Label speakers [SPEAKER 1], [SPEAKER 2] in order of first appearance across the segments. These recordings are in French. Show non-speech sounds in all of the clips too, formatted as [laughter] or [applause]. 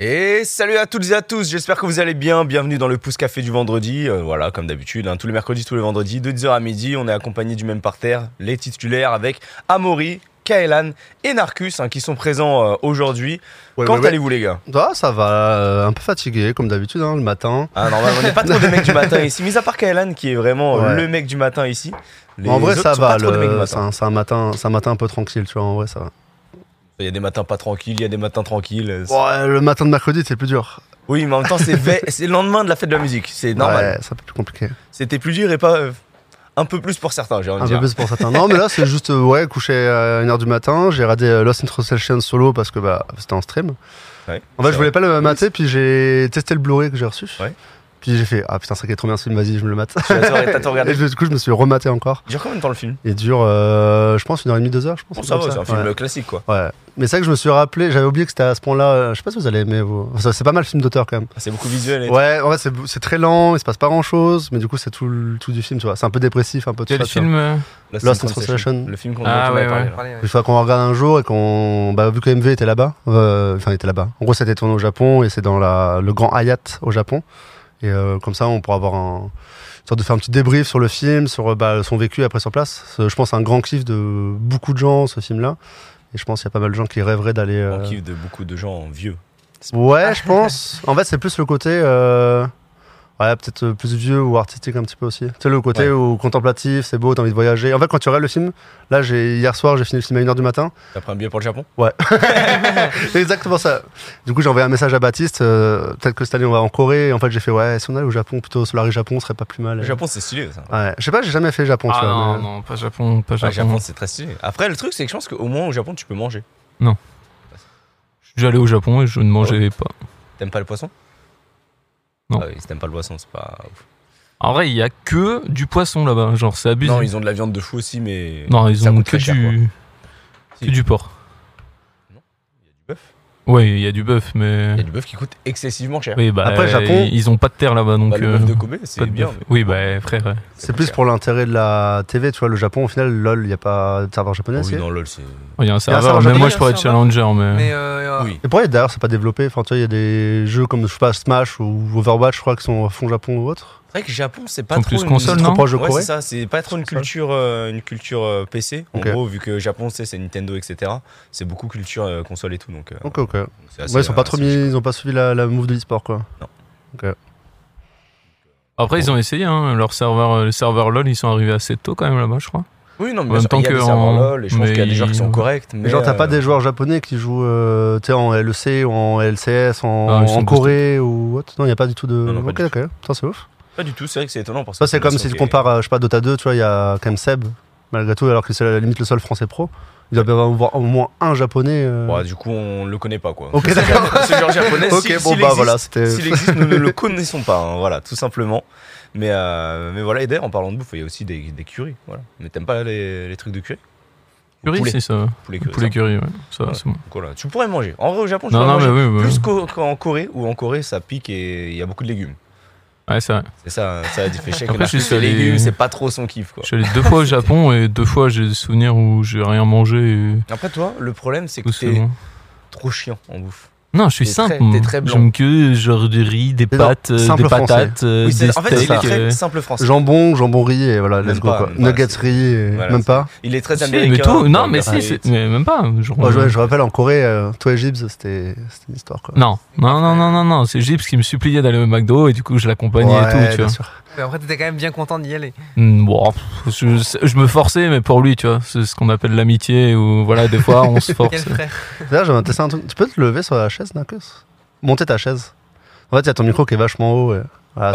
[SPEAKER 1] Et salut à toutes et à tous, j'espère que vous allez bien, bienvenue dans le Pouce Café du vendredi, Euh, voilà comme d'habitude, hein, tous les mercredis, tous les vendredis, de 10h à midi, on est accompagné du même parterre, les titulaires avec Amaury, Kaelan et Narcus hein, qui sont présents euh, aujourd'hui.
[SPEAKER 2] Ouais,
[SPEAKER 1] Comment
[SPEAKER 2] ouais, ouais.
[SPEAKER 1] allez-vous les gars
[SPEAKER 2] Ah, ça va, euh, un peu fatigué comme d'habitude hein, le matin.
[SPEAKER 1] ah, Normalement on n'est pas trop des mecs du matin ici, mis à part Kaelan qui est vraiment euh,
[SPEAKER 2] Ouais.
[SPEAKER 1] le mec du matin ici. Les
[SPEAKER 2] en vrai
[SPEAKER 1] autres
[SPEAKER 2] ça
[SPEAKER 1] sont
[SPEAKER 2] va,
[SPEAKER 1] pas trop des mecs du
[SPEAKER 2] le- c'est
[SPEAKER 1] matin.
[SPEAKER 2] un, c'est un matin, c'est un matin un peu tranquille, tu vois, en vrai ça va.
[SPEAKER 1] Il y a des matins pas tranquilles, il y a des matins tranquilles. euh, c'est-
[SPEAKER 2] Ouais, le matin de mercredi c'est plus dur.
[SPEAKER 1] Oui mais en même temps c'est ve- c'est le lendemain de la fête de la musique, c'est normal.
[SPEAKER 2] Ouais, c'est un peu plus compliqué.
[SPEAKER 1] C'était plus dur et pas... euh, un peu plus pour certains, j'ai envie de
[SPEAKER 2] Un
[SPEAKER 1] dire.
[SPEAKER 2] peu plus pour certains. Non mais là c'est juste, euh, ouais, couché à 1h du matin, j'ai regardé euh, Lost in Translation solo parce que bah, c'était en stream.
[SPEAKER 1] Ouais,
[SPEAKER 2] En
[SPEAKER 1] c'est
[SPEAKER 2] fait je
[SPEAKER 1] vrai.
[SPEAKER 2] voulais pas le mater, puis j'ai testé le Blu-ray que j'ai reçu.
[SPEAKER 1] Ouais.
[SPEAKER 2] Puis j'ai fait, ah putain ça qui est trop bien ce film, vas-y je me le mate.
[SPEAKER 1] Tu l'as- t'as tout
[SPEAKER 3] [laughs]
[SPEAKER 1] regardé
[SPEAKER 2] Et je- du coup je me suis rematé encore.
[SPEAKER 1] Il dure combien de temps le film
[SPEAKER 2] Il dure, euh, je pense, une heure et demie, deux heures, je pense.
[SPEAKER 1] Bon, ça va,
[SPEAKER 2] comme
[SPEAKER 1] c'est un film
[SPEAKER 2] Ouais.
[SPEAKER 1] classique quoi.
[SPEAKER 2] Ouais. Mais c'est vrai que je me suis rappelé, j'avais oublié que c'était à ce point-là. euh, Je sais pas si vous allez aimer, vous. Enfin, c'est pas mal le film d'auteur quand même.
[SPEAKER 1] C'est beaucoup visuel. Et
[SPEAKER 2] Ouais, en vrai, c'est c'est très lent, il se passe pas grand-chose, mais du coup, c'est tout, le- tout du film, tu vois. C'est un peu dépressif, un peu tout
[SPEAKER 3] Quel
[SPEAKER 2] ça, tu vois.
[SPEAKER 3] film euh,
[SPEAKER 1] Lost,
[SPEAKER 2] Lost
[SPEAKER 1] in
[SPEAKER 2] in
[SPEAKER 1] Translation.
[SPEAKER 2] Translation.
[SPEAKER 1] Le film qu'on
[SPEAKER 3] Ah,
[SPEAKER 1] dont on avait
[SPEAKER 3] ouais,
[SPEAKER 1] parlé,
[SPEAKER 3] ouais.
[SPEAKER 1] là.
[SPEAKER 2] Une fois qu'on regarde un jour et qu'on. Bah, vu que MV était là-bas, euh, enfin, il était là-bas. En gros, c'était tourné au Japon et c'est dans la, le grand Hayat au Japon. Et euh, comme ça, on pourra avoir un. une sorte de faire un petit débrief sur le film, sur euh, bah, son vécu après sur place. C'est, Je pense un grand kiff de beaucoup de gens, ce film-là. Et je pense qu'il y a pas mal de gens qui rêveraient d'aller. euh,
[SPEAKER 1] On kiffe de beaucoup de gens vieux.
[SPEAKER 2] Ouais, je pense. En fait, c'est plus le côté. euh, Ouais, peut-être euh, plus vieux ou artistique un petit peu aussi. Tu sais, le côté
[SPEAKER 1] Ouais.
[SPEAKER 2] où contemplatif, c'est beau, t'as envie de voyager. En fait, quand tu regardes le film, là, j'ai hier soir, j'ai fini le film à 1h du matin.
[SPEAKER 1] T'as pris un billet pour le Japon
[SPEAKER 2] C'est exactement ça. Du coup, j'ai envoyé un message à Baptiste. euh, peut-être que cette année, on va en Corée. Et en fait, j'ai fait, ouais, si on allait au Japon, plutôt Solari Japon, ce serait pas plus mal.
[SPEAKER 1] Le Japon c'est stylé ça.
[SPEAKER 2] Ouais, je sais pas, j'ai jamais fait Japon,
[SPEAKER 3] Ah
[SPEAKER 2] tu vois.
[SPEAKER 3] non,
[SPEAKER 2] mais-
[SPEAKER 3] non, pas Japon, pas
[SPEAKER 1] Le
[SPEAKER 3] Japon.
[SPEAKER 1] Japon c'est très stylé. Après le truc c'est que je pense qu'au moins au Japon tu peux manger.
[SPEAKER 3] Je suis déjà allé au Japon et je ne mangeais pas.
[SPEAKER 1] T'aimes pas le poisson
[SPEAKER 3] Non.
[SPEAKER 1] Ah oui, si t'aimes pas le poisson c'est pas ouf.
[SPEAKER 3] En vrai, il y a que du poisson là-bas, genre c'est abusé.
[SPEAKER 1] Non ils ont de la viande de fou aussi mais.
[SPEAKER 3] Non, ils
[SPEAKER 1] ça
[SPEAKER 3] ont
[SPEAKER 1] coûte
[SPEAKER 3] que
[SPEAKER 1] très cher, quoi.
[SPEAKER 3] du...
[SPEAKER 1] Si.
[SPEAKER 3] que du porc.
[SPEAKER 1] Il y a du bœuf.
[SPEAKER 3] Ouais, il y a du bœuf,
[SPEAKER 1] Il y
[SPEAKER 3] mais...
[SPEAKER 1] a du bœuf qui coûte excessivement cher.
[SPEAKER 3] Oui, bah,
[SPEAKER 2] Après,
[SPEAKER 3] euh,
[SPEAKER 2] Japon-
[SPEAKER 3] ils ont pas de terre là-bas, donc...
[SPEAKER 1] Bah, le
[SPEAKER 3] euh,
[SPEAKER 1] bœuf de Kobe c'est
[SPEAKER 3] pas de
[SPEAKER 1] bien.
[SPEAKER 3] bœuf.
[SPEAKER 1] mais
[SPEAKER 3] Oui, bah frère, ouais.
[SPEAKER 2] C'est plus
[SPEAKER 1] cher.
[SPEAKER 2] pour l'intérêt de la TV, tu vois. Le Japon, au final, lol, il n'y a pas de serveur japonais.
[SPEAKER 1] Oh
[SPEAKER 2] si
[SPEAKER 1] oui non lol c'est.
[SPEAKER 3] il y a un serveur,
[SPEAKER 2] serveur
[SPEAKER 3] même
[SPEAKER 2] japonais,
[SPEAKER 3] moi
[SPEAKER 4] il y
[SPEAKER 3] je
[SPEAKER 4] a un
[SPEAKER 3] pourrais être
[SPEAKER 4] serveur.
[SPEAKER 3] challenger, mais...
[SPEAKER 4] Mais euh,
[SPEAKER 1] Oui.
[SPEAKER 2] Et pourquoi d'ailleurs c'est pas développé Enfin, tu vois, il y a des jeux comme je sais pas, Smash ou Overwatch, je crois, qui sont à fond Japon ou autre.
[SPEAKER 1] C'est vrai que le Japon c'est pas
[SPEAKER 3] En
[SPEAKER 1] trop.
[SPEAKER 3] plus
[SPEAKER 1] une-
[SPEAKER 3] console,
[SPEAKER 2] C'est trop
[SPEAKER 3] non
[SPEAKER 2] proche de
[SPEAKER 1] Ouais,
[SPEAKER 2] Corée.
[SPEAKER 1] c'est ça, c'est pas trop une
[SPEAKER 2] Console.
[SPEAKER 1] culture, euh, une culture euh, PC.
[SPEAKER 2] Ok.
[SPEAKER 1] En gros, vu que Japon, c'est c'est Nintendo, etc. C'est beaucoup culture euh, console et tout. Donc, euh,
[SPEAKER 2] ok, ok.
[SPEAKER 1] donc c'est assez,
[SPEAKER 2] Ouais, ils sont
[SPEAKER 1] euh,
[SPEAKER 2] pas trop
[SPEAKER 1] assez
[SPEAKER 2] mis,
[SPEAKER 1] logique.
[SPEAKER 2] ils ont pas suivi la, la move de l'e-sport quoi.
[SPEAKER 3] Après, ils ont essayé, hein, leur serveur, euh, le serveur LoL, ils sont arrivés assez tôt quand même là-bas, je crois.
[SPEAKER 1] Oui, non, mais
[SPEAKER 3] En même
[SPEAKER 1] bien sûr,
[SPEAKER 3] temps
[SPEAKER 1] il y a
[SPEAKER 3] que
[SPEAKER 1] des serveurs
[SPEAKER 3] en-
[SPEAKER 1] LOL, et je pense
[SPEAKER 3] mais
[SPEAKER 1] qu'il y a des joueurs qui sont
[SPEAKER 3] il-
[SPEAKER 1] corrects.
[SPEAKER 2] Mais
[SPEAKER 1] mais,
[SPEAKER 2] genre, t'as
[SPEAKER 1] euh,
[SPEAKER 2] pas des joueurs japonais qui jouent euh, tu sais, en LEC ou en LCS, en,
[SPEAKER 3] Ah, ils sont
[SPEAKER 2] en Corée ou autre Non, il y a pas du tout de.
[SPEAKER 1] Non, non, pas
[SPEAKER 2] ok,
[SPEAKER 1] du
[SPEAKER 2] ok, Putain, c'est ouf.
[SPEAKER 1] Pas du tout, c'est vrai que c'est étonnant. Parce
[SPEAKER 2] Ça,
[SPEAKER 1] que
[SPEAKER 2] c'est comme
[SPEAKER 1] une
[SPEAKER 2] si tu
[SPEAKER 1] nation qui est-
[SPEAKER 2] compares, à, je sais pas, Dota 2, tu vois, il y a quand même Seb, malgré tout, alors que c'est à la limite le seul français pro. Il doit bien y avoir au moins un japonais. euh.
[SPEAKER 1] Ouais, du coup, on le connaît pas, quoi. [laughs]
[SPEAKER 2] Ok, d'accord.
[SPEAKER 1] Ce genre japonais,
[SPEAKER 2] ok,
[SPEAKER 1] s'il-
[SPEAKER 2] bon,
[SPEAKER 1] s'il
[SPEAKER 2] bah
[SPEAKER 1] existe,
[SPEAKER 2] voilà, c'était.
[SPEAKER 1] S'il existe, nous ne le connaissons pas, hein, voilà, tout simplement. Mais, euh, mais voilà, et d'ailleurs, en parlant de bouffe, il y a aussi des, des currys. Voilà. Mais t'aimes pas les, les trucs de curry
[SPEAKER 3] Curry,
[SPEAKER 1] poulet,
[SPEAKER 3] c'est ça.
[SPEAKER 1] poulet curry,
[SPEAKER 3] Poulet
[SPEAKER 1] ça.
[SPEAKER 3] curry, ouais. Ça,
[SPEAKER 1] Ouais.
[SPEAKER 3] c'est bon.
[SPEAKER 1] Donc voilà, Tu pourrais manger. En vrai, au Japon, tu
[SPEAKER 3] Non,
[SPEAKER 1] pourrais
[SPEAKER 3] non,
[SPEAKER 1] manger.
[SPEAKER 3] mais oui, oui.
[SPEAKER 1] Plus qu'au- qu'en Corée, où en Corée ça pique et il y a beaucoup de légumes.
[SPEAKER 3] Ouais, c'est vrai.
[SPEAKER 1] C'est ça, ça a fait chèque.
[SPEAKER 3] Après,
[SPEAKER 1] Après,
[SPEAKER 3] je suis
[SPEAKER 1] les
[SPEAKER 3] allé-
[SPEAKER 1] légumes, c'est pas trop son kiff quoi.
[SPEAKER 3] Je suis allé deux fois au Japon et deux fois j'ai des souvenirs où j'ai rien mangé.
[SPEAKER 1] Après, toi, le problème c'est
[SPEAKER 3] Et
[SPEAKER 1] que
[SPEAKER 3] tout
[SPEAKER 1] t'es
[SPEAKER 3] bon.
[SPEAKER 1] trop chiant en bouffe.
[SPEAKER 3] Non, je suis
[SPEAKER 1] t'es
[SPEAKER 3] simple.
[SPEAKER 1] très- t'es
[SPEAKER 3] moi.
[SPEAKER 1] très blanc.
[SPEAKER 3] J'aime que genre du riz, des
[SPEAKER 2] Mais non,
[SPEAKER 3] pâtes, euh,
[SPEAKER 2] simple
[SPEAKER 3] des
[SPEAKER 2] français.
[SPEAKER 3] patates, euh,
[SPEAKER 1] Oui,
[SPEAKER 3] des
[SPEAKER 1] c'est- en fait, il est
[SPEAKER 3] steaks.
[SPEAKER 1] très
[SPEAKER 3] euh.
[SPEAKER 1] simple français.
[SPEAKER 2] Jambon, jambon riz et voilà,
[SPEAKER 1] Même
[SPEAKER 2] let's go
[SPEAKER 1] pas,
[SPEAKER 2] quoi.
[SPEAKER 1] même pas,
[SPEAKER 2] Nuggets
[SPEAKER 1] c'est-
[SPEAKER 2] riz, et
[SPEAKER 1] voilà,
[SPEAKER 2] même
[SPEAKER 1] c'est-
[SPEAKER 2] pas.
[SPEAKER 1] Il est très
[SPEAKER 3] Si,
[SPEAKER 1] américain.
[SPEAKER 3] mais tout, non, mais si,
[SPEAKER 1] Burger
[SPEAKER 3] c'est-
[SPEAKER 1] King.
[SPEAKER 3] mais même pas. genre,
[SPEAKER 1] Mmh.
[SPEAKER 2] Moi,
[SPEAKER 3] euh,
[SPEAKER 2] je, je rappelle en Corée, euh, toi et Gibbs, c'était c'était une histoire quoi.
[SPEAKER 3] Non, non, non, non, non, non, c'est Gibbs qui me suppliait d'aller au McDo et du coup je l'accompagnais
[SPEAKER 2] Ouais,
[SPEAKER 3] et tout, tu
[SPEAKER 2] bien
[SPEAKER 3] vois.
[SPEAKER 2] sûr.
[SPEAKER 4] mais après, Bah, t'étais quand même bien content d'y aller.
[SPEAKER 3] Hmm, bon, pff, je, je me forçais, mais pour lui, tu vois, c'est ce qu'on appelle l'amitié où voilà, des fois [laughs] on se
[SPEAKER 4] Quel
[SPEAKER 3] force.
[SPEAKER 4] frère. [laughs]
[SPEAKER 2] D'ailleurs, j'avais testé un truc. Tu peux te lever sur la chaise, Narcus Monter ta chaise. En fait, il y a ton micro qui est vachement haut. et- Voilà,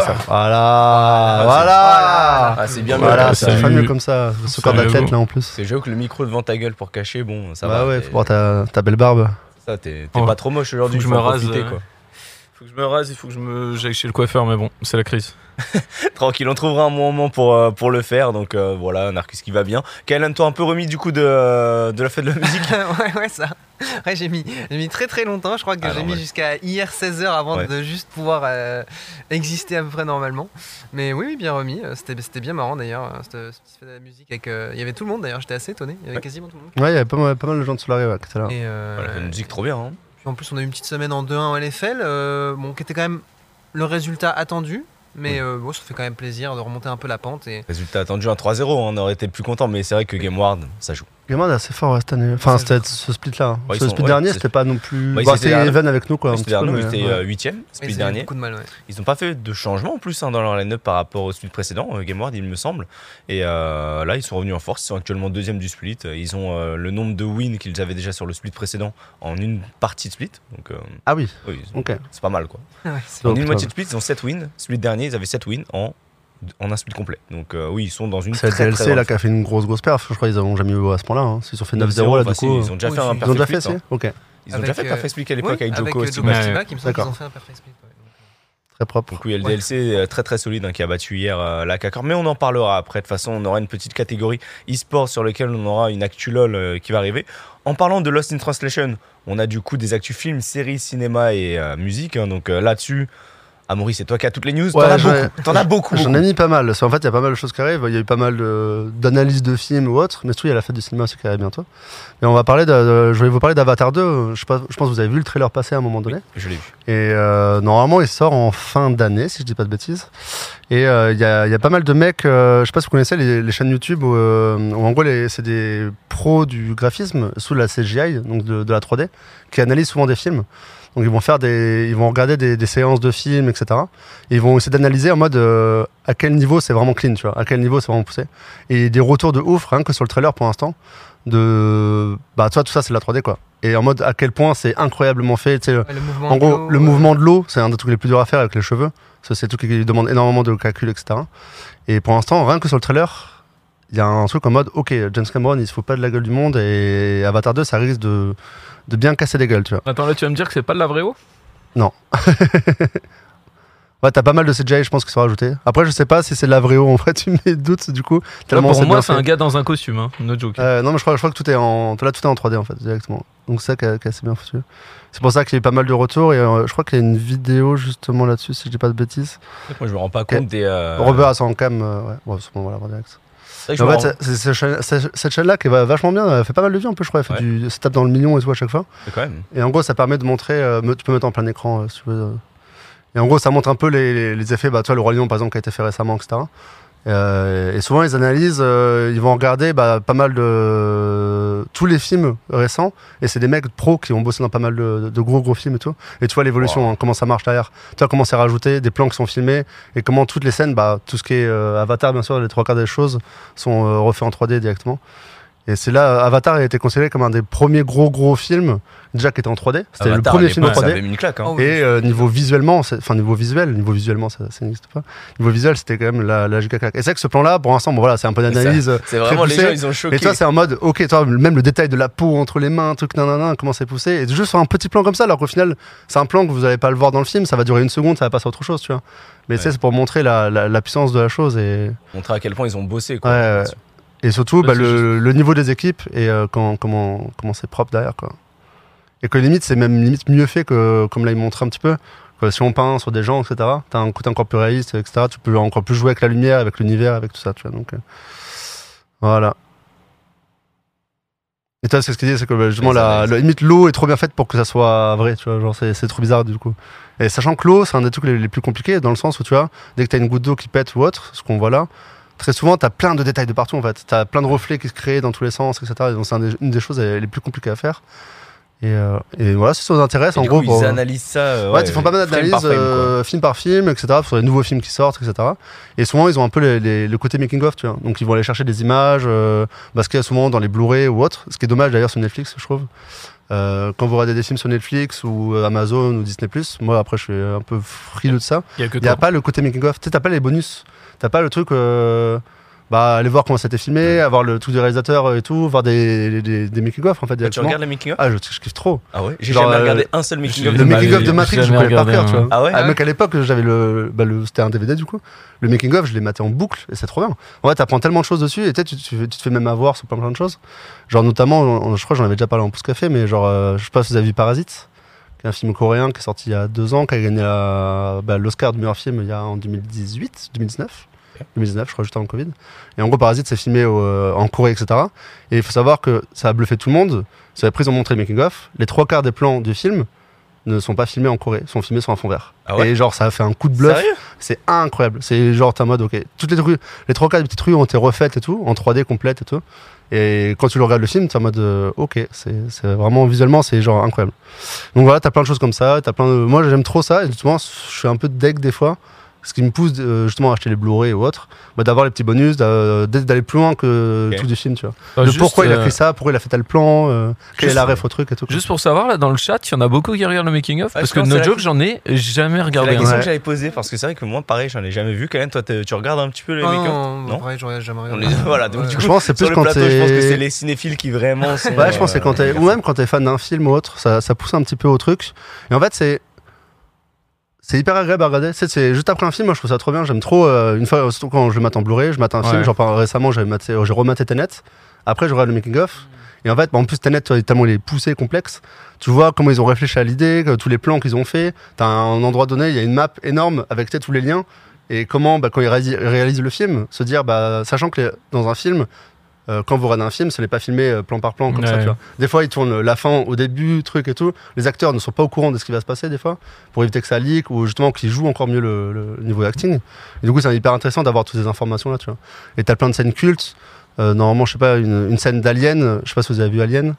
[SPEAKER 1] [laughs]
[SPEAKER 2] ça.
[SPEAKER 3] Ah,
[SPEAKER 2] Voilà, voilà.
[SPEAKER 1] Ah, c'est bien mieux.
[SPEAKER 2] Voilà,
[SPEAKER 1] comme
[SPEAKER 2] c'est
[SPEAKER 1] Ah, ça.
[SPEAKER 3] salut.
[SPEAKER 2] pas mieux comme ça. Ce corps
[SPEAKER 3] Salut.
[SPEAKER 2] d'athlète là en plus.
[SPEAKER 1] C'est jeu que le micro devant ta gueule pour cacher, bon, ça
[SPEAKER 2] bah
[SPEAKER 1] va.
[SPEAKER 2] ouais,
[SPEAKER 1] t'es-
[SPEAKER 2] faut voir ta, ta belle barbe.
[SPEAKER 1] ça, t'es t'es
[SPEAKER 3] Ouais.
[SPEAKER 1] pas trop moche aujourd'hui.
[SPEAKER 3] Faut que je
[SPEAKER 1] faut
[SPEAKER 3] me
[SPEAKER 1] en
[SPEAKER 3] rase,
[SPEAKER 1] profiter,
[SPEAKER 3] euh.
[SPEAKER 1] quoi. [laughs]
[SPEAKER 3] Faut que je me rase, il faut que je me j'aille chez le coiffeur, mais bon, c'est la crise.
[SPEAKER 1] Tranquille, on trouvera un moment pour, euh, pour le faire. Donc euh, voilà, Narcus qui va bien. Kaelan, toi un peu remis du coup de, euh, de la fête de la musique
[SPEAKER 4] ouais, ouais, ça. Ouais, j'ai mis, j'ai mis très très longtemps. Je crois que
[SPEAKER 1] Ah,
[SPEAKER 4] j'ai
[SPEAKER 1] non,
[SPEAKER 4] mis
[SPEAKER 1] ouais.
[SPEAKER 4] jusqu'à hier 16h avant
[SPEAKER 1] Ouais.
[SPEAKER 4] de juste pouvoir euh, exister à peu près normalement. Mais oui, oui, bien remis. Euh, C'était, c'était bien marrant d'ailleurs, euh, cette, cette fête de la musique. Avec, euh, il y avait tout le monde d'ailleurs, j'étais assez étonné. Il y avait
[SPEAKER 1] Ouais.
[SPEAKER 4] quasiment tout le monde.
[SPEAKER 2] Ouais, il y avait pas mal, pas mal de gens de Solari ouais, qui étaient là.
[SPEAKER 4] Et, euh,
[SPEAKER 1] Voilà, la musique trop bien. hein.
[SPEAKER 4] Puis en plus, on a eu une petite semaine en 2-1 en LFL, euh, bon, qui était quand même le résultat attendu.
[SPEAKER 1] Mm.
[SPEAKER 4] Mais euh, bon, ça fait quand même plaisir de remonter un peu la pente. Et...
[SPEAKER 1] Résultat attendu, un 3-0, on aurait été plus content, mais c'est vrai que Gameward, ça joue.
[SPEAKER 2] Gameward est assez fort ouais, cette année. Enfin,
[SPEAKER 4] C'est
[SPEAKER 2] c'était ce split-là. hein.
[SPEAKER 1] Ouais, ils
[SPEAKER 2] ce
[SPEAKER 1] sont-
[SPEAKER 2] split
[SPEAKER 1] ouais,
[SPEAKER 2] dernier,
[SPEAKER 1] c'est-
[SPEAKER 2] c'était pas non plus.
[SPEAKER 1] Ouais, ils
[SPEAKER 2] bah,
[SPEAKER 1] étaient
[SPEAKER 2] c'était
[SPEAKER 1] derniers.
[SPEAKER 2] Even avec nous, quoi. un
[SPEAKER 1] C'était
[SPEAKER 2] petit peu,
[SPEAKER 1] dernier,
[SPEAKER 2] mais, ouais.
[SPEAKER 1] 8ème,
[SPEAKER 4] et
[SPEAKER 1] split
[SPEAKER 4] ça a eu
[SPEAKER 1] dernier.
[SPEAKER 4] beaucoup de mal, ouais. [laughs]
[SPEAKER 1] Ils n'ont pas fait de changement en plus hein, dans leur line-up par rapport au split précédent, euh, Gameward il me semble. Et euh, là ils sont revenus en force, ils sont actuellement deuxième du split. Euh, Ils ont euh, le nombre de wins qu'ils avaient déjà sur le split précédent en une partie de split. Donc euh,
[SPEAKER 2] Ah oui,
[SPEAKER 1] oui, ils-
[SPEAKER 2] ok.
[SPEAKER 1] c'est pas mal quoi.
[SPEAKER 4] Ouais, c'est-
[SPEAKER 1] En
[SPEAKER 2] Donc,
[SPEAKER 1] une
[SPEAKER 2] ça
[SPEAKER 1] moitié de split, ils ont 7 wins. Split dernier, ils avaient 7 wins en, en un split complet. Donc euh, oui, ils sont dans une
[SPEAKER 2] C'est
[SPEAKER 1] très,
[SPEAKER 2] la
[SPEAKER 1] très
[SPEAKER 2] DLC
[SPEAKER 1] grande
[SPEAKER 2] là qui a fait une grosse grosse perf. Je crois qu'ils n'ont jamais eu à ce point-là. hein. Ils ont fait 9-0 là
[SPEAKER 1] bah,
[SPEAKER 2] du
[SPEAKER 1] si,
[SPEAKER 2] coup. euh,
[SPEAKER 1] Ils ont déjà
[SPEAKER 4] Oui,
[SPEAKER 1] fait
[SPEAKER 4] si.
[SPEAKER 1] un
[SPEAKER 4] Ils
[SPEAKER 2] Ils ont
[SPEAKER 1] perfect
[SPEAKER 2] déjà
[SPEAKER 1] split,
[SPEAKER 2] fait, si
[SPEAKER 1] hein.
[SPEAKER 2] Ok,
[SPEAKER 1] Ils ont déjà
[SPEAKER 4] Avec,
[SPEAKER 1] fait
[SPEAKER 4] euh,
[SPEAKER 1] perfect split à l'époque
[SPEAKER 4] Oui,
[SPEAKER 1] avec Joko
[SPEAKER 4] euh,
[SPEAKER 1] aussi.
[SPEAKER 4] Joko
[SPEAKER 3] Ouais.
[SPEAKER 4] Stiva, qui me semble qu'ils ont
[SPEAKER 2] D'accord.
[SPEAKER 4] fait un perfect split, ouais, donc, euh,
[SPEAKER 2] très propre.
[SPEAKER 1] Donc oui, le
[SPEAKER 4] Ouais.
[SPEAKER 1] DLC euh, très très solide hein, qui a battu hier euh, la CACOR. Mais on en parlera après. De toute façon, on aura une petite catégorie e-sport sur laquelle on aura une actu LOL euh, qui va arriver. En parlant de Lost in Translation, on a du coup des actus films, séries, cinéma et euh, musique. hein. donc euh, là-dessus, Amaury, c'est toi qui as toutes les news.
[SPEAKER 2] Ouais,
[SPEAKER 1] T'en as
[SPEAKER 2] j'en ai-
[SPEAKER 1] beaucoup. T'en as beaucoup.
[SPEAKER 2] J'en
[SPEAKER 1] beaucoup.
[SPEAKER 2] ai mis pas mal. Parce qu'en fait, il y a pas mal de choses qui arrivent. Il y a eu pas mal de- d'analyses de, films ou autres. Mais surtout, il y a la fête du cinéma aussi qui arrive bientôt. Et on va parler de, de- je vais vous parler d'Avatar 2. Je, sais pas- je pense que vous avez vu le trailer passer à un moment donné.
[SPEAKER 1] Je l'ai vu.
[SPEAKER 2] Et euh, normalement, il sort en fin d'année, si je dis pas de bêtises. Et euh, il y, a, il y a pas mal de mecs, euh, je sais pas si vous connaissez les, les chaînes YouTube, où, euh, où en gros, les- c'est des pros du graphisme sous la CGI, donc de, de la 3D, qui analysent souvent des films. Donc ils vont faire des, ils vont regarder des, des séances de films, etc. Et ils vont essayer d'analyser en mode euh, à quel niveau c'est vraiment clean, tu vois, à quel niveau c'est vraiment poussé. Et des retours de ouf, rien que sur le trailer pour l'instant, de bah toi tout ça c'est de la 3D quoi. Et en mode à quel point c'est incroyablement fait, tu sais, le-
[SPEAKER 4] ouais, le mouvement
[SPEAKER 2] en
[SPEAKER 4] de
[SPEAKER 2] gros,
[SPEAKER 4] l'eau,
[SPEAKER 2] le
[SPEAKER 4] euh,
[SPEAKER 2] mouvement de l'eau, c'est un des trucs les plus durs à faire avec les cheveux. Parce que C'est tout qui demande énormément de calcul, etc. Et pour l'instant, rien que sur le trailer, il y a un truc en mode Ok, James Cameron, il se fout pas de la gueule du monde et Avatar 2, ça risque de, de bien casser des gueules, tu vois.
[SPEAKER 3] Attends, là, tu vas me dire que c'est pas de la vraie eau
[SPEAKER 2] Ouais, t'as pas mal de CGI, je pense, qui sont rajoutés. Après, je sais pas si c'est de la vraie eau, en fait, [laughs] tu mets doutes, du coup.
[SPEAKER 3] Là,
[SPEAKER 2] tellement
[SPEAKER 3] Pour
[SPEAKER 2] bien
[SPEAKER 3] moi, c'est
[SPEAKER 2] fait.
[SPEAKER 3] un gars dans un costume, hein. no joke.
[SPEAKER 2] Euh, non, mais je crois, je crois que tout est en, là, tout est en 3D en fait directement. Donc c'est ça qui est, qui est assez bien foutu. C'est pour ça qu'il y a eu pas mal de retours et euh, je crois qu'il y a une vidéo justement là-dessus, si je dis pas de bêtises.
[SPEAKER 1] Moi, je me rends pas compte des. euh,
[SPEAKER 2] Robert à son cam, euh, ouais. Bon, c'est bon, voilà, direct.
[SPEAKER 1] c'est vrai que je
[SPEAKER 2] En
[SPEAKER 1] me
[SPEAKER 2] fait,
[SPEAKER 1] rends-
[SPEAKER 2] c'est- c'est- c'est chaîne- c'est- cette chaîne-là qui va vachement bien, elle fait pas mal de vues un peu, je crois. Elle fait
[SPEAKER 1] Ouais.
[SPEAKER 2] du, se tape dans le million et tout à chaque fois.
[SPEAKER 1] quand même.
[SPEAKER 2] Et en gros, ça permet de montrer. euh, me- tu peux mettre en plein écran euh, si tu veux. euh. Et en gros, ça montre un peu les, les- les effets. Bah, toi, le Roi Lion, par exemple, qui a été fait récemment, etc. Euh, et souvent, ils analysent, euh, ils vont regarder bah, pas mal de. tous les films récents. Et c'est des mecs pros qui ont bossé dans pas mal de, de gros, gros films et tout. Et tu vois l'évolution, hein, comment ça marche derrière. Tu vois comment c'est rajouté, des plans qui sont filmés. Et comment toutes les scènes, bah, tout ce qui est euh, Avatar, bien sûr, les trois quarts des choses sont euh, refaits en 3D directement. Et c'est là, euh, Avatar a été considéré comme un des premiers gros gros films, déjà qui était en 3D. C'était le
[SPEAKER 1] Avatar,
[SPEAKER 2] premier
[SPEAKER 1] à
[SPEAKER 2] film en
[SPEAKER 1] l'époque, ça
[SPEAKER 2] 3D.
[SPEAKER 1] avait mis une claque. hein.
[SPEAKER 4] Oh, oui,
[SPEAKER 2] Et euh, niveau visuellement, c'est- enfin niveau visuel, niveau visuellement ça, ça n'existe pas. Niveau visuel, c'était quand même la, la giga claque. Et c'est vrai que ce plan-là, pour l'instant, bon, voilà, c'est un peu d'analyse. euh,
[SPEAKER 1] C'est vraiment les
[SPEAKER 2] poussé.
[SPEAKER 1] gens, ils ont choqué.
[SPEAKER 2] Et toi, c'est en mode, ok, toi, même le détail de la peau entre les mains, truc, nanana, comment c'est poussé. Et juste sur un petit plan comme ça, alors qu'au final, c'est un plan que vous n'allez pas le voir dans le film, ça va durer une seconde, ça va passer à autre chose, tu vois. Mais tu sais,
[SPEAKER 1] Ouais.
[SPEAKER 2] c'est pour montrer la, la- la puissance de la chose et,
[SPEAKER 1] Montrer à quel point ils ont bossé. Quoi.
[SPEAKER 2] Ouais, ouais. et surtout
[SPEAKER 3] Ouais,
[SPEAKER 2] bah,
[SPEAKER 3] c'est
[SPEAKER 2] le, le niveau des équipes et euh, quand- comment comment c'est propre derrière quoi. Et que limite c'est même limite mieux fait que comme là il montre un petit peu. Que si on peint sur des gens etc. T'as un côté encore plus réaliste etc. Tu peux encore plus jouer avec la lumière, avec l'univers, avec tout ça tu vois donc euh, voilà. Et toi, c'est ce qu'il dit, c'est que bah, justement,
[SPEAKER 1] Ouais, ça
[SPEAKER 2] la,
[SPEAKER 1] reste.
[SPEAKER 2] la- limite, l'eau est trop bien faite pour que ça soit vrai, tu vois. Genre, c'est c'est trop bizarre, du coup. Et sachant que l'eau, c'est un des trucs les, les plus compliqués, dans le sens où, tu vois, dès que t'as une goutte d'eau qui pète ou autre, ce qu'on voit là, très souvent, t'as plein de détails de partout, en fait. T'as plein de reflets qui se créent dans tous les sens, etc. Et Donc, c'est un des- une des choses euh, les plus compliquées à faire. Et, euh, et voilà, si ça vous intéresse,
[SPEAKER 1] Et
[SPEAKER 2] en
[SPEAKER 1] du
[SPEAKER 2] gros.
[SPEAKER 1] coup,
[SPEAKER 2] pour-
[SPEAKER 1] ils analysent ça. euh,
[SPEAKER 2] Ouais, ils font pas mal
[SPEAKER 1] frame par
[SPEAKER 2] d'analyses
[SPEAKER 1] frame, quoi.
[SPEAKER 2] euh, film par film, etc. Sur les nouveaux films qui sortent, etc. Et souvent, ils ont un peu les- les- le côté making of, tu vois. Donc, ils vont aller chercher des images, euh, parce qu'il y a souvent dans les Blu-ray ou autres. Ce qui est dommage d'ailleurs sur Netflix, je trouve. Euh, quand vous regardez des films sur Netflix ou euh, Amazon ou Disney moi après, je suis un peu frileux de ça.
[SPEAKER 3] Il y a que
[SPEAKER 2] Il n'y a
[SPEAKER 3] toi.
[SPEAKER 2] pas le côté making of. Tu sais, t'as pas les bonus. T'as pas le truc. euh, bah, aller voir comment ça a été filmé, avoir le truc du réalisateur euh, et tout, voir des, des, des making of en fait.
[SPEAKER 1] Ah, Tu
[SPEAKER 2] directement.
[SPEAKER 1] regardes les making-of
[SPEAKER 2] Ah, je, je kiffe trop.
[SPEAKER 1] Ah ouais J'ai
[SPEAKER 2] Genre,
[SPEAKER 1] jamais
[SPEAKER 2] euh,
[SPEAKER 1] regardé un seul making-of
[SPEAKER 3] j'ai-
[SPEAKER 1] de
[SPEAKER 2] le
[SPEAKER 1] ma
[SPEAKER 2] making
[SPEAKER 1] vie.
[SPEAKER 2] of de
[SPEAKER 3] bah, j'ai
[SPEAKER 2] Matrix, je
[SPEAKER 3] jamais
[SPEAKER 2] connais par cœur,
[SPEAKER 3] regardé,
[SPEAKER 2] tu
[SPEAKER 3] hein.
[SPEAKER 2] vois.
[SPEAKER 1] Ah ouais
[SPEAKER 2] Ah, mec, à l'époque, j'avais le, bah, le- c'était un DVD du coup. Le making of, je l'ai maté en boucle et c'est trop bien. En vrai, t'apprends tellement de choses dessus et tu, sais, tu, tu- tu te fais même avoir sur plein plein de choses. Genre notamment, on- je crois que j'en avais déjà parlé en pouce café, mais genre, euh, je sais pas si vous avez vu Parasite, qui est un film coréen qui est sorti il y a deux ans, qui a gagné la- bah, l'Oscar du meilleur film il y a en 2018, 2019. 2019, je crois, juste avant le Covid. Et en gros, Parasite s'est filmé au, euh, en Corée, etc. Et il faut savoir que ça a bluffé tout le monde. C'est après, ils ont montré le making-of. Les trois quarts des plans du film ne sont pas filmés en Corée, sont filmés sur un fond vert.
[SPEAKER 1] Ah ouais
[SPEAKER 2] Et genre, ça a fait un coup de bluff.
[SPEAKER 1] Sérieux
[SPEAKER 2] C'est incroyable. C'est genre, t'es en mode, ok, toutes les rues, les trois quarts des petites rues ont été refaites et tout, en 3D complète et tout. Et quand tu le regardes le film, t'es en mode, euh, ok, c'est c'est vraiment visuellement, c'est genre incroyable. Donc voilà, t'as plein de choses comme ça. T'as plein de... Moi, j'aime trop ça. Et justement, je suis un peu deck des fois. Ce qui me pousse euh, justement à acheter les Blu-ray ou autres, bah, d'avoir les petits bonus, d'a- d'être- d'aller plus loin que
[SPEAKER 1] Ok. Bah,
[SPEAKER 2] tout du film, tu vois.
[SPEAKER 3] Enfin,
[SPEAKER 2] De
[SPEAKER 3] juste,
[SPEAKER 2] pourquoi il a
[SPEAKER 3] euh,
[SPEAKER 2] fait ça, pourquoi il a fait tel plan, euh, quel est
[SPEAKER 3] juste-
[SPEAKER 2] la ref au truc et tout. quoi.
[SPEAKER 3] Juste pour savoir, là, dans le chat, il y en a beaucoup qui regardent le making-of.
[SPEAKER 1] Ouais,
[SPEAKER 3] parce
[SPEAKER 1] je
[SPEAKER 3] que
[SPEAKER 1] pense que
[SPEAKER 3] no
[SPEAKER 1] c'est
[SPEAKER 3] joke,
[SPEAKER 1] la-
[SPEAKER 3] j'en ai jamais
[SPEAKER 1] C'est la
[SPEAKER 3] regardé. un.
[SPEAKER 1] question
[SPEAKER 2] Ouais.
[SPEAKER 1] que j'avais posée parce que c'est vrai que moi, pareil, j'en ai jamais vu. Quand même, toi, t'es- tu regardes un petit peu les
[SPEAKER 2] Ah
[SPEAKER 4] Non,
[SPEAKER 1] make-up
[SPEAKER 4] euh, non,
[SPEAKER 1] non
[SPEAKER 4] ouais, j'aurais jamais
[SPEAKER 1] On
[SPEAKER 4] regardé.
[SPEAKER 1] les- [laughs] Voilà, donc du
[SPEAKER 4] Ouais.
[SPEAKER 1] coup,
[SPEAKER 2] Je pense que c'est
[SPEAKER 1] sur
[SPEAKER 2] plus
[SPEAKER 1] le
[SPEAKER 2] quand
[SPEAKER 1] plateau, je pense que
[SPEAKER 2] t'es-
[SPEAKER 1] c'est les cinéphiles qui vraiment sont.
[SPEAKER 2] Ouais, je pense que c'est quand t'es,
[SPEAKER 1] euh,
[SPEAKER 2] ou même quand t'es fan d'un film ou autre, ça, ça pousse un petit peu au truc. Et en fait, c'est. C'est hyper agréable à regarder. Tu sais, C'est juste après un film, moi je trouve ça trop bien. J'aime trop. euh, une fois, surtout quand je mate en Blu-ray, je mate un film.
[SPEAKER 3] Ouais.
[SPEAKER 2] Genre par- récemment, j'avais maté- j'ai rematé Tenet. Après, je regarde le making-of. Et en fait, bah, en plus, Tenet, toi, tellement il est poussé, complexe. Tu vois comment ils ont réfléchi à l'idée, que tous les plans qu'ils ont fait. T'as un endroit donné, il y a une map énorme avec tu sais, tous les liens. Et comment, bah, quand ils réalis- réalisent le film, se dire, bah, sachant que les- dans un film, euh, quand vous regardez un film, ce n'est pas filmé euh, plan par plan comme ça.
[SPEAKER 3] Ouais.
[SPEAKER 2] Tu vois. Des fois, ils tournent la fin au début, truc et tout. Les acteurs ne sont pas au courant de ce qui va se passer des fois, pour éviter que ça leak ou justement qu'ils jouent encore mieux le, le niveau d'acting. Et du coup, c'est hyper intéressant d'avoir toutes ces informations là, tu vois. Et t'as plein de scènes cultes. Euh, normalement, je sais pas, une, une scène d'Alien. Je sais pas si vous avez vu Alien.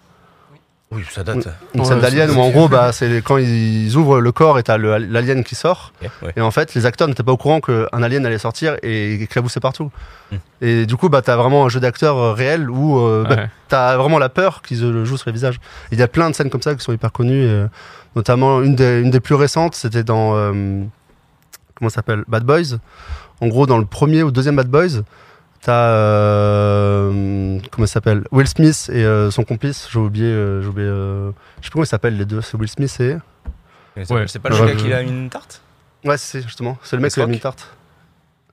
[SPEAKER 1] Oui, ça date.
[SPEAKER 2] Une
[SPEAKER 3] Ouais,
[SPEAKER 2] scène d'Alien
[SPEAKER 3] c'est-
[SPEAKER 2] où en gros, bah, c'est quand ils ouvrent le corps et t'as le- l'alien qui sort.
[SPEAKER 1] Ok, ouais.
[SPEAKER 2] Et en fait, les acteurs n'étaient pas au courant qu'un alien allait sortir et éclabousser partout.
[SPEAKER 1] Hmm.
[SPEAKER 2] Et du coup, bah, t'as vraiment un jeu d'acteurs euh, réel où euh, bah,
[SPEAKER 3] Ouais.
[SPEAKER 2] t'as vraiment la peur qu'ils euh, le jouent sur les visages. Il y a plein de scènes comme ça qui sont hyper connues. euh, notamment, une des, une des plus récentes, c'était dans. euh, comment ça s'appelle Bad Boys. En gros, dans le premier ou deuxième Bad Boys, t'as. euh, comment ça s'appelle Will Smith et euh, son complice. J'ai oublié. euh, j'ai oublié euh, je sais plus comment ils s'appellent les deux. C'est Will Smith et.
[SPEAKER 1] C'est- C'est pas le
[SPEAKER 2] Ouais,
[SPEAKER 1] gars
[SPEAKER 2] je-
[SPEAKER 1] qui a une tarte
[SPEAKER 2] Ouais, c'est justement. C'est le mec
[SPEAKER 1] The
[SPEAKER 2] qui a
[SPEAKER 1] Rock
[SPEAKER 2] mis une tarte.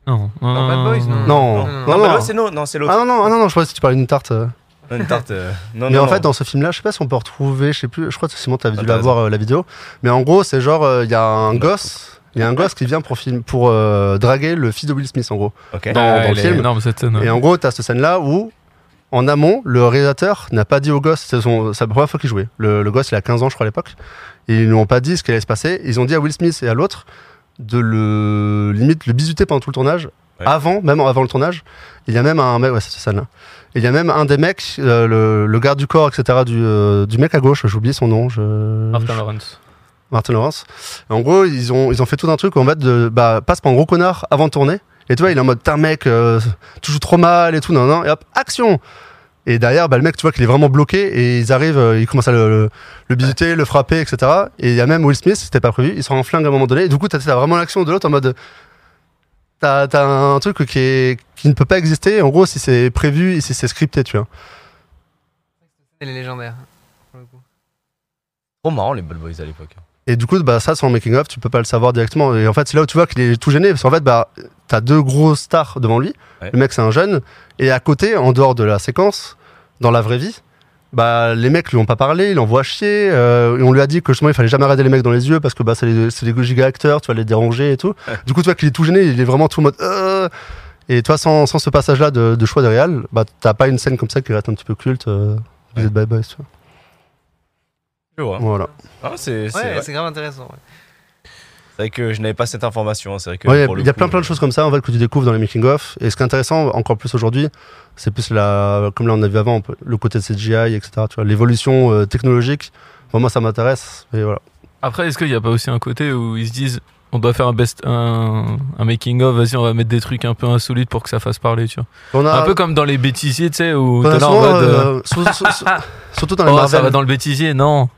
[SPEAKER 3] Non,
[SPEAKER 4] Non, Bad Boys,
[SPEAKER 2] Non,
[SPEAKER 4] non. Non, non,
[SPEAKER 1] Non,
[SPEAKER 2] non,
[SPEAKER 1] bah
[SPEAKER 2] non.
[SPEAKER 1] ouais, c'est non, non, c'est l'autre.
[SPEAKER 2] Ah non, non, ah non, non, je crois que tu parlais d'une tarte. euh.
[SPEAKER 1] Non, Une tarte. euh, Non,
[SPEAKER 2] mais
[SPEAKER 1] non,
[SPEAKER 2] en
[SPEAKER 1] non.
[SPEAKER 2] fait, dans ce film-là, je sais pas si on peut retrouver, je sais plus, je crois que Simon, t'avais
[SPEAKER 1] Ah,
[SPEAKER 2] dû
[SPEAKER 1] t'as
[SPEAKER 2] la voir euh, la vidéo. Mais en gros, c'est genre, euh, il y a un gosse, il y a un gosse qui vient pour, film, pour euh, draguer le fils de Will Smith, en gros.
[SPEAKER 1] Ok.
[SPEAKER 2] dans- dans le
[SPEAKER 3] elle est
[SPEAKER 2] film.
[SPEAKER 3] énorme, cette scène. ouais.
[SPEAKER 2] Et en gros, t'as cette scène-là où, en amont, le réalisateur n'a pas dit au gosse, c'est son- c'est la première fois qu'il jouait. Le, le gosse, il a 15 ans, je crois, à l'époque. Et ils n'ont pas dit ce qui allait se passer. Ils ont dit à Will Smith et à l'autre de le limite le bisuter pendant tout le tournage.
[SPEAKER 1] Ouais.
[SPEAKER 2] Avant, même avant le tournage, il y a même un mec, ouais, c'est cette scène-là. Il y a même un des mecs, euh, le, le garde du corps, etc., du, euh, du mec à gauche, j'ai oublié son nom, je,
[SPEAKER 3] Martin Lawrence.
[SPEAKER 2] Martin Lawrence. En gros, ils ont, ils ont fait tout un truc en mode de, bah, passe pour un gros connard avant de tourner. Et tu vois, il est en mode, t'es un mec, euh, tu joues trop mal et tout, non, non, et hop, action Et derrière, bah, le mec, tu vois qu'il est vraiment bloqué et ils arrivent, euh, ils commencent à le, le, le bisuter, le frapper, etc. Et il y a même Will Smith, c'était pas prévu, il sort en flingue à un moment donné. Et du coup, t'as t'as vraiment l'action de l'autre en mode. T'as t'as un truc qui, est, qui ne peut pas exister, en gros, si c'est prévu et si c'est scripté, tu vois.
[SPEAKER 4] Elle est légendaire. pour le coup.
[SPEAKER 1] Trop marrant les Bad Boys à l'époque.
[SPEAKER 2] Et du coup, bah, ça, sans making of, tu peux pas le savoir directement. Et en fait, c'est là où tu vois qu'il est tout gêné. Parce qu'en fait, bah, t'as deux gros stars devant lui.
[SPEAKER 1] Ouais.
[SPEAKER 2] Le mec, c'est un jeune. Et à côté, en dehors de la séquence, dans la vraie vie, bah, les mecs lui ont pas parlé, ils envoient chier. euh, et on lui a dit que justement, il fallait jamais regarder les mecs dans les yeux parce que bah, c'est les, c'est les giga acteurs, tu vas les déranger et tout. Du coup, tu vois qu'il est tout gêné, il est vraiment tout en mode. Euh... Et toi, sans, sans ce passage-là de, de choix de réal, bah, t'as pas une scène comme ça qui reste un petit peu culte. Euh,
[SPEAKER 1] Ouais.
[SPEAKER 2] de Bad Boys, tu vois.
[SPEAKER 1] Je vois.
[SPEAKER 2] Voilà.
[SPEAKER 1] Ah, c'est c'est
[SPEAKER 4] Ouais,
[SPEAKER 1] vrai.
[SPEAKER 4] c'est grave intéressant. ouais.
[SPEAKER 1] C'est vrai que je n'avais pas cette information. hein, C'est vrai que.
[SPEAKER 2] Il y a,
[SPEAKER 1] pour le
[SPEAKER 2] y a
[SPEAKER 1] coup,
[SPEAKER 2] plein
[SPEAKER 3] euh,
[SPEAKER 2] plein de choses comme ça en fait que tu découvres dans les making of et ce qui est intéressant encore plus aujourd'hui c'est plus la comme là on a vu avant un peu, le côté de CGI etc tu vois l'évolution euh, technologique Enfin, moi ça m'intéresse et voilà
[SPEAKER 3] Après, est-ce qu'il n'y a pas aussi un côté où ils se disent on doit faire un best un, un making of vas-y on va mettre des trucs un peu insolites pour que ça fasse parler tu vois
[SPEAKER 2] on a
[SPEAKER 3] un peu comme dans les bêtisiers tu sais où
[SPEAKER 2] on
[SPEAKER 3] t'es
[SPEAKER 2] a
[SPEAKER 3] là en
[SPEAKER 2] souvent,
[SPEAKER 3] mode euh,
[SPEAKER 2] Ah. euh, sur- sur-
[SPEAKER 3] [laughs]
[SPEAKER 2] sur- surtout dans les
[SPEAKER 3] oh ça
[SPEAKER 2] Marvel
[SPEAKER 3] va dans hein. le bêtisier non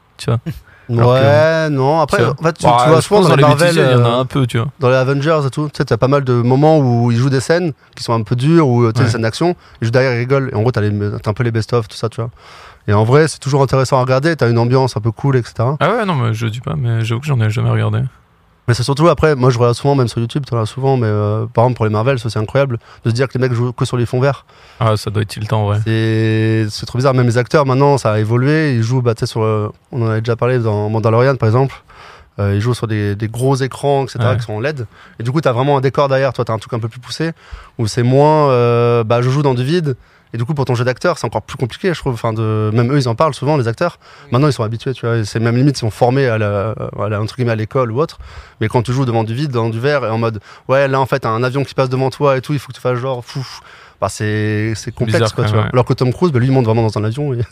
[SPEAKER 3] alors
[SPEAKER 2] ouais non après
[SPEAKER 3] tu
[SPEAKER 2] en
[SPEAKER 3] vois.
[SPEAKER 2] fait tu,
[SPEAKER 3] Bah,
[SPEAKER 2] tu vois
[SPEAKER 3] je
[SPEAKER 2] souvent
[SPEAKER 3] pense
[SPEAKER 2] dans les Marvel
[SPEAKER 3] bêtisiers il y en a
[SPEAKER 2] euh,
[SPEAKER 3] un peu tu vois
[SPEAKER 2] dans les Avengers et tout, tu sais, t'as pas mal de moments où ils jouent des scènes qui sont un peu dures ou tu sais, des
[SPEAKER 3] Ouais.
[SPEAKER 2] scènes d'action, et juste derrière ils rigolent. Et en gros, t'as, les, t'as un peu les best-of, tout ça, tu vois. Et en vrai, c'est toujours intéressant à regarder, t'as une ambiance un peu cool, etc.
[SPEAKER 3] ah ouais non mais je dis pas mais j'avoue que j'en ai jamais regardé
[SPEAKER 2] Mais c'est surtout après, moi je regarde souvent, même sur YouTube, t'en as souvent, mais euh, par exemple pour les Marvel, ça, c'est incroyable de se dire que les mecs jouent que sur les fonds verts.
[SPEAKER 3] ah ça doit être tiltant en vrai
[SPEAKER 2] C'est c'est trop bizarre, même les acteurs maintenant, ça a évolué, ils jouent, bah, tu sais, sur, euh, on en avait déjà parlé dans Mandalorian par exemple, Euh, ils jouent sur des, des gros écrans, etc.,
[SPEAKER 3] Ouais.
[SPEAKER 2] qui sont en LED. Et du coup, tu as vraiment un décor derrière. Toi, tu as un truc un peu plus poussé où c'est moins. euh, bah, je joue dans du vide. Et du coup, pour ton jeu d'acteur, c'est encore plus compliqué, je trouve. Enfin, de... Même eux, ils en parlent souvent, les acteurs. Maintenant, ils sont habitués, tu vois. et C'est même limite, ils sont formés à la, à la- entre guillemets, à l'école ou autre. Mais quand tu joues devant du vide, devant du verre, et en mode, ouais, là, en fait, t'as un avion qui passe devant toi et tout, il faut que tu fasses genre, fouf. Bah, c'est c'est complexe,
[SPEAKER 3] Bizarre,
[SPEAKER 2] quoi, tu
[SPEAKER 3] quand
[SPEAKER 2] vois.
[SPEAKER 3] même, ouais.
[SPEAKER 2] Alors que Tom Cruise, bah, lui, il monte vraiment dans un avion. et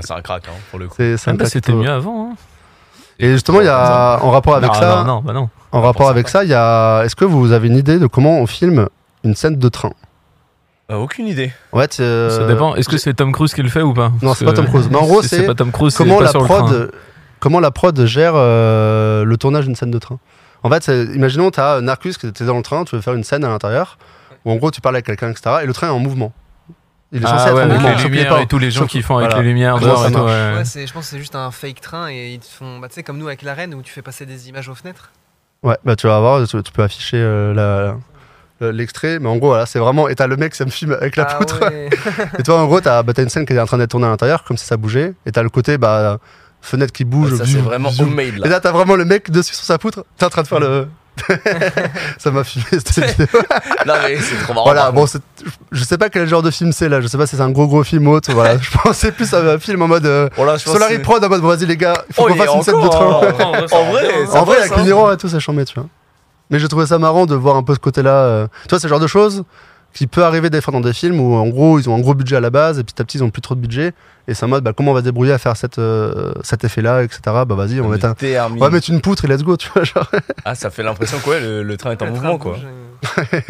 [SPEAKER 1] Ça craque, hein, pour le coup.
[SPEAKER 2] c'est- c'est
[SPEAKER 3] Ah, bah,
[SPEAKER 2] impact,
[SPEAKER 3] C'était
[SPEAKER 2] euh.
[SPEAKER 3] mieux avant. hein.
[SPEAKER 2] Et justement, il y a, en rapport avec
[SPEAKER 3] non,
[SPEAKER 2] ça,
[SPEAKER 3] Non, non, bah non.
[SPEAKER 2] en rapport avec ça, il y a, est-ce que vous avez une idée de comment on filme une scène de train?
[SPEAKER 1] Euh, aucune idée.
[SPEAKER 2] En fait, euh,
[SPEAKER 3] ça dépend. Est-ce que c'est Tom Cruise qui le fait ou pas
[SPEAKER 2] Non,
[SPEAKER 3] Parce
[SPEAKER 2] c'est pas
[SPEAKER 3] que
[SPEAKER 2] Tom Cruise. Mais
[SPEAKER 3] [laughs]
[SPEAKER 2] en
[SPEAKER 3] si
[SPEAKER 2] gros, c'est
[SPEAKER 3] c'est pas Tom Cruise.
[SPEAKER 2] comment
[SPEAKER 3] c'est pas
[SPEAKER 2] la
[SPEAKER 3] sur le train.
[SPEAKER 2] prod comment la prod gère euh, le tournage d'une scène de train en fait c'est- imaginons tu as Narcus qui était dans le train tu veux faire une scène à l'intérieur où en gros tu parles avec quelqu'un etc et le train est en mouvement il est censé
[SPEAKER 3] Ah
[SPEAKER 2] être
[SPEAKER 3] ouais,
[SPEAKER 2] en
[SPEAKER 3] avec
[SPEAKER 2] mouvement
[SPEAKER 3] les
[SPEAKER 2] sauf qu'il est
[SPEAKER 3] lumières
[SPEAKER 2] pas.
[SPEAKER 3] et tous les gens
[SPEAKER 2] Sauf-
[SPEAKER 3] qui font avec
[SPEAKER 2] voilà.
[SPEAKER 3] les lumières
[SPEAKER 2] Comment
[SPEAKER 3] dehors
[SPEAKER 2] ça
[SPEAKER 3] et tout.
[SPEAKER 2] marche
[SPEAKER 3] ouais.
[SPEAKER 4] Ouais, c'est- je pense que c'est juste un fake train et ils te font. Bah, tu sais, comme nous avec l'arène où tu fais passer des images aux fenêtres.
[SPEAKER 2] ouais bah tu vas voir tu, tu peux afficher euh, la- la- l'extrait mais en gros voilà c'est vraiment et t'as le mec ça me filme avec la
[SPEAKER 4] Ah
[SPEAKER 2] poutre
[SPEAKER 3] [laughs]
[SPEAKER 4] ouais.
[SPEAKER 2] [laughs] et toi en gros t'as bah, t'as une scène qui est en train d'être tournée à l'intérieur comme si ça bougeait et t'as le côté bah fenêtre qui bouge
[SPEAKER 1] ça, c'est
[SPEAKER 2] zoom,
[SPEAKER 1] vraiment
[SPEAKER 2] zoom.
[SPEAKER 1] homemade,
[SPEAKER 2] Et [laughs]
[SPEAKER 1] là.
[SPEAKER 2] là, t'as vraiment le mec dessus sur sa poutre, t'es en train de faire
[SPEAKER 3] [laughs]
[SPEAKER 2] le. [laughs] ça m'a fumé cette vidéo.
[SPEAKER 1] Non, mais c'est trop marrant.
[SPEAKER 2] Voilà,
[SPEAKER 1] par
[SPEAKER 2] bon, c'est- je sais pas quel genre de film c'est là, je sais pas si c'est un gros gros film ou
[SPEAKER 1] [laughs]
[SPEAKER 2] autre, voilà. je pensais plus à un film en mode. euh,
[SPEAKER 1] contre. Oh là, je pense
[SPEAKER 2] Solari
[SPEAKER 1] que-
[SPEAKER 2] Prod en mode, vas-y les gars, il faut
[SPEAKER 1] Oh,
[SPEAKER 2] qu'on
[SPEAKER 1] il y a
[SPEAKER 2] fasse une scène de train.
[SPEAKER 1] encore, euh, En vrai, ça
[SPEAKER 2] en vrai,
[SPEAKER 1] passe,
[SPEAKER 2] avec
[SPEAKER 1] hein.
[SPEAKER 2] le miroir et tout, ça chambait, tu vois. Mais j'ai trouvé ça marrant de voir un peu ce côté-là. euh. Tu vois, c'est le genre de choses qui peut arriver des fois dans des films où, en gros, ils ont un gros budget à la base et petit à petit, ils ont plus trop de budget. Et c'est en mode, bah, comment on va se débrouiller à faire cette, euh, cet effet-là, etc. Bah, vas-y,
[SPEAKER 1] Ah,
[SPEAKER 2] on va mettre un.
[SPEAKER 1] Termine.
[SPEAKER 2] On va mettre une poutre et let's go, tu vois. Genre.
[SPEAKER 1] hein.
[SPEAKER 2] [laughs]
[SPEAKER 1] Ah, ça fait l'impression que ouais, le, le train est en
[SPEAKER 4] Le train
[SPEAKER 1] mouvement, quoi.
[SPEAKER 4] bouge, euh.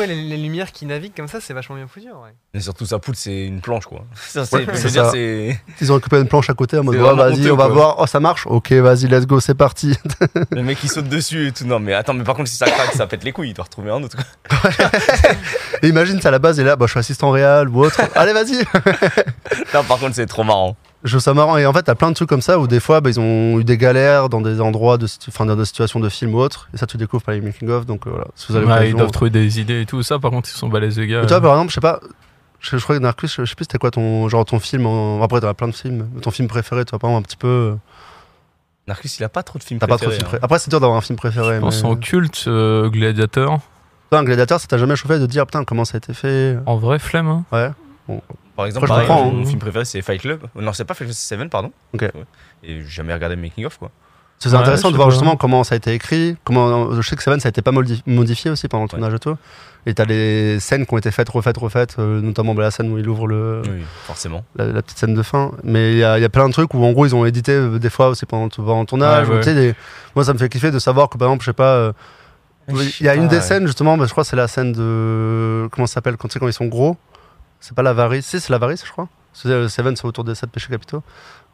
[SPEAKER 4] ouais, les, les lumières qui naviguent comme ça, c'est vachement bien foutu. en vrai.
[SPEAKER 1] Et surtout, sa poutre, c'est une planche, quoi. [laughs] Ça, c'est
[SPEAKER 2] Ouais,
[SPEAKER 1] je veux
[SPEAKER 2] c'est
[SPEAKER 1] dire,
[SPEAKER 2] ça.
[SPEAKER 1] [laughs] c'est-
[SPEAKER 2] Ils ont occupé une planche à côté en mode,
[SPEAKER 1] C'est
[SPEAKER 2] ouais,
[SPEAKER 1] vraiment
[SPEAKER 2] vas-y,
[SPEAKER 1] honteux,
[SPEAKER 2] on va
[SPEAKER 1] quoi.
[SPEAKER 2] voir. Oh, ça marche Ok, vas-y, let's go, c'est parti.
[SPEAKER 1] le mec qui saute dessus et tout. Non, mais attends, mais par contre, si ça craque, ça pète les couilles. Il doit retrouver un autre. quoi.
[SPEAKER 2] Et imagine, c'est à la base, et là, bah, je suis assistant réel ou
[SPEAKER 3] [laughs]
[SPEAKER 2] autre. Allez, vas-y
[SPEAKER 1] Là, par contre, c'est trop marrant.
[SPEAKER 2] Je trouve ça marrant. Et en fait, t'as plein de trucs comme ça où des fois, bah, ils ont eu des galères dans des endroits, de, situ- enfin, dans des situations de films ou autres. Et ça, tu découvres par les making-of. Donc euh, voilà, si vous avez
[SPEAKER 3] Ouais, ils
[SPEAKER 2] l'occasion.
[SPEAKER 3] doivent euh, trouver des idées et tout. Ça, par contre, ils sont balèzes, les gars.
[SPEAKER 2] Mais toi, par exemple, je sais pas, je, je crois que Narcus, je, je sais plus c'était quoi ton, genre, ton film. en- Après, t'as plein de films. Ton film préféré, toi, par exemple, un petit peu. euh,
[SPEAKER 1] Narcus, il a pas trop de films
[SPEAKER 2] T'as pas trop de
[SPEAKER 1] préférés.
[SPEAKER 2] film
[SPEAKER 1] hein.
[SPEAKER 2] préféré. Après, c'est dur d'avoir un film préféré.
[SPEAKER 3] Je pense
[SPEAKER 2] mais-
[SPEAKER 3] en culte, euh, Gladiateur.
[SPEAKER 2] Toi, un gladiateur, ça t'a jamais chauffé de dire, putain, comment ça a été fait
[SPEAKER 3] En vrai, flemme. hein.
[SPEAKER 1] Par exemple,
[SPEAKER 2] Après,
[SPEAKER 1] pareil,
[SPEAKER 2] je comprends,
[SPEAKER 1] mon
[SPEAKER 3] hein.
[SPEAKER 1] film préféré, c'est Fight Club. Non, c'est pas Fight Club, c'est Seven, pardon.
[SPEAKER 2] Ok.
[SPEAKER 1] Ouais. Et j'ai jamais regardé le making-of, quoi.
[SPEAKER 2] C'est
[SPEAKER 3] Ouais,
[SPEAKER 2] intéressant
[SPEAKER 3] je
[SPEAKER 2] de
[SPEAKER 3] sais
[SPEAKER 2] voir
[SPEAKER 3] pas.
[SPEAKER 2] justement comment ça a été écrit. Comment, je sais que Seven, ça a été pas modi- modifié aussi pendant le tournage et tout. Et t'as les scènes qui ont été faites, refaites, refaites, euh, notamment bah, la scène où il ouvre le,
[SPEAKER 1] Oui, forcément.
[SPEAKER 2] la, la petite scène de fin. Mais il y a, il y a plein de trucs où en gros ils ont édité euh, des fois aussi pendant, pendant le tournage.
[SPEAKER 3] Ouais,
[SPEAKER 2] ou
[SPEAKER 3] ouais.
[SPEAKER 2] tu sais, des- Moi ça me fait kiffer de savoir que par exemple, je sais pas, euh,
[SPEAKER 1] Je
[SPEAKER 2] il
[SPEAKER 1] sais
[SPEAKER 2] y a une
[SPEAKER 1] pas,
[SPEAKER 2] des
[SPEAKER 1] ouais.
[SPEAKER 2] scènes justement, bah, je crois que c'est la scène de. Comment ça s'appelle quand, tu sais, quand ils sont gros C'est pas l'avarice Si, c'est l'avarice, je crois. C'est euh, Seven, c'est autour des 7 péchés capitaux.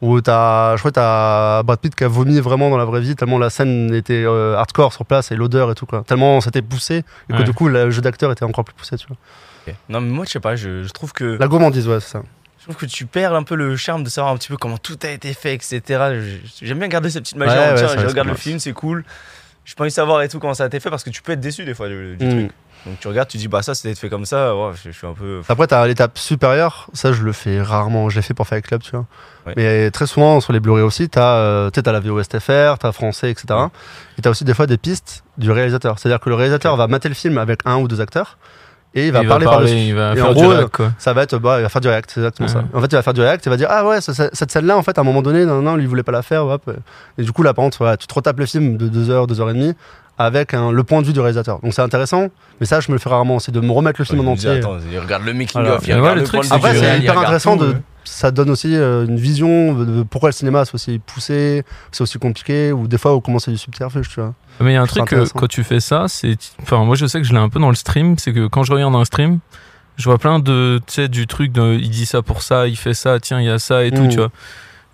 [SPEAKER 2] Où t'as, je crois que t'as Brad Pitt qui a vomi vraiment dans la vraie vie, tellement la scène était euh, hardcore sur place et l'odeur et tout, quoi. Tellement c'était poussé et que
[SPEAKER 3] Ouais.
[SPEAKER 2] du coup le jeu d'acteur était encore plus poussé, tu vois.
[SPEAKER 1] Ok. Non, mais moi, je sais pas, je, je trouve que.
[SPEAKER 2] La gourmandise, ouais, c'est ça.
[SPEAKER 1] Je trouve que tu perds un peu le charme de savoir un petit peu comment tout a été fait, etc. Je- J'aime bien garder cette petite magie.
[SPEAKER 2] Ouais,
[SPEAKER 1] en
[SPEAKER 2] ouais,
[SPEAKER 1] tiens,
[SPEAKER 2] ça
[SPEAKER 1] je
[SPEAKER 2] reste
[SPEAKER 1] regarde le
[SPEAKER 2] cool.
[SPEAKER 1] film, c'est cool. Je peux envie de savoir et tout comment ça a été fait parce que tu peux être déçu des fois du, du
[SPEAKER 2] Mm.
[SPEAKER 1] truc. Donc tu regardes, tu dis bah ça c'était fait comme ça. ouais, je, je suis un peu.
[SPEAKER 2] Après, t'as l'étape supérieure. Ça, je le fais rarement. Je l'ai fait pour faire club, tu vois.
[SPEAKER 1] Ouais.
[SPEAKER 2] Mais très souvent, sur les Blu-ray aussi, t'as euh, tu sais, t'as la VOSTFR, t'as français, etc.
[SPEAKER 1] Ouais.
[SPEAKER 2] Et t'as aussi des fois des pistes du réalisateur. C'est-à-dire que le réalisateur va mater le film avec un ou deux acteurs et il va parler par le
[SPEAKER 3] il va
[SPEAKER 2] Et en
[SPEAKER 3] faire du
[SPEAKER 2] gros,
[SPEAKER 3] rap, quoi.
[SPEAKER 2] ça va être bah, il va faire du react c'est exactement
[SPEAKER 3] Ouais.
[SPEAKER 2] ça en fait il va faire du react il va dire ah ouais ce- ce- cette scène là en fait à un moment donné non non lui il voulait pas la faire hop. et du coup là par contre voilà, tu te retapes le film de 2 heures 2 heures et demie avec un- le point de vue du réalisateur donc c'est intéressant mais ça je me le fais rarement c'est de me remettre le film
[SPEAKER 1] Ouais,
[SPEAKER 2] en
[SPEAKER 1] je me dis,
[SPEAKER 2] entier
[SPEAKER 1] attends, il regarde le making
[SPEAKER 2] Voilà.
[SPEAKER 1] of, il
[SPEAKER 3] Mais ouais,
[SPEAKER 1] regarde
[SPEAKER 3] le
[SPEAKER 1] le
[SPEAKER 3] truc,
[SPEAKER 1] point de vue
[SPEAKER 3] c'est
[SPEAKER 2] après
[SPEAKER 1] du
[SPEAKER 3] que-
[SPEAKER 2] c'est
[SPEAKER 1] réel, il
[SPEAKER 2] hyper
[SPEAKER 1] regarde
[SPEAKER 2] intéressant
[SPEAKER 1] tout,
[SPEAKER 2] de
[SPEAKER 1] ouais.
[SPEAKER 2] ça donne aussi euh, une vision de, de pourquoi le cinéma c'est aussi poussé c'est aussi compliqué ou des fois comment c'est du subterfuge tu vois
[SPEAKER 3] Mais il y a un
[SPEAKER 2] C'est
[SPEAKER 3] truc que
[SPEAKER 2] intéressant.
[SPEAKER 3] quand tu fais ça, c'est. Enfin, moi je sais que je l'ai un peu dans le stream, c'est que quand je regarde un stream, je vois plein de. Tu sais, du truc de. Il dit ça pour ça, il fait ça, tiens, il y a ça et tout,
[SPEAKER 2] Mm.
[SPEAKER 3] tu vois.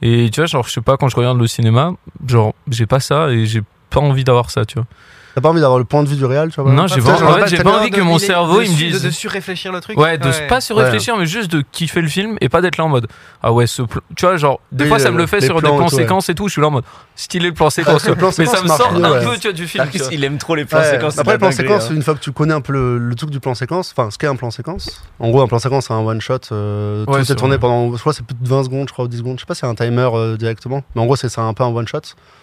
[SPEAKER 3] Et tu vois, genre, je sais pas, quand je regarde le cinéma, genre, j'ai pas ça et j'ai pas envie d'avoir ça, tu vois.
[SPEAKER 2] T'as pas envie d'avoir le point de vue du réel, tu vois
[SPEAKER 3] Non,
[SPEAKER 2] bah,
[SPEAKER 3] j'ai
[SPEAKER 2] putain,
[SPEAKER 3] pas-
[SPEAKER 2] j'aurais
[SPEAKER 3] en fait, j'ai
[SPEAKER 2] peut-être
[SPEAKER 3] pas
[SPEAKER 2] l'air
[SPEAKER 3] envie
[SPEAKER 2] de-
[SPEAKER 3] que mon
[SPEAKER 4] il est-
[SPEAKER 3] cerveau,
[SPEAKER 4] de
[SPEAKER 3] il me
[SPEAKER 4] su- de-
[SPEAKER 3] dise-
[SPEAKER 4] De surréfléchir le truc.
[SPEAKER 3] Ouais, de s- pas se
[SPEAKER 2] Ouais.
[SPEAKER 3] réfléchir, mais juste de kiffer le film et pas d'être là en mode Ah ouais, ce plan. Tu vois, genre, des
[SPEAKER 2] Oui,
[SPEAKER 3] fois ça
[SPEAKER 2] le-
[SPEAKER 3] me le fait
[SPEAKER 2] les
[SPEAKER 3] sur des
[SPEAKER 2] plans et
[SPEAKER 3] plans
[SPEAKER 2] tout, ouais.
[SPEAKER 3] séquences et tout. Je suis là en mode stylé
[SPEAKER 2] [laughs]
[SPEAKER 3] le plan séquence.
[SPEAKER 2] Le plan
[SPEAKER 3] mais
[SPEAKER 2] séquence
[SPEAKER 3] ça me
[SPEAKER 2] marche
[SPEAKER 3] sort
[SPEAKER 2] mieux,
[SPEAKER 3] un
[SPEAKER 2] ouais. Ah,
[SPEAKER 3] peu, tu vois, du film. tu vois.
[SPEAKER 1] Il aime trop les plans
[SPEAKER 2] Ouais.
[SPEAKER 1] séquences. c'est
[SPEAKER 2] Après,
[SPEAKER 1] la
[SPEAKER 2] le plan
[SPEAKER 1] dinguerie,
[SPEAKER 2] séquence,
[SPEAKER 1] hein.
[SPEAKER 2] une fois que tu connais un peu le, le truc du plan séquence, enfin, ce qu'est un plan séquence, en gros, un plan séquence, c'est un one shot. euh,
[SPEAKER 3] Ouais,
[SPEAKER 2] tout
[SPEAKER 3] c'est
[SPEAKER 2] est tourné
[SPEAKER 3] vrai.
[SPEAKER 2] pendant, je crois, que c'est plus de 20 secondes, je crois, ou 10 secondes. Je sais pas, c'est un timer euh, directement. Mais en gros, c'est c'est un peu un one shot.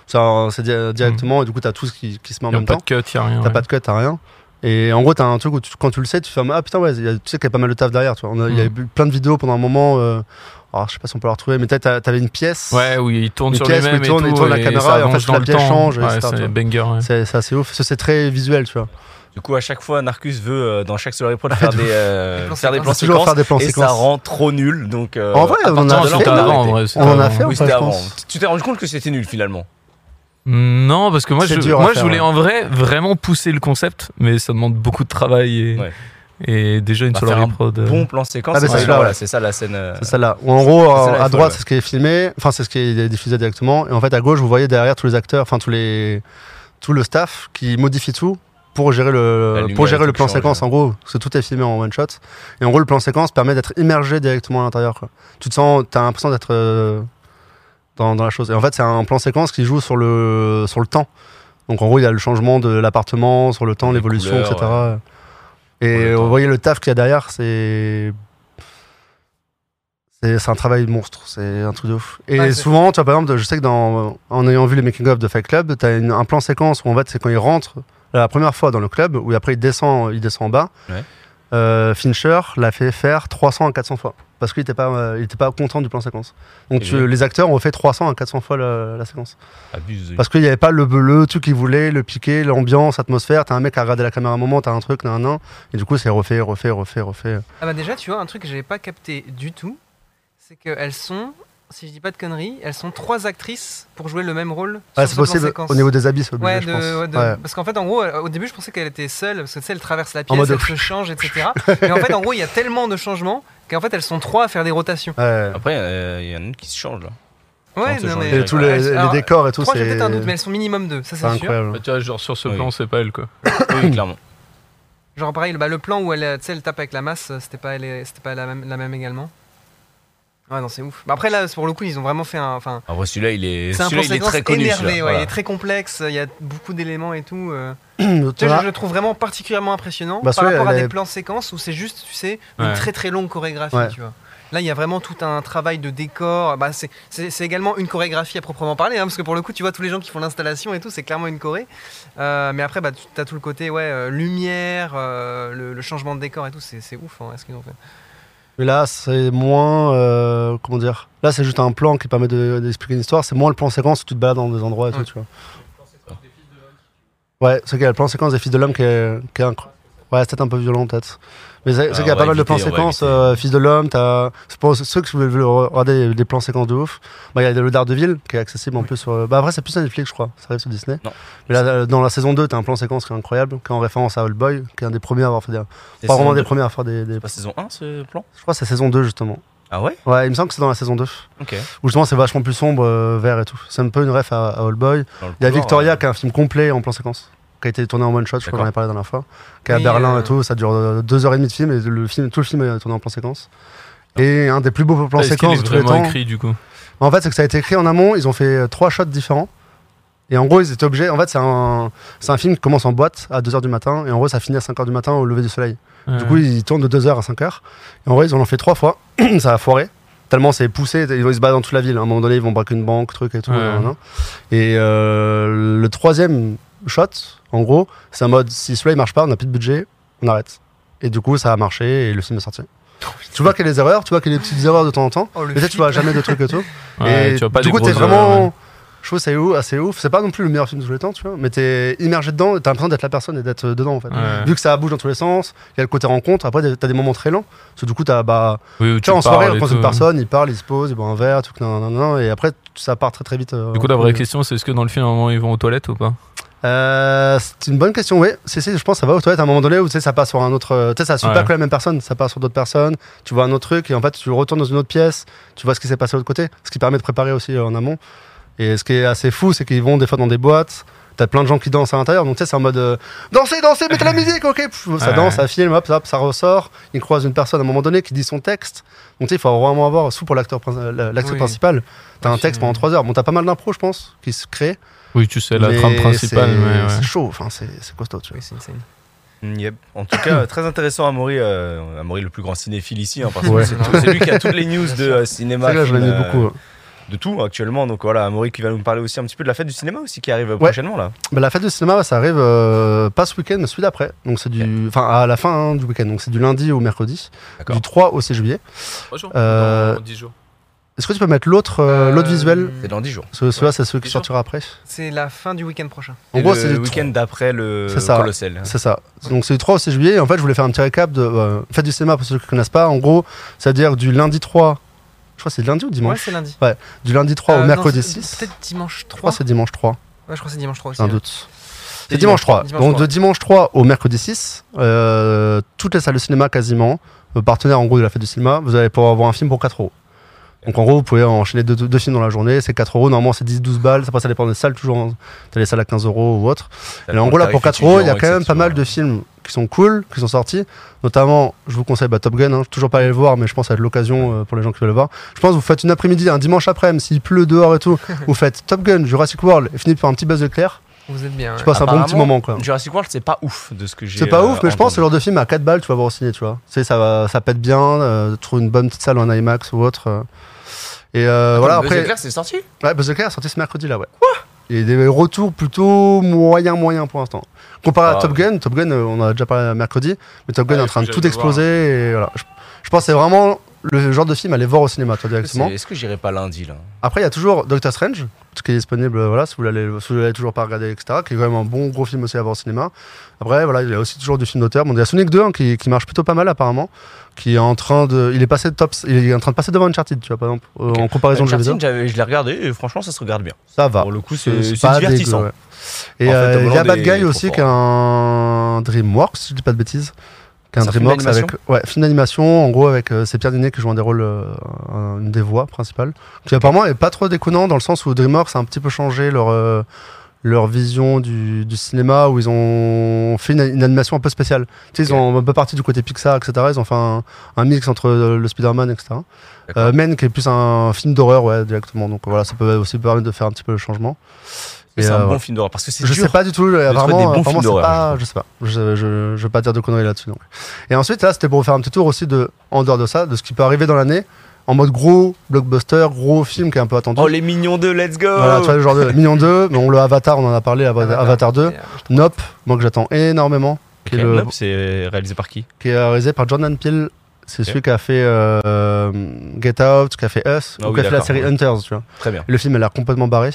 [SPEAKER 2] C'est un- C'est di- directement, et du coup, t'as tout ce qui, qui se met en
[SPEAKER 3] Y a
[SPEAKER 2] même
[SPEAKER 3] pas
[SPEAKER 2] temps.
[SPEAKER 3] de cut, y a rien.
[SPEAKER 2] T'as
[SPEAKER 3] ouais.
[SPEAKER 2] pas de cut, t'as rien. Et en gros, t'as un truc où tu- quand tu le sais, tu fais Ah putain, ouais, il y a- tu sais qu'il y a pas mal de taf derrière. tu vois. On a- Il y a
[SPEAKER 3] Mm.
[SPEAKER 2] eu plein de vidéos pendant un moment. euh, alors, je sais pas si on peut la retrouver, mais t'as- t'as- t'avais une pièce.
[SPEAKER 3] Ouais, où il tourne
[SPEAKER 2] Une
[SPEAKER 3] sur
[SPEAKER 2] caisse,
[SPEAKER 3] lui-même
[SPEAKER 2] mais
[SPEAKER 3] et
[SPEAKER 2] tourne,
[SPEAKER 3] tout.
[SPEAKER 2] il tourne la
[SPEAKER 3] ça
[SPEAKER 2] caméra, et en
[SPEAKER 3] avance
[SPEAKER 2] fait,
[SPEAKER 3] dans
[SPEAKER 2] la
[SPEAKER 3] le
[SPEAKER 2] pièce
[SPEAKER 3] temps.
[SPEAKER 2] change, et
[SPEAKER 3] Ouais,
[SPEAKER 2] c'est ça,
[SPEAKER 3] c'est
[SPEAKER 2] toi.
[SPEAKER 3] banger. ouais.
[SPEAKER 2] C'est c'est assez ouf. Ça, C'est très visuel, tu vois.
[SPEAKER 1] Du coup, à chaque fois, Narcus veut, euh, dans chaque Solar
[SPEAKER 2] [laughs]
[SPEAKER 1] Report, faire, des, euh,
[SPEAKER 4] Des plans
[SPEAKER 1] faire des
[SPEAKER 3] Ah,
[SPEAKER 1] plans
[SPEAKER 4] séquences.
[SPEAKER 2] Ah, toujours
[SPEAKER 1] séquences.
[SPEAKER 2] faire des plans
[SPEAKER 1] Et ça
[SPEAKER 2] séquences.
[SPEAKER 1] rend trop nul. Donc, euh,
[SPEAKER 2] En vrai, on en
[SPEAKER 3] Attends,
[SPEAKER 2] a
[SPEAKER 1] de
[SPEAKER 3] c'était
[SPEAKER 2] fait.
[SPEAKER 1] l'enfer,
[SPEAKER 3] avant,
[SPEAKER 1] arrêtez.
[SPEAKER 3] en vrai, c'était
[SPEAKER 2] On en a
[SPEAKER 3] avant.
[SPEAKER 2] fait,
[SPEAKER 1] oui,
[SPEAKER 2] enfin,
[SPEAKER 1] c'était
[SPEAKER 2] je
[SPEAKER 1] avant.
[SPEAKER 2] pense.
[SPEAKER 1] Tu t'es rendu compte que c'était nul finalement.
[SPEAKER 3] Mm, Non, parce que moi,
[SPEAKER 2] C'est
[SPEAKER 3] je,
[SPEAKER 2] dur à
[SPEAKER 3] moi
[SPEAKER 2] faire, hein.
[SPEAKER 3] je voulais
[SPEAKER 2] ouais.
[SPEAKER 3] en vrai vraiment pousser le concept, mais ça demande beaucoup de travail et,
[SPEAKER 1] Ouais.
[SPEAKER 3] et déjà une
[SPEAKER 1] Bah,
[SPEAKER 3] solar
[SPEAKER 1] faire un
[SPEAKER 3] prod. euh,
[SPEAKER 1] Bon plan séquence.
[SPEAKER 2] Ah, mais
[SPEAKER 1] c'est
[SPEAKER 2] ça,
[SPEAKER 1] sûr,
[SPEAKER 2] là,
[SPEAKER 1] voilà,
[SPEAKER 2] ouais.
[SPEAKER 1] c'est ça la scène. euh,
[SPEAKER 2] C'est celle-là. Où en
[SPEAKER 1] C'est
[SPEAKER 2] gros,
[SPEAKER 1] celle-là,
[SPEAKER 2] à
[SPEAKER 1] elle
[SPEAKER 2] droite,
[SPEAKER 1] folle,
[SPEAKER 2] c'est ce qui est filmé, enfin, c'est ce qui est diffusé directement. Et en fait, à gauche, vous voyez derrière tous les acteurs, enfin, tous les, tout le staff qui modifie tout pour gérer
[SPEAKER 1] La
[SPEAKER 2] le,
[SPEAKER 1] lumière
[SPEAKER 2] pour
[SPEAKER 1] et
[SPEAKER 2] gérer
[SPEAKER 1] tout
[SPEAKER 2] le
[SPEAKER 1] qui
[SPEAKER 2] plan
[SPEAKER 1] change,
[SPEAKER 2] séquence, en gros. Parce que tout est filmé en one shot. Et en gros, le plan séquence permet d'être immergé directement à l'intérieur, quoi. Tu te sens, t'as l'impression d'être euh, dans, dans la chose. Et en fait, c'est un plan séquence qui joue sur le, sur le temps. Donc, en gros, il y a le changement de l'appartement, sur le temps,
[SPEAKER 1] Les
[SPEAKER 2] l'évolution,
[SPEAKER 1] couleurs,
[SPEAKER 2] etc.
[SPEAKER 1] Sur
[SPEAKER 2] Et
[SPEAKER 1] le temps.
[SPEAKER 2] vous voyez le taf qu'il y a derrière, c'est c'est c'est un travail monstre, c'est un truc de ouf. Et
[SPEAKER 4] Ouais, c'est-
[SPEAKER 2] souvent, tu vois, par exemple, je sais que dans, en ayant vu les making-of de Fight Club, t'as une- un plan séquence où en fait, c'est quand il rentre la première fois dans le club, où après il descend, il descend en bas.
[SPEAKER 1] Ouais.
[SPEAKER 2] Euh, Fincher l'a fait faire 300 à 400 fois parce qu'il était pas, euh, il était pas content du plan séquence. Donc
[SPEAKER 1] Et
[SPEAKER 2] tu-
[SPEAKER 1] oui.
[SPEAKER 2] les acteurs ont fait 300 à 400 fois la, la séquence
[SPEAKER 1] abuse.
[SPEAKER 2] parce qu'il n'y avait pas le, le truc qu'ils voulaient, le piqué, l'ambiance, l'atmosphère. T'as un mec à regarder la caméra un moment, t'as un truc, t'as un nain, et du coup c'est refait, refait, refait, refait.
[SPEAKER 4] Ah bah déjà, tu vois, un truc que j'avais pas capté du tout, c'est qu'elles sont, si je dis pas de conneries, elles sont trois actrices pour jouer le même rôle.
[SPEAKER 2] Ah,
[SPEAKER 4] sur
[SPEAKER 2] c'est
[SPEAKER 4] ce plan
[SPEAKER 2] possible
[SPEAKER 4] séquence.
[SPEAKER 2] au niveau des habits, c'est obligé,
[SPEAKER 4] Ouais,
[SPEAKER 2] je
[SPEAKER 4] de-
[SPEAKER 2] pense.
[SPEAKER 4] ouais, de-
[SPEAKER 2] Ouais.
[SPEAKER 4] parce qu'en fait, en gros, euh, au début, je pensais qu'elle était seule, parce que tu sais, elle traverse la
[SPEAKER 2] mode
[SPEAKER 4] pièce,
[SPEAKER 2] de-
[SPEAKER 4] elle se change, etc.
[SPEAKER 2] [laughs]
[SPEAKER 4] Mais en fait, en gros, il y a tellement de changements qu'en fait, elles sont trois à faire des rotations.
[SPEAKER 2] Ouais.
[SPEAKER 1] Après, euh, il y en a une qui se change
[SPEAKER 2] [coughs]
[SPEAKER 1] là. Comment
[SPEAKER 4] Ouais,
[SPEAKER 1] ça
[SPEAKER 4] non,
[SPEAKER 1] change
[SPEAKER 4] mais.
[SPEAKER 2] Et tous Ah, les, les
[SPEAKER 4] Alors,
[SPEAKER 2] décors et tout,
[SPEAKER 4] Trois, j'ai
[SPEAKER 2] c'est
[SPEAKER 4] peut-être un doute, mais elles sont minimum deux,
[SPEAKER 2] c'est
[SPEAKER 4] ça c'est sûr.
[SPEAKER 2] incroyable.
[SPEAKER 3] Bah, tu vois, genre sur ce
[SPEAKER 1] Oui.
[SPEAKER 3] plan, c'est pas elle quoi.
[SPEAKER 1] Oui, clairement.
[SPEAKER 4] Genre, pareil, bah, le plan où elle, euh, tu sais, elle tape avec la masse, euh, c'était pas, elle, et- c'était pas la, même, la même également. Ouais, non, c'est ouf. Bah, après, là, pour le coup, ils ont vraiment fait un. Enfin,
[SPEAKER 1] Ah ouais, celui-là, il est,
[SPEAKER 4] C'est un
[SPEAKER 1] celui-là,
[SPEAKER 4] plan
[SPEAKER 1] il est
[SPEAKER 4] séquence
[SPEAKER 1] très connu.
[SPEAKER 4] énervé, ouais,
[SPEAKER 1] celui-là, voilà.
[SPEAKER 4] il est très complexe, il y a beaucoup d'éléments et tout. euh.
[SPEAKER 2] [clears throat]
[SPEAKER 4] Tu
[SPEAKER 2] Tu
[SPEAKER 4] sais,
[SPEAKER 2] vois,
[SPEAKER 4] je, je le trouve vraiment particulièrement impressionnant
[SPEAKER 2] Bah,
[SPEAKER 4] par
[SPEAKER 2] celui-là,
[SPEAKER 4] rapport à
[SPEAKER 2] elle
[SPEAKER 4] des
[SPEAKER 2] est-
[SPEAKER 4] plans séquences où c'est juste, tu sais, une
[SPEAKER 3] Ouais.
[SPEAKER 4] très très longue chorégraphie,
[SPEAKER 2] Ouais.
[SPEAKER 4] tu vois. Là, il y a vraiment tout un travail de décor. Bah, c'est- c'est c'est également une chorégraphie à proprement parler, hein, parce que pour le coup, tu vois tous les gens qui font l'installation et tout, c'est clairement une choré. Euh, mais après, bah, tu as tout le côté ouais, euh, lumière, euh, le, le changement de décor et tout, c'est c'est ouf. hein, ce qu'ils ont fait.
[SPEAKER 2] mais là c'est moins. euh, comment dire Là c'est juste un plan qui permet de- d'expliquer une histoire, c'est moins le plan séquence où tu te balades dans des endroits et tout,
[SPEAKER 4] Ouais.
[SPEAKER 2] tu vois. Ouais, c'est qu'il y a le plan séquence des Fils de l'Homme qui est, qui est incroyable. Ouais, c'est peut-être un peu violent, peut-être. Mais c'est c'est
[SPEAKER 1] Ah,
[SPEAKER 2] qu'il y a
[SPEAKER 1] on
[SPEAKER 2] pas
[SPEAKER 1] va
[SPEAKER 2] mal de
[SPEAKER 1] éviter,
[SPEAKER 2] plans
[SPEAKER 1] on va
[SPEAKER 2] séquences.
[SPEAKER 1] éviter.
[SPEAKER 2] euh, Fils de l'Homme, t'as. C'est pour ceux qui veulent regarder des plans séquences de ouf. Bah, il y a le Daredevil qui est accessible en plus sur. Bah, après, c'est plus sur Netflix, je crois. Ça arrive sur Disney.
[SPEAKER 1] Non.
[SPEAKER 2] Mais là, euh, dans la saison 2, t'as un plan séquence qui est incroyable, qui est en référence à Old Boy, qui est un des premiers à avoir fait des.
[SPEAKER 1] C'est
[SPEAKER 2] Pas
[SPEAKER 1] saison
[SPEAKER 2] vraiment des
[SPEAKER 1] deux.
[SPEAKER 2] premiers à faire des. des-
[SPEAKER 1] C'est pas saison 1 ce plan
[SPEAKER 2] Je crois que c'est saison 2, justement.
[SPEAKER 1] Ah ouais
[SPEAKER 2] Ouais, il me semble que c'est dans la saison 2.
[SPEAKER 1] Ok.
[SPEAKER 2] Où justement, c'est vachement plus sombre, euh, vert et tout. C'est un peu une ref à, à Old Boy.
[SPEAKER 1] Dans le
[SPEAKER 2] Il y
[SPEAKER 1] couloir, euh,
[SPEAKER 2] a Victoria qui a un film complet en plan séquence, qui a été tourné en one shot, je
[SPEAKER 1] D'accord.
[SPEAKER 2] crois qu'on en a parlé la dernière fois, qui est à
[SPEAKER 4] Oui,
[SPEAKER 2] Berlin
[SPEAKER 4] euh,
[SPEAKER 2] et tout, ça dure euh, deux heures et demie de film, et le film, tout le film est tourné en plan séquence. Et un des plus beaux plans
[SPEAKER 3] Ah. Est-ce qu'il
[SPEAKER 2] séquences
[SPEAKER 3] est
[SPEAKER 2] de tous les
[SPEAKER 3] vraiment
[SPEAKER 2] temps.
[SPEAKER 3] écrit du coup
[SPEAKER 2] En fait, c'est que ça a été écrit en amont, ils ont fait euh, trois shots différents. Et en gros, ils étaient obligés. En fait, c'est un, c'est un film qui commence en boîte à 2h du matin, et en gros, ça finit à 5h du matin au lever du soleil. Du coup, ils tournent de 2h à 5h. Et en vrai, ils en ont fait trois fois. [clears throat] ça a foiré. Tellement c'est poussé. Ils vont se battre dans toute la ville. À un moment donné, ils vont braquer une banque, truc et tout.
[SPEAKER 3] Ouais.
[SPEAKER 2] nan, nan. Et euh, le troisième shot, en gros, c'est un mode si celui-là il marche pas, on n'a plus de budget, on arrête. Et du coup, ça a marché et le film est sorti. Tu vois qu'il y a des erreurs, tu vois qu'il y a des petites erreurs de temps en temps.
[SPEAKER 4] Oh, le
[SPEAKER 2] Mais peut-être tu
[SPEAKER 4] flip.
[SPEAKER 2] vois jamais de trucs et tout.
[SPEAKER 3] Ouais,
[SPEAKER 2] et
[SPEAKER 3] tu vois pas
[SPEAKER 2] du
[SPEAKER 3] des
[SPEAKER 2] coup, t'es
[SPEAKER 3] grosses, euh,
[SPEAKER 2] vraiment. Je trouve c'est ouf, assez ouf. C'est pas non plus le meilleur film de tous les temps, tu vois. Mais t'es immergé dedans, et t'as l'impression d'être la personne et d'être euh, dedans, en fait.
[SPEAKER 3] Ouais.
[SPEAKER 2] Vu que ça bouge dans tous les sens, il y a le côté rencontre. Après, t'as- t'as des moments très lents. Parce que du coup, t'as. Bah,
[SPEAKER 3] Oui, où
[SPEAKER 2] tu vois, en
[SPEAKER 3] parles
[SPEAKER 2] soirée,
[SPEAKER 3] et
[SPEAKER 2] on rencontre une
[SPEAKER 3] tout.
[SPEAKER 2] personne, il parle, il se pose, il boit un verre, tout, nan, nan, nan, et après, ça part très très vite. euh,
[SPEAKER 3] Du coup, la vraie
[SPEAKER 2] euh,
[SPEAKER 3] question, c'est est-ce que dans le film, à un moment, ils vont aux toilettes ou pas
[SPEAKER 2] euh, c'est une bonne question, oui. Si, si, je pense que ça va aux toilettes à un moment donné où tu sais, ça passe sur un autre. euh, Tu sais, ça suit
[SPEAKER 3] Ouais.
[SPEAKER 2] pas que la même personne, ça passe sur d'autres personnes. Tu vois un autre truc et en fait, tu retournes dans une autre pièce, tu vois ce qui s'est passé de l'autre côté, ce qui permet de préparer aussi euh, en amont. Et ce qui est assez fou, c'est qu'ils vont des fois dans des boîtes, T'as plein de gens qui dansent à l'intérieur, donc tu sais, c'est en mode euh, dansez, dansez,
[SPEAKER 3] [laughs]
[SPEAKER 2] mettez la musique, ok. Pff, ça
[SPEAKER 3] Ouais.
[SPEAKER 2] danse, ça filme, hop, ça, ça ressort. Il croise une personne à un moment donné qui dit son texte. Donc tu sais, il faut vraiment avoir, sous pour l'acteur prin- euh, l'actrice
[SPEAKER 3] Oui.
[SPEAKER 2] principale, t'as
[SPEAKER 3] Ouais,
[SPEAKER 2] un texte
[SPEAKER 3] c'est-
[SPEAKER 2] pendant 3 heures. Bon, t'as pas mal d'impro, je pense, qui se crée.
[SPEAKER 3] Oui, tu sais, la
[SPEAKER 2] mais
[SPEAKER 3] trame principale.
[SPEAKER 2] c'est-
[SPEAKER 3] mais ouais.
[SPEAKER 2] C'est chaud, enfin, c'est c'est costaud, tu vois.
[SPEAKER 4] Oui, c'est insane.
[SPEAKER 1] Yep. En tout cas, euh, très intéressant Amaury, euh, Amaury le plus grand cinéphile ici, hein, parce que
[SPEAKER 2] Ouais.
[SPEAKER 1] c'est tout- c'est lui qui a toutes [laughs] les news
[SPEAKER 4] Bien
[SPEAKER 1] de
[SPEAKER 4] sûr.
[SPEAKER 1] euh,
[SPEAKER 2] C'est
[SPEAKER 1] cinéma,
[SPEAKER 2] vrai que là, je
[SPEAKER 1] film,
[SPEAKER 2] l'ai mis
[SPEAKER 1] euh,
[SPEAKER 2] beaucoup.
[SPEAKER 1] de tout actuellement. Donc voilà, Amaury qui va nous parler aussi un petit peu de la fête du cinéma aussi qui arrive euh, prochainement là.
[SPEAKER 2] Bah, la fête du cinéma, ouais, ça arrive euh, pas ce week-end, mais celui d'après. Donc c'est du, enfin à la fin hein, du week-end. Donc c'est du lundi au mercredi,
[SPEAKER 1] D'accord.
[SPEAKER 2] du 3 au 6 juillet. Euh, Dans
[SPEAKER 3] 10 jours.
[SPEAKER 2] Est-ce que tu peux mettre l'autre, euh, l'autre
[SPEAKER 4] Euh,
[SPEAKER 2] visuel
[SPEAKER 1] C'est dans 10 jours.
[SPEAKER 2] Parce que celui-là, c'est celui qui
[SPEAKER 3] Bien
[SPEAKER 2] sortira après.
[SPEAKER 4] C'est la fin du week-end prochain.
[SPEAKER 2] En
[SPEAKER 1] Et
[SPEAKER 2] gros, c'est
[SPEAKER 1] le
[SPEAKER 2] du
[SPEAKER 1] week-end d'après le
[SPEAKER 2] C'est ça.
[SPEAKER 1] Colossal.
[SPEAKER 2] C'est ça. Donc c'est du 3 au 6 juillet. En fait, je voulais faire un petit récap de euh, fête du cinéma pour ceux qui ne connaissent pas. En gros, c'est-à-dire du lundi 3, je crois que c'est lundi ou
[SPEAKER 4] Ouais,
[SPEAKER 2] dimanche
[SPEAKER 4] c'est lundi.
[SPEAKER 2] Du lundi 3
[SPEAKER 4] Euh,
[SPEAKER 2] au
[SPEAKER 4] non,
[SPEAKER 2] mercredi
[SPEAKER 4] c'est-
[SPEAKER 2] 6.
[SPEAKER 4] Peut-être dimanche
[SPEAKER 2] Je crois
[SPEAKER 4] 3.
[SPEAKER 2] que c'est dimanche 3,
[SPEAKER 4] Ouais, je crois que c'est dimanche 3 aussi.
[SPEAKER 2] j'ai un
[SPEAKER 4] hein.
[SPEAKER 2] doute. C'est dimanche 3.
[SPEAKER 4] dimanche
[SPEAKER 2] Donc
[SPEAKER 4] 3.
[SPEAKER 2] de dimanche 3 au mercredi 6, euh, toutes les salles de cinéma quasiment, euh, partenaires en gros de la fête du cinéma, vous allez pouvoir avoir un film pour 4 euros. Donc en gros, vous pouvez enchaîner deux, deux- deux films dans la journée, c'est 4 euros, normalement c'est 10-12 balles, ça passe ça dépend des salles, toujours en- t'as les salles à 15 euros ou autre. Et en gros là pour 4 euros,
[SPEAKER 1] hein,
[SPEAKER 2] il y a quand même pas mal de films qui sont cool, qui sont sortis, notamment je vous conseille bah, Top Gun, hein, toujours pas allé le voir, mais je pense à l'occasion euh, pour les gens qui veulent le voir. Je pense que vous faites une après-midi, un dimanche après-midi, s'il pleut dehors et [laughs] tout, vous faites Top Gun, Jurassic World, et finissez par un petit buzz éclair,
[SPEAKER 4] hein. Vous êtes bien.
[SPEAKER 2] tu
[SPEAKER 4] ouais.
[SPEAKER 2] passes un bon petit
[SPEAKER 1] Apparemment,
[SPEAKER 2] moment quoi.
[SPEAKER 1] Jurassic World, c'est pas ouf de ce que j'ai.
[SPEAKER 2] C'est pas
[SPEAKER 1] euh,
[SPEAKER 2] ouf, mais je
[SPEAKER 1] entendu.
[SPEAKER 2] pense que ce genre de film à 4 balles, tu vas avoir signé, tu vois. Tu sais, ça, va- ça pète bien, euh, trouve une bonne petite salle en IMAX ou autre. euh. Et euh, voilà,
[SPEAKER 1] Buzz
[SPEAKER 2] après.
[SPEAKER 1] Éclair, c'est sorti.
[SPEAKER 2] Ouais, Buzz Éclair est sorti ce mercredi là, ouais. Quoi Et des retours plutôt moyen, moyen pour l'instant. Comparé
[SPEAKER 1] Ah,
[SPEAKER 2] à Top
[SPEAKER 1] ouais.
[SPEAKER 2] Gun, Top Gun, euh, on en a déjà parlé mercredi, mais Top Gun
[SPEAKER 3] Ouais,
[SPEAKER 2] est en
[SPEAKER 3] faut
[SPEAKER 2] train de
[SPEAKER 3] que
[SPEAKER 2] tout
[SPEAKER 3] j'aille le voir,
[SPEAKER 2] exploser. Et voilà. Je, je pense que c'est vraiment le genre de film à aller voir au cinéma,
[SPEAKER 1] Est-ce
[SPEAKER 2] toi,
[SPEAKER 1] que
[SPEAKER 2] directement.
[SPEAKER 1] c'est- Est-ce que j'irai pas lundi là
[SPEAKER 2] Après, il y a toujours Doctor Strange, qui est disponible, euh, voilà, si vous l'avez si vous l'avez toujours pas regardé, etc., qui est quand même un bon gros film aussi à voir au cinéma. Après, voilà, il y a aussi toujours du film d'auteur. Bon, il y a Sonic 2 hein, qui, qui marche plutôt pas mal apparemment, qui est en train de, il est passé de top, il est en train de passer devant Uncharted, tu vois, par exemple, euh,
[SPEAKER 1] Ok.
[SPEAKER 2] en comparaison de jeux
[SPEAKER 1] Uncharted,
[SPEAKER 2] vidéo.
[SPEAKER 1] j'avais- je l'ai regardé et franchement, ça se regarde bien.
[SPEAKER 2] Ça va.
[SPEAKER 1] Pour le coup, c'est
[SPEAKER 2] C'est
[SPEAKER 1] c'est
[SPEAKER 2] pas
[SPEAKER 1] divertissant.
[SPEAKER 2] dégueu, ouais. Et
[SPEAKER 1] En fait,
[SPEAKER 2] euh, il y a
[SPEAKER 1] Hollande
[SPEAKER 2] Bad
[SPEAKER 1] est
[SPEAKER 2] Guy
[SPEAKER 1] trop
[SPEAKER 2] aussi,
[SPEAKER 1] fort.
[SPEAKER 2] qui est un DreamWorks, si je dis pas de bêtises. Qui est un
[SPEAKER 1] C'est un film
[SPEAKER 2] DreamWorks avec.
[SPEAKER 1] d'animation
[SPEAKER 2] Ouais, film d'animation, en gros, avec. euh, c'est Pierre Dinet qui joue un des rôles, euh, un- une des voix principales. Qui apparemment est pas trop déconnant dans le sens où DreamWorks a un petit peu changé leur. euh, leur vision du, du cinéma où ils ont fait une, une animation un peu spéciale. Tu sais, ils
[SPEAKER 1] Ok.
[SPEAKER 2] ont un peu parti du côté Pixar, etc. Ils ont fait un, un mix entre euh, le Spider-Man, etc.
[SPEAKER 1] D'accord.
[SPEAKER 2] Euh, Men, qui est plus un film d'horreur, ouais, directement. Donc voilà, ça peut aussi permettre de faire un petit peu le changement.
[SPEAKER 1] Mais
[SPEAKER 2] Et,
[SPEAKER 1] C'est un
[SPEAKER 2] euh,
[SPEAKER 1] bon
[SPEAKER 2] ouais.
[SPEAKER 1] film d'horreur parce que c'est
[SPEAKER 2] Je sais
[SPEAKER 1] dur.
[SPEAKER 2] pas du tout,
[SPEAKER 1] trouver des bons
[SPEAKER 2] vraiment,
[SPEAKER 1] films
[SPEAKER 2] vraiment c'est
[SPEAKER 1] d'horreur,
[SPEAKER 2] pas, je sais pas, je, je, je veux pas dire de conneries là-dessus. donc. Et ensuite, là, c'était pour faire un petit tour aussi de, en dehors de ça, de ce qui peut arriver dans l'année, en mode gros blockbuster, gros film qui est un peu attendu.
[SPEAKER 1] Oh les mignons 2, let's go
[SPEAKER 2] Voilà, tu vois, le
[SPEAKER 1] [laughs]
[SPEAKER 2] genre de Million 2, bon, le Avatar, on en a parlé, Ava- Avatar, 2.
[SPEAKER 4] Et, euh,
[SPEAKER 2] Nope, moi que j'attends énormément, qui est, le-
[SPEAKER 1] Nope, c'est réalisé par qui
[SPEAKER 2] qui est réalisé par Jordan Peele. C'est
[SPEAKER 1] Ok.
[SPEAKER 2] celui qui a fait euh, euh, Get Out, qui a fait Us,
[SPEAKER 1] Ah
[SPEAKER 2] ou
[SPEAKER 1] oui,
[SPEAKER 2] qui a fait la
[SPEAKER 1] d'accord,
[SPEAKER 2] série
[SPEAKER 1] ouais.
[SPEAKER 2] Hunters, tu vois.
[SPEAKER 1] Très bien.
[SPEAKER 2] Le film elle a l'air complètement barré.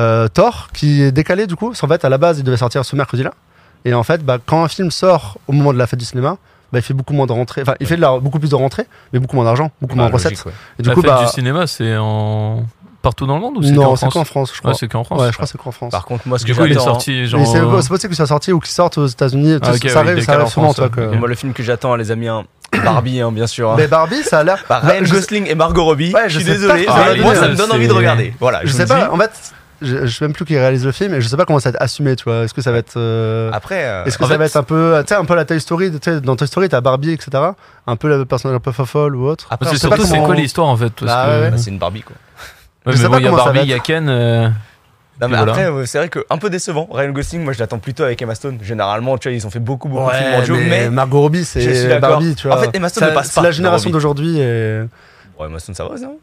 [SPEAKER 2] Euh, Thor, qui est décalé du coup, parce qu'en fait à la base il devait sortir ce mercredi-là. Et en fait, bah, quand un film sort au moment de la fête du cinéma, bah, il fait beaucoup moins de rentrées. Enfin, il
[SPEAKER 1] Ouais.
[SPEAKER 2] fait de la- beaucoup plus de rentrées, mais beaucoup moins d'argent, beaucoup moins
[SPEAKER 1] Bah,
[SPEAKER 2] de recettes.
[SPEAKER 1] logique, ouais.
[SPEAKER 2] Et du
[SPEAKER 3] Ah, la
[SPEAKER 2] coup,
[SPEAKER 3] fête
[SPEAKER 2] bah,
[SPEAKER 3] du cinéma, c'est en partout dans le monde ou c'est
[SPEAKER 2] non,
[SPEAKER 3] qu'en
[SPEAKER 2] c'est
[SPEAKER 3] France
[SPEAKER 2] qu'en France, je
[SPEAKER 3] Ouais,
[SPEAKER 2] crois.
[SPEAKER 3] c'est qu'en France.
[SPEAKER 2] Ouais, je crois que c'est qu'en France.
[SPEAKER 1] Par contre, moi, ce que
[SPEAKER 3] Du coup, il est
[SPEAKER 1] j'attends-
[SPEAKER 3] sorti
[SPEAKER 2] hein. Mais
[SPEAKER 3] genre.
[SPEAKER 2] c'est
[SPEAKER 3] euh,
[SPEAKER 2] c'est possible que ça soit sorti ou qu'il sorte aux États-Unis.
[SPEAKER 3] Ah,
[SPEAKER 2] tu sais,
[SPEAKER 3] ok,
[SPEAKER 2] ça
[SPEAKER 3] oui,
[SPEAKER 2] arrive, ça
[SPEAKER 3] il décale
[SPEAKER 2] arrive
[SPEAKER 3] en
[SPEAKER 2] souvent,
[SPEAKER 3] France,
[SPEAKER 2] toi.
[SPEAKER 3] ouais.
[SPEAKER 2] que-
[SPEAKER 3] Ok.
[SPEAKER 1] Moi, le film que j'attends, les amis, hein, Barbie, hein, bien sûr. hein.
[SPEAKER 2] Mais Barbie, ça a l'air.
[SPEAKER 1] Par Ryan
[SPEAKER 2] Bah, je-
[SPEAKER 1] Gosling et Margot Robbie.
[SPEAKER 2] Ouais,
[SPEAKER 1] je
[SPEAKER 2] je
[SPEAKER 1] suis
[SPEAKER 2] sais
[SPEAKER 1] désolé,
[SPEAKER 2] pas.
[SPEAKER 1] mais
[SPEAKER 2] Ah,
[SPEAKER 1] moi,
[SPEAKER 3] les
[SPEAKER 1] ça
[SPEAKER 3] deux,
[SPEAKER 1] me donne envie de
[SPEAKER 3] c'est-
[SPEAKER 1] regarder. Voilà,
[SPEAKER 2] Je
[SPEAKER 1] vous
[SPEAKER 2] sais
[SPEAKER 1] le
[SPEAKER 2] pas,
[SPEAKER 1] dis.
[SPEAKER 2] en fait, je, je sais même plus qui réalise le film et je sais pas comment ça va être assumé, tu vois. Est-ce que ça va être. euh,
[SPEAKER 1] Après, euh,
[SPEAKER 2] Est-ce que
[SPEAKER 3] en
[SPEAKER 2] ça
[SPEAKER 3] fait-
[SPEAKER 2] va être un peu, tu sais, un peu la Toy Story, tu sais, dans Toy Story, t'as Barbie, etc. Un peu le personnage un peu fofolle ou autre.
[SPEAKER 1] après,
[SPEAKER 3] Parce
[SPEAKER 1] on
[SPEAKER 3] que
[SPEAKER 1] sait pas
[SPEAKER 3] surtout, c'est
[SPEAKER 1] comment-
[SPEAKER 3] quoi l'histoire en fait parce
[SPEAKER 2] Bah,
[SPEAKER 3] que-
[SPEAKER 2] ouais,
[SPEAKER 1] Bah,
[SPEAKER 3] Ouais,
[SPEAKER 1] C'est une Barbie, quoi.
[SPEAKER 2] Je sais
[SPEAKER 3] mais
[SPEAKER 2] pas
[SPEAKER 3] bon, il y a
[SPEAKER 2] comment ça va
[SPEAKER 3] Barbie, il
[SPEAKER 2] être.
[SPEAKER 3] y a Ken. euh,
[SPEAKER 1] Non, mais
[SPEAKER 3] Voilà.
[SPEAKER 1] après, euh, c'est vrai que un peu décevant. Ryan Gosling, moi, je l'attends plutôt avec Emma Stone. Généralement, tu vois, ils ont fait beaucoup, beaucoup de films en duo, mais.
[SPEAKER 2] Margot Robbie,
[SPEAKER 1] Je suis
[SPEAKER 2] c'est
[SPEAKER 1] d'accord.
[SPEAKER 2] Barbie, tu vois.
[SPEAKER 1] En fait, Emma Stone
[SPEAKER 2] C'est-
[SPEAKER 1] ne passe
[SPEAKER 2] c'est
[SPEAKER 1] pas,
[SPEAKER 2] la génération
[SPEAKER 1] Barbie.
[SPEAKER 2] d'aujourd'hui. et-
[SPEAKER 1] Ouais, Emma Stone, ça va, non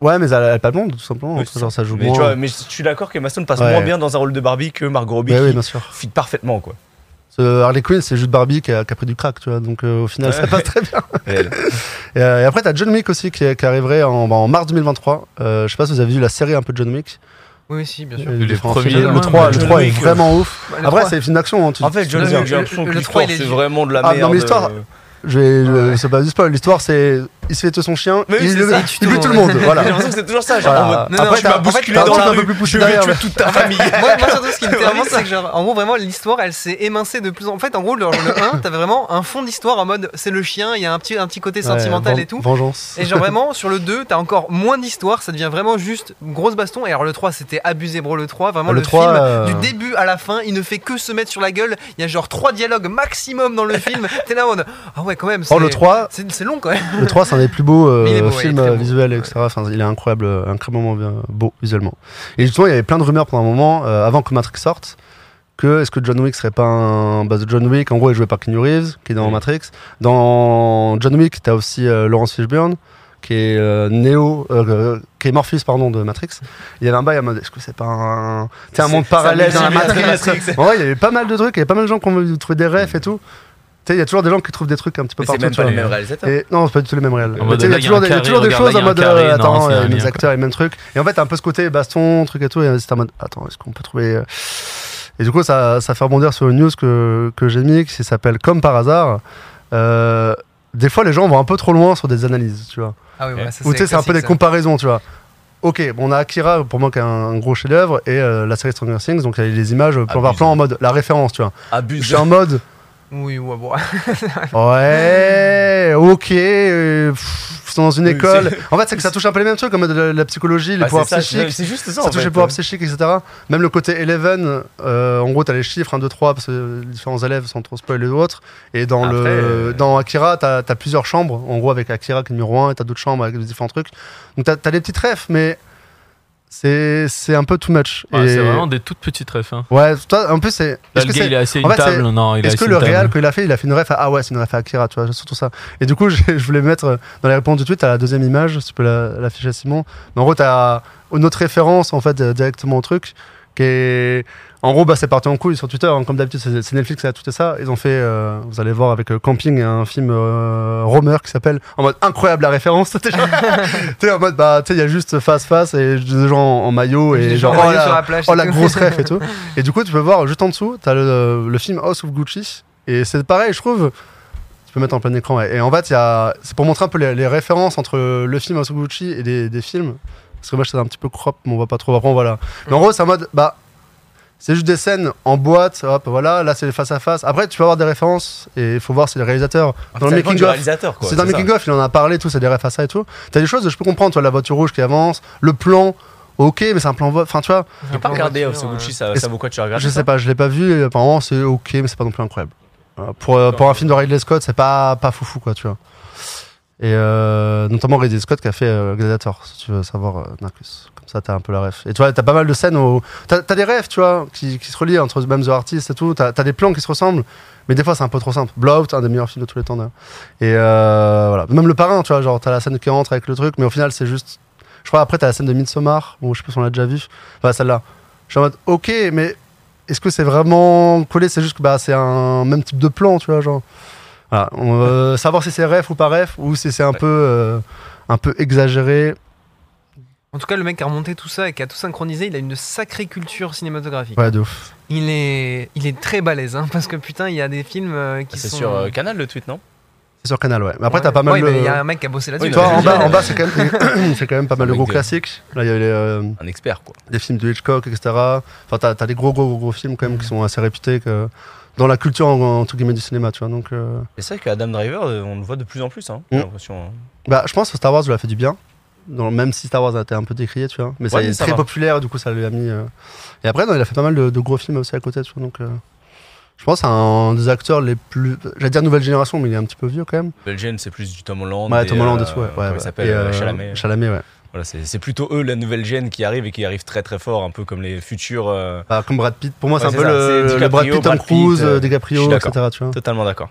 [SPEAKER 2] Ouais, mais elle elle est pas blonde, tout simplement.
[SPEAKER 1] Oui,
[SPEAKER 2] Tout ça, ça joue
[SPEAKER 1] Mais
[SPEAKER 2] moins.
[SPEAKER 1] tu vois, mais je suis d'accord qu'Emma Stone passe
[SPEAKER 2] Ouais.
[SPEAKER 1] moins bien dans un rôle de Barbie que Margot Robbie,
[SPEAKER 2] Ouais, oui,
[SPEAKER 1] qui
[SPEAKER 2] bien sûr.
[SPEAKER 1] fit parfaitement, quoi.
[SPEAKER 2] Ce Harley Quinn, c'est juste Barbie qui a, qui a pris du crack, tu vois. Donc euh, au final, ça
[SPEAKER 1] Ouais.
[SPEAKER 2] passe très bien.
[SPEAKER 1] Elle.
[SPEAKER 2] Et, euh, et après, t'as John Wick aussi qui, est- qui arriverait en, bah, en mars 2023. Euh, je sais pas si vous avez vu la série un peu de John Wick.
[SPEAKER 4] Oui, oui, si, bien sûr.
[SPEAKER 2] Euh,
[SPEAKER 3] les
[SPEAKER 2] différents
[SPEAKER 3] premiers,
[SPEAKER 2] films.
[SPEAKER 3] ouais,
[SPEAKER 2] le 3,
[SPEAKER 1] mais
[SPEAKER 2] le
[SPEAKER 1] John
[SPEAKER 2] 3 est
[SPEAKER 1] Wick, euh,
[SPEAKER 2] vraiment ouf.
[SPEAKER 4] Bah, le
[SPEAKER 2] Après,
[SPEAKER 4] 3.
[SPEAKER 2] c'est une films d'action. hein, tu-
[SPEAKER 1] En fait, John
[SPEAKER 4] Le-
[SPEAKER 1] Wick,
[SPEAKER 4] le-
[SPEAKER 1] j'ai l'impression
[SPEAKER 4] le-
[SPEAKER 1] que
[SPEAKER 4] le trois,
[SPEAKER 1] l'histoire,
[SPEAKER 4] il est
[SPEAKER 1] c'est
[SPEAKER 4] ju-
[SPEAKER 1] vraiment de la
[SPEAKER 2] Ah, non,
[SPEAKER 1] merde.
[SPEAKER 2] mais l'histoire-
[SPEAKER 1] euh,
[SPEAKER 2] Je vais, je-
[SPEAKER 4] Ouais.
[SPEAKER 2] c'est pas du spoil. L'histoire, c'est il se fait tuer son chien,
[SPEAKER 1] Mais oui,
[SPEAKER 2] il,
[SPEAKER 1] c'est
[SPEAKER 2] le-
[SPEAKER 1] ça,
[SPEAKER 4] il tue
[SPEAKER 2] [laughs] il
[SPEAKER 4] tout
[SPEAKER 2] tue
[SPEAKER 4] le
[SPEAKER 2] tout le
[SPEAKER 4] monde.
[SPEAKER 2] monde.
[SPEAKER 1] J'ai
[SPEAKER 2] Voilà.
[SPEAKER 1] l'impression que c'est toujours ça. Genre,
[SPEAKER 2] Voilà.
[SPEAKER 1] en mode,
[SPEAKER 4] Non, non,
[SPEAKER 1] après, tu
[SPEAKER 2] t'as-
[SPEAKER 1] m'as
[SPEAKER 2] en fait,
[SPEAKER 1] bousculé
[SPEAKER 2] t'as
[SPEAKER 1] dans
[SPEAKER 2] un
[SPEAKER 1] la
[SPEAKER 2] truc un peu
[SPEAKER 1] rue.
[SPEAKER 2] plus poussé
[SPEAKER 1] Je vais
[SPEAKER 2] derrière,
[SPEAKER 1] tuer
[SPEAKER 2] mais-
[SPEAKER 1] toute ta famille.
[SPEAKER 4] moi, moi, surtout, ce
[SPEAKER 2] [laughs]
[SPEAKER 4] qui me
[SPEAKER 1] Vraiment
[SPEAKER 4] termine,
[SPEAKER 1] ça.
[SPEAKER 4] c'est que, genre, en gros, vraiment, l'histoire, elle s'est émincée de plus en En fait, en gros, genre, le 1, t'avais vraiment un fond d'histoire en mode c'est le chien, il y a un petit, un petit côté sentimental
[SPEAKER 2] Ouais,
[SPEAKER 4] et tout.
[SPEAKER 2] ven- Vengeance.
[SPEAKER 4] Et
[SPEAKER 2] [laughs]
[SPEAKER 4] genre vraiment sur le 2 t'as encore moins d'histoire, ça devient vraiment juste une grosse baston. Et alors le 3 c'était abusé bro le 3, vraiment
[SPEAKER 2] Ah,
[SPEAKER 4] le,
[SPEAKER 2] le 3,
[SPEAKER 4] film
[SPEAKER 2] euh,
[SPEAKER 4] du début à la fin il ne fait que se mettre sur la gueule, il y a genre 3 dialogues maximum dans le
[SPEAKER 2] [laughs]
[SPEAKER 4] film, t'es là en mode ah ouais quand même c'est
[SPEAKER 2] Or, Oh, le 3,
[SPEAKER 4] c'est c'est long quand même.
[SPEAKER 2] le 3 c'est un des plus beaux euh,
[SPEAKER 4] Mais il est beau, ouais,
[SPEAKER 2] films
[SPEAKER 4] il est très
[SPEAKER 2] euh,
[SPEAKER 4] beau.
[SPEAKER 2] visuels, etc. Enfin, il est incroyable, euh, incroyablement bien, beau visuellement. Et justement, il y avait plein de rumeurs pendant un moment, euh, avant que Matrix sorte, que est-ce que John Wick serait pas un. Bah, John Wick, en gros, est joué par Keanu Reeves, qui est dans
[SPEAKER 1] Oui.
[SPEAKER 2] Matrix. Dans John Wick, t'as aussi euh, Laurence Fishburne, qui est euh, Neo, euh, euh, qui est Morpheus, pardon, de Matrix. Il y avait un bail à mode, est-ce que c'est pas un. C'est un
[SPEAKER 1] C'est-
[SPEAKER 2] monde
[SPEAKER 1] c'est un
[SPEAKER 2] parallèle dans la
[SPEAKER 1] multivers de
[SPEAKER 2] Matrix.
[SPEAKER 1] Matrix.
[SPEAKER 2] En vrai, il y avait pas mal de trucs, il y avait pas mal de gens qui ont trouvé des refs et tout. Tu sais, il y a toujours des gens qui trouvent des trucs un petit peu
[SPEAKER 1] Mais c'est
[SPEAKER 2] partout.
[SPEAKER 1] même
[SPEAKER 2] tu
[SPEAKER 1] pas
[SPEAKER 2] vois.
[SPEAKER 1] les mêmes réalisateurs.
[SPEAKER 2] Et non, c'est pas du tout les mêmes réels.
[SPEAKER 3] En mode,
[SPEAKER 2] Tu sais, Il y
[SPEAKER 3] là,
[SPEAKER 2] a toujours
[SPEAKER 3] un
[SPEAKER 2] des- il y a
[SPEAKER 3] carré,
[SPEAKER 2] toujours des
[SPEAKER 3] regarde,
[SPEAKER 2] choses
[SPEAKER 3] il y
[SPEAKER 2] en
[SPEAKER 3] a un
[SPEAKER 2] mode
[SPEAKER 3] carré,
[SPEAKER 2] euh,
[SPEAKER 3] non,
[SPEAKER 2] attends,
[SPEAKER 3] c'est
[SPEAKER 2] il y a
[SPEAKER 3] un
[SPEAKER 2] les mêmes
[SPEAKER 3] lien,
[SPEAKER 2] acteurs, les mêmes trucs. Et en fait, t'as un peu ce côté baston, truc et tout. Et c'était en mode attends, est-ce qu'on peut trouver. euh, Et du coup, ça, ça fait rebondir sur une news que, que j'ai mis qui s'appelle Comme par hasard. Euh, des fois, les gens vont un peu trop loin sur des analyses, tu vois.
[SPEAKER 4] Ah oui,
[SPEAKER 1] voilà,
[SPEAKER 4] ça,
[SPEAKER 2] Ou tu sais, c'est un peu des comparaisons, tu vois. Ok, bon, on a Akira pour moi qui est un un gros chef-d'œuvre et euh, la série Stranger Things, donc il y a les images euh, plan par
[SPEAKER 1] Abusé.
[SPEAKER 2] plan en mode la référence, tu vois. Je suis
[SPEAKER 1] Abusé.
[SPEAKER 2] en mode
[SPEAKER 4] Oui, ouais, bon.
[SPEAKER 2] Ouais, ok. euh, pff, Ils sont dans une
[SPEAKER 1] Oui,
[SPEAKER 2] école.
[SPEAKER 1] c'est-
[SPEAKER 2] En fait, c'est que ça touche un peu les mêmes trucs, comme de la, la psychologie, les
[SPEAKER 1] Bah,
[SPEAKER 2] pouvoirs
[SPEAKER 1] c'est ça,
[SPEAKER 2] psychiques.
[SPEAKER 1] C'est juste ça.
[SPEAKER 2] Ça
[SPEAKER 1] en
[SPEAKER 2] touche
[SPEAKER 1] fait. euh.
[SPEAKER 2] les pouvoirs psychiques, etc. Même le côté Eleven, euh, en gros, t'as les chiffres 1, 2, 3, parce que euh, les différents élèves sont trop spoilés les autres. Et dans,
[SPEAKER 1] Après,
[SPEAKER 2] le,
[SPEAKER 1] euh,
[SPEAKER 2] dans Akira, t'as as plusieurs chambres, en gros, avec Akira qui est numéro 1, et t'as d'autres chambres avec des différents trucs. Donc t'as as des petits trèfles, mais c'est c'est un peu too much.
[SPEAKER 3] Ouais,
[SPEAKER 2] Et-
[SPEAKER 3] C'est vraiment des toutes petites refs. hein.
[SPEAKER 2] Ouais, toi, en plus, c'est.
[SPEAKER 3] Là,
[SPEAKER 2] est-ce
[SPEAKER 3] le
[SPEAKER 2] que
[SPEAKER 3] gars,
[SPEAKER 2] c'est-
[SPEAKER 3] il est assez
[SPEAKER 2] en fait,
[SPEAKER 3] table.
[SPEAKER 2] c'est-
[SPEAKER 3] Non, il est
[SPEAKER 2] est-ce
[SPEAKER 3] assez
[SPEAKER 2] que le
[SPEAKER 3] table.
[SPEAKER 2] réel qu'il a fait, il a fait une ref à Ah ouais, c'est une ref à Akira, tu vois, surtout ça. Et du coup, [laughs] je, je voulais mettre euh, dans les réponses du tweet à la deuxième image, si tu peux la- l'afficher à Simon. Mais en gros, t'as une autre référence en fait euh, directement au truc qui est. En gros, bah, c'est parti en couille sur Twitter, hein. comme d'habitude, c'est c'est Netflix qui a tout ça. Ils ont fait, euh, vous allez voir avec euh, Camping, un film euh, Romer qui s'appelle en mode incroyable la référence. [laughs] T'es genre- t'es en mode, bah, tu sais, il y a juste face-face et des gens en maillot
[SPEAKER 4] [laughs]
[SPEAKER 2] et genre, oh,
[SPEAKER 4] sur
[SPEAKER 2] la-
[SPEAKER 4] la plage. [laughs]
[SPEAKER 2] Oh
[SPEAKER 4] et
[SPEAKER 2] la
[SPEAKER 4] tout.
[SPEAKER 2] grosse ref et tout. Et du coup, tu peux voir juste en dessous, t'as le, le film House of Gucci. Et c'est pareil, je trouve. Tu peux mettre en plein écran. ouais. Et en fait, il y a- c'est pour montrer un peu les, les références entre le film House of Gucci et des, des films. Parce que moi, je c'est un petit peu crop, mais on voit pas trop. Après, on voit là. Mais en gros, c'est un mode. Bah, c'est juste des scènes en boîte, hop, voilà. Là, c'est face à face. Après, tu peux avoir des références et il faut voir si les réalisateurs.
[SPEAKER 1] Ah,
[SPEAKER 2] Dans
[SPEAKER 1] ça
[SPEAKER 2] le
[SPEAKER 1] dépend du
[SPEAKER 2] making-of.
[SPEAKER 1] réalisateur, quoi,
[SPEAKER 2] C'est dans
[SPEAKER 1] ça.
[SPEAKER 2] Making Off, il en a parlé, tout, c'est des refs à ça et tout. T'as des choses que je peux comprendre, toi, la voiture rouge qui avance, le plan, ok, mais c'est un plan. vo- Enfin, tu vois,
[SPEAKER 4] J'ai
[SPEAKER 1] J'ai pas regardé House of
[SPEAKER 4] ouais.
[SPEAKER 1] Gucci, ça, ça
[SPEAKER 2] Est-ce-
[SPEAKER 1] vaut quoi tu regardes
[SPEAKER 2] je sais pas, je l'ai pas vu, et apparemment c'est ok, mais c'est pas non plus incroyable. Voilà, Pour, euh, pour un film de Ridley Scott, c'est pas, pas foufou, quoi, tu vois. Et euh, notamment Ridley Scott qui a fait euh, Gladiator, si tu veux savoir, euh, Narcus. Comme ça, t'as un peu la ref. Et tu vois, t'as pas mal de scènes où. T'as t'as des refs, tu vois, qui, qui se relient entre même The Artist et tout. T'as t'as des plans qui se ressemblent, mais des fois, c'est un peu trop simple. Blowout, un des meilleurs films de tous les temps, d'ailleurs. Et euh, voilà. Même le parrain, tu vois, genre, t'as la scène qui rentre avec le truc, mais au final, c'est juste. Je crois après, t'as la scène de Midsommar, ou je sais pas si on l'a déjà vu. Enfin, celle-là. Je suis en mode, ok, mais est-ce que c'est vraiment collé C'est juste que bah, c'est un même type de plan, tu vois, genre. Voilà, on, euh, savoir si c'est ref ou pas ref, ou si c'est un peu euh, un peu exagéré.
[SPEAKER 4] En tout cas, le mec qui a remonté tout ça et qui a tout synchronisé, il a une sacrée culture cinématographique.
[SPEAKER 2] Ouais, de ouf.
[SPEAKER 4] Il est il est très balèze hein, parce que putain, il y a des films euh, qui
[SPEAKER 1] C'est
[SPEAKER 4] sont
[SPEAKER 1] sur euh, Canal le tweet, non
[SPEAKER 2] C'est sur Canal, ouais. Mais après,
[SPEAKER 4] Ouais.
[SPEAKER 2] t'as pas mal
[SPEAKER 4] Ouais,
[SPEAKER 2] de.
[SPEAKER 4] mais Il y a un mec qui a bossé là-dessus.
[SPEAKER 1] Oui,
[SPEAKER 2] Toi,
[SPEAKER 1] non,
[SPEAKER 2] en
[SPEAKER 1] mais-
[SPEAKER 2] bas, en bas, c'est quand même, [coughs] c'est quand même pas mal de
[SPEAKER 1] mec
[SPEAKER 2] gros
[SPEAKER 1] de-
[SPEAKER 2] classiques. Là, il y a les, euh,
[SPEAKER 1] Un expert, quoi.
[SPEAKER 2] des films de Hitchcock, etc. Enfin, t'as, t'as des gros, gros, gros, gros films quand même qui sont assez réputés que, dans la culture, en, en tout guillemets, du cinéma, tu vois. Donc, euh,
[SPEAKER 1] Mais c'est vrai qu'Adam Driver, euh, on le voit de plus en plus, hein, j'ai
[SPEAKER 2] Mm.
[SPEAKER 1] l'impression. hein.
[SPEAKER 2] Bah, je pense que Star Wars lui a fait du bien. Dans, même si Star Wars a été un peu décrié, tu vois. Mais ça
[SPEAKER 1] Ouais, mais
[SPEAKER 2] est
[SPEAKER 1] ça
[SPEAKER 2] très
[SPEAKER 1] va.
[SPEAKER 2] populaire, du coup, ça lui a mis. euh, Et après, non, il a fait pas mal de, de gros films aussi à côté, tu vois. Donc, euh, je pense à un des acteurs les plus. J'allais dire nouvelle génération, mais il est un petit peu vieux quand même.
[SPEAKER 1] Belgian, c'est plus du Tom Holland.
[SPEAKER 2] Ouais,
[SPEAKER 1] et,
[SPEAKER 2] Tom Holland
[SPEAKER 1] euh,
[SPEAKER 2] et tout, ouais.
[SPEAKER 1] Comment
[SPEAKER 2] ouais,
[SPEAKER 1] il
[SPEAKER 2] ouais.
[SPEAKER 1] s'appelle
[SPEAKER 2] Et,
[SPEAKER 1] euh,
[SPEAKER 2] euh,
[SPEAKER 1] Chalamet.
[SPEAKER 2] Chalamet, ouais.
[SPEAKER 1] Voilà, c'est c'est plutôt eux, la nouvelle gène, qui arrive et qui arrive très très fort, un peu comme les futurs. euh,
[SPEAKER 2] Bah, comme Brad Pitt. Pour moi,
[SPEAKER 1] Ouais,
[SPEAKER 2] c'est un
[SPEAKER 1] c'est
[SPEAKER 2] peu
[SPEAKER 1] ça, c'est
[SPEAKER 2] le, le
[SPEAKER 1] DiCaprio,
[SPEAKER 2] Brad Pitt, Tom
[SPEAKER 1] Brad Pitt,
[SPEAKER 2] Cruise,
[SPEAKER 1] euh,
[SPEAKER 2] euh,
[SPEAKER 1] je suis
[SPEAKER 2] DiCaprio,
[SPEAKER 1] d'accord.
[SPEAKER 2] etc. Tu vois.
[SPEAKER 1] Totalement d'accord.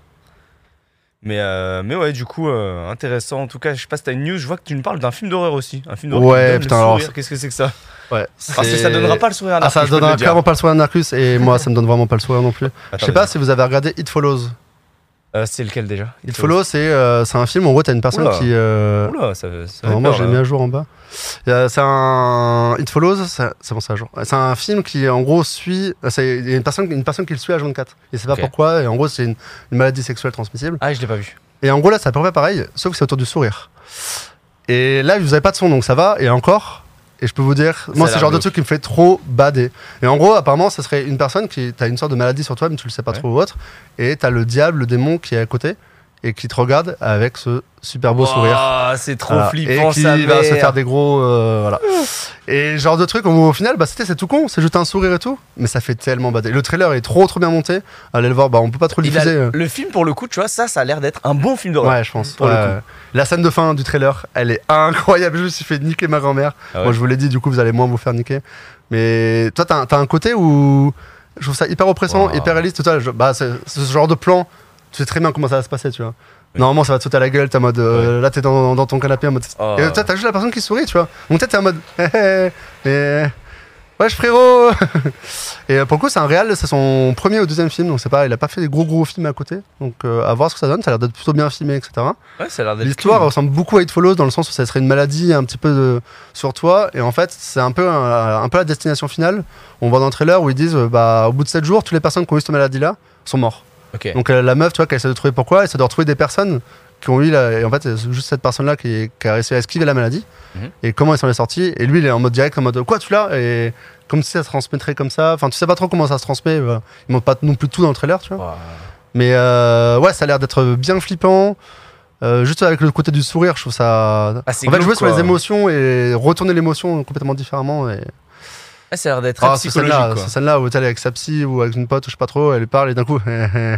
[SPEAKER 1] Mais, euh, mais ouais, du coup, euh, intéressant. En tout cas, je sais pas si t'as une news. Je vois que tu nous parles d'un film d'horreur aussi. Un film d'horreur. qui
[SPEAKER 2] Ouais,
[SPEAKER 1] donne le
[SPEAKER 2] putain, alors,
[SPEAKER 1] sourire. Qu'est-ce que c'est que ça
[SPEAKER 2] Ouais.
[SPEAKER 1] Parce que ça donnera pas le sourire à
[SPEAKER 2] Ah, ça
[SPEAKER 1] Narcisse, je peux
[SPEAKER 2] donnera
[SPEAKER 1] te le dire.
[SPEAKER 2] clairement pas le sourire à Narcus,
[SPEAKER 1] [laughs]
[SPEAKER 2] et moi, ça me donne vraiment pas le sourire non plus. Je sais
[SPEAKER 1] Attends,
[SPEAKER 2] pas si vous avez regardé It Follows.
[SPEAKER 1] Euh, c'est lequel déjà
[SPEAKER 2] It Follows, c'est euh, c'est un film, en gros, t'as une personne
[SPEAKER 1] Oula.
[SPEAKER 2] qui. euh,
[SPEAKER 1] Oula, ça, ça fait
[SPEAKER 2] Alors moi,
[SPEAKER 1] peur,
[SPEAKER 2] je l'ai
[SPEAKER 1] là. hein
[SPEAKER 2] mis à jour en bas. Euh, C'est un. It Follows, ça- c'est bon, c'est à jour. Euh, C'est un film qui, en gros, suit. euh, c'est- Il y a une personne, une personne qui le suit à 24. Il sait pas
[SPEAKER 1] Ok.
[SPEAKER 2] pourquoi. Et en gros, c'est une, une maladie sexuelle transmissible.
[SPEAKER 1] Ah, je l'ai pas vu.
[SPEAKER 2] Et en gros, là, c'est à peu près pareil, sauf que c'est autour du sourire. Et là, vous avez pas de son, donc ça va, et encore. Et je peux vous dire, moi,
[SPEAKER 1] Ça
[SPEAKER 2] c'est le genre de
[SPEAKER 1] l'arnaque.
[SPEAKER 2] truc qui me fait trop bader. Et en gros, apparemment, ça serait une personne qui. T'as une sorte de maladie sur toi, mais tu le sais pas
[SPEAKER 1] Ouais.
[SPEAKER 2] trop ou autre. Et t'as le diable, le démon qui est à côté, et qui te regarde avec ce super beau sourire.
[SPEAKER 1] Ah, c'est trop
[SPEAKER 2] Voilà.
[SPEAKER 1] flippant
[SPEAKER 2] Et qui
[SPEAKER 1] ça.
[SPEAKER 2] va se faire des gros. euh, voilà. Et genre de truc, au, au final, bah, c'était c'est tout con, c'est juste un sourire et tout. Mais ça fait tellement bader. Le trailer est trop trop bien monté. Allez le voir, bah, on peut pas trop le
[SPEAKER 1] Il a-
[SPEAKER 2] diffuser. euh.
[SPEAKER 1] le film pour le coup, tu vois, ça, ça a l'air d'être un bon film d'horreur.
[SPEAKER 2] Ouais, je pense.
[SPEAKER 1] Pour le
[SPEAKER 2] Ouais, ouais. La scène de fin du trailer, elle est incroyable. [laughs] Je me suis fait niquer ma grand-mère.
[SPEAKER 1] Ah ouais.
[SPEAKER 2] Moi, je vous l'ai dit, du coup, vous allez moins vous faire niquer. Mais toi, t'as as un côté où je trouve ça hyper oppressant,
[SPEAKER 1] Wow.
[SPEAKER 2] hyper réaliste. Total, Je- bah, c'est- c'est ce genre de plan, tu sais très bien comment ça va se passer, tu vois.
[SPEAKER 1] Oui.
[SPEAKER 2] Normalement, ça va te sauter à la gueule. T'es en mode euh, là, t'es dans, dans ton canapé en mode.
[SPEAKER 1] Oh.
[SPEAKER 2] Et toi, t'as juste la personne qui sourit, tu vois. Donc, toi, t'es en mode. [laughs] eh, Hé, hé, hé, et- eh. Wesh frérot [laughs] Et euh, pour le coup c'est un réal, c'est son premier ou deuxième film, donc c'est pas, il a pas fait des gros gros films à côté, donc euh, à voir ce que ça donne, ça a l'air d'être plutôt bien filmé, etc.
[SPEAKER 1] Ouais, ça a l'air d'être
[SPEAKER 2] L'histoire
[SPEAKER 1] cool.
[SPEAKER 2] ressemble beaucoup à It Follows dans le sens où ça serait une maladie un petit peu de- sur toi et en fait c'est un peu un, un peu la destination finale. On voit dans le trailer où ils disent euh, bah au bout de 7 jours toutes les personnes qui ont eu cette maladie là sont mortes.
[SPEAKER 1] Ok.
[SPEAKER 2] Donc euh, la meuf tu vois qu'elle essaie de trouver pourquoi, elle essaie de retrouver des personnes qui ont eu la, et en fait c'est juste cette personne là qui, qui a réussi à esquiver la maladie
[SPEAKER 1] Mhm.
[SPEAKER 2] et comment ils sont les sortis et lui il est en mode direct en mode quoi tu l'as et comme si ça se transmettrait comme ça. Enfin tu sais pas trop comment ça se transmet. voilà. Ils montrent pas non plus tout dans le trailer tu vois.
[SPEAKER 1] Wow.
[SPEAKER 2] Mais euh, ouais, ça a l'air d'être bien flippant. Euh, juste avec le côté du sourire, je trouve ça.
[SPEAKER 1] Ah, c'est
[SPEAKER 2] on va
[SPEAKER 1] glauque,
[SPEAKER 2] jouer sur
[SPEAKER 1] quoi.
[SPEAKER 2] les émotions et retourner l'émotion complètement différemment. Et...
[SPEAKER 1] Ah, ça a l'air d'être
[SPEAKER 2] Ah,
[SPEAKER 1] très
[SPEAKER 2] cette
[SPEAKER 1] psychologique.
[SPEAKER 2] scène-là,
[SPEAKER 1] quoi.
[SPEAKER 2] cette scène-là où t'es avec sa psy ou avec une pote, je sais pas trop, elle parle et d'un coup. [laughs] oh là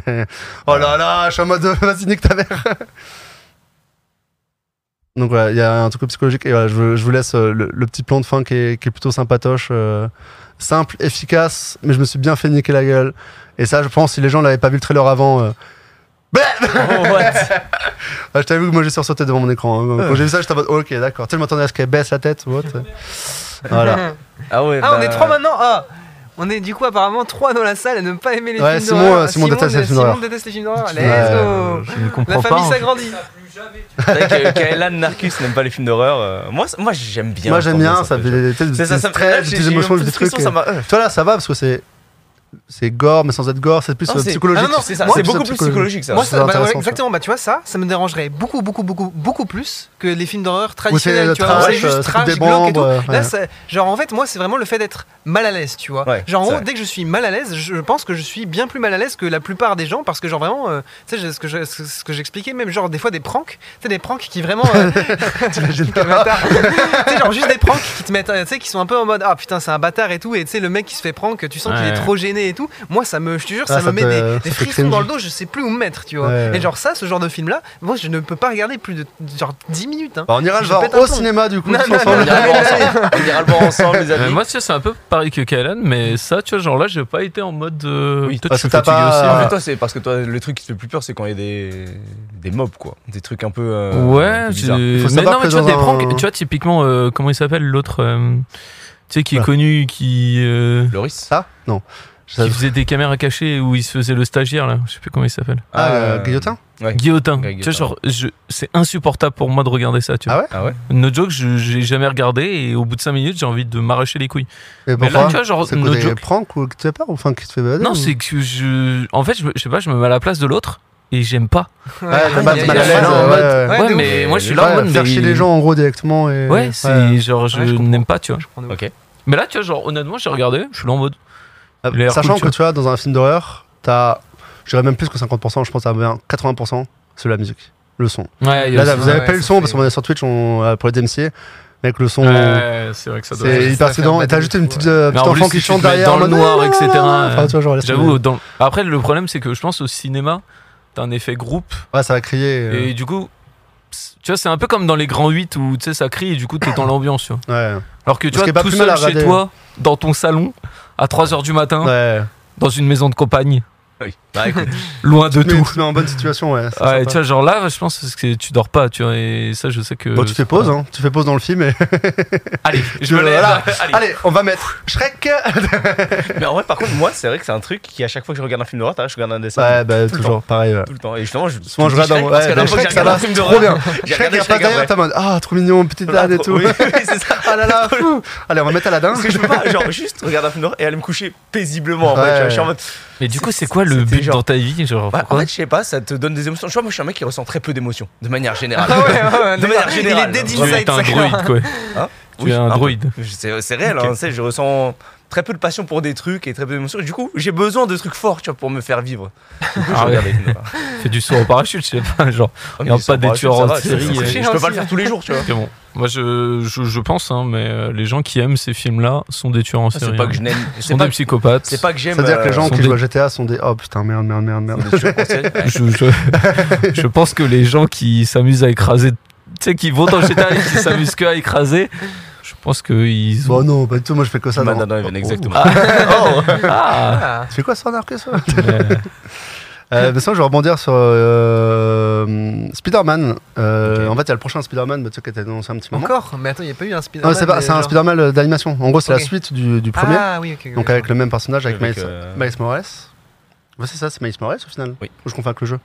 [SPEAKER 2] là, je suis en mode [laughs] vas-y, nique ta mère. [laughs] Donc voilà, il y a un truc psychologique. Et voilà, je, vous- je vous laisse euh, le, le petit plan de fin qui est, qui est plutôt sympatoche. euh, simple, efficace, mais je me suis bien fait niquer la gueule. Et ça, je pense, si les gens l'avaient pas vu le trailer avant. euh,
[SPEAKER 1] Oh, what
[SPEAKER 2] Ah, je t'avoue que moi j'ai sursauté devant mon écran. hein. Quand j'ai vu ça, j'étais en mode ok, d'accord. Tu sais, je m'attendais à ce qu'elle baisse la tête ou autre. voilà.
[SPEAKER 1] Ah ouais.
[SPEAKER 4] [laughs] Ah, on
[SPEAKER 1] bah,
[SPEAKER 4] est trois maintenant Ah On est du coup apparemment trois dans la salle à ne pas aimer les
[SPEAKER 2] Ouais,
[SPEAKER 4] films
[SPEAKER 2] Simon,
[SPEAKER 4] d'horreur.
[SPEAKER 2] euh, Simon déteste les films d'horreur.
[SPEAKER 4] Simon déteste les films d'horreur. Let's
[SPEAKER 2] Ouais,
[SPEAKER 4] go
[SPEAKER 3] Je ne
[SPEAKER 4] La
[SPEAKER 3] comprends pas.
[SPEAKER 4] famille
[SPEAKER 3] en fait.
[SPEAKER 4] s'agrandit.
[SPEAKER 1] C'est vrai que euh, Kaelan Narcus n'aime pas les films d'horreur. euh, Moi, c- moi j'aime bien.
[SPEAKER 2] Moi j'aime
[SPEAKER 1] quand
[SPEAKER 2] bien, ça
[SPEAKER 1] fait
[SPEAKER 2] fait
[SPEAKER 1] genre-
[SPEAKER 2] des, tu sais, des
[SPEAKER 1] C'est ça,
[SPEAKER 2] petits
[SPEAKER 1] ça me
[SPEAKER 2] stress,
[SPEAKER 1] fait
[SPEAKER 2] des
[SPEAKER 1] j'ai-
[SPEAKER 2] petites
[SPEAKER 1] j'ai eu
[SPEAKER 2] émotions,
[SPEAKER 1] une
[SPEAKER 2] des
[SPEAKER 1] petite
[SPEAKER 2] trucs.
[SPEAKER 1] frisson, ça m'a- euh,
[SPEAKER 2] Toi là, ça va parce que c'est. C'est gore, mais sans être gore, c'est plus
[SPEAKER 1] non,
[SPEAKER 2] euh,
[SPEAKER 1] c'est-
[SPEAKER 2] psychologique.
[SPEAKER 1] ah non, non, c'est ça,
[SPEAKER 2] Moi,
[SPEAKER 1] c'est beaucoup plus psychologique ça.
[SPEAKER 4] Moi,
[SPEAKER 2] c'est
[SPEAKER 4] ça, bah,
[SPEAKER 2] intéressant,
[SPEAKER 4] ouais, exactement, bah tu vois, ça, ça me dérangerait beaucoup, beaucoup, beaucoup, beaucoup plus que les films
[SPEAKER 2] Ou
[SPEAKER 4] d'horreur
[SPEAKER 2] c'est
[SPEAKER 4] traditionnels,
[SPEAKER 2] euh,
[SPEAKER 4] tu vois, où c'est
[SPEAKER 2] trash,
[SPEAKER 4] juste
[SPEAKER 2] euh, truc
[SPEAKER 4] trash,
[SPEAKER 2] des
[SPEAKER 4] glauque et
[SPEAKER 2] bombes.
[SPEAKER 4] tout.
[SPEAKER 2] euh,
[SPEAKER 4] Là,
[SPEAKER 2] ouais.
[SPEAKER 4] ça- genre en fait, moi, c'est vraiment le fait d'être mal à l'aise, tu vois.
[SPEAKER 1] Ouais,
[SPEAKER 4] genre en
[SPEAKER 1] c'est
[SPEAKER 4] gros,
[SPEAKER 1] vrai.
[SPEAKER 4] dès que je suis mal à l'aise, je pense que je suis bien plus mal à l'aise que la plupart des gens parce que genre vraiment, euh, tu sais, je- ce que je- ce ce que j'expliquais, même genre des fois des pranks, tu sais, des pranks
[SPEAKER 2] [laughs]
[SPEAKER 4] qui vraiment, euh,
[SPEAKER 2] T'imagines
[SPEAKER 4] Quel
[SPEAKER 2] pas.
[SPEAKER 4] bâtard. tu sais, genre juste des pranks qui te mettent, euh, tu sais, qui sont un peu en mode ah putain, c'est un bâtard et tout. Et tu sais, le mec qui se fait prank, tu sens qu'il
[SPEAKER 3] Ouais.
[SPEAKER 4] est trop gêné et tout. Moi, ça me, je te jure, ça,
[SPEAKER 2] Ah, ça
[SPEAKER 4] me met
[SPEAKER 2] te-
[SPEAKER 4] des,
[SPEAKER 2] ça
[SPEAKER 4] des
[SPEAKER 2] te
[SPEAKER 4] frissons
[SPEAKER 2] cringe.
[SPEAKER 4] dans le dos, je sais plus où me mettre, tu vois.
[SPEAKER 2] Ouais.
[SPEAKER 4] Et genre, ça, ce genre de film là, moi, je ne peux pas regarder plus de genre 10 minutes. hein.
[SPEAKER 2] Bah, on ira le
[SPEAKER 4] Je
[SPEAKER 2] voir
[SPEAKER 4] pète un
[SPEAKER 2] au
[SPEAKER 4] plomb.
[SPEAKER 2] cinéma du coup.
[SPEAKER 4] Non,
[SPEAKER 2] tous
[SPEAKER 4] non,
[SPEAKER 1] On
[SPEAKER 2] ensemble.
[SPEAKER 1] ira le voir ensemble. On ira le voir ensemble, les
[SPEAKER 3] Mais
[SPEAKER 1] amis.
[SPEAKER 3] Euh, moi, tu sais, c'est un peu pareil que Kaelan, mais ça, tu vois, genre là, j'ai pas été en mode. euh,
[SPEAKER 1] Oui,
[SPEAKER 3] peut-être
[SPEAKER 2] parce
[SPEAKER 3] je suis
[SPEAKER 2] que t'as
[SPEAKER 3] fatigué
[SPEAKER 2] pas-
[SPEAKER 1] En
[SPEAKER 3] aussi,
[SPEAKER 1] fait,
[SPEAKER 3] mais-
[SPEAKER 1] toi, c'est parce que toi, le truc qui te fait le plus peur, c'est quand il y a des, des mobs, quoi. Des trucs un peu. euh, un peu
[SPEAKER 3] Ouais,
[SPEAKER 1] bizarres.
[SPEAKER 3] j'ai-
[SPEAKER 2] Faut
[SPEAKER 3] mais
[SPEAKER 2] savoir
[SPEAKER 3] non, mais
[SPEAKER 2] que
[SPEAKER 3] tu vois,
[SPEAKER 2] dans
[SPEAKER 3] des
[SPEAKER 2] un-
[SPEAKER 3] pranks, tu vois, typiquement, euh, comment il s'appelle l'autre, euh, tu sais, qui est
[SPEAKER 2] Ouais.
[SPEAKER 3] connu, qui, euh,
[SPEAKER 1] Loris
[SPEAKER 2] Ça Non. Je
[SPEAKER 3] qui
[SPEAKER 2] savais-
[SPEAKER 3] faisait des caméras cachées où il se faisait le stagiaire, là, je sais plus comment il s'appelle.
[SPEAKER 2] Ah,
[SPEAKER 1] euh,
[SPEAKER 2] euh, Guillotin
[SPEAKER 3] Guillotin.
[SPEAKER 1] Ouais,
[SPEAKER 3] Tu
[SPEAKER 1] Guillotin.
[SPEAKER 3] vois, genre, je- c'est insupportable pour moi de regarder ça, tu vois.
[SPEAKER 2] Ah
[SPEAKER 1] Ah ouais
[SPEAKER 3] No joke, je j'ai jamais regardé et au bout de 5 minutes, j'ai envie de m'arracher les couilles.
[SPEAKER 2] Et
[SPEAKER 3] Mais là,
[SPEAKER 2] pourquoi
[SPEAKER 3] tu vois, genre,
[SPEAKER 2] C'est
[SPEAKER 3] no
[SPEAKER 2] quoi des
[SPEAKER 3] joke.
[SPEAKER 2] pranks ou qui te fait peur ou enfin qui te fait bader
[SPEAKER 3] Non,
[SPEAKER 2] ou-
[SPEAKER 3] c'est que je. En fait, je, me- je sais pas, je me mets à la place de l'autre et j'aime pas.
[SPEAKER 4] Ouais,
[SPEAKER 2] Ouais, t'as
[SPEAKER 4] Ah, il
[SPEAKER 2] pas
[SPEAKER 4] y a-
[SPEAKER 2] de
[SPEAKER 4] il y a-
[SPEAKER 2] mal à
[SPEAKER 4] il y a-
[SPEAKER 2] l'aise,
[SPEAKER 3] en mode-
[SPEAKER 2] ouais, ouais.
[SPEAKER 4] Ouais,
[SPEAKER 3] Ouais,
[SPEAKER 4] de
[SPEAKER 3] mais
[SPEAKER 1] ouf.
[SPEAKER 3] moi, je suis
[SPEAKER 1] Ouais,
[SPEAKER 3] là en
[SPEAKER 2] Ouais,
[SPEAKER 3] mode.
[SPEAKER 2] Faire
[SPEAKER 3] mais-
[SPEAKER 2] chier les gens en gros directement. et-
[SPEAKER 3] Ouais, c'est genre, je
[SPEAKER 4] Ouais, je comprends.
[SPEAKER 3] n'aime pas, tu vois.
[SPEAKER 4] Je prends de ouf.
[SPEAKER 1] Ok.
[SPEAKER 3] Mais là, tu vois, genre, honnêtement, j'ai regardé, je suis là en mode.
[SPEAKER 2] Ah,
[SPEAKER 3] Il a l'air
[SPEAKER 2] Sachant
[SPEAKER 3] cool, tu
[SPEAKER 2] que tu vois, dans un film d'horreur, t'as, je dirais même plus que 50%, je pense à bien 80%, c'est la musique, le son.
[SPEAKER 3] Ouais, il y a
[SPEAKER 2] Là,
[SPEAKER 3] aussi-
[SPEAKER 2] vous avez
[SPEAKER 4] ouais,
[SPEAKER 2] pas eu le
[SPEAKER 4] ça
[SPEAKER 2] son
[SPEAKER 4] fait-
[SPEAKER 2] parce qu'on est sur Twitch on, euh, pour les DMC, mec, le son,
[SPEAKER 3] Ouais, ouais, c'est vrai que ça doit
[SPEAKER 2] c'est
[SPEAKER 4] ça
[SPEAKER 2] hyper
[SPEAKER 4] fait
[SPEAKER 2] sédant.
[SPEAKER 4] un
[SPEAKER 2] Et t'as
[SPEAKER 4] peu
[SPEAKER 2] juste
[SPEAKER 4] de
[SPEAKER 2] une
[SPEAKER 4] fou,
[SPEAKER 2] petite,
[SPEAKER 4] ouais.
[SPEAKER 2] euh,
[SPEAKER 3] Mais
[SPEAKER 2] petite
[SPEAKER 3] en plus,
[SPEAKER 2] enfant
[SPEAKER 3] si
[SPEAKER 2] qui
[SPEAKER 3] tu
[SPEAKER 2] chante
[SPEAKER 3] te mets
[SPEAKER 2] derrière
[SPEAKER 3] dans
[SPEAKER 2] en
[SPEAKER 3] le
[SPEAKER 2] mode,
[SPEAKER 3] noir,
[SPEAKER 2] non, non,
[SPEAKER 3] etc.,
[SPEAKER 2] non, non. Enfin, tu vois, genre, laisse tomber.
[SPEAKER 3] J'avoue, dans... après le problème c'est que je pense au cinéma, t'as un effet groupe
[SPEAKER 2] Ouais, ça va crier. euh,
[SPEAKER 3] et du coup, pss, tu vois, c'est un peu comme dans les grands 8 où tu sais ça crie et du coup t'es dans l'ambiance. tu vois.
[SPEAKER 2] Ouais,
[SPEAKER 3] Alors que
[SPEAKER 2] Ce
[SPEAKER 3] tu
[SPEAKER 2] qui est
[SPEAKER 3] vois,
[SPEAKER 2] pas
[SPEAKER 3] tout
[SPEAKER 2] plus mal à
[SPEAKER 3] seul chez
[SPEAKER 2] regarder.
[SPEAKER 3] toi, dans ton salon, à 3h du matin,
[SPEAKER 2] ouais.
[SPEAKER 3] dans une maison de campagne,
[SPEAKER 1] Oui. Bah écoute,
[SPEAKER 3] loin de
[SPEAKER 2] Tu te mets-
[SPEAKER 3] tout.
[SPEAKER 2] tu te mets en bonne situation, ouais. c'est
[SPEAKER 3] Ouais,
[SPEAKER 2] sympa.
[SPEAKER 3] tu vois, genre là, je pense que tu dors pas, tu vois, et ça je sais que.
[SPEAKER 2] Bon, tu fais pause, hein. Tu fais pause dans le
[SPEAKER 3] [laughs]
[SPEAKER 2] film et. [laughs]
[SPEAKER 3] Allez, je me
[SPEAKER 2] Voilà.
[SPEAKER 3] lève.
[SPEAKER 2] Allez. on va mettre Shrek.
[SPEAKER 1] mais en vrai, par contre, moi, c'est vrai que c'est un truc qui, à chaque fois que je regarde un film d'horreur, t'as vu, je regarde un dessin.
[SPEAKER 2] Ouais, bah,
[SPEAKER 1] Tout le
[SPEAKER 2] toujours, pareil, ouais.
[SPEAKER 1] Tout le temps. Et justement, je.
[SPEAKER 2] Souvent, je regarde
[SPEAKER 1] Shrek,
[SPEAKER 2] dans-
[SPEAKER 1] parce
[SPEAKER 2] ouais,
[SPEAKER 1] que la
[SPEAKER 2] bah,
[SPEAKER 1] fois que
[SPEAKER 2] Shrek,
[SPEAKER 1] j'ai
[SPEAKER 2] ça
[SPEAKER 1] regardé un
[SPEAKER 2] va,
[SPEAKER 1] film
[SPEAKER 2] Trop
[SPEAKER 1] d'horreur.
[SPEAKER 2] bien.
[SPEAKER 1] J'ai
[SPEAKER 2] Shrek,
[SPEAKER 1] regardé
[SPEAKER 2] il passe
[SPEAKER 1] Shrek
[SPEAKER 2] derrière,
[SPEAKER 1] après.
[SPEAKER 2] t'as en mode, Ah, trop mignon, petite dame et
[SPEAKER 1] trop-
[SPEAKER 2] tout.
[SPEAKER 1] Oui, [laughs] oui, c'est ça.
[SPEAKER 2] Ah là
[SPEAKER 3] [laughs]
[SPEAKER 2] là, fou. Allez, on va mettre à la dingue.
[SPEAKER 1] Parce que je peux pas, genre, juste regarder un film d'horreur et aller me coucher paisiblement. En fait,
[SPEAKER 2] Ouais.
[SPEAKER 1] tu vois, je suis en mode.
[SPEAKER 3] Mais du coup, c'est quoi le
[SPEAKER 1] c'était
[SPEAKER 3] but
[SPEAKER 1] genre-
[SPEAKER 3] dans ta vie genre,
[SPEAKER 1] Bah, en
[SPEAKER 3] pourquoi
[SPEAKER 1] fait, je sais pas, ça te donne des émotions. Je crois, moi, je suis un mec qui ressent très peu d'émotions, de manière générale.
[SPEAKER 4] Ah ouais, ouais, ouais,
[SPEAKER 1] de manière
[SPEAKER 4] d'accord.
[SPEAKER 1] générale. hein.
[SPEAKER 4] Il est
[SPEAKER 3] Tu es
[SPEAKER 4] dédié
[SPEAKER 3] un droïde, quoi. Tu
[SPEAKER 1] Oui,
[SPEAKER 3] es un
[SPEAKER 1] un peu.
[SPEAKER 3] droïde.
[SPEAKER 1] C'est c'est réel,
[SPEAKER 3] Ok.
[SPEAKER 1] hein, tu sais, je ressens très peu de passion pour des trucs et très peu d'émotions. Du coup, j'ai besoin de trucs forts, tu vois, pour me faire vivre. Du coup, je
[SPEAKER 3] Ah
[SPEAKER 1] regarde
[SPEAKER 3] ouais.
[SPEAKER 1] les films.
[SPEAKER 3] Fais du saut en parachute, je sais pas. [laughs] Genre,
[SPEAKER 1] Ah, mais
[SPEAKER 3] Regarde
[SPEAKER 1] ils sont
[SPEAKER 3] pas des
[SPEAKER 1] parachutes,
[SPEAKER 3] tueurs
[SPEAKER 1] ça
[SPEAKER 3] en
[SPEAKER 1] va, c'est-
[SPEAKER 3] série,
[SPEAKER 1] c'est-
[SPEAKER 3] euh,
[SPEAKER 1] Je peux pas le faire tous les
[SPEAKER 3] [laughs]
[SPEAKER 1] jours, tu vois.
[SPEAKER 3] ok, bon. Moi, je, je, je pense, hein, mais euh, les gens qui aiment ces films-là sont des tueurs en
[SPEAKER 1] Ah,
[SPEAKER 3] série.
[SPEAKER 1] C'est pas
[SPEAKER 3] hein.
[SPEAKER 1] que je n'aime.
[SPEAKER 3] Ils
[SPEAKER 1] C'est
[SPEAKER 3] sont
[SPEAKER 1] pas,
[SPEAKER 3] des psychopathes.
[SPEAKER 1] c'est pas que j'aime.
[SPEAKER 2] C'est-à-dire que les
[SPEAKER 1] euh,
[SPEAKER 2] gens
[SPEAKER 3] sont
[SPEAKER 2] qui jouent
[SPEAKER 3] des-
[SPEAKER 2] à GTA sont des oh putain merde merde merde merde.
[SPEAKER 1] des tueurs en série. Ouais.
[SPEAKER 3] Je, je- je pense que les gens qui s'amusent à écraser, tu sais, qui vont dans GTA et qui s'amusent que à écraser, je pense qu'ils ont.
[SPEAKER 2] Bon Bah non, pas du tout, moi je fais que ça.
[SPEAKER 1] Bah,
[SPEAKER 2] non.
[SPEAKER 1] non, non, exactement.
[SPEAKER 3] Ah, ah. bah
[SPEAKER 4] Ah.
[SPEAKER 2] Tu fais quoi ça, Narcus ça
[SPEAKER 3] Mais-
[SPEAKER 2] Euh, mais sinon, je vais rebondir sur euh, euh, Spider-Man. Euh,
[SPEAKER 1] Ok.
[SPEAKER 2] En fait, il y a le prochain Spider-Man, bah, tu sais, qui a été annoncé un petit moment.
[SPEAKER 4] Encore Mais attends, il n'y a pas eu un
[SPEAKER 2] Non,
[SPEAKER 4] Spider-Man.
[SPEAKER 2] mais c'est pas-
[SPEAKER 4] mais
[SPEAKER 2] c'est un
[SPEAKER 4] genre-
[SPEAKER 2] Spider-Man euh, d'animation. En gros, c'est
[SPEAKER 4] Ok.
[SPEAKER 2] la suite du, du premier.
[SPEAKER 4] Ah oui, ok. ok,
[SPEAKER 2] donc,
[SPEAKER 4] oui,
[SPEAKER 2] avec le même personnage, avec,
[SPEAKER 1] Avec,
[SPEAKER 2] Miles,
[SPEAKER 1] euh,
[SPEAKER 2] Miles Morales. Ouais, c'est ça, c'est Miles Morales au final
[SPEAKER 1] Oui.
[SPEAKER 2] Ou je confonds avec le jeu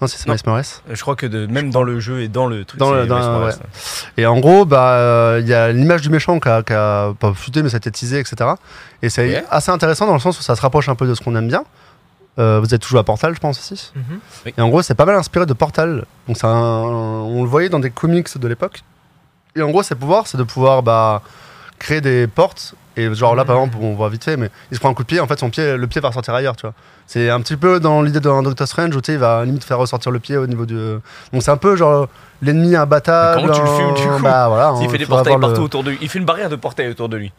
[SPEAKER 2] Non, si, c'est
[SPEAKER 1] Non.
[SPEAKER 2] Miles Morales.
[SPEAKER 1] Je crois que de- même dans le jeu et dans le truc.
[SPEAKER 2] Dans le-
[SPEAKER 1] c'est
[SPEAKER 2] dans-
[SPEAKER 1] Miles Morales,
[SPEAKER 2] ouais. Et en gros, bah, euh, il y a l'image du méchant qui a, qui a- pas fuité, mais ça a été teasé, etc. Et c'est
[SPEAKER 1] Ouais.
[SPEAKER 2] assez intéressant dans le sens où ça se rapproche un peu de ce qu'on aime bien. Euh, vous êtes toujours à Portal, je pense, aussi.
[SPEAKER 4] Mhm.
[SPEAKER 2] Et en gros, c'est pas mal inspiré de Portal. Donc, c'est un- on le voyait dans des comics de l'époque. Et en gros, ses pouvoirs, c'est de pouvoir bah, créer des portes. Et genre là, par exemple, on voit vite fait, mais il se prend un coup de pied. En fait, son pied, le pied va ressortir ailleurs, tu vois. C'est un petit peu dans l'idée d'un Doctor Strange où tu sais, il va limite faire ressortir le pied au niveau du. Donc, c'est un peu genre l'ennemi imbattable.
[SPEAKER 1] Mais comment tu le
[SPEAKER 2] un-
[SPEAKER 1] fumes, du coup
[SPEAKER 2] Bah
[SPEAKER 1] [laughs]
[SPEAKER 2] voilà.
[SPEAKER 1] S'il
[SPEAKER 2] on-
[SPEAKER 1] fait des
[SPEAKER 2] faudra
[SPEAKER 1] portails
[SPEAKER 2] voir le-
[SPEAKER 1] partout autour de lui. Il fait une barrière de portails autour de lui.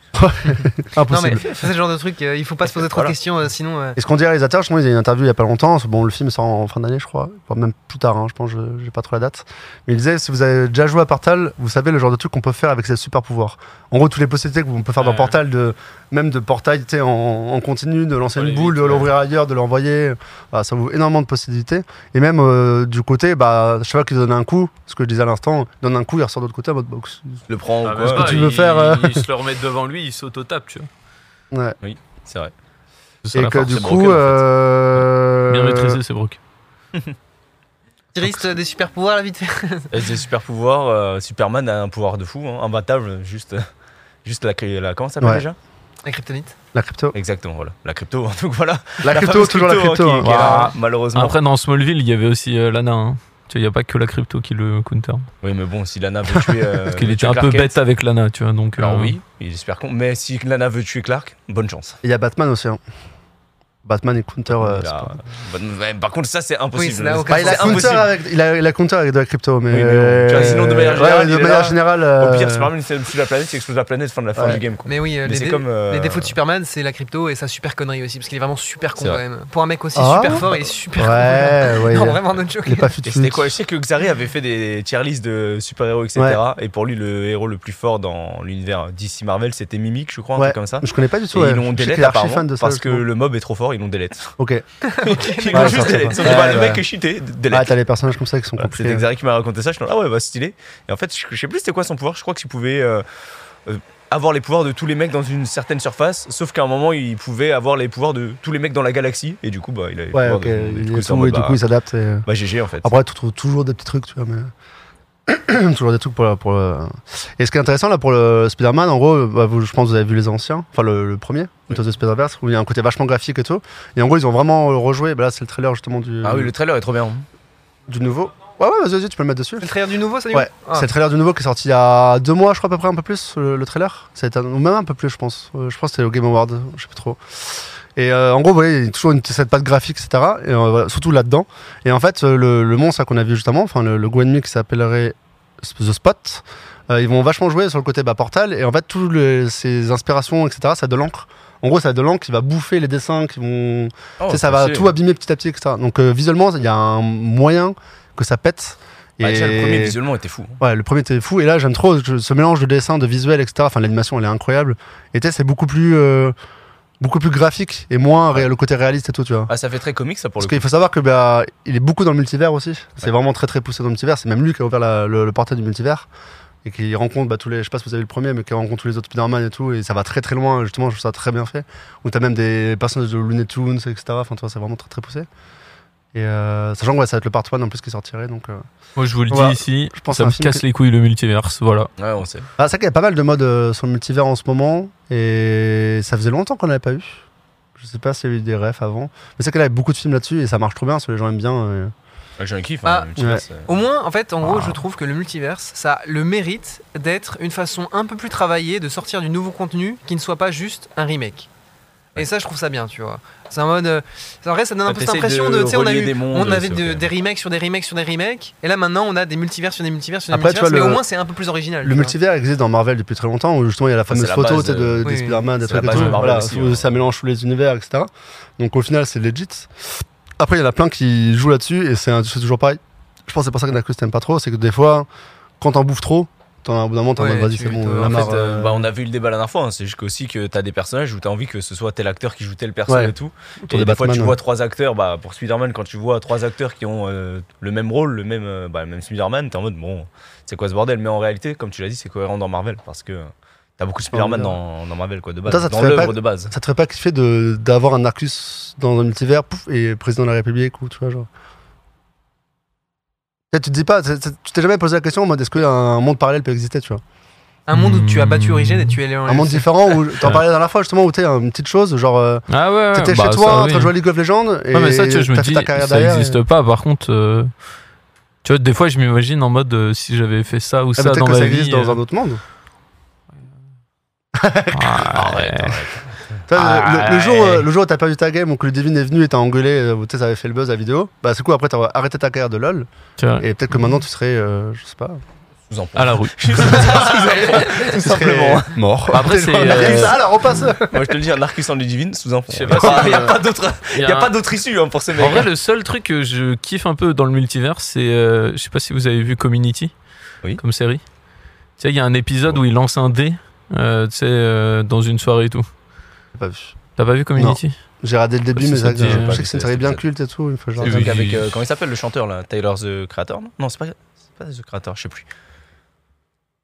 [SPEAKER 4] Non, mais
[SPEAKER 2] Impossible.
[SPEAKER 4] c'est le genre de truc, euh, il faut pas se poser trop
[SPEAKER 1] Voilà.
[SPEAKER 4] de questions, euh, sinon. euh,
[SPEAKER 2] Et ce qu'on dit réalisateur, je crois, il y a une interview il y a pas longtemps. Bon, le film sort en fin d'année, je crois, voire même plus tard. hein, je pense, je- j'ai pas trop la date. Mais il disait, si vous avez déjà joué à Portal, vous savez le genre de truc qu'on peut faire avec ces super pouvoirs. En gros, toutes les possibilités qu'on peut faire dans
[SPEAKER 3] Ouais.
[SPEAKER 2] Portal, de même de portail, tu sais, en, en continu, de lancer
[SPEAKER 3] Faut
[SPEAKER 2] une
[SPEAKER 3] aller
[SPEAKER 2] boule,
[SPEAKER 3] vite,
[SPEAKER 2] de
[SPEAKER 3] ouais.
[SPEAKER 2] l'ouvrir ailleurs, de l'envoyer. Voilà, ça ouvre énormément de possibilités. Et même euh, du côté, bah, chaque fois qu'il donne un coup, ce que je disais à l'instant, il donne un coup, il ressort de l'autre côté en mode box.
[SPEAKER 1] Le prend ou
[SPEAKER 3] Ah, mais c'est
[SPEAKER 1] quoi
[SPEAKER 3] pas,
[SPEAKER 2] tu veux
[SPEAKER 3] ils-
[SPEAKER 2] faire, euh.
[SPEAKER 3] Ils se le remettent devant lui, ils s'auto-tapent, tu vois.
[SPEAKER 2] Ouais.
[SPEAKER 1] C'est vrai.
[SPEAKER 3] C'est ça,
[SPEAKER 2] Et
[SPEAKER 3] la
[SPEAKER 2] que
[SPEAKER 3] force.
[SPEAKER 2] du
[SPEAKER 1] c'est
[SPEAKER 2] coup,
[SPEAKER 1] broken, en fait.
[SPEAKER 2] euh,
[SPEAKER 3] Bien maîtrisé, c'est Brooke.
[SPEAKER 4] Tiriste euh, des super pouvoirs, la vite fait.
[SPEAKER 1] Et des super pouvoirs. euh, Superman a un pouvoir de fou, hein, imbattable. Juste, [laughs] juste la, la comment ça s'appelle
[SPEAKER 2] Ouais.
[SPEAKER 1] déjà
[SPEAKER 4] La kryptonite.
[SPEAKER 2] la crypto,
[SPEAKER 1] Exactement. Voilà. La crypto. [laughs] Donc voilà.
[SPEAKER 2] la crypto,
[SPEAKER 1] fameuse
[SPEAKER 2] toujours la crypto.
[SPEAKER 1] hein,
[SPEAKER 2] hein.
[SPEAKER 1] qui- qui est là,
[SPEAKER 3] Voilà.
[SPEAKER 1] malheureusement.
[SPEAKER 3] Après, dans Smallville, il y avait aussi euh, Lana. hein. Tu vois, il n'y a pas que la crypto qui le counter.
[SPEAKER 1] Oui, mais bon, si Lana veut
[SPEAKER 3] [laughs]
[SPEAKER 1] tuer. euh,
[SPEAKER 3] Parce qu'il
[SPEAKER 1] veut
[SPEAKER 3] était
[SPEAKER 1] tuer
[SPEAKER 3] un peu
[SPEAKER 1] Clark Kent,
[SPEAKER 3] bête avec Lana, tu vois. Donc,
[SPEAKER 1] Alors
[SPEAKER 3] euh,
[SPEAKER 1] oui, il est super con. Mais si Lana veut tuer Clark, bonne chance.
[SPEAKER 2] Il y a Batman aussi. hein. Batman et Counter. euh,
[SPEAKER 1] Il
[SPEAKER 2] c'est
[SPEAKER 1] a-
[SPEAKER 2] pas-
[SPEAKER 1] Bah, bonne- ouais, Par contre, ça, c'est impossible.
[SPEAKER 4] Oui, c'est là, aucun
[SPEAKER 2] Bah, il, a
[SPEAKER 1] C'est
[SPEAKER 4] sens.
[SPEAKER 2] counter
[SPEAKER 1] impossible.
[SPEAKER 2] avec, il, a, il a Counter avec de la crypto, mais. euh,
[SPEAKER 1] Oui, mais bon, tu vois, sinon, de manière
[SPEAKER 2] ouais,
[SPEAKER 1] générale,
[SPEAKER 2] ouais, de
[SPEAKER 1] il est
[SPEAKER 2] manière
[SPEAKER 1] là.
[SPEAKER 2] générale,
[SPEAKER 1] Au
[SPEAKER 2] euh,
[SPEAKER 1] pire, Superman c'est sur la planète, il explose la planète, fin de la fin
[SPEAKER 2] Ouais.
[SPEAKER 1] du game. Quoi.
[SPEAKER 4] Mais oui, euh,
[SPEAKER 1] Mais
[SPEAKER 4] les,
[SPEAKER 1] c'est
[SPEAKER 4] dé-
[SPEAKER 1] comme. euh,
[SPEAKER 4] les défauts de Superman, c'est la crypto et sa super connerie aussi, parce qu'il est vraiment super con
[SPEAKER 1] C'est
[SPEAKER 4] quand
[SPEAKER 1] vrai.
[SPEAKER 4] même. Pour un mec aussi
[SPEAKER 2] Ah.
[SPEAKER 4] super fort, il est super
[SPEAKER 2] [laughs]
[SPEAKER 4] [laughs]
[SPEAKER 2] Ouais, ouais.
[SPEAKER 4] con.
[SPEAKER 2] il
[SPEAKER 4] Non,
[SPEAKER 2] est-
[SPEAKER 4] vraiment, notre joke.
[SPEAKER 2] Il est pas
[SPEAKER 1] Et
[SPEAKER 2] fut
[SPEAKER 1] c'était quoi Je sais que Xari avait fait des tier lists de super-héros, etc. Et pour lui, le héros le plus fort dans l'univers DC Marvel, c'était Mimic, je crois, un
[SPEAKER 2] Ouais.
[SPEAKER 1] truc comme ça.
[SPEAKER 2] Je connais pas du tout.
[SPEAKER 1] Et
[SPEAKER 2] ouais.
[SPEAKER 1] ils l'ont
[SPEAKER 2] Je sais
[SPEAKER 1] délète
[SPEAKER 2] qu'il est archi fan
[SPEAKER 1] apparemment
[SPEAKER 2] de ça.
[SPEAKER 1] parce que
[SPEAKER 2] justement.
[SPEAKER 1] le mob est trop fort, ils l'ont
[SPEAKER 2] [laughs]
[SPEAKER 1] délète.
[SPEAKER 2] Ok.
[SPEAKER 1] [laughs] Ils
[SPEAKER 2] Ouais,
[SPEAKER 1] l'ont
[SPEAKER 2] ça,
[SPEAKER 1] juste
[SPEAKER 2] ça,
[SPEAKER 1] délète.
[SPEAKER 2] ça.
[SPEAKER 1] Sauf que, bah,
[SPEAKER 2] Ouais,
[SPEAKER 1] le
[SPEAKER 2] ouais.
[SPEAKER 1] mec est cheaté,
[SPEAKER 2] Ah,
[SPEAKER 1] délète.
[SPEAKER 2] t'as les personnages comme ça qui sont
[SPEAKER 1] Voilà,
[SPEAKER 2] compliqués.
[SPEAKER 1] C'était Xari qui m'a raconté ça. Je suis là, ah ouais, bah stylé. Et en fait, je, je sais plus c'était quoi son pouvoir. Je crois que tu pouvais euh, euh, avoir les pouvoirs de tous les mecs dans une certaine surface. Sauf qu'à un moment, il pouvait avoir les pouvoirs de tous les mecs dans la galaxie. Et du coup, bah, il a les
[SPEAKER 2] Ouais,
[SPEAKER 1] pouvoirs
[SPEAKER 2] ok.
[SPEAKER 1] de- et du
[SPEAKER 2] Il
[SPEAKER 1] coup,
[SPEAKER 2] est
[SPEAKER 1] c'est en
[SPEAKER 2] tout,
[SPEAKER 1] mode,
[SPEAKER 2] et du
[SPEAKER 1] bah,
[SPEAKER 2] coup, il s'adapte. et- euh,
[SPEAKER 1] bah, GG en fait.
[SPEAKER 2] Après, tu trouves toujours des petits trucs, tu vois, mais. [clears throat] toujours des trucs pour. le- pour le- Et ce qui est intéressant là pour le Spider-Man, en gros, bah, vous- je pense que vous avez vu les anciens, enfin le, le premier, Into the Spider-Verse, où il y a un côté vachement graphique et tout. Et en gros, ils ont vraiment euh, rejoué. Bah, là, c'est le trailer justement du,
[SPEAKER 1] Ah oui, le trailer est trop bien.
[SPEAKER 2] du nouveau. Ouais, ouais, vas-y, vas-y, tu peux le mettre dessus.
[SPEAKER 4] Le trailer du nouveau, ça y est
[SPEAKER 2] Ouais,
[SPEAKER 4] Ah.
[SPEAKER 2] c'est le trailer du nouveau qui est sorti il y a deux mois, je crois, à peu près, un peu plus, le, le trailer. Ça a été un- ou même un peu plus, je pense. Euh, je pense que c'était au Game Award, je sais plus trop. Et euh, en gros, vous voyez, il y a toujours une, cette patte graphique, etc. Et, euh, voilà, surtout là-dedans. Et en fait, euh, le, le monstre là, qu'on a vu justement, enfin, le, le Gwenmi qui s'appellerait The Spot, euh, ils vont vachement jouer sur le côté bah, portal. Et en fait, toutes les- ces inspirations, etc., ça a de l'encre. En gros, ça a de l'encre qui va bouffer les dessins qui vont.
[SPEAKER 1] Oh,
[SPEAKER 2] Tu sais, ça va tout abîmer petit à petit, etc. Donc, euh, visuellement, il y a un moyen que ça pète.
[SPEAKER 1] Bah, déjà, le
[SPEAKER 2] Et-
[SPEAKER 1] premier visuellement était fou.
[SPEAKER 2] Ouais, le premier était fou. Et là, j'aime trop ce ce mélange de dessin, de visuel, etc. Enfin, l'animation, elle est incroyable. Et tu sais, c'est beaucoup plus, euh, beaucoup plus graphique et moins ré- le côté réaliste et tout, tu vois.
[SPEAKER 1] Ah, ça fait très comique ça pour
[SPEAKER 2] Parce
[SPEAKER 1] le coup.
[SPEAKER 2] qu'il faut savoir que bah, il est beaucoup dans le multivers aussi. C'est vraiment très très poussé dans le multivers. C'est même lui qui a ouvert la- le, le portail du multivers et qui rencontre bah, tous les. Je sais pas si vous avez le premier, mais qui rencontre tous les autres Spider-Man et tout. Et ça va très très loin. Justement, je trouve ça très bien fait. Où t'as même des personnages de Looney Tunes, etc. Enfin, tu vois, c'est vraiment très très poussé. Et euh, sachant que ouais, ça va être le part 1 en plus qui sortirait. Donc, euh,
[SPEAKER 3] Moi, je vous le dis
[SPEAKER 2] Voilà.
[SPEAKER 3] ici,
[SPEAKER 2] Je pense
[SPEAKER 3] ça
[SPEAKER 2] à un
[SPEAKER 3] me
[SPEAKER 2] film
[SPEAKER 3] casse
[SPEAKER 2] que-
[SPEAKER 3] les couilles le multiverse. Voilà.
[SPEAKER 1] Ouais, on sait.
[SPEAKER 2] Ah, c'est vrai qu'il y a pas mal de modes euh, sur le multivers en ce moment et ça faisait longtemps qu'on n'avait pas eu. Je sais pas s'il y a eu des refs avant. Mais c'est qu'elle a beaucoup de films là-dessus et ça marche trop bien, parce que les gens aiment bien. euh,
[SPEAKER 1] Ouais, J'ai un kiff. hein,
[SPEAKER 4] Ah,
[SPEAKER 1] le multiverse, euh.
[SPEAKER 4] Au moins, en fait, en gros,
[SPEAKER 2] Wow.
[SPEAKER 4] je trouve que le multiverse, ça a le mérite d'être une façon un peu plus travaillée de sortir du nouveau contenu qui ne soit pas juste un remake. Et ça, je trouve ça bien, tu vois. C'est un mode. euh, En vrai, ça donne un
[SPEAKER 2] Bah,
[SPEAKER 1] Ah,
[SPEAKER 4] peu cette
[SPEAKER 1] t'essayes
[SPEAKER 4] impression
[SPEAKER 1] de
[SPEAKER 4] de. tu sais, on a
[SPEAKER 1] relier
[SPEAKER 4] eu-
[SPEAKER 1] des mondes,
[SPEAKER 4] on avait
[SPEAKER 1] c'est
[SPEAKER 4] de-
[SPEAKER 1] ok.
[SPEAKER 4] des remakes sur des remakes sur des remakes. Et là, maintenant, on a des multivers sur des multivers sur des
[SPEAKER 2] Après, tu
[SPEAKER 4] multivers.
[SPEAKER 2] vois,
[SPEAKER 4] mais
[SPEAKER 2] le-
[SPEAKER 4] au moins, c'est un peu plus original.
[SPEAKER 2] Le
[SPEAKER 4] tu vois.
[SPEAKER 2] multivers existe dans Marvel depuis très longtemps, où justement il y a la fameuse
[SPEAKER 1] c'est la
[SPEAKER 2] photo
[SPEAKER 1] base
[SPEAKER 2] tu sais, de,
[SPEAKER 1] de-
[SPEAKER 2] des
[SPEAKER 4] oui, oui.
[SPEAKER 2] Spider-Man, des
[SPEAKER 1] C'est la
[SPEAKER 2] trucs et
[SPEAKER 1] base
[SPEAKER 2] tout,
[SPEAKER 1] de Marvel
[SPEAKER 2] voilà,
[SPEAKER 1] aussi,
[SPEAKER 2] où
[SPEAKER 1] ouais.
[SPEAKER 2] ça mélange tous les univers, etc. Donc au final, c'est legit. Après, il y en a plein qui jouent là-dessus, et c'est un- c'est toujours pareil. Je pense que c'est pour ça que Nacus t'aimes pas trop, c'est que des fois, quand t'en bouffes trop, t'en as au bout d'un moment, t'en as
[SPEAKER 4] Ouais,
[SPEAKER 2] vas-y,
[SPEAKER 4] tu-
[SPEAKER 2] c'est bon,
[SPEAKER 4] t'en-
[SPEAKER 2] on en a
[SPEAKER 4] en
[SPEAKER 1] En
[SPEAKER 2] marre.
[SPEAKER 1] fait, euh,
[SPEAKER 2] euh,
[SPEAKER 1] bah, on a vu le débat la dernière fois. hein, C'est juste aussi que t'as des personnages où t'as envie que ce soit tel acteur qui joue telle personne
[SPEAKER 2] Ouais.
[SPEAKER 1] et tout. Et
[SPEAKER 2] des
[SPEAKER 1] des fois,
[SPEAKER 2] Batman,
[SPEAKER 1] tu
[SPEAKER 2] ouais.
[SPEAKER 1] vois trois acteurs. Bah, pour Spider-Man, quand tu vois trois acteurs qui ont euh, le même rôle, le même, euh, bah, le même Spider-Man, t'es en mode bon, c'est quoi ce bordel Mais en réalité, comme tu l'as dit, c'est cohérent dans Marvel parce que t'as beaucoup de Spider-Man dans, dans Marvel quoi de base,
[SPEAKER 2] Attends, ça te
[SPEAKER 1] dans
[SPEAKER 2] fait pas-
[SPEAKER 1] l'œuvre de base.
[SPEAKER 2] Ça te ferait pas kiffer de- d'avoir un Narcus dans un multivers pouf, et président de la République ou tu vois genre. Tu te dis pas, c'est- c'est- tu t'es jamais posé la question en mode est-ce qu'un monde parallèle peut exister, tu vois
[SPEAKER 4] Un monde où tu as battu Origine et tu es allé en
[SPEAKER 2] un monde différent
[SPEAKER 3] [laughs]
[SPEAKER 2] où t'en
[SPEAKER 3] Ouais.
[SPEAKER 2] parlais la dernière fois justement où t'es hein, une petite chose genre euh,
[SPEAKER 3] Ah ouais, ouais,
[SPEAKER 2] t'étais
[SPEAKER 3] bah,
[SPEAKER 2] chez
[SPEAKER 3] ça,
[SPEAKER 2] toi hein, en
[SPEAKER 3] oui.
[SPEAKER 2] train de jouer à League of Legends et
[SPEAKER 3] Ouais, mais ça, tu vois, je me
[SPEAKER 2] t'as fait
[SPEAKER 3] dis,
[SPEAKER 2] ta carrière
[SPEAKER 3] ça
[SPEAKER 2] derrière et-
[SPEAKER 3] n'existe pas. Par contre, euh, tu vois, des fois, je m'imagine en mode euh, si j'avais fait ça ou
[SPEAKER 2] Ah,
[SPEAKER 3] ça
[SPEAKER 2] peut-être
[SPEAKER 3] dans
[SPEAKER 2] que
[SPEAKER 3] ma
[SPEAKER 2] ça
[SPEAKER 3] vie.
[SPEAKER 2] existe dans un autre monde
[SPEAKER 3] euh,
[SPEAKER 2] [laughs]
[SPEAKER 1] Arrête, arrête.
[SPEAKER 2] Tu vois,
[SPEAKER 3] Ah,
[SPEAKER 2] le, le jour,
[SPEAKER 3] ouais.
[SPEAKER 2] euh, le jour où t'as perdu ta game ou que le Divine est venu et t'as engueulé euh, ou tu sais, ça avait fait le buzz la vidéo bah c'est cool après t'as arrêté ta carrière de LOL
[SPEAKER 3] tu vois,
[SPEAKER 2] et peut-être que maintenant tu serais euh, je sais pas
[SPEAKER 1] Sous-en-
[SPEAKER 3] à la
[SPEAKER 2] [laughs]
[SPEAKER 3] rue.
[SPEAKER 2] tout
[SPEAKER 1] [laughs] simplement.
[SPEAKER 2] mort [laughs]
[SPEAKER 3] Après, c'est.
[SPEAKER 2] on a
[SPEAKER 3] euh,
[SPEAKER 2] réussi ça alors on passe
[SPEAKER 1] Moi, je te le dis, un Arcus en divine sous un pont.
[SPEAKER 3] Je sais pas si-
[SPEAKER 1] Il n'y a pas d'autre,
[SPEAKER 3] il y
[SPEAKER 1] il y a
[SPEAKER 3] un-
[SPEAKER 1] pas d'autre issue hein, pour ce mec.
[SPEAKER 3] En vrai, le seul truc que je kiffe un peu dans le multivers, c'est. euh, je sais pas si vous avez vu Community
[SPEAKER 1] Oui.
[SPEAKER 3] comme série. Tu sais, il y a un épisode où il lance un dé, euh, tu sais, euh, dans une soirée et tout.
[SPEAKER 2] J'ai pas vu.
[SPEAKER 3] T'as pas vu Community
[SPEAKER 2] Bah, j'ai regardé le début
[SPEAKER 3] Ça,
[SPEAKER 2] mais
[SPEAKER 3] c'est
[SPEAKER 2] ça-
[SPEAKER 3] sorti, j'ai
[SPEAKER 2] je
[SPEAKER 1] pas
[SPEAKER 2] sais
[SPEAKER 1] vu
[SPEAKER 2] que c'est une
[SPEAKER 1] ça,
[SPEAKER 2] série bien
[SPEAKER 1] c'est-
[SPEAKER 2] culte et tout il faut que je
[SPEAKER 1] C'est
[SPEAKER 3] Oui,
[SPEAKER 1] le
[SPEAKER 2] regarde.
[SPEAKER 1] truc avec,
[SPEAKER 3] oui.
[SPEAKER 1] euh, comment il s'appelle le chanteur là Tyler the Creator Non, non c'est pas, c'est pas The Creator, je sais plus.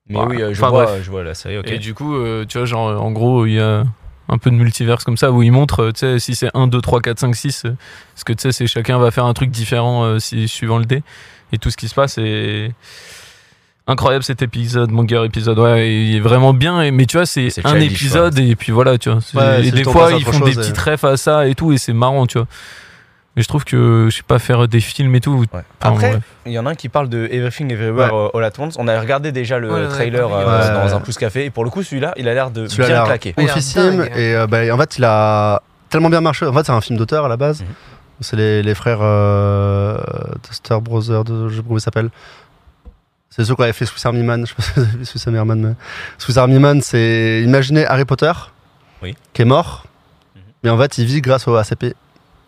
[SPEAKER 1] Mais
[SPEAKER 3] Ouais.
[SPEAKER 1] oui, euh, je,
[SPEAKER 3] Enfin,
[SPEAKER 1] vois,
[SPEAKER 3] bref.
[SPEAKER 1] je vois la série, ok.
[SPEAKER 3] Et du coup, euh, tu vois, genre, euh, en gros, il y a un peu de multivers comme ça où ils montrent, euh, tu sais, si c'est 1, 2, 3, 4, 5, 6, euh, parce que tu sais, c'est chacun va faire un truc différent euh, si, suivant le dé. Et tout ce qui se passe est. Incroyable cet épisode, mon gars, épisode. Ouais, il est vraiment bien. et- Mais tu vois, c'est
[SPEAKER 1] C'est
[SPEAKER 3] un
[SPEAKER 1] childish,
[SPEAKER 3] épisode et puis voilà, tu vois. c'est-
[SPEAKER 2] Ouais,
[SPEAKER 3] et
[SPEAKER 2] c'est
[SPEAKER 3] des
[SPEAKER 2] le temps
[SPEAKER 3] fois,
[SPEAKER 2] passe à
[SPEAKER 3] ils
[SPEAKER 2] autre
[SPEAKER 3] font des
[SPEAKER 2] chose,
[SPEAKER 3] petits
[SPEAKER 2] et-
[SPEAKER 3] refs à ça et tout, et c'est marrant, tu vois. Mais je trouve que, je sais pas, faire des films et tout.
[SPEAKER 1] Ouais.
[SPEAKER 3] enfin,
[SPEAKER 1] Après,
[SPEAKER 3] bref.
[SPEAKER 1] il y en a un qui parle de Everything Everywhere euh, All at Once. On a regardé déjà le
[SPEAKER 4] Ouais, ouais,
[SPEAKER 1] trailer
[SPEAKER 4] ouais.
[SPEAKER 1] euh,
[SPEAKER 2] Ouais.
[SPEAKER 1] dans un pouce café. Et pour le coup, celui-là, il a l'air de
[SPEAKER 2] Celui-là a
[SPEAKER 1] bien
[SPEAKER 2] l'air
[SPEAKER 1] claquer.
[SPEAKER 4] Il a l'air
[SPEAKER 2] oufissime
[SPEAKER 4] dingue.
[SPEAKER 2] et euh, bah, en fait il a tellement bien marché en fait c'est un film d'auteur à la base
[SPEAKER 1] Mhm.
[SPEAKER 2] c'est les, les frères euh, Toaster Brothers de, je sais pas comment ils s'appellent c'est ceux qui avaient fait Swiss Army Man je sais pas si vous avez vu Swiss Army Man mais Swiss Army Man c'est imaginez Harry Potter
[SPEAKER 1] Oui.
[SPEAKER 2] qui est mort
[SPEAKER 1] Mhm.
[SPEAKER 2] mais en fait il vit grâce au ACP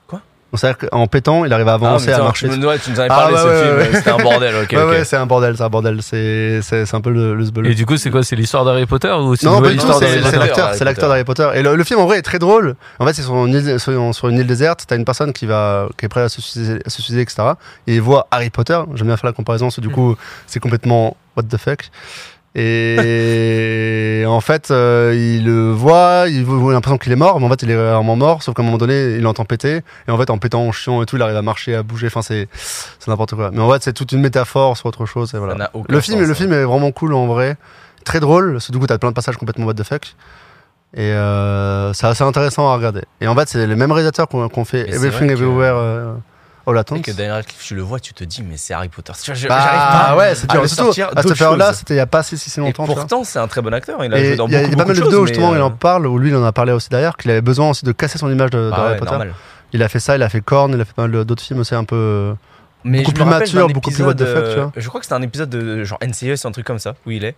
[SPEAKER 1] Quoi
[SPEAKER 2] Donc, c'est-à-dire qu'en pétant il arrive à
[SPEAKER 1] Ah, mais
[SPEAKER 2] avancer à
[SPEAKER 1] tiens,
[SPEAKER 2] marcher
[SPEAKER 1] tu, me- ouais, tu nous en avais
[SPEAKER 2] Ah,
[SPEAKER 1] parlé
[SPEAKER 2] ouais,
[SPEAKER 1] ce
[SPEAKER 2] ouais,
[SPEAKER 1] film,
[SPEAKER 2] ouais.
[SPEAKER 1] c'était un bordel, ok.
[SPEAKER 2] ouais
[SPEAKER 1] ok.
[SPEAKER 2] ouais c'est un bordel c'est un bordel c'est c'est- c'est un peu le, le sbeleu.
[SPEAKER 3] Et du coup, c'est quoi C'est l'histoire d'Harry Potter ou c'est
[SPEAKER 2] Non,
[SPEAKER 3] une
[SPEAKER 2] pas
[SPEAKER 3] nouvelle
[SPEAKER 2] du tout,
[SPEAKER 3] histoire
[SPEAKER 1] d'Harry
[SPEAKER 2] c'est
[SPEAKER 3] d'Harry
[SPEAKER 2] c'est
[SPEAKER 1] Potter.
[SPEAKER 2] l'acteur,
[SPEAKER 1] Harry
[SPEAKER 2] c'est l'acteur d'Harry Potter. Et le, le film en vrai est très drôle. En fait, c'est sur une île, sur, sur une île déserte, t'as une personne qui va, qui est prête à se suicider, à se suicider, etc. Et il voit Harry Potter. J'aime bien faire la comparaison, parce que du coup, c'est complètement what the fuck. Et en fait, euh, il le voit, il voit il a l'impression qu'il est mort, mais en fait, il est réellement mort, sauf qu'à un moment donné, il l'entend péter. Et en fait, en pétant en chiant et tout, il arrive à marcher, à bouger. Enfin, c'est c'est n'importe quoi. Mais en fait, c'est toute une métaphore sur autre chose. Et voilà.
[SPEAKER 1] Ça n'a aucun
[SPEAKER 2] Le film,
[SPEAKER 1] sens,
[SPEAKER 2] le
[SPEAKER 1] hein.
[SPEAKER 2] film est vraiment cool en vrai, très drôle. Parce que du coup, t'as plein de passages complètement what the fuck. Et euh, c'est assez intéressant à regarder. Et en fait, c'est les mêmes réalisateurs qu'on qu'on fait
[SPEAKER 1] Mais c'est
[SPEAKER 2] Everything
[SPEAKER 1] vrai que-
[SPEAKER 2] Everywhere euh, All At
[SPEAKER 1] Tu sais
[SPEAKER 2] Once.
[SPEAKER 1] que Daniel Radcliffe, tu le vois, tu te dis, mais c'est Harry Potter. Tu vois, je-
[SPEAKER 2] Bah,
[SPEAKER 1] J'arrive pas.
[SPEAKER 2] ouais, c'est
[SPEAKER 1] à
[SPEAKER 2] dur.
[SPEAKER 1] le
[SPEAKER 2] Surtout,
[SPEAKER 1] sortir
[SPEAKER 2] à
[SPEAKER 1] d'autres
[SPEAKER 2] cette période-là,
[SPEAKER 1] choses.
[SPEAKER 2] c'était il y a pas si, si, si
[SPEAKER 1] Et
[SPEAKER 2] longtemps. tu vois.
[SPEAKER 1] pourtant, c'est un très bon acteur. Il a
[SPEAKER 2] Et
[SPEAKER 1] joué
[SPEAKER 2] il y,
[SPEAKER 1] dans
[SPEAKER 2] a- il y
[SPEAKER 1] beaucoup,
[SPEAKER 2] a pas
[SPEAKER 1] beaucoup
[SPEAKER 2] mal
[SPEAKER 1] de
[SPEAKER 2] de
[SPEAKER 1] choses.
[SPEAKER 2] vidéos où
[SPEAKER 1] mais,
[SPEAKER 2] justement il
[SPEAKER 1] euh,
[SPEAKER 2] en parle, où lui il en a parlé aussi d'ailleurs, qu'il avait besoin aussi de casser son image de, de
[SPEAKER 1] ah ouais,
[SPEAKER 2] Harry Potter.
[SPEAKER 1] normal.
[SPEAKER 2] Il a fait ça, il a fait Korn, il a fait pas mal d'autres films aussi un peu.
[SPEAKER 1] mais je
[SPEAKER 2] Beaucoup
[SPEAKER 1] me
[SPEAKER 2] plus
[SPEAKER 1] rappelle
[SPEAKER 2] mature,
[SPEAKER 1] d'un
[SPEAKER 2] beaucoup plus what the
[SPEAKER 1] épisode,
[SPEAKER 2] fuck, tu vois.
[SPEAKER 1] euh, Je crois que c'était un épisode de genre NCIS, un truc comme ça, où il est.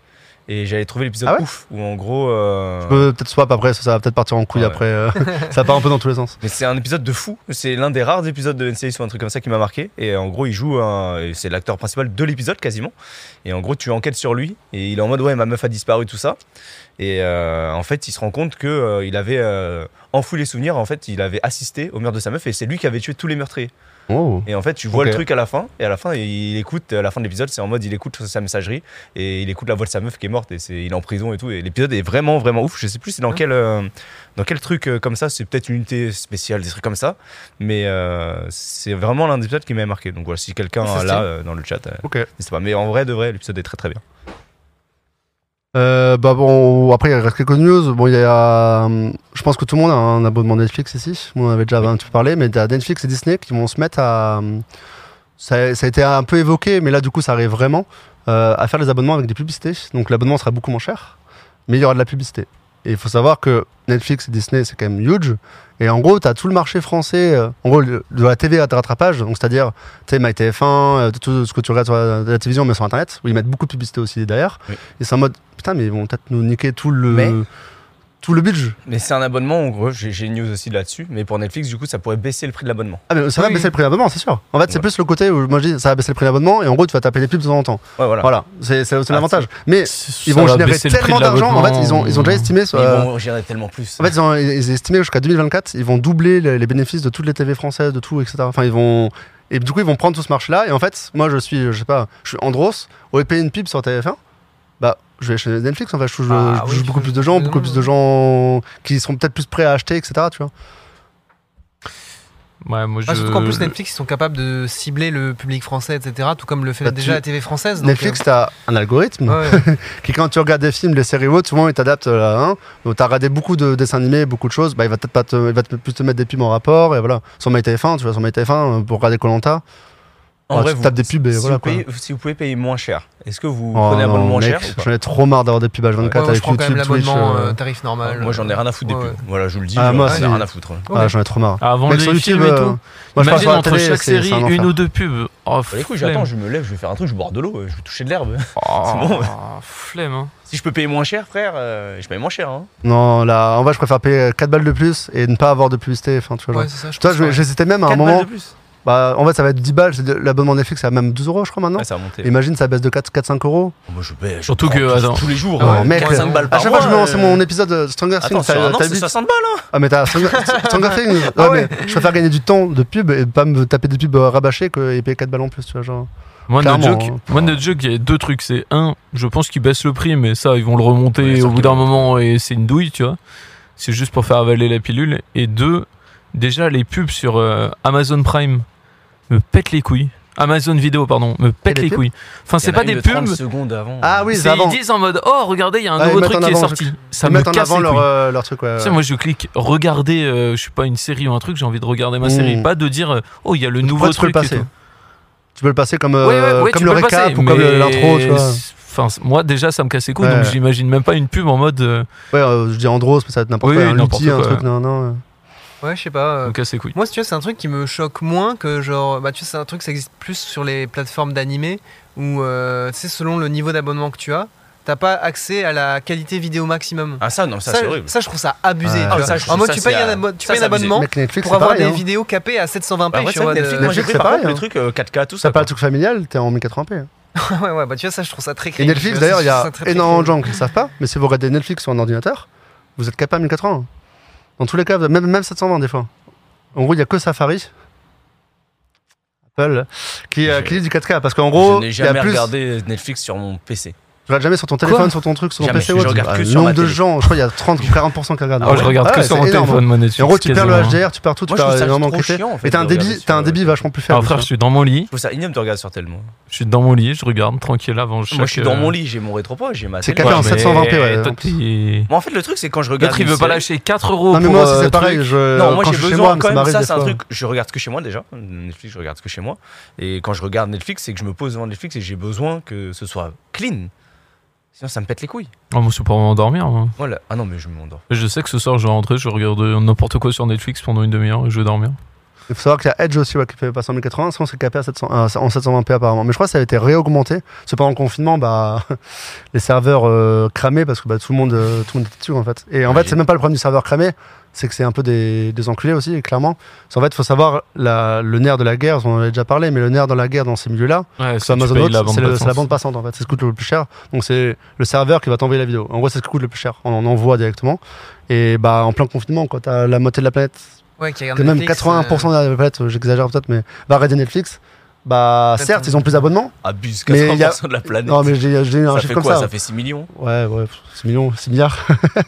[SPEAKER 1] Et j'avais trouvé l'épisode
[SPEAKER 2] Ah ouais
[SPEAKER 1] ouf, où en gros. euh,
[SPEAKER 2] Peut- Peut-être swap après, ça, ça va peut-être partir en couille
[SPEAKER 1] Ouais.
[SPEAKER 2] après. euh, [laughs] ça part un peu dans tous les sens.
[SPEAKER 1] Mais c'est un épisode de fou. C'est l'un des rares épisodes de NCIS ou un truc comme ça qui m'a marqué. Et en gros, il joue un. et C'est l'acteur principal de l'épisode quasiment. Et en gros, tu enquêtes sur lui. Et il est en mode, ouais, ma meuf a disparu, tout ça. Et euh, en fait, il se rend compte que euh, il avait euh, enfoui les souvenirs. En fait, il avait assisté au meurtre de sa meuf. Et c'est lui qui avait tué tous les meurtriers.
[SPEAKER 2] Oh.
[SPEAKER 1] Et en fait, tu vois
[SPEAKER 2] Ok.
[SPEAKER 1] le truc à la fin, et à la fin, il écoute, à la fin de l'épisode, c'est en mode, il écoute sur sa messagerie, et il écoute la voix de sa meuf qui est morte, et c'est, il est en prison et tout, et l'épisode est vraiment, vraiment ouf. Je sais plus c'est dans,
[SPEAKER 4] Hein
[SPEAKER 1] quel, euh, dans quel truc euh, comme ça, c'est peut-être une unité spéciale, des trucs comme ça, mais euh, c'est vraiment l'un des épisodes qui m'a marqué. Donc voilà, si quelqu'un
[SPEAKER 4] Ça se
[SPEAKER 1] là,
[SPEAKER 4] tient.
[SPEAKER 1] euh, dans le chat, euh,
[SPEAKER 2] Ok.
[SPEAKER 1] n'hésitez pas. Mais en vrai, de vrai, l'épisode est très très bien.
[SPEAKER 2] Euh, bah bon, après il reste quelques news. Bon, il y a, hum, je pense que tout le monde a un abonnement Netflix ici. On en avait déjà un petit peu parlé, mais il y a Netflix et Disney qui vont se mettre à. hum, Ça, ça a été un peu évoqué, mais là du coup ça arrive vraiment euh, à faire des abonnements avec des publicités. Donc l'abonnement sera beaucoup moins cher, mais il y aura de la publicité. Et il faut savoir que Netflix et Disney c'est quand même huge. Et en gros, tu as tout le marché français, euh, en gros le- de la TV à rattrapage, donc c'est-à-dire tu sais MyTF1, euh, tout ce que tu regardes sur la, la télévision, mais sur Internet, où ils mettent beaucoup de publicité aussi derrière.
[SPEAKER 1] Oui.
[SPEAKER 2] Et c'est en mode putain, mais ils vont peut-être nous niquer tout le
[SPEAKER 1] Mais-
[SPEAKER 2] tout le budget.
[SPEAKER 1] Mais c'est un abonnement, en gros, j'ai j'ai une news aussi là-dessus. Mais pour Netflix, du coup, ça pourrait baisser le prix de l'abonnement.
[SPEAKER 2] Ah mais ça va
[SPEAKER 4] Oui.
[SPEAKER 2] baisser le prix d'abonnement, c'est sûr. En fait, c'est
[SPEAKER 1] Ouais.
[SPEAKER 2] plus le côté où moi je dis ça va baisser le prix d'abonnement et en gros tu vas taper les pubs de temps en temps.
[SPEAKER 1] Ouais, voilà.
[SPEAKER 2] Voilà, c'est c'est- c'est
[SPEAKER 1] Ah,
[SPEAKER 2] l'avantage. Mais ils
[SPEAKER 3] Ça
[SPEAKER 2] vont
[SPEAKER 3] va
[SPEAKER 2] générer
[SPEAKER 3] baisser le prix
[SPEAKER 2] tellement
[SPEAKER 3] de
[SPEAKER 2] d'argent. En fait, ils ont, ils ont déjà
[SPEAKER 3] l'abonnement.
[SPEAKER 2] estimé.
[SPEAKER 1] Mais
[SPEAKER 2] euh,
[SPEAKER 1] ils vont gérer tellement plus.
[SPEAKER 2] En fait, ils ont, ils ont estimé que jusqu'à 2024, ils vont doubler les, les bénéfices de toutes les TV françaises, de tout, etc. Enfin, ils vont. Et du coup, ils vont prendre tout ce marché-là. Et en fait, moi, je suis, je sais pas, je suis Andros, au payer une pub sur TF1, bah, je vais chez Netflix, en fait, je touche, je
[SPEAKER 4] Ah oui,
[SPEAKER 2] touche
[SPEAKER 4] tu
[SPEAKER 2] beaucoup
[SPEAKER 4] peux-
[SPEAKER 2] plus de gens,
[SPEAKER 4] tu peux
[SPEAKER 2] beaucoup plus de gens qui seront peut-être plus prêts à acheter, etc. Tu vois.
[SPEAKER 3] Ouais, moi,
[SPEAKER 4] Ah,
[SPEAKER 3] je-
[SPEAKER 4] surtout qu'en plus Netflix ils sont capables de cibler le public français etc tout comme le fait
[SPEAKER 2] Bah,
[SPEAKER 4] déjà
[SPEAKER 2] tu-
[SPEAKER 4] la TV française donc,
[SPEAKER 2] Netflix, t'as un algorithme [laughs]
[SPEAKER 4] euh, ouais, ouais.
[SPEAKER 2] qui, quand tu regardes des films, les séries ou autres, souvent, il t'adapte à un. Donc, t'as regardé beaucoup de dessins animés, beaucoup de choses, bah, il va peut-être pas te, il va te- plus te mettre des pubs en rapport, et voilà. Sur MyTF1, tu vois, sur MyTF1, euh, pour regarder Colanta,
[SPEAKER 1] En
[SPEAKER 2] Ouais,
[SPEAKER 1] vrai,
[SPEAKER 2] tu
[SPEAKER 1] vous-
[SPEAKER 2] tapes des pubs et
[SPEAKER 1] si
[SPEAKER 2] voilà,
[SPEAKER 1] vous
[SPEAKER 2] quoi.
[SPEAKER 1] payez- si vous pouvez payer moins cher, est-ce que vous prenez un abonnement
[SPEAKER 2] Oh, mec,
[SPEAKER 1] cher ou pas
[SPEAKER 2] J'en ai trop marre d'avoir des pubs H24
[SPEAKER 4] Ouais, je
[SPEAKER 2] avec
[SPEAKER 4] prends
[SPEAKER 2] YouTube,
[SPEAKER 4] quand même
[SPEAKER 2] Twitch.
[SPEAKER 4] l'abonnement
[SPEAKER 2] euh,
[SPEAKER 4] euh, tarif normal
[SPEAKER 1] Moi, j'en ai rien à foutre
[SPEAKER 4] Ouais,
[SPEAKER 1] des
[SPEAKER 4] ouais.
[SPEAKER 1] pubs. Voilà, je vous le dis,
[SPEAKER 2] Ah,
[SPEAKER 1] j'en
[SPEAKER 2] moi,
[SPEAKER 1] ai
[SPEAKER 2] c'est-
[SPEAKER 1] rien à foutre. hein.
[SPEAKER 2] ah, j'en ai trop marre.
[SPEAKER 3] Avant
[SPEAKER 2] Mec,
[SPEAKER 3] les
[SPEAKER 2] sur YouTube,
[SPEAKER 3] films et
[SPEAKER 2] euh,
[SPEAKER 3] tout.
[SPEAKER 2] Moi, je passe
[SPEAKER 3] Imagine
[SPEAKER 2] sur la
[SPEAKER 3] entre
[SPEAKER 2] télé,
[SPEAKER 3] chaque
[SPEAKER 2] c'est-
[SPEAKER 3] série
[SPEAKER 2] c'est un
[SPEAKER 3] une
[SPEAKER 2] enfer.
[SPEAKER 3] ou deux pubs. Oh,
[SPEAKER 1] Bah, les couilles,
[SPEAKER 3] flemme.
[SPEAKER 1] j'attends, je me lève, je vais faire un truc, je vais boire de l'eau, euh, je vais toucher de l'herbe.
[SPEAKER 3] Oh,
[SPEAKER 1] [laughs] C'est bon, ouais.
[SPEAKER 3] flemme. hein.
[SPEAKER 1] Si je peux payer moins cher, frère, euh, je paye moins cher. hein.
[SPEAKER 2] Non, là, en vrai, je préfère payer 4 balles de plus et ne pas avoir de publicité. Enfin, tu vois, genre.
[SPEAKER 4] Ouais, c'est ça, je
[SPEAKER 2] Toi,
[SPEAKER 4] pense,
[SPEAKER 2] je-
[SPEAKER 4] ouais.
[SPEAKER 2] j'hésitais même à un
[SPEAKER 1] Quatre balles
[SPEAKER 2] moment.
[SPEAKER 1] de plus.
[SPEAKER 2] Bah, en fait, ça va être 10 balles. c'est de- L'abonnement Netflix, c'est à même 12 euros, je crois, maintenant.
[SPEAKER 1] Ah, ça a monté.
[SPEAKER 2] Imagine, ça baisse de 4-5 euros.
[SPEAKER 1] Moi, je paye, je
[SPEAKER 3] Surtout
[SPEAKER 1] prends
[SPEAKER 3] que,
[SPEAKER 1] tous-
[SPEAKER 3] attends.
[SPEAKER 1] tous les jours,
[SPEAKER 2] Ah,
[SPEAKER 1] euh,
[SPEAKER 2] mec,
[SPEAKER 1] 45 balles
[SPEAKER 2] À
[SPEAKER 1] par
[SPEAKER 2] chaque
[SPEAKER 1] mois.
[SPEAKER 2] fois, je me lance
[SPEAKER 1] euh,
[SPEAKER 2] mon épisode de Stranger
[SPEAKER 1] Attends,
[SPEAKER 2] Things.
[SPEAKER 1] sur
[SPEAKER 2] t'as-
[SPEAKER 1] un an,
[SPEAKER 2] t'as
[SPEAKER 1] c'est
[SPEAKER 2] vu-
[SPEAKER 1] 60 balles. hein.
[SPEAKER 2] Ah, mais t'as
[SPEAKER 3] [laughs]
[SPEAKER 2] Stranger Stranger Things. Non,
[SPEAKER 4] Ah ouais.
[SPEAKER 2] mais je préfère gagner du temps de pub et pas me taper des pubs euh, rabâchées que et payer 4 balles en plus, tu vois, genre.
[SPEAKER 3] Moi, notre
[SPEAKER 2] Clairement,
[SPEAKER 3] joke,
[SPEAKER 2] hein.
[SPEAKER 3] moi, notre joke, il y a deux trucs. C'est un, je pense qu'ils baissent le prix, mais ça, ils vont le remonter
[SPEAKER 1] Ouais, sûr
[SPEAKER 3] au bout
[SPEAKER 1] qu'ils
[SPEAKER 3] d'un
[SPEAKER 1] vont.
[SPEAKER 3] moment et c'est une douille, tu vois. C'est juste pour faire avaler la pilule. Et deux, déjà, les pubs sur euh, Amazon Prime me pètent les couilles. Amazon Vidéo, pardon, me pètent
[SPEAKER 2] les
[SPEAKER 3] les
[SPEAKER 2] pubs
[SPEAKER 3] couilles. Enfin,
[SPEAKER 1] Il y
[SPEAKER 3] c'est
[SPEAKER 1] en a
[SPEAKER 3] pas
[SPEAKER 1] une
[SPEAKER 3] des
[SPEAKER 1] de 30
[SPEAKER 3] pubs.
[SPEAKER 1] secondes avant.
[SPEAKER 2] Ah oui, c'est
[SPEAKER 3] C'est, ils
[SPEAKER 2] avant.
[SPEAKER 3] disent en mode oh regardez il y a un
[SPEAKER 2] Ah, ils
[SPEAKER 3] nouveau
[SPEAKER 2] mettent
[SPEAKER 3] truc
[SPEAKER 2] en
[SPEAKER 3] qui est
[SPEAKER 2] avant,
[SPEAKER 3] sorti
[SPEAKER 2] je-
[SPEAKER 3] ça
[SPEAKER 2] Ils
[SPEAKER 3] me
[SPEAKER 2] mettent en
[SPEAKER 3] casse
[SPEAKER 2] avant
[SPEAKER 3] les
[SPEAKER 2] leur,
[SPEAKER 3] couilles.
[SPEAKER 2] euh, leur truc, ouais.
[SPEAKER 3] Tu sais, moi je clique regarder, euh, je sais pas, une série ou un truc, j'ai envie de regarder ma
[SPEAKER 2] Mm.
[SPEAKER 3] série, pas de dire euh, oh il y a le nouveau
[SPEAKER 2] Pourquoi tu peux le
[SPEAKER 3] truc. et
[SPEAKER 2] passer
[SPEAKER 3] tout.
[SPEAKER 2] Tu peux le passer comme,
[SPEAKER 3] Ouais,
[SPEAKER 2] euh,
[SPEAKER 3] ouais, ouais,
[SPEAKER 2] comme
[SPEAKER 3] tu
[SPEAKER 2] le
[SPEAKER 3] peux
[SPEAKER 2] récap
[SPEAKER 3] passer,
[SPEAKER 2] ou comme
[SPEAKER 3] mais
[SPEAKER 2] le- l'intro, tu vois.
[SPEAKER 3] c'est- Enfin, c'est- moi déjà ça me casse les couilles,
[SPEAKER 2] Ouais.
[SPEAKER 3] donc j'imagine même pas une pub en mode euh,
[SPEAKER 2] Ouais, euh, je dis Andros, mais ça va être n'importe
[SPEAKER 3] Oui,
[SPEAKER 2] quoi,
[SPEAKER 3] oui,
[SPEAKER 2] un
[SPEAKER 3] n'importe
[SPEAKER 2] outil, un
[SPEAKER 3] quoi.
[SPEAKER 2] truc, non, non.
[SPEAKER 4] ouais je sais pas
[SPEAKER 3] ça
[SPEAKER 4] euh,
[SPEAKER 3] me casse les couilles.
[SPEAKER 4] Moi, si tu vois, c'est un truc qui me choque moins que genre. Bah, tu sais, c'est un truc, ça existe plus sur les plateformes d'animé où, euh, tu sais, selon le niveau d'abonnement que tu as, t'as pas accès à la qualité vidéo maximum.
[SPEAKER 1] Ah, ça, non, ça, c'est horrible.
[SPEAKER 4] je trouve ça abusé.
[SPEAKER 2] Ouais.
[SPEAKER 4] tu
[SPEAKER 2] Ah,
[SPEAKER 4] vois.
[SPEAKER 1] ça, je
[SPEAKER 4] en
[SPEAKER 1] trouve
[SPEAKER 4] mode,
[SPEAKER 1] ça,
[SPEAKER 4] tu payes
[SPEAKER 1] c'est
[SPEAKER 4] un,
[SPEAKER 1] à-
[SPEAKER 4] abo- tu
[SPEAKER 1] ça,
[SPEAKER 4] payes un
[SPEAKER 1] c'est abusé.
[SPEAKER 4] abonnement
[SPEAKER 2] Mec, Netflix,
[SPEAKER 4] pour
[SPEAKER 2] c'est
[SPEAKER 4] avoir
[SPEAKER 2] pareil,
[SPEAKER 4] des
[SPEAKER 2] hein.
[SPEAKER 4] vidéos capées à 720p.
[SPEAKER 1] Bah, ouais,
[SPEAKER 4] je
[SPEAKER 1] c'est vrai
[SPEAKER 4] vois,
[SPEAKER 1] que
[SPEAKER 4] de-
[SPEAKER 1] Netflix, moi, j'ai
[SPEAKER 2] Netflix,
[SPEAKER 1] pris
[SPEAKER 2] c'est
[SPEAKER 1] par contre
[SPEAKER 2] pareil,
[SPEAKER 1] le
[SPEAKER 2] hein.
[SPEAKER 1] truc euh, 4K, tout
[SPEAKER 2] T'as
[SPEAKER 1] ça.
[SPEAKER 2] pas
[SPEAKER 1] quoi.
[SPEAKER 2] le truc familial, t'es en 1080p.
[SPEAKER 4] [laughs] ouais, ouais, bah, tu vois, ça, je trouve ça très
[SPEAKER 2] Et
[SPEAKER 4] cringe.
[SPEAKER 2] Netflix,
[SPEAKER 4] Je-
[SPEAKER 2] d'ailleurs,
[SPEAKER 4] je
[SPEAKER 2] il y
[SPEAKER 4] trouve
[SPEAKER 2] a
[SPEAKER 4] ça très, très
[SPEAKER 2] énormément de
[SPEAKER 4] cringe.
[SPEAKER 2] gens qui ne savent pas, mais si vous regardez Netflix sur un ordinateur, vous êtes capable à 1080. Dans tous les cas, même, même 720 des fois. En gros, il n'y a que Safari, Apple, qui, euh,
[SPEAKER 1] Je-
[SPEAKER 2] qui dit du 4K, parce qu'en
[SPEAKER 1] Je
[SPEAKER 2] gros,
[SPEAKER 1] n'ai
[SPEAKER 2] il y a
[SPEAKER 1] jamais
[SPEAKER 2] plus.
[SPEAKER 1] regardé Netflix sur mon PC.
[SPEAKER 2] Tu regardes jamais sur ton téléphone,
[SPEAKER 3] Quoi
[SPEAKER 2] sur ton truc, sur ton
[SPEAKER 1] Jamais.
[SPEAKER 2] PC.
[SPEAKER 1] Je
[SPEAKER 2] ou autre.
[SPEAKER 1] regarde que
[SPEAKER 2] Ah,
[SPEAKER 1] sur ma
[SPEAKER 2] nombre de
[SPEAKER 1] télé.
[SPEAKER 2] gens, je crois qu'il y a 30 ou 40% qui regardent.
[SPEAKER 3] Ah, je regarde
[SPEAKER 2] Ah
[SPEAKER 3] que
[SPEAKER 2] ouais,
[SPEAKER 3] sur
[SPEAKER 2] c'est
[SPEAKER 3] mon
[SPEAKER 2] énorme.
[SPEAKER 3] téléphone, mon Netflix.
[SPEAKER 2] Et en gros, tu perds le
[SPEAKER 3] quasiment.
[SPEAKER 2] HDR, tu perds tout, tu
[SPEAKER 1] Moi, je
[SPEAKER 2] perds
[SPEAKER 1] trouve ça
[SPEAKER 2] énormément
[SPEAKER 1] trop
[SPEAKER 2] de qualité.
[SPEAKER 1] chiant, en fait,
[SPEAKER 2] Et t'as un
[SPEAKER 1] de
[SPEAKER 2] débit,
[SPEAKER 1] regarder
[SPEAKER 2] t'as un
[SPEAKER 1] sur- euh,
[SPEAKER 2] débit vachement plus faible.
[SPEAKER 3] Alors frère, je suis dans mon lit,
[SPEAKER 1] Je trouve ça ignoble de regarder sur tel moi.
[SPEAKER 3] je suis dans mon lit, je regarde tranquille avant.
[SPEAKER 1] Moi, je suis
[SPEAKER 3] euh,
[SPEAKER 1] dans mon lit, j'ai mon rétropod, j'ai ma
[SPEAKER 2] C'est
[SPEAKER 1] télé.
[SPEAKER 2] quatre en
[SPEAKER 1] Ouais, mais-
[SPEAKER 2] 720p, ouais.
[SPEAKER 3] Toi, t'es-
[SPEAKER 1] Moi, en fait, le truc, c'est quand je regarde.
[SPEAKER 3] L'autre il
[SPEAKER 1] une
[SPEAKER 3] veut pas
[SPEAKER 1] série-
[SPEAKER 3] lâcher 4 euros
[SPEAKER 2] Non, mais
[SPEAKER 3] pour,
[SPEAKER 2] moi aussi,
[SPEAKER 3] euh,
[SPEAKER 2] c'est pareil.
[SPEAKER 3] truc.
[SPEAKER 2] Je,
[SPEAKER 1] Non, moi
[SPEAKER 2] quand
[SPEAKER 1] j'ai
[SPEAKER 2] je suis chez
[SPEAKER 1] besoin
[SPEAKER 2] moi,
[SPEAKER 1] quand même,
[SPEAKER 2] m'arrive
[SPEAKER 1] ça
[SPEAKER 2] des
[SPEAKER 1] c'est un
[SPEAKER 2] fois.
[SPEAKER 1] truc, je regarde que chez moi déjà, Netflix je regarde que chez moi, et quand je regarde Netflix c'est que je me pose devant Netflix et j'ai besoin que ce soit clean, sinon ça me pète les couilles.
[SPEAKER 3] Oh, moi, c'est pour m'endormir. moi.
[SPEAKER 1] Voilà. Ah non mais je m'endors.
[SPEAKER 3] Je sais que ce soir je vais rentrer, je regarde n'importe quoi sur Netflix pendant une demi-heure et je vais dormir.
[SPEAKER 2] Il faut savoir qu'il y a Edge aussi ouais, qui fait passer en 1080, sinon c'est capé à 700, euh, en 720p apparemment. Mais je crois que ça a été réaugmenté. C'est pendant le confinement, bah, [laughs] les serveurs euh, cramés parce que bah, tout, le monde, euh, tout le monde était dessus en fait. Et en
[SPEAKER 1] Ouais,
[SPEAKER 2] fait, c'est même pas le problème du serveur cramé, c'est que c'est un peu des, des enculés aussi, et clairement. Parce qu'en fait, il faut savoir la- le nerf de la guerre, on en avait déjà parlé, mais le nerf de la guerre dans ces milieux-là,
[SPEAKER 3] Ouais,
[SPEAKER 2] c'est Amazon Watch, c'est le- c'est la bande passante en fait, c'est ce qui coûte le plus cher. Donc c'est le serveur qui va t'envoyer la vidéo. En gros, c'est ce qui coûte le plus cher. On en envoie directement. Et bah en plein confinement, quand t'as la moitié de la planète,
[SPEAKER 4] Ouais, qui
[SPEAKER 2] que
[SPEAKER 4] regardent
[SPEAKER 2] même
[SPEAKER 4] Netflix,
[SPEAKER 2] 80% de la planète, euh, j'exagère peut-être, mais va regarder Netflix. Bah
[SPEAKER 4] Peut-être,
[SPEAKER 2] certes,
[SPEAKER 4] hein.
[SPEAKER 2] ils ont plus d'abonnements.
[SPEAKER 1] Abuse
[SPEAKER 2] Mais il y a-
[SPEAKER 1] 80% de la planète.
[SPEAKER 2] Non, mais j'ai j'ai eu un
[SPEAKER 1] ça
[SPEAKER 2] chiffre
[SPEAKER 1] fait
[SPEAKER 2] comme
[SPEAKER 1] quoi
[SPEAKER 2] ça.
[SPEAKER 1] ça. fait 6 millions.
[SPEAKER 2] Ouais, ouais, pff, 6 millions, 6 milliards. [laughs]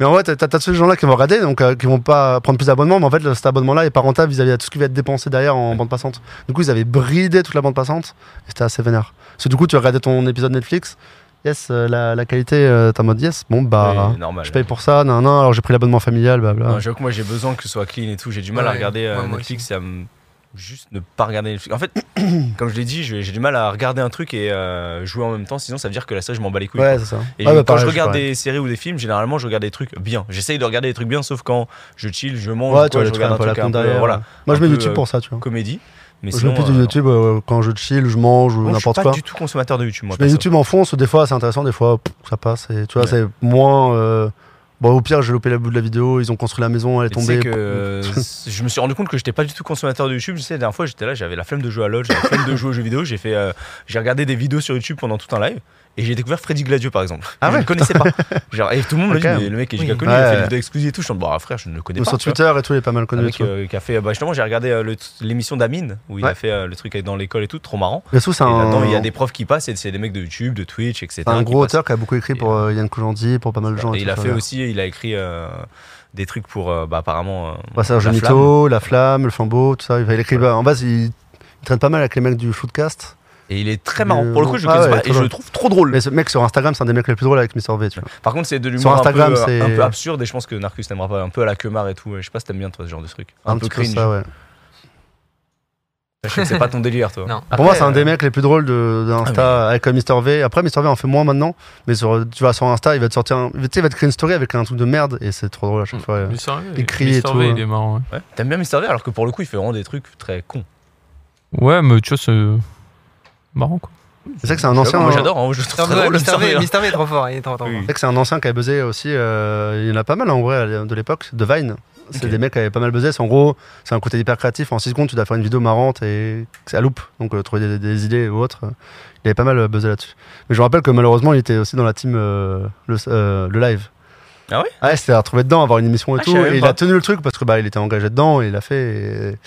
[SPEAKER 2] mais en vrai, t'as- t'as t'as tous ces gens-là qui vont regarder, donc euh, qui vont pas prendre plus d'abonnements, mais en fait, le- cet abonnement-là est pas rentable vis-à-vis de tout ce qui va être dépensé derrière en bande passante. Du coup, ils avaient bridé toute la bande passante, et c'était assez vénère. Parce que du coup, tu regardais ton épisode Netflix, yes, euh, la, la qualité, euh, t'es en mode yes, bon bah,
[SPEAKER 1] Oui, normal.
[SPEAKER 2] je paye pour ça, non, non, alors j'ai pris l'abonnement familial,
[SPEAKER 1] Non,
[SPEAKER 2] blabla.
[SPEAKER 1] J'avoue que moi j'ai besoin que ce soit clean et tout. J'ai du mal à
[SPEAKER 4] Ouais,
[SPEAKER 1] regarder euh,
[SPEAKER 4] ouais, moi
[SPEAKER 1] Netflix et à me- juste ne pas regarder Netflix. En fait, [clears throat] comme je l'ai dit, j'ai j'ai du mal à regarder un truc et euh, jouer en même temps. Sinon, ça veut dire que la série, je m'en bats les couilles.
[SPEAKER 2] Ouais, c'est ça.
[SPEAKER 1] Et
[SPEAKER 2] Ouais,
[SPEAKER 1] je-
[SPEAKER 2] bah,
[SPEAKER 1] quand
[SPEAKER 2] pareil,
[SPEAKER 1] je
[SPEAKER 2] suis
[SPEAKER 1] regarde
[SPEAKER 2] pareil.
[SPEAKER 1] des séries ou des films, généralement je regarde des trucs bien. J'essaye de regarder des trucs bien, sauf quand je chill, je mange,
[SPEAKER 2] Ouais,
[SPEAKER 1] ou
[SPEAKER 2] tu
[SPEAKER 1] quand
[SPEAKER 2] vois,
[SPEAKER 1] je
[SPEAKER 2] tu fais
[SPEAKER 1] regarde
[SPEAKER 2] un
[SPEAKER 1] un
[SPEAKER 2] peu la
[SPEAKER 1] truc un
[SPEAKER 2] con
[SPEAKER 1] peu,
[SPEAKER 2] derrière.
[SPEAKER 1] voilà,
[SPEAKER 2] Moi, je
[SPEAKER 1] un
[SPEAKER 2] mets
[SPEAKER 1] peu,
[SPEAKER 2] YouTube
[SPEAKER 1] euh,
[SPEAKER 2] pour ça, tu vois.
[SPEAKER 1] comédie. Mais
[SPEAKER 2] Je
[SPEAKER 1] sinon,
[SPEAKER 2] mets plus de
[SPEAKER 1] euh,
[SPEAKER 2] YouTube euh, quand je chill, je mange ou
[SPEAKER 1] non, je suis
[SPEAKER 2] n'importe
[SPEAKER 1] pas
[SPEAKER 2] quoi.
[SPEAKER 1] du tout consommateur de YouTube. Moi,
[SPEAKER 2] Je mets
[SPEAKER 1] perso.
[SPEAKER 2] YouTube en fonce, des fois c'est intéressant, des fois pff, ça passe. Et, tu vois,
[SPEAKER 1] Ouais.
[SPEAKER 2] c'est moins. euh, Bon, au pire, j'ai loupé la bout de la vidéo, ils ont construit la maison, elle
[SPEAKER 1] Et
[SPEAKER 2] est
[SPEAKER 1] tu sais
[SPEAKER 2] tombée.
[SPEAKER 1] que
[SPEAKER 2] [laughs]
[SPEAKER 1] euh, je me suis rendu compte que j'étais pas du tout consommateur de YouTube. Je sais, la dernière fois, j'étais là, j'avais la flemme de jouer à LoL, j'avais la flemme de jouer aux jeux vidéo. J'ai fait, euh, j'ai regardé des vidéos sur YouTube pendant tout un live et j'ai découvert Freddy Gladio par exemple.
[SPEAKER 2] Ah
[SPEAKER 1] je
[SPEAKER 2] ouais,
[SPEAKER 1] ne connaissais pas. [laughs] Genre, et tout le monde me
[SPEAKER 2] Ah,
[SPEAKER 1] dit,
[SPEAKER 2] quand
[SPEAKER 1] mais
[SPEAKER 2] même.
[SPEAKER 1] le mec est
[SPEAKER 4] Oui.
[SPEAKER 1] giga connu, il
[SPEAKER 2] Ouais.
[SPEAKER 1] a fait des vidéos exclusives et tout. Je suis en mode, bah frère, je ne le connais
[SPEAKER 2] Même
[SPEAKER 1] pas.
[SPEAKER 2] sur
[SPEAKER 1] tu vois.
[SPEAKER 2] Twitter et tout, il est pas mal
[SPEAKER 1] Le
[SPEAKER 2] connu.
[SPEAKER 1] mec
[SPEAKER 2] tu vois.
[SPEAKER 1] euh, qui a fait, bah, justement, j'ai regardé euh, le- l'émission d'Amine où il
[SPEAKER 2] Ouais.
[SPEAKER 1] a fait euh, le truc dans l'école et tout, trop marrant.
[SPEAKER 2] Yassou, c'est
[SPEAKER 1] euh, Et là-dedans,
[SPEAKER 2] un,
[SPEAKER 1] il y a des profs qui passent et c'est des mecs de YouTube, de Twitch, etc.
[SPEAKER 2] c'est un
[SPEAKER 1] qui
[SPEAKER 2] gros
[SPEAKER 1] passent.
[SPEAKER 2] auteur qui a beaucoup écrit pour euh, Yann Koulandy, pour pas mal de gens.
[SPEAKER 1] Et
[SPEAKER 2] tout
[SPEAKER 1] il a
[SPEAKER 2] ça,
[SPEAKER 1] fait
[SPEAKER 2] là.
[SPEAKER 1] aussi, il a écrit euh, des trucs pour, euh, bah, apparemment. euh,
[SPEAKER 2] Passage au
[SPEAKER 1] La
[SPEAKER 2] mytho, La Flamme, Le Flambeau, tout ça. Il, il écrit,
[SPEAKER 1] Voilà.
[SPEAKER 2] bah, en base, il, il traîne pas mal avec les mecs du footcast.
[SPEAKER 1] Et il est très marrant.
[SPEAKER 2] Euh,
[SPEAKER 1] Pour le coup, je le
[SPEAKER 2] ah
[SPEAKER 1] connaissais
[SPEAKER 2] ouais,
[SPEAKER 1] pas et
[SPEAKER 2] très
[SPEAKER 1] je
[SPEAKER 2] drôle.
[SPEAKER 1] le trouve trop drôle.
[SPEAKER 2] Mais ce mec sur Instagram, c'est un des mecs les plus drôles avec Mister V, tu vois.
[SPEAKER 1] Par contre, c'est de
[SPEAKER 2] Sur
[SPEAKER 1] l'humour un,
[SPEAKER 2] Instagram,
[SPEAKER 1] peu, euh,
[SPEAKER 2] c'est-
[SPEAKER 1] un peu absurde et je pense que Narcus t'aimera pas. Un peu à la queue-marre et tout. euh, Je sais pas si t'aimes bien toi ce genre de truc. Un, peu
[SPEAKER 2] petit peu
[SPEAKER 1] cringe.
[SPEAKER 2] ça, ouais.
[SPEAKER 1] [laughs] Je sais que c'est pas ton délire toi.
[SPEAKER 4] Non.
[SPEAKER 2] Pour moi,
[SPEAKER 4] Après,
[SPEAKER 2] c'est un
[SPEAKER 4] euh, Ah
[SPEAKER 2] des mecs les plus drôles de- d'Insta avec Mister V. Après, Mister V en fait moins maintenant, mais sur, tu vas sur Insta, il va te sortir un, tu sais, il va te créer une story avec un truc de merde et c'est trop drôle à
[SPEAKER 4] Mm.
[SPEAKER 2] chaque fois.
[SPEAKER 3] Mais c'est vrai,
[SPEAKER 2] Il crie et
[SPEAKER 3] Mr.
[SPEAKER 2] tout,
[SPEAKER 3] V,
[SPEAKER 2] hein.
[SPEAKER 3] il est marrant. ouais.
[SPEAKER 1] Ouais. T'aimes bien Mister V alors que pour le coup, il fait vraiment des trucs très cons.
[SPEAKER 3] Ouais, mais tu vois, c'est marrant quoi.
[SPEAKER 2] C'est vrai que c'est un
[SPEAKER 1] Je sais pas,
[SPEAKER 2] ancien.
[SPEAKER 1] Moi
[SPEAKER 2] c'est
[SPEAKER 1] j'adore, hein, je le trouve
[SPEAKER 4] Mr.
[SPEAKER 1] très
[SPEAKER 4] V-
[SPEAKER 1] drôle.
[SPEAKER 4] Mr.
[SPEAKER 1] Mr. V,
[SPEAKER 4] V
[SPEAKER 1] hein.
[SPEAKER 4] Mr. V est trop fort, il est trop, trop
[SPEAKER 1] Oui.
[SPEAKER 4] fort.
[SPEAKER 2] vrai que c'est un ancien qui a buzzé aussi. euh, il y en a pas mal en vrai de l'époque. De Vine, c'est
[SPEAKER 1] Ok.
[SPEAKER 2] des mecs qui avaient pas mal buzzé. C'est en gros, c'est un côté hyper créatif. En 6 secondes, tu dois faire une vidéo marrante et c'est à loupe. Donc euh, trouver des, des idées ou autre. Il avait pas mal buzzé là-dessus. Mais je me rappelle que malheureusement, il était aussi dans la team euh, le, euh, le live.
[SPEAKER 1] Ah ouais
[SPEAKER 2] Ouais, c'était à retrouver dedans, avoir une émission et
[SPEAKER 1] Ah, je
[SPEAKER 2] tout.
[SPEAKER 1] savais
[SPEAKER 2] Et il
[SPEAKER 1] pas.
[SPEAKER 2] a tenu le truc parce que bah, il était engagé dedans et il a fait. et-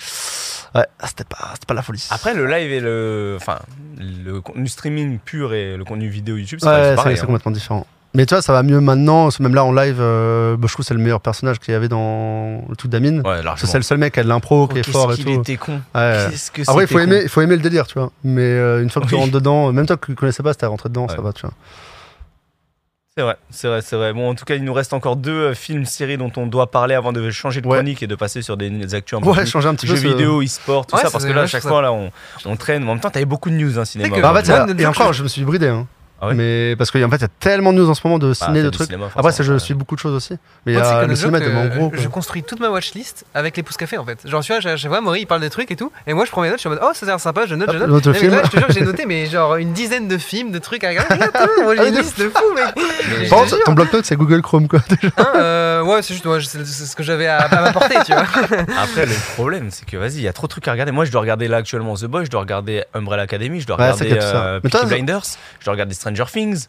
[SPEAKER 2] Ouais, c'était pas, c'était pas la folie.
[SPEAKER 1] Après, le live et le. Enfin, le contenu streaming pur et le contenu vidéo YouTube, c'est pas- c'est
[SPEAKER 2] Ouais, c'est
[SPEAKER 1] pareil.
[SPEAKER 2] c'est
[SPEAKER 1] hein.
[SPEAKER 2] complètement différent. Mais tu vois, ça va mieux maintenant. Même là, en live, euh, bah, je trouve que c'est le meilleur personnage qu'il y avait dans le tout d'Amine.
[SPEAKER 1] hein. Ouais,
[SPEAKER 2] Parce que
[SPEAKER 1] largement.
[SPEAKER 2] c'est le seul mec qui a de l'impro, qui est fort et
[SPEAKER 1] Qu'est-ce
[SPEAKER 2] tout.
[SPEAKER 1] qu'il était con.
[SPEAKER 2] Ah Ouais.
[SPEAKER 1] Qu'est-ce que
[SPEAKER 2] Après, il faut
[SPEAKER 1] c'était con.
[SPEAKER 2] aimer, il faut aimer le délire, tu vois. Mais euh, une fois que tu
[SPEAKER 1] Oui.
[SPEAKER 2] rentres dedans, même toi qui connaissais pas, si t'es rentré dedans, ça
[SPEAKER 1] Ouais.
[SPEAKER 2] va, tu vois.
[SPEAKER 1] C'est vrai, c'est vrai, c'est vrai. Bon, en tout cas, il nous reste encore deux euh, films, séries dont on doit parler avant de changer de
[SPEAKER 2] Ouais.
[SPEAKER 1] chronique et de passer sur des, des actus un peu
[SPEAKER 2] Ouais,
[SPEAKER 1] plus
[SPEAKER 2] changer un petit
[SPEAKER 1] jeux
[SPEAKER 2] peu. ce-
[SPEAKER 1] vidéo, e-sport, tout
[SPEAKER 4] Ouais,
[SPEAKER 1] ça,
[SPEAKER 4] ça
[SPEAKER 1] parce que
[SPEAKER 4] faisait
[SPEAKER 1] là, à
[SPEAKER 4] vachement
[SPEAKER 1] chaque
[SPEAKER 4] ça.
[SPEAKER 1] fois, là, on, on traîne. Mais en même temps, t'avais beaucoup de news, hein, cinéma.
[SPEAKER 4] que-
[SPEAKER 2] Bah, en fait,
[SPEAKER 1] aujourd'hui.
[SPEAKER 2] ça-
[SPEAKER 4] Ouais,
[SPEAKER 2] et encore, je me suis bridé. hein.
[SPEAKER 1] Ah ouais
[SPEAKER 2] Mais parce qu'en fait, il y a tellement de news en ce moment de
[SPEAKER 1] Bah, t'as
[SPEAKER 2] ciné, de
[SPEAKER 1] du
[SPEAKER 2] trucs.
[SPEAKER 1] cinéma, forcément,
[SPEAKER 2] Après, ça, je
[SPEAKER 1] ouais.
[SPEAKER 2] suis beaucoup de choses aussi. Mais il y
[SPEAKER 4] Moi, tu sais
[SPEAKER 2] a
[SPEAKER 4] que
[SPEAKER 2] le cinéma
[SPEAKER 4] joke,
[SPEAKER 2] était en
[SPEAKER 4] euh,
[SPEAKER 2] gros.
[SPEAKER 4] je
[SPEAKER 2] quoi.
[SPEAKER 4] construis toute ma watchlist avec les pouces café en fait. Genre, tu vois, à chaque fois, Maury il parle des trucs et tout, et moi je prends mes notes, je suis en mode oh, ça a l'air sympa, je note, je
[SPEAKER 2] Hop,
[SPEAKER 4] note.
[SPEAKER 2] note le
[SPEAKER 4] Non, mais
[SPEAKER 2] film.
[SPEAKER 4] là, je te jure que j'ai noté, mais genre une dizaine de films, de trucs à regarder. Regarde, tout le monde, moi,
[SPEAKER 2] Ah,
[SPEAKER 4] j'ai une
[SPEAKER 2] de
[SPEAKER 4] liste de fou, mec. Mais je te
[SPEAKER 2] Pense,
[SPEAKER 4] jure,
[SPEAKER 2] ton bloc-notes, c'est Google Chrome, quoi.
[SPEAKER 4] hein, euh, ouais, c'est juste, moi, je- c'est c'est ce que j'avais à, à m'apporter, tu vois.
[SPEAKER 1] Après, le problème, c'est que vas-y, il y a trop de trucs à regarder. Moi, je dois regarder là actuellement The Boys, je dois regarder Umbrella Academy, je dois
[SPEAKER 2] Ouais, c'est
[SPEAKER 1] regarder
[SPEAKER 2] qu'il y a tout ça.
[SPEAKER 1] euh,
[SPEAKER 2] Mais
[SPEAKER 1] Peaky
[SPEAKER 2] toi,
[SPEAKER 1] Blinders, je dois regarder Stranger Things.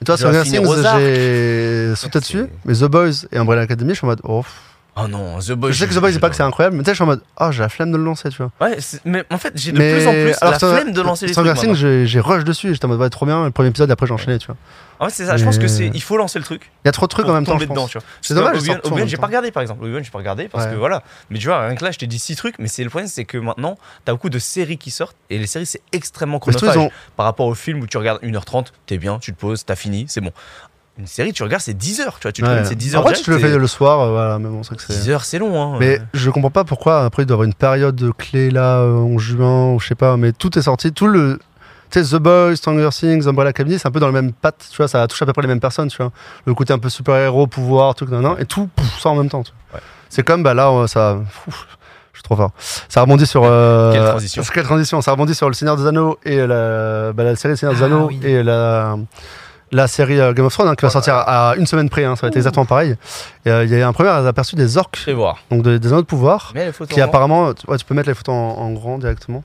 [SPEAKER 2] Et toi,
[SPEAKER 1] Je vais
[SPEAKER 2] Stranger
[SPEAKER 1] finir
[SPEAKER 2] Things,
[SPEAKER 1] aux arcs.
[SPEAKER 2] j'ai sauté dessus. Mais The Boys et Umbrella Academy, je suis en mode. Oh.
[SPEAKER 1] Oh non, The Boys.
[SPEAKER 2] Je sais que The Boys, c'est pas que c'est incroyable, mais tu sais, je suis en mode. Ah, j'ai la flemme de le lancer, tu vois.
[SPEAKER 1] Ouais, c'est- mais en fait, j'ai de
[SPEAKER 2] mais
[SPEAKER 1] plus en plus la
[SPEAKER 2] Stranger-
[SPEAKER 1] flemme de lancer les trucs.
[SPEAKER 2] Stranger Things,
[SPEAKER 1] maintenant.
[SPEAKER 2] j'ai- j'ai rush dessus. J'étais en mode, ouais, trop bien. Le premier épisode, après, j'ai enchaîné, tu vois.
[SPEAKER 1] En fait, Ah c'est ça. Je pense
[SPEAKER 2] Mais-
[SPEAKER 1] que c'est, il faut lancer le truc.
[SPEAKER 2] Il y a trop de trucs
[SPEAKER 1] pour
[SPEAKER 2] en même temps.
[SPEAKER 1] tomber
[SPEAKER 2] je pense.
[SPEAKER 1] dedans, tu vois.
[SPEAKER 2] C'est dommage, ils
[SPEAKER 1] Obi-Wan,
[SPEAKER 2] sortent tout en
[SPEAKER 1] Obi-Wan,
[SPEAKER 2] même
[SPEAKER 1] j'ai
[SPEAKER 2] temps.
[SPEAKER 1] pas regardé par exemple. Obi-Wan, j'ai pas regardé parce que
[SPEAKER 2] Ouais.
[SPEAKER 1] voilà. Mais tu vois, rien que là, je t'ai dit six trucs, mais c'est le problème, c'est que maintenant, t'as beaucoup de séries qui sortent et les séries, c'est extrêmement
[SPEAKER 2] Mais surtout,
[SPEAKER 1] chronophage
[SPEAKER 2] ils ont-
[SPEAKER 1] par rapport au film où tu regardes 1h30, t'es bien, tu te poses, t'as fini, c'est bon. Une série, tu regardes, c'est 10h, tu vois, tu te
[SPEAKER 2] ouais.
[SPEAKER 1] donnes, c'est 10h.
[SPEAKER 2] En vrai, tu le fais le soir, euh, voilà, mais bon, c'est que c'est.
[SPEAKER 1] 10h, c'est long, hein.
[SPEAKER 2] Mais je comprends pas pourquoi après il doit y avoir une période de clé là euh, en juin ou je sais pas, mais tout est sorti, tout le tu sais The Boys, Stranger Things, Umbrella Academy, c'est un peu dans la même patte, tu vois, ça touche à peu près les mêmes personnes, tu vois. Le côté un peu super-héros, pouvoir, truc, nan, nan, et tout pouf, ça en même temps. tu vois.
[SPEAKER 1] Ouais.
[SPEAKER 2] C'est comme bah là euh, ça ouf, je suis trop fort. Ça rebondit sur euh,
[SPEAKER 1] Quelle transition.
[SPEAKER 2] Quelle transition, ça rebondit sur le Seigneur des Anneaux et la bah, la série Le Seigneur des
[SPEAKER 4] Ah,
[SPEAKER 2] Anneaux
[SPEAKER 4] oui.
[SPEAKER 2] et la la série euh, Game of Thrones hein, qui va sortir à une semaine près, hein, ça va être exactement pareil. Et, euh, Il y a eu un premier aperçu des orques
[SPEAKER 1] Je vais voir.
[SPEAKER 2] donc de- des anneaux de pouvoir,
[SPEAKER 1] Mais les photos. en
[SPEAKER 2] qui
[SPEAKER 1] grand.
[SPEAKER 2] apparemment, tu, ouais, tu peux mettre les photos en, en grand directement.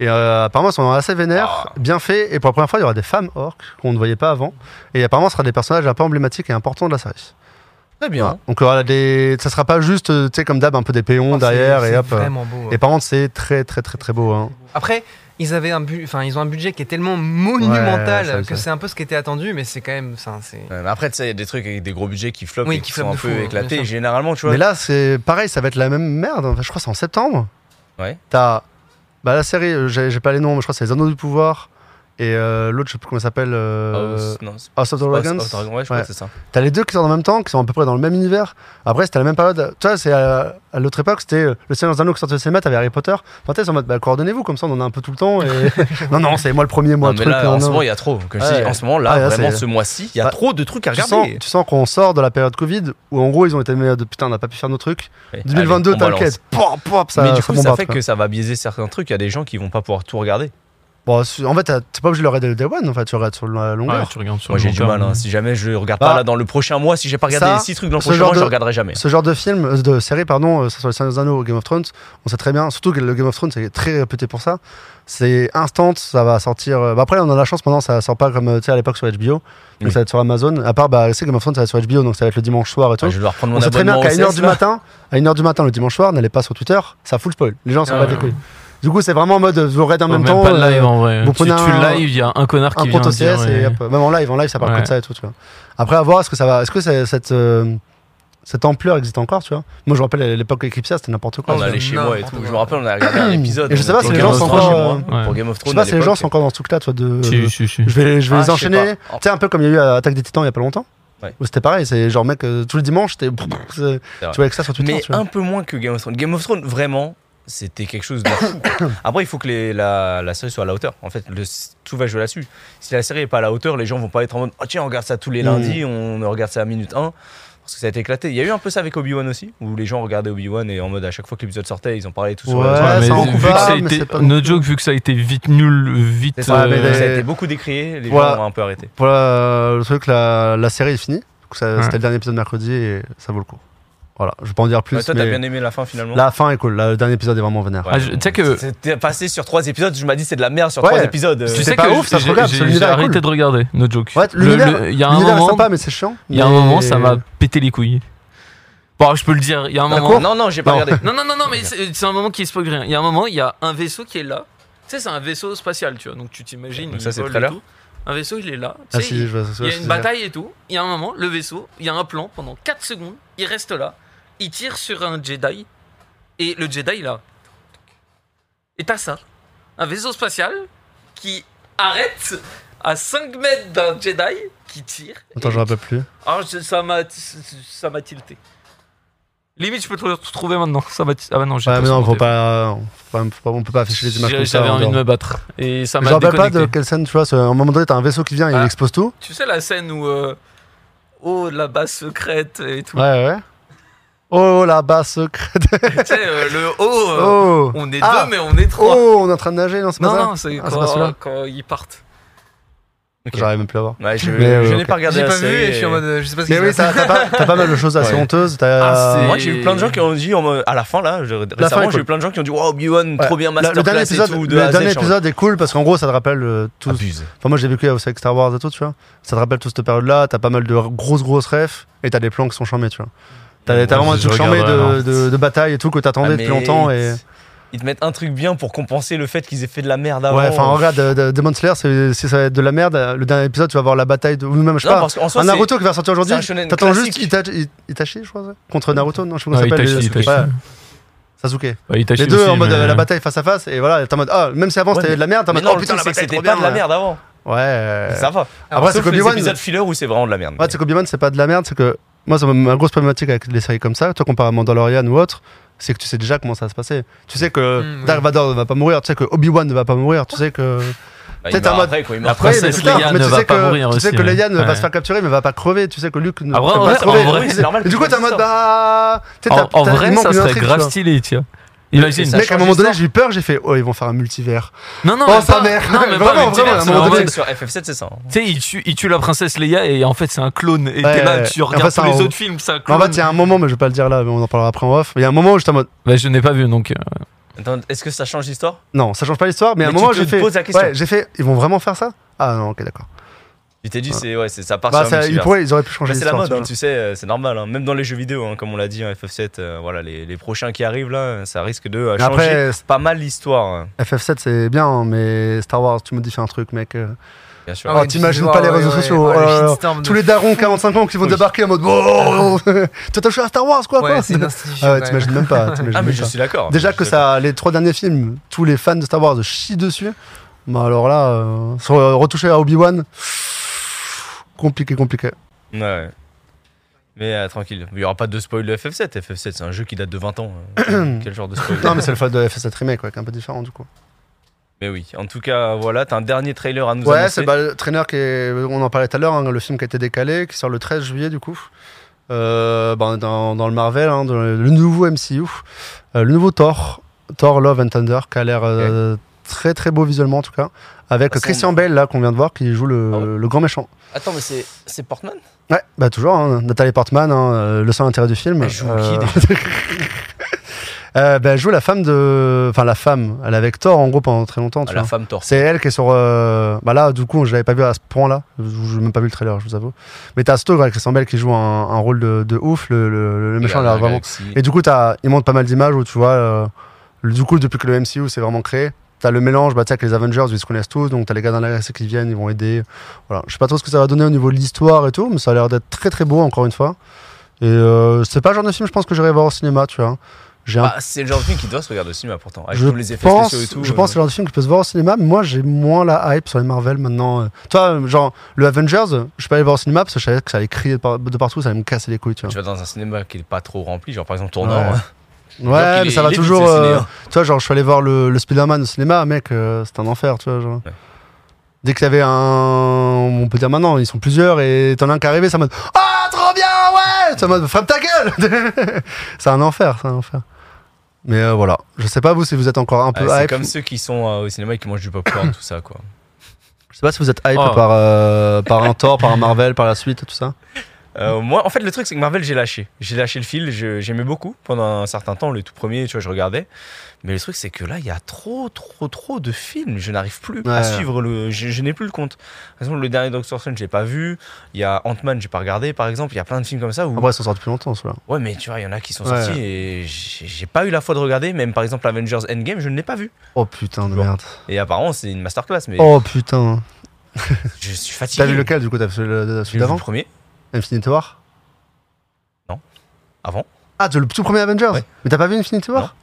[SPEAKER 2] Et euh, apparemment, ils sont assez vénères,
[SPEAKER 1] Ah.
[SPEAKER 2] bien faits, et pour la première fois, il y aura des femmes orques qu'on ne voyait pas avant, et apparemment, ce sera des personnages un peu emblématiques et importants de la série.
[SPEAKER 1] Très bien.
[SPEAKER 2] Donc, il y aura des... ça sera pas juste, euh, tu sais, comme d'hab, un peu des
[SPEAKER 1] Ah,
[SPEAKER 2] péons derrière,
[SPEAKER 4] C'est-
[SPEAKER 2] et
[SPEAKER 4] c'est
[SPEAKER 2] hop. euh.
[SPEAKER 4] vraiment beau. hein.
[SPEAKER 2] Et par contre, c'est très, très, très, très beau. hein.
[SPEAKER 4] Après, ils avaient un bu- enfin ils ont un budget qui est tellement
[SPEAKER 2] Ouais, ça,
[SPEAKER 4] monumental
[SPEAKER 2] ça.
[SPEAKER 4] que c'est un peu ce qui était attendu, mais c'est quand même ça. C'est
[SPEAKER 1] Ouais, mais Euh, Après, tu sais, il y a des trucs avec des gros budgets qui flopent
[SPEAKER 4] Oui,
[SPEAKER 1] et qui
[SPEAKER 4] qui
[SPEAKER 1] sont
[SPEAKER 4] flopent
[SPEAKER 1] un
[SPEAKER 4] de fou,
[SPEAKER 1] peu
[SPEAKER 4] hein, bien
[SPEAKER 1] éclatés.
[SPEAKER 4] sûr.
[SPEAKER 1] Et Généralement, tu vois.
[SPEAKER 2] Mais là, c'est pareil, ça va être la même merde. Enfin, je crois que c'est en septembre.
[SPEAKER 1] Ouais.
[SPEAKER 2] T'as bah, la série, euh, j'ai j'ai pas les noms, mais je crois que c'est Les Anneaux du Pouvoir et euh, l'autre, je sais plus comment il s'appelle. euh,
[SPEAKER 1] House- Oh, non, c'est
[SPEAKER 2] House of the
[SPEAKER 1] pas
[SPEAKER 2] Dragons.
[SPEAKER 1] House of Dragon, ouais, je crois
[SPEAKER 2] Ouais.
[SPEAKER 1] que c'est ça.
[SPEAKER 2] T'as les deux qui sortent en même temps, qui sont à peu près dans le même univers. Après, c'était la même période. Tu vois, c'est à, à l'autre époque, c'était euh, le Seigneur des Anneaux qui sortait au cinéma, t'avais Harry Potter. Enfin, t'es en mode, bah, coordonnez-vous, comme ça, on en a un peu tout le temps.
[SPEAKER 1] [laughs]
[SPEAKER 2] et- non, non, c'est moi le premier, moi
[SPEAKER 1] Non,
[SPEAKER 2] le
[SPEAKER 1] mais
[SPEAKER 2] truc. hein,
[SPEAKER 1] là,
[SPEAKER 2] non,
[SPEAKER 1] en ce
[SPEAKER 2] non.
[SPEAKER 1] moment, il y a trop. Comme je
[SPEAKER 2] Ouais.
[SPEAKER 1] dis, en ce moment, là,
[SPEAKER 2] Ah, là,
[SPEAKER 1] vraiment,
[SPEAKER 2] c'est-
[SPEAKER 1] ce mois-ci, il y a
[SPEAKER 2] Bah,
[SPEAKER 1] trop de trucs à
[SPEAKER 2] tu sens,
[SPEAKER 1] regarder.
[SPEAKER 2] tu sens qu'on sort de la période Covid où en gros ils ont été meilleurs de putain on n'a pas pu faire nos trucs.
[SPEAKER 1] Ouais,
[SPEAKER 2] 2022
[SPEAKER 1] allez, on
[SPEAKER 2] t'inquiète, pop pop ça.
[SPEAKER 1] mais du
[SPEAKER 2] ça
[SPEAKER 1] coup, ça
[SPEAKER 2] bombarde,
[SPEAKER 1] fait
[SPEAKER 2] quoi.
[SPEAKER 1] que ça va biaiser certains trucs. Il y a des gens qui vont pas pouvoir tout regarder.
[SPEAKER 2] Bon, c'est- en fait t'as- t'es pas obligé de le regarder le day one en fait tu regardes sur la
[SPEAKER 3] Ouais,
[SPEAKER 2] longueur.
[SPEAKER 3] tu regardes sur
[SPEAKER 1] Moi,
[SPEAKER 3] le
[SPEAKER 1] j'ai
[SPEAKER 3] long
[SPEAKER 1] du
[SPEAKER 3] terme.
[SPEAKER 1] mal. hein. Si jamais je regarde
[SPEAKER 2] Bah,
[SPEAKER 1] pas là dans le prochain mois, si j'ai pas regardé
[SPEAKER 2] ça,
[SPEAKER 1] les six trucs dans le
[SPEAKER 2] ce
[SPEAKER 1] prochain
[SPEAKER 2] genre
[SPEAKER 1] mois, je
[SPEAKER 2] de-
[SPEAKER 1] regarderai jamais.
[SPEAKER 2] Ce genre de film, euh, de série pardon, euh, ça soit le Seigneur des Anneaux ou Game of Thrones, on sait très bien, surtout que le Game of Thrones c'est très réputé pour ça. C'est instant, ça va sortir. euh, bah, après on a la chance maintenant ça sort pas comme euh, tu sais à l'époque sur HBO, mais
[SPEAKER 1] Oui.
[SPEAKER 2] ça va être sur Amazon. À part bah c'est Game of Thrones ça va être sur HBO donc ça va être le dimanche soir et tout.
[SPEAKER 3] Ah,
[SPEAKER 1] Enfin, je vais devoir prendre mon
[SPEAKER 2] On sait très bien
[SPEAKER 1] abonnement
[SPEAKER 2] qu'à
[SPEAKER 1] au
[SPEAKER 2] 1h
[SPEAKER 1] CS,
[SPEAKER 2] du
[SPEAKER 1] là.
[SPEAKER 2] matin, à 1h du matin le dimanche soir, n'allez pas sur Twitter, ça fout le spoil. Les gens s'en
[SPEAKER 3] Ah
[SPEAKER 2] battent les
[SPEAKER 3] ouais.
[SPEAKER 2] couilles. Du coup, c'est vraiment en mode euh, vous raid en
[SPEAKER 3] Ouais,
[SPEAKER 2] même,
[SPEAKER 3] même
[SPEAKER 2] temps.
[SPEAKER 3] pas de live
[SPEAKER 2] euh,
[SPEAKER 3] en vrai.
[SPEAKER 2] vous
[SPEAKER 3] tu,
[SPEAKER 2] prenez
[SPEAKER 3] tu
[SPEAKER 2] un-
[SPEAKER 3] live, il y a un connard
[SPEAKER 2] un
[SPEAKER 3] qui vient
[SPEAKER 2] compte au CS
[SPEAKER 3] dire,
[SPEAKER 2] et
[SPEAKER 3] ouais.
[SPEAKER 2] hop, même en live, en live ça parle
[SPEAKER 3] Ouais.
[SPEAKER 2] que de ça et tout. Tu vois. Après, à voir, est-ce que ça va, est-ce que c'est- cette, euh, cette ampleur existe encore, tu vois Moi, je me rappelle à l'époque Eclipsia, c'était n'importe quoi.
[SPEAKER 1] On
[SPEAKER 2] tu vois.
[SPEAKER 1] allait chez moi et
[SPEAKER 4] N'importe
[SPEAKER 1] tout.
[SPEAKER 4] quoi.
[SPEAKER 1] Je me rappelle, on a regardé un épisode.
[SPEAKER 2] Et je sais pas
[SPEAKER 1] on
[SPEAKER 2] si
[SPEAKER 1] était
[SPEAKER 2] les
[SPEAKER 1] au Game
[SPEAKER 2] gens sont
[SPEAKER 1] of Thrones
[SPEAKER 2] encore,
[SPEAKER 1] chez moi,
[SPEAKER 3] euh,
[SPEAKER 1] Pour Game of
[SPEAKER 2] Je
[SPEAKER 1] Thrones.
[SPEAKER 2] sais pas
[SPEAKER 1] à
[SPEAKER 2] si les gens
[SPEAKER 1] l'époque.
[SPEAKER 2] sont encore dans ce truc-là, tu vois. De,
[SPEAKER 3] Si, si, si.
[SPEAKER 2] Je vais, je vais
[SPEAKER 1] Ah,
[SPEAKER 2] les
[SPEAKER 1] je sais
[SPEAKER 2] enchaîner.
[SPEAKER 1] pas. Oh,
[SPEAKER 2] Tu sais, un peu comme il y a eu à Attaque des Titans il y a pas longtemps.
[SPEAKER 1] Ouais.
[SPEAKER 2] Où c'était pareil, c'est genre, mec, euh, tous les dimanches, c'était- [laughs] c'est- tu vois avec ça sur Twitter.
[SPEAKER 1] mais
[SPEAKER 2] tu vois.
[SPEAKER 1] un peu moins que Game of Thrones. Game of Thrones, vraiment, c'était quelque chose de
[SPEAKER 2] [coughs]
[SPEAKER 1] fou. quoi. Après, il faut que les- la, la série soit à la hauteur. En fait, le- tout va jouer là-dessus. Si la série n'est pas à la hauteur, les gens vont pas être en mode oh, tiens, on regarde ça tous les
[SPEAKER 2] Mm.
[SPEAKER 1] lundis, on regarde ça à minute 1. Parce que ça a été éclaté. Il y a eu un peu ça avec Obi-Wan aussi, où les gens regardaient Obi-Wan et en mode à chaque fois que l'épisode sortait, ils en parlaient tout sur
[SPEAKER 2] Ouais,
[SPEAKER 1] les réseaux.
[SPEAKER 2] ça
[SPEAKER 3] mais
[SPEAKER 2] en
[SPEAKER 3] vu que
[SPEAKER 2] parle,
[SPEAKER 3] ça a
[SPEAKER 2] mais
[SPEAKER 3] été-
[SPEAKER 2] c'est pas non
[SPEAKER 3] no
[SPEAKER 2] plus-
[SPEAKER 3] joke, vu que ça a été vite nul, euh, vite.
[SPEAKER 1] C'est ça,
[SPEAKER 2] Ouais, mais
[SPEAKER 1] donc ça a
[SPEAKER 2] les-
[SPEAKER 1] été beaucoup décrié. Les
[SPEAKER 2] Voilà.
[SPEAKER 1] gens ont un peu arrêté.
[SPEAKER 2] Pour la- le truc, la, la série est finie. Donc ça-
[SPEAKER 3] Ouais.
[SPEAKER 2] C'était le dernier épisode mercredi et ça vaut le coup. Voilà, je vais pas en dire plus.
[SPEAKER 1] Ouais, toi, t'as
[SPEAKER 2] mais
[SPEAKER 1] bien aimé la fin finalement
[SPEAKER 2] la fin est cool. La- Le dernier épisode est vraiment vénère.
[SPEAKER 1] Ouais.
[SPEAKER 3] Ah, je- tu sais que-
[SPEAKER 1] C'était passé sur trois épisodes, je m'as dit c'est de la merde sur
[SPEAKER 2] Ouais.
[SPEAKER 1] trois épisodes. Euh,
[SPEAKER 2] Tu
[SPEAKER 3] Tu
[SPEAKER 2] sais
[SPEAKER 3] sais
[SPEAKER 2] pas
[SPEAKER 3] que
[SPEAKER 2] ouf, ça se
[SPEAKER 3] j'ai-
[SPEAKER 2] regarde, parce
[SPEAKER 3] j'ai-
[SPEAKER 2] que
[SPEAKER 3] J'ai
[SPEAKER 2] l'univers est
[SPEAKER 3] arrêté
[SPEAKER 2] cool.
[SPEAKER 3] de regarder, no joke.
[SPEAKER 2] Ouais,
[SPEAKER 3] Le-
[SPEAKER 2] l'univers-
[SPEAKER 3] le- Il y a un
[SPEAKER 2] L'univers est
[SPEAKER 3] moment,
[SPEAKER 2] sympa, mais c'est chiant.
[SPEAKER 3] il y a un moment, ça m'a pété les couilles. Bon, je peux le dire, il y a un
[SPEAKER 2] La
[SPEAKER 3] moment.
[SPEAKER 2] cour
[SPEAKER 1] Non, non, j'ai pas
[SPEAKER 2] Non.
[SPEAKER 1] regardé.
[SPEAKER 3] Non, non, non, non, mais c'est c'est un moment qui spoil rien. Il y a un moment, il y a un vaisseau qui est là. Tu sais, c'est un vaisseau spatial, tu vois. Donc tu t'imagines.
[SPEAKER 1] Donc
[SPEAKER 3] il
[SPEAKER 1] ça, c'est
[SPEAKER 3] vole et
[SPEAKER 1] trailer
[SPEAKER 3] tout. Un vaisseau, il est là. Tu
[SPEAKER 2] Ah,
[SPEAKER 3] sais,
[SPEAKER 2] si,
[SPEAKER 3] il-
[SPEAKER 2] je vois- je
[SPEAKER 3] il
[SPEAKER 2] vois ce que
[SPEAKER 3] y a une
[SPEAKER 2] tu veux dire.
[SPEAKER 3] bataille et tout. Il y a un moment, le vaisseau, il y a un plan pendant 4 secondes. Il reste là. Il tire sur un Jedi. Et le Jedi, là. Et t'as ça. Un vaisseau spatial qui arrête à 5 mètres d'un Jedi qui tire.
[SPEAKER 2] Attends, je me rappelle plus.
[SPEAKER 3] Ah, je- ça m'a, ça m'a tilté. Limite, je peux te le retrouver maintenant. Ça m'a, ti- ah bah non, j'ai
[SPEAKER 2] Ouais,
[SPEAKER 3] tout
[SPEAKER 2] mais non,
[SPEAKER 3] sur
[SPEAKER 2] faut
[SPEAKER 3] mon
[SPEAKER 2] pas, faut pas- faut pas- on peut pas afficher les images
[SPEAKER 3] téléphone.
[SPEAKER 2] comme
[SPEAKER 3] J'ai-
[SPEAKER 2] ça.
[SPEAKER 3] J'avais
[SPEAKER 2] en
[SPEAKER 3] envie de
[SPEAKER 2] dehors.
[SPEAKER 3] me battre et ça
[SPEAKER 2] Je me
[SPEAKER 3] m'a
[SPEAKER 2] rappelle pas
[SPEAKER 3] déconnecté.
[SPEAKER 2] de quelle scène, tu vois. c'est- À un moment donné, t'as un vaisseau qui vient et il
[SPEAKER 3] Ah.
[SPEAKER 2] expose tout.
[SPEAKER 3] Tu sais la scène où euh, oh la base secrète et tout.
[SPEAKER 2] Ouais, ouais. Oh, la base secrète.
[SPEAKER 3] tu sais euh, le oh, euh,
[SPEAKER 2] Oh.
[SPEAKER 3] on est
[SPEAKER 2] Ah.
[SPEAKER 3] deux mais on est trois.
[SPEAKER 2] Oh, on est en train de nager, non, c'est pas
[SPEAKER 3] non
[SPEAKER 2] ça
[SPEAKER 3] non, c'est
[SPEAKER 2] Ah, c'est pas celui-là.
[SPEAKER 3] quand, quand ils partent.
[SPEAKER 1] Ok.
[SPEAKER 2] J'arrive même plus à voir.
[SPEAKER 1] Ouais, je
[SPEAKER 2] Mais, euh,
[SPEAKER 1] je n'ai
[SPEAKER 2] ok.
[SPEAKER 1] pas regardé
[SPEAKER 4] J'ai
[SPEAKER 1] la
[SPEAKER 4] pas vu
[SPEAKER 1] série
[SPEAKER 4] et je suis en mode, euh, je sais pas ce qui
[SPEAKER 2] Mais
[SPEAKER 4] se
[SPEAKER 2] oui,
[SPEAKER 4] passe.
[SPEAKER 2] t'as t'as pas, t'as pas mal de choses assez
[SPEAKER 1] Ouais.
[SPEAKER 2] honteuses. t'as- euh,
[SPEAKER 3] Ah, c'est-
[SPEAKER 1] Moi, j'ai eu plein de gens qui ont dit, en mode- à la fin, là, je-
[SPEAKER 2] La fin est
[SPEAKER 1] récemment, j'ai
[SPEAKER 2] cool.
[SPEAKER 1] eu plein de gens qui ont dit, wow, Obi-Wan, trop
[SPEAKER 2] Ouais.
[SPEAKER 1] bien,
[SPEAKER 2] La-
[SPEAKER 1] masterclass
[SPEAKER 2] le dernier épisode,
[SPEAKER 1] et tout, de
[SPEAKER 2] le
[SPEAKER 1] A à Z,
[SPEAKER 2] dernier
[SPEAKER 1] je suis en
[SPEAKER 2] épisode est cool parce qu'en gros, ça te rappelle euh, tout.
[SPEAKER 3] Ah,
[SPEAKER 1] mode, Abuse.
[SPEAKER 2] Enfin, moi, j'ai vécu aussi avec Star Wars et tout, tu vois. Ça te rappelle toute cette période-là. T'as pas mal de grosses, grosses refs et t'as des plans qui sont charmés, tu vois. T'as t'as
[SPEAKER 3] Ouais,
[SPEAKER 2] vraiment des
[SPEAKER 3] je
[SPEAKER 2] trucs charmés de,
[SPEAKER 3] regarderai,
[SPEAKER 2] de, de bataille et tout que t'attendais
[SPEAKER 1] Ah,
[SPEAKER 2] depuis
[SPEAKER 1] mais
[SPEAKER 2] longtemps.
[SPEAKER 1] ils-
[SPEAKER 2] Et...
[SPEAKER 1] Ils te mettent un truc bien pour compenser le fait qu'ils aient fait de la merde avant.
[SPEAKER 2] Ouais, enfin, regarde, euh, de- Demon Slayer, c'est- si ça va être de la merde, euh, le dernier épisode, tu vas voir la bataille de. Ou même, je sais
[SPEAKER 1] Non,
[SPEAKER 2] pas.
[SPEAKER 1] parce qu'en soi,
[SPEAKER 2] Un
[SPEAKER 1] c'est-
[SPEAKER 2] Naruto qui va sortir aujourd'hui,
[SPEAKER 1] c'est un shonen
[SPEAKER 2] t'attends
[SPEAKER 1] classique.
[SPEAKER 2] juste Ita- I- Itachi, je crois, ouais. contre Naruto, non, je sais pas
[SPEAKER 3] Ouais,
[SPEAKER 2] comment ça s'appelle.
[SPEAKER 3] Ah, Itachi,
[SPEAKER 2] les-
[SPEAKER 3] Itachi.
[SPEAKER 2] ouais. Sasuke. Les deux en mode euh, la bataille face à face, et voilà, t'es en mode, ah, même si avant
[SPEAKER 1] Ouais,
[SPEAKER 2] c'était
[SPEAKER 1] mais-
[SPEAKER 2] de la merde, t'es en
[SPEAKER 1] Mais
[SPEAKER 2] mode,
[SPEAKER 1] non, le
[SPEAKER 2] oh putain,
[SPEAKER 1] truc,
[SPEAKER 2] la
[SPEAKER 1] c'est que
[SPEAKER 2] bataille,
[SPEAKER 1] c'était
[SPEAKER 2] trop
[SPEAKER 1] pas
[SPEAKER 2] bien.
[SPEAKER 1] de la
[SPEAKER 2] ouais.
[SPEAKER 1] merde avant.
[SPEAKER 2] Ouais.
[SPEAKER 1] Ça va.
[SPEAKER 2] Après, c'est
[SPEAKER 1] Sauf les
[SPEAKER 2] Obi-Wan.
[SPEAKER 1] épisodes filler où c'est vraiment de la merde.
[SPEAKER 2] Ouais, c'est qu'Obi-Wan, c'est pas de la merde, c'est que moi, c'est ma grosse problématique avec les séries comme ça, toi comparé à Mandalorian ou autre, c'est que tu sais déjà comment ça va se passer. Tu sais que
[SPEAKER 3] Hmm,
[SPEAKER 4] Mm, oui.
[SPEAKER 2] Dark Vador ne va pas mourir, tu sais que Obi-wan ne va pas mourir, tu sais
[SPEAKER 3] [laughs]
[SPEAKER 2] que.
[SPEAKER 1] Bah, il
[SPEAKER 2] peut-être
[SPEAKER 1] meurt
[SPEAKER 2] un mode-
[SPEAKER 1] Après, quoi, il meurt
[SPEAKER 3] La
[SPEAKER 1] après.
[SPEAKER 2] mais
[SPEAKER 3] princesse
[SPEAKER 2] plus tard,
[SPEAKER 3] Leia
[SPEAKER 2] mais
[SPEAKER 3] ne
[SPEAKER 2] tu
[SPEAKER 3] va
[SPEAKER 2] sais
[SPEAKER 3] pas
[SPEAKER 2] que-
[SPEAKER 3] mourir
[SPEAKER 2] Tu sais
[SPEAKER 3] aussi,
[SPEAKER 2] que
[SPEAKER 3] ouais.
[SPEAKER 2] Leia ne va
[SPEAKER 3] Ouais.
[SPEAKER 2] se faire capturer, mais va pas crever, tu sais que Luke ne
[SPEAKER 3] Ah,
[SPEAKER 2] va
[SPEAKER 3] vrai,
[SPEAKER 2] pas
[SPEAKER 3] en vrai,
[SPEAKER 2] se crever.
[SPEAKER 3] en vrai,
[SPEAKER 1] Oui, c'est normal.
[SPEAKER 2] Et du coup, t'es en mode, bah. tu sais,
[SPEAKER 3] En,
[SPEAKER 2] t'as-
[SPEAKER 3] en
[SPEAKER 2] t'as- il
[SPEAKER 3] vrai,
[SPEAKER 2] manque
[SPEAKER 3] ça
[SPEAKER 2] une
[SPEAKER 3] serait
[SPEAKER 2] intrigue, tu
[SPEAKER 3] grave
[SPEAKER 2] vois.
[SPEAKER 3] stylé, tiens.
[SPEAKER 1] Et
[SPEAKER 3] Imagine.
[SPEAKER 1] ça-
[SPEAKER 2] Mec, à un
[SPEAKER 1] change
[SPEAKER 2] moment donné,
[SPEAKER 1] l'histoire.
[SPEAKER 2] j'ai eu peur, j'ai fait, oh, ils vont faire un multivers.
[SPEAKER 3] Non, non,
[SPEAKER 2] Oh,
[SPEAKER 3] mais
[SPEAKER 2] sa
[SPEAKER 3] pas-
[SPEAKER 2] mère.
[SPEAKER 3] Non, mais
[SPEAKER 2] Vraiment,
[SPEAKER 3] pas
[SPEAKER 2] vraiment, à un
[SPEAKER 3] multivers,
[SPEAKER 1] C'est
[SPEAKER 3] mais
[SPEAKER 2] moment
[SPEAKER 3] en
[SPEAKER 2] donné.
[SPEAKER 3] mode-
[SPEAKER 1] normal, Sur FF7, c'est ça. hein.
[SPEAKER 3] Tu sais, il tue, il tue la princesse Leia et en fait c'est un clone. Et
[SPEAKER 2] Ouais,
[SPEAKER 3] t'es là,
[SPEAKER 2] ouais.
[SPEAKER 3] tu
[SPEAKER 2] En
[SPEAKER 3] regardes
[SPEAKER 2] fait, c'est
[SPEAKER 3] tous les
[SPEAKER 2] un-
[SPEAKER 3] autres films, c'est un
[SPEAKER 2] Mais en
[SPEAKER 3] clone.
[SPEAKER 2] fait, il y a un moment, mais je vais pas le dire là, mais on en parlera après en off. Il y a un moment où j'étais en mode,
[SPEAKER 3] Bah, je n'ai pas vu donc. euh,
[SPEAKER 1] Attends, Est-ce que ça change l'histoire
[SPEAKER 2] non, ça change pas l'histoire, mais à un
[SPEAKER 1] Mais tu
[SPEAKER 2] moment,
[SPEAKER 1] te
[SPEAKER 2] j'ai fait.
[SPEAKER 1] poses la question.
[SPEAKER 2] Ouais, j'ai fait, ils vont vraiment faire ça Ah non, ok, d'accord.
[SPEAKER 1] Il t'a dit, c'est ouais, Ah, c'est- ça part
[SPEAKER 2] Bah,
[SPEAKER 1] sur un
[SPEAKER 2] ça- ils,
[SPEAKER 1] multivers.
[SPEAKER 2] pourraient, ils auraient pu
[SPEAKER 1] Mais
[SPEAKER 2] changer
[SPEAKER 1] c'est la
[SPEAKER 2] l'histoire.
[SPEAKER 1] mode,
[SPEAKER 2] tu
[SPEAKER 1] hein,
[SPEAKER 2] vois.
[SPEAKER 1] tu sais, euh, c'est normal. hein. Même dans les jeux vidéo, hein, comme on l'a dit, hein, FF7, euh, voilà, les, les prochains qui arrivent là, euh, ça risque de euh,
[SPEAKER 2] Mais
[SPEAKER 1] changer
[SPEAKER 2] après,
[SPEAKER 1] pas mal l'histoire, hein,
[SPEAKER 2] FF7 c'est bien, hein, mais Star Wars, tu modifies un truc, mec. euh.
[SPEAKER 1] bien sûr.
[SPEAKER 2] Ah, t'imagines pas les réseaux sociaux, oh là là. Tous les darons 45 ans qui vont
[SPEAKER 1] Oui.
[SPEAKER 2] débarquer en mode, [laughs] oh, t'as touché à Star Wars, quoi,
[SPEAKER 4] Ouais,
[SPEAKER 2] quoi.
[SPEAKER 4] c'est une
[SPEAKER 2] [laughs]
[SPEAKER 4] institution.
[SPEAKER 2] Ah ouais,
[SPEAKER 4] quand même.
[SPEAKER 2] t'imagines même pas. t'imagines
[SPEAKER 1] Ah, mais
[SPEAKER 2] même
[SPEAKER 1] je
[SPEAKER 2] pas.
[SPEAKER 1] suis d'accord.
[SPEAKER 2] hein. Déjà
[SPEAKER 1] Je
[SPEAKER 2] que
[SPEAKER 1] suis d'accord.
[SPEAKER 2] ça, les trois derniers films, tous les fans de Star Wars chient dessus. Bah alors là, euh, sur- euh, retoucher à Obi-Wan, compliqué, compliqué.
[SPEAKER 1] Ouais, Ouais. Mais euh, tranquille, il n'y aura pas de spoil de FF7. FF7, c'est un jeu qui date de 20 ans.
[SPEAKER 2] [coughs]
[SPEAKER 1] Euh, Quel genre de spoil
[SPEAKER 2] Non, mais c'est le fait de FS7 Remake, ouais, qui est un peu différent du coup.
[SPEAKER 1] Mais oui, en tout cas, voilà, t'as un dernier trailer à nous
[SPEAKER 2] ouais,
[SPEAKER 1] annoncer.
[SPEAKER 2] c'est bah, le traîneur qui est. On en parlait tout à l'heure, hein, le film qui a été décalé, qui sort le 13 juillet du coup. Euh, bah, dans, dans le Marvel, hein, dans le, le nouveau MCU, Euh, le nouveau Thor, Thor Love and Thunder, qui a l'air euh, très très beau visuellement en tout cas, avec
[SPEAKER 1] Bah, ça, on-
[SPEAKER 2] Christian Bale là qu'on vient de voir qui joue le,
[SPEAKER 1] Ah ouais.
[SPEAKER 2] le grand méchant.
[SPEAKER 1] Attends, mais c'est c'est Portman
[SPEAKER 2] Ouais, bah toujours, hein, Nathalie Portman, hein, euh, le seul intérêt du film.
[SPEAKER 1] Elle joue qui,
[SPEAKER 2] [laughs] Euh, bah, elle joue la femme de. Enfin, la femme. Elle est avec Thor en gros pendant très longtemps.
[SPEAKER 1] Ah,
[SPEAKER 2] tu
[SPEAKER 1] La
[SPEAKER 2] vois.
[SPEAKER 1] femme torse.
[SPEAKER 2] C'est elle qui est sur. euh, Bah là, du coup, je l'avais pas vu à ce point-là. Je je- j'ai même pas vu le trailer, je vous avoue. Mais t'as Stog avec Christian Bell qui joue un, un rôle de, de ouf. Le, le- le méchant, il a l'air vraiment. Et du coup, t'as- il montre pas mal d'images où tu vois. euh, le- du coup, depuis que le MCU s'est vraiment créé, t'as le mélange bah, tu sais, avec les Avengers, ils se connaissent tous. Donc t'as les gars dans la galaxie qui viennent, ils vont aider. Voilà. Je sais pas trop ce que ça va donner au niveau de l'histoire et tout, mais ça a l'air d'être très très beau, encore une fois. Et euh, c'est pas le genre de film, je pense, que j'irai voir au cinéma, tu vois. J'ai un
[SPEAKER 1] Ah, c'est le genre de film qui doit se regarder au cinéma pourtant, avec
[SPEAKER 2] je
[SPEAKER 1] tous les effets
[SPEAKER 2] pense,
[SPEAKER 1] spéciaux et tout.
[SPEAKER 2] Je
[SPEAKER 1] euh,
[SPEAKER 2] pense que c'est le genre de film que je peux se voir au cinéma, mais moi j'ai moins la hype sur les Marvel maintenant. Euh, Toi, euh, genre, le Avengers, euh, je suis pas allé le voir au cinéma parce que je savais que ça allait crier de, par- de partout, ça allait me casser les couilles, tu vois.
[SPEAKER 1] Tu vas dans un cinéma qui est pas trop rempli, genre par exemple Tournant.
[SPEAKER 2] Ouais.
[SPEAKER 1] hein.
[SPEAKER 2] Ouais,
[SPEAKER 1] Donc, il
[SPEAKER 2] mais
[SPEAKER 1] est-
[SPEAKER 2] ça va
[SPEAKER 1] il est
[SPEAKER 2] toujours.
[SPEAKER 1] vide, ce
[SPEAKER 2] euh,
[SPEAKER 1] ciné, hein.
[SPEAKER 2] tu vois, genre, je suis allé voir le, le Spider-Man au cinéma, mec, euh, c'était un enfer, tu vois. Genre.
[SPEAKER 1] Ouais.
[SPEAKER 2] Dès qu'il y avait un. On peut dire maintenant, ils sont plusieurs et t'en as un qui est arrivé, ça mode. Ah, trop bien, ouais Ça mode, frappe ta gueule [laughs] C'est un enfer, c'est un enfer. Mais euh, voilà, je sais pas vous si vous êtes encore un peu
[SPEAKER 1] Ouais, Ah, c'est
[SPEAKER 2] hype.
[SPEAKER 1] comme ceux qui sont euh, au cinéma et qui mangent du
[SPEAKER 2] [coughs]
[SPEAKER 1] popcorn, tout ça quoi.
[SPEAKER 2] Je sais pas si vous êtes hype
[SPEAKER 3] Oh.
[SPEAKER 2] par, euh, par un Thor, par un Marvel, par la suite, tout ça.
[SPEAKER 1] Euh, moi, en fait, le truc, c'est que Marvel, j'ai lâché. J'ai lâché le fil, je- j'aimais beaucoup pendant un certain temps, le tout premier, tu vois, je regardais. Mais le truc, c'est que là, il y a trop, trop, trop de films. Je n'arrive plus à
[SPEAKER 2] Ouais.
[SPEAKER 1] suivre le. Je, je n'ai plus le compte. Par exemple, le dernier Doctor Strange, je l'ai pas vu. Il y a Ant-Man, j'ai pas regardé, par exemple. Il y a plein de films comme ça où.
[SPEAKER 2] En vrai, ça sort depuis longtemps, celui-là.
[SPEAKER 1] Ouais, mais tu vois, il y en a qui sont
[SPEAKER 2] Ah bah. Ouais.
[SPEAKER 1] sortis et j'ai j'ai pas eu la foi de regarder. Même par exemple, Avengers Endgame, je ne l'ai pas vu.
[SPEAKER 2] Oh putain de
[SPEAKER 1] Bon.
[SPEAKER 2] merde.
[SPEAKER 1] Et apparemment, c'est une masterclass, mais
[SPEAKER 2] Oh putain.
[SPEAKER 1] je suis fatigué.
[SPEAKER 2] T'as vu lequel du coup T'as vu celui le-
[SPEAKER 1] J'ai
[SPEAKER 2] celui
[SPEAKER 1] vu le
[SPEAKER 2] d'avant
[SPEAKER 1] premier,
[SPEAKER 2] Infinity War
[SPEAKER 1] avant.
[SPEAKER 2] Ah, tu veux le tout premier Avengers
[SPEAKER 1] Ouais.
[SPEAKER 2] Mais t'as pas vu Infinity
[SPEAKER 1] Non.
[SPEAKER 2] War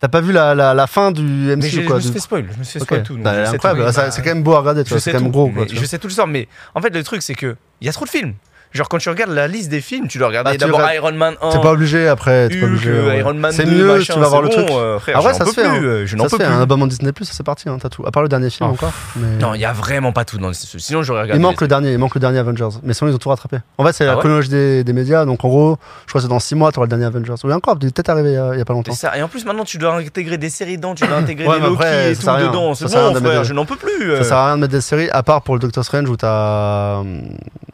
[SPEAKER 2] T'as pas vu la, la, la fin du
[SPEAKER 1] Mais je,
[SPEAKER 2] MCU
[SPEAKER 1] je
[SPEAKER 2] quoi
[SPEAKER 1] me suis
[SPEAKER 2] du-
[SPEAKER 1] fait spoil, je me suis fait
[SPEAKER 2] Ok.
[SPEAKER 1] spoil tout. donc
[SPEAKER 2] Bah,
[SPEAKER 1] je sais
[SPEAKER 2] incroyable,
[SPEAKER 1] tout.
[SPEAKER 4] oui,
[SPEAKER 2] ça-
[SPEAKER 4] bah,
[SPEAKER 2] c'est quand même beau à regarder, tu
[SPEAKER 1] Je
[SPEAKER 2] vois, c'est
[SPEAKER 1] sais
[SPEAKER 2] quand même
[SPEAKER 1] tout,
[SPEAKER 2] gros.
[SPEAKER 1] mais
[SPEAKER 2] quoi, tu
[SPEAKER 1] je
[SPEAKER 2] vois.
[SPEAKER 1] sais tout le sort, mais en fait le truc c'est que il y a trop de films. Genre quand tu regardes la liste des films, tu dois regarder
[SPEAKER 2] Ah, tu
[SPEAKER 1] d'abord
[SPEAKER 2] regardes-
[SPEAKER 1] Iron Man 1,
[SPEAKER 2] T'es pas obligé après, t'es pas
[SPEAKER 1] Hulk,
[SPEAKER 2] obligé.
[SPEAKER 1] euh,
[SPEAKER 2] ouais.
[SPEAKER 1] Iron Man 2,
[SPEAKER 2] C'est mieux si
[SPEAKER 1] machin,
[SPEAKER 2] tu vas voir le
[SPEAKER 1] c'est
[SPEAKER 2] truc.
[SPEAKER 1] bon, euh, frère,
[SPEAKER 2] Ah ouais,
[SPEAKER 1] j'en
[SPEAKER 2] ça se
[SPEAKER 1] peux
[SPEAKER 2] fait, hein.
[SPEAKER 1] plus, euh, je n'en
[SPEAKER 2] Ça se
[SPEAKER 1] peux
[SPEAKER 2] fait,
[SPEAKER 1] plus. Ah,
[SPEAKER 2] un abonnement Disney Plus, c'est parti, hein, t'as tout. À part le dernier film
[SPEAKER 3] Oh.
[SPEAKER 2] encore. mais-
[SPEAKER 1] Non, il y a vraiment pas tout dans ce- sinon j'aurais regardé.
[SPEAKER 2] Il manque
[SPEAKER 1] les-
[SPEAKER 2] le dernier, il manque le dernier Avengers. Mais sinon, ils ont tout rattrapé. En fait, c'est
[SPEAKER 1] Ah
[SPEAKER 2] la
[SPEAKER 1] ouais
[SPEAKER 2] chronologie des, des médias. Donc, en gros, je crois que c'est dans 6 mois, t'auras le dernier Avengers. Oui, encore, il est peut-être arrivé il y a, il y a pas longtemps.
[SPEAKER 1] C'est ça. Et en plus maintenant tu dois intégrer des séries dedans, tu dois intégrer
[SPEAKER 2] Ouais,
[SPEAKER 1] des
[SPEAKER 2] mais
[SPEAKER 1] Loki
[SPEAKER 2] après,
[SPEAKER 1] et
[SPEAKER 2] ça
[SPEAKER 1] tout
[SPEAKER 2] sert à rien.
[SPEAKER 1] dedans,
[SPEAKER 2] Ça
[SPEAKER 1] c'est
[SPEAKER 2] sert à rien
[SPEAKER 1] bon
[SPEAKER 2] d'amener
[SPEAKER 1] frère,
[SPEAKER 2] des-
[SPEAKER 1] je n'en peux plus.
[SPEAKER 2] Ça
[SPEAKER 1] euh.
[SPEAKER 2] sert à rien de mettre des séries, à part pour le Doctor Strange où t'as euh,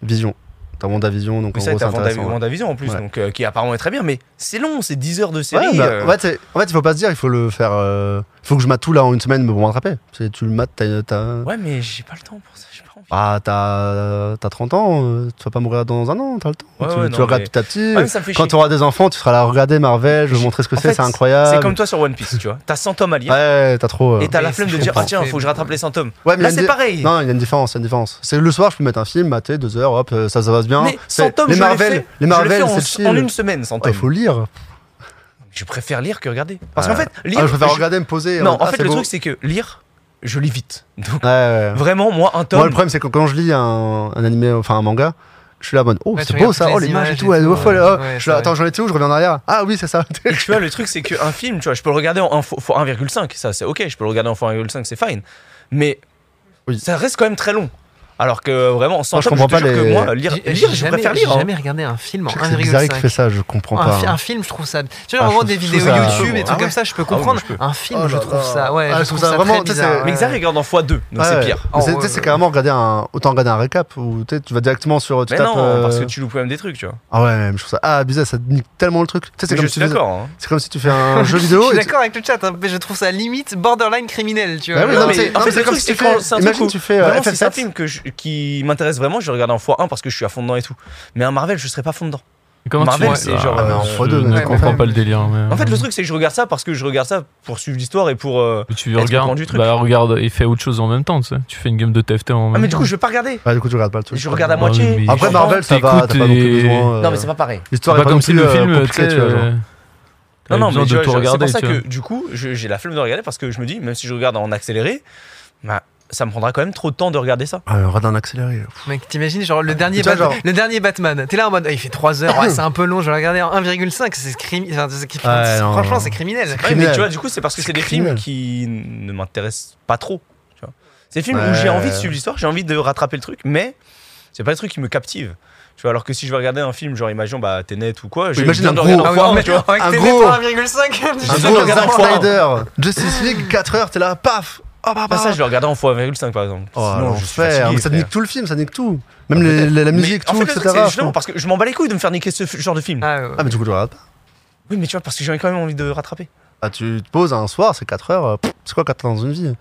[SPEAKER 2] Vision. T'as WandaVision, donc
[SPEAKER 1] Mais
[SPEAKER 2] en
[SPEAKER 1] ça,
[SPEAKER 2] gros, c'est
[SPEAKER 1] t'as Wanda-
[SPEAKER 2] intéressant. ouais.
[SPEAKER 1] WandaVision en plus,
[SPEAKER 2] Ouais.
[SPEAKER 1] donc euh, qui apparemment est très bien, mais c'est long, c'est 10 heures de série.
[SPEAKER 2] Ouais, bah,
[SPEAKER 1] euh.
[SPEAKER 2] ouais, t'sais, en fait, il faut pas se dire, il faut le faire. euh, Il faut que je mate tout là en une semaine, mais bon, rattraper. C'est- Tu le mates, t'as. t'as-
[SPEAKER 1] Ouais, mais j'ai pas le temps pour ça, j'ai pas envie.
[SPEAKER 2] Ah, t'as t'as 30 ans, euh, tu vas pas mourir dans un an, t'as le temps.
[SPEAKER 1] Ouais,
[SPEAKER 2] tu
[SPEAKER 1] ouais,
[SPEAKER 2] tu
[SPEAKER 1] non,
[SPEAKER 2] le regardes
[SPEAKER 1] mais-
[SPEAKER 2] petit à petit.
[SPEAKER 1] Ouais, mais ça me fait
[SPEAKER 2] Quand
[SPEAKER 1] chier.
[SPEAKER 2] tu auras des enfants, tu seras là, regardez Marvel, je vais vous montrer ce que
[SPEAKER 1] En
[SPEAKER 2] c'est,
[SPEAKER 1] fait,
[SPEAKER 2] c'est incroyable.
[SPEAKER 1] C'est comme toi sur One Piece, tu vois. T'as 100 tomes à lire.
[SPEAKER 2] Ouais, t'as trop. euh.
[SPEAKER 1] Et t'as la
[SPEAKER 4] Mais
[SPEAKER 1] flemme
[SPEAKER 4] ça,
[SPEAKER 1] de
[SPEAKER 4] je
[SPEAKER 1] dire, ah
[SPEAKER 4] comprends.
[SPEAKER 1] tiens, faut que je rattrape les symptômes.
[SPEAKER 2] Ouais, mais il y a
[SPEAKER 1] Là,
[SPEAKER 2] une
[SPEAKER 1] c'est
[SPEAKER 2] di-
[SPEAKER 1] pareil.
[SPEAKER 2] Non, il y a une différence, il y a une différence. C'est le soir, je peux mettre un film, mater deux heures, hop, euh, ça, ça va bien.
[SPEAKER 1] Mais
[SPEAKER 2] C'est-
[SPEAKER 1] 100 tomes,
[SPEAKER 2] les
[SPEAKER 1] je
[SPEAKER 2] Marvel,
[SPEAKER 1] l'ai fait.
[SPEAKER 2] les Marvel,
[SPEAKER 1] je l'ai fait en-
[SPEAKER 2] c'est
[SPEAKER 1] en,
[SPEAKER 2] chill.
[SPEAKER 1] une semaine, 100
[SPEAKER 2] Ah, il
[SPEAKER 1] tomes.
[SPEAKER 2] faut lire.
[SPEAKER 1] Je préfère lire que regarder. Parce qu'en
[SPEAKER 2] Ouais.
[SPEAKER 1] fait, lire.
[SPEAKER 2] Ah, je préfère
[SPEAKER 1] je-
[SPEAKER 2] regarder, me poser.
[SPEAKER 1] Non,
[SPEAKER 2] mode,
[SPEAKER 1] en
[SPEAKER 2] ah,
[SPEAKER 1] fait,
[SPEAKER 2] c'est
[SPEAKER 1] le
[SPEAKER 2] beau.
[SPEAKER 1] truc, c'est que lire, je lis vite. Donc,
[SPEAKER 2] Ouais, ouais.
[SPEAKER 1] vraiment, moi, un tome.
[SPEAKER 2] Moi, le problème, c'est que quand je lis un, un animé, enfin un manga, je suis là, en mode, oh,
[SPEAKER 4] Ouais,
[SPEAKER 2] c'est
[SPEAKER 4] tu
[SPEAKER 2] beau
[SPEAKER 4] regardes
[SPEAKER 2] ça,
[SPEAKER 4] toutes
[SPEAKER 2] oh,
[SPEAKER 4] les
[SPEAKER 2] l'image et
[SPEAKER 4] images
[SPEAKER 2] tout,
[SPEAKER 4] et
[SPEAKER 2] elle est
[SPEAKER 4] tout,
[SPEAKER 2] ouf, elle est- oh.
[SPEAKER 4] ouais,
[SPEAKER 2] Je suis
[SPEAKER 4] c'est
[SPEAKER 2] là,
[SPEAKER 4] vrai.
[SPEAKER 2] attends, j'en étais où, je reviens en arrière. Ah oui, c'est ça.
[SPEAKER 1] Et tu vois, le truc, c'est qu'un film, tu vois, je peux le regarder en 1 x 1,5. Ça, c'est ok. Je peux le regarder en 1,5, c'est fine. Mais
[SPEAKER 2] Oui.
[SPEAKER 1] ça reste quand même très long. Alors que vraiment, 100
[SPEAKER 2] Moi, je
[SPEAKER 1] tomes,
[SPEAKER 2] comprends
[SPEAKER 1] je te
[SPEAKER 2] pas
[SPEAKER 1] jure
[SPEAKER 2] les-
[SPEAKER 1] que moi, lire,
[SPEAKER 4] J'ai-
[SPEAKER 1] lire,
[SPEAKER 4] j'ai
[SPEAKER 1] je
[SPEAKER 4] jamais-
[SPEAKER 1] préfère
[SPEAKER 4] J'ai
[SPEAKER 1] lire. hein.
[SPEAKER 4] jamais regardé un film en
[SPEAKER 2] C'est bizarre qui fait
[SPEAKER 4] 1,5.
[SPEAKER 2] ça, je comprends
[SPEAKER 4] Un,
[SPEAKER 2] pas.
[SPEAKER 4] fi- un film, je trouve ça. Tu vois,
[SPEAKER 2] Ah,
[SPEAKER 4] vraiment
[SPEAKER 2] je-
[SPEAKER 4] des
[SPEAKER 2] je
[SPEAKER 4] vidéos
[SPEAKER 2] trouve ça-
[SPEAKER 4] YouTube et
[SPEAKER 1] Ah
[SPEAKER 4] trucs
[SPEAKER 1] ouais.
[SPEAKER 4] comme ça, je
[SPEAKER 1] Ah
[SPEAKER 4] peux
[SPEAKER 1] oui,
[SPEAKER 4] comprendre.
[SPEAKER 1] je peux.
[SPEAKER 4] Un film,
[SPEAKER 2] Oh
[SPEAKER 4] je
[SPEAKER 2] là
[SPEAKER 4] trouve
[SPEAKER 2] là.
[SPEAKER 4] ça. Ouais,
[SPEAKER 2] Ah,
[SPEAKER 4] je trouve ça vraiment.
[SPEAKER 2] tu sais, c'est-
[SPEAKER 4] Bizarre,
[SPEAKER 1] Mais
[SPEAKER 4] ouais.
[SPEAKER 1] ça regarde en x2, donc
[SPEAKER 2] Ouais,
[SPEAKER 1] c'est
[SPEAKER 2] ouais.
[SPEAKER 1] pire.
[SPEAKER 2] Mais
[SPEAKER 4] Oh,
[SPEAKER 2] c'est-
[SPEAKER 4] ouais,
[SPEAKER 2] tu sais, c'est
[SPEAKER 4] ouais.
[SPEAKER 2] carrément regarder un. Autant regarder un récap ou tu sais, tu vas directement sur. Tu
[SPEAKER 1] Mais
[SPEAKER 2] tapes,
[SPEAKER 1] non,
[SPEAKER 2] euh,
[SPEAKER 1] parce que tu loupes quand même des trucs, tu vois.
[SPEAKER 2] Ah ouais, mais je trouve ça. Ah, bizarre, ça nique tellement le truc. Tu sais, c'est
[SPEAKER 1] Mais
[SPEAKER 2] comme
[SPEAKER 1] je
[SPEAKER 2] si tu
[SPEAKER 1] suis
[SPEAKER 2] faisais-
[SPEAKER 1] d'accord. hein.
[SPEAKER 2] C'est comme si tu fais
[SPEAKER 1] [laughs]
[SPEAKER 2] un jeu
[SPEAKER 4] Je
[SPEAKER 2] vidéo.
[SPEAKER 4] suis
[SPEAKER 2] et tu-
[SPEAKER 4] d'accord avec le chat, hein, mais je trouve ça limite borderline criminel, tu vois.
[SPEAKER 2] Bah oui,
[SPEAKER 1] Non,
[SPEAKER 2] non,
[SPEAKER 1] mais
[SPEAKER 2] mais c'est-
[SPEAKER 1] en fait,
[SPEAKER 2] mais
[SPEAKER 1] le
[SPEAKER 2] c'est comme
[SPEAKER 1] truc,
[SPEAKER 2] si
[SPEAKER 1] c'est
[SPEAKER 2] tu
[SPEAKER 1] quand c'est
[SPEAKER 2] fais.
[SPEAKER 1] un
[SPEAKER 2] Imagine,
[SPEAKER 1] truc où-
[SPEAKER 2] tu fais. euh,
[SPEAKER 1] Vraiment, si c'est un
[SPEAKER 2] FF7.
[SPEAKER 1] film que je- qui m'intéresse vraiment, je le regarde en x1 parce que je suis à fond dedans et tout. Mais un Marvel, je serais pas à fond dedans.
[SPEAKER 3] Comment
[SPEAKER 1] Marvel,
[SPEAKER 3] tu
[SPEAKER 1] c'est genre,
[SPEAKER 2] euh,
[SPEAKER 3] je
[SPEAKER 2] fois deux,
[SPEAKER 3] ne
[SPEAKER 4] mais-
[SPEAKER 3] comprends
[SPEAKER 4] Ouais,
[SPEAKER 3] pas
[SPEAKER 4] mais-
[SPEAKER 3] le délire. mais- euh,
[SPEAKER 1] En fait, le truc, c'est que je regarde ça parce que je regarde ça pour suivre l'histoire et pour. euh,
[SPEAKER 3] tu
[SPEAKER 1] est-ce qu'on prend
[SPEAKER 3] regardes,
[SPEAKER 1] du truc
[SPEAKER 3] bah, regarde et fais autre chose en même temps. Tu, sais. tu fais une game de TFT en même
[SPEAKER 1] Ah, mais du
[SPEAKER 3] temps.
[SPEAKER 1] coup, je vais pas regarder.
[SPEAKER 2] Ouais, Bah, du coup, tu regardes pas le truc.
[SPEAKER 1] Je regarde à
[SPEAKER 3] Bah
[SPEAKER 1] moitié.
[SPEAKER 3] oui, mais-
[SPEAKER 2] Après,
[SPEAKER 1] J'entends.
[SPEAKER 2] Marvel, ça va.
[SPEAKER 3] t'écoutes
[SPEAKER 2] T'as pas non plus
[SPEAKER 3] et-
[SPEAKER 2] besoin. euh,
[SPEAKER 1] Non, mais c'est pas pareil.
[SPEAKER 2] L'histoire
[SPEAKER 3] c'est
[SPEAKER 2] est
[SPEAKER 3] pas comme
[SPEAKER 2] non
[SPEAKER 3] si
[SPEAKER 2] plus,
[SPEAKER 3] le
[SPEAKER 2] euh,
[SPEAKER 3] film, tu
[SPEAKER 2] compliquée,
[SPEAKER 3] sais,
[SPEAKER 2] tu vois, genre.
[SPEAKER 3] euh,
[SPEAKER 1] Non, non, mais
[SPEAKER 3] besoin de
[SPEAKER 1] tu vois,
[SPEAKER 3] tout
[SPEAKER 1] je- c'est
[SPEAKER 3] regarder.
[SPEAKER 1] pour ça
[SPEAKER 3] tu vois.
[SPEAKER 1] que du coup, je- j'ai la flemme de regarder parce que je me dis, même si je regarde en accéléré, Bah, ça me prendra quand même trop de temps de regarder ça.
[SPEAKER 2] Ah, le radin accéléré.
[SPEAKER 4] Mec, t'imagines, genre le dernier,
[SPEAKER 2] Ah, Tu vois,
[SPEAKER 4] Bat-
[SPEAKER 2] genre-
[SPEAKER 4] le dernier Batman, t'es là en mode, Ah, il fait
[SPEAKER 2] [clears throat]
[SPEAKER 4] 3 heures, ouais, c'est un peu long, je vais le regarder en 1,5, c'est crimi- enfin, c'est cri-
[SPEAKER 2] Ouais, non,
[SPEAKER 4] franchement,
[SPEAKER 2] non.
[SPEAKER 4] c'est criminel.
[SPEAKER 1] Ouais, mais
[SPEAKER 2] Criminel.
[SPEAKER 1] tu vois, du coup, c'est parce que
[SPEAKER 2] C'est
[SPEAKER 1] c'est des films
[SPEAKER 2] criminel.
[SPEAKER 1] qui ne m'intéressent pas trop. tu vois. C'est des films où
[SPEAKER 2] Ouais.
[SPEAKER 1] j'ai envie de suivre l'histoire, j'ai envie de rattraper le truc, mais c'est pas le truc qui me captive. Tu vois, alors que si je vais regarder un film, genre imagine bah, Tenet ou quoi, j'ai
[SPEAKER 2] imagine
[SPEAKER 1] besoin
[SPEAKER 2] un
[SPEAKER 1] de
[SPEAKER 2] gros-
[SPEAKER 1] regarder
[SPEAKER 4] Ah
[SPEAKER 1] un
[SPEAKER 4] oui,
[SPEAKER 1] foire,
[SPEAKER 4] non, mais
[SPEAKER 1] tu vois.
[SPEAKER 4] avec
[SPEAKER 2] Un
[SPEAKER 4] tes
[SPEAKER 2] gros-
[SPEAKER 4] lettres en [laughs]
[SPEAKER 1] Un
[SPEAKER 4] 1,5,
[SPEAKER 2] Un
[SPEAKER 4] j'ai
[SPEAKER 1] gros
[SPEAKER 4] besoin de
[SPEAKER 2] gros
[SPEAKER 4] regarder
[SPEAKER 1] Zack
[SPEAKER 2] Zack
[SPEAKER 4] un
[SPEAKER 1] Snyder.
[SPEAKER 4] point.
[SPEAKER 2] Snyder, Justice League, 4 heures, t'es là, paf Oh, bah,
[SPEAKER 1] Bah,
[SPEAKER 2] bah.
[SPEAKER 1] ça, je le regardais en fois 1,5 par exemple.
[SPEAKER 2] Oh,
[SPEAKER 1] Sinon, je suis
[SPEAKER 2] l'enfer.
[SPEAKER 1] fatigué,
[SPEAKER 2] Mais ça
[SPEAKER 1] frère.
[SPEAKER 2] nique tout le film, ça nique tout. Même les- la, la
[SPEAKER 1] Mais
[SPEAKER 2] musique,
[SPEAKER 1] en
[SPEAKER 2] tout,
[SPEAKER 1] fait, le truc,
[SPEAKER 2] etc.
[SPEAKER 1] c'est
[SPEAKER 2] je
[SPEAKER 1] justement
[SPEAKER 2] trouve.
[SPEAKER 1] parce que je m'en bats les couilles de me faire niquer ce f- genre de film.
[SPEAKER 4] Ah, ouais.
[SPEAKER 2] Ah, mais du coup, tu regardes pas.
[SPEAKER 1] Oui, mais tu vois, parce que j'ai quand même envie de rattraper.
[SPEAKER 2] Ah, tu te poses un soir, c'est 4 heures. euh, pff, C'est quoi 4 heures dans une vie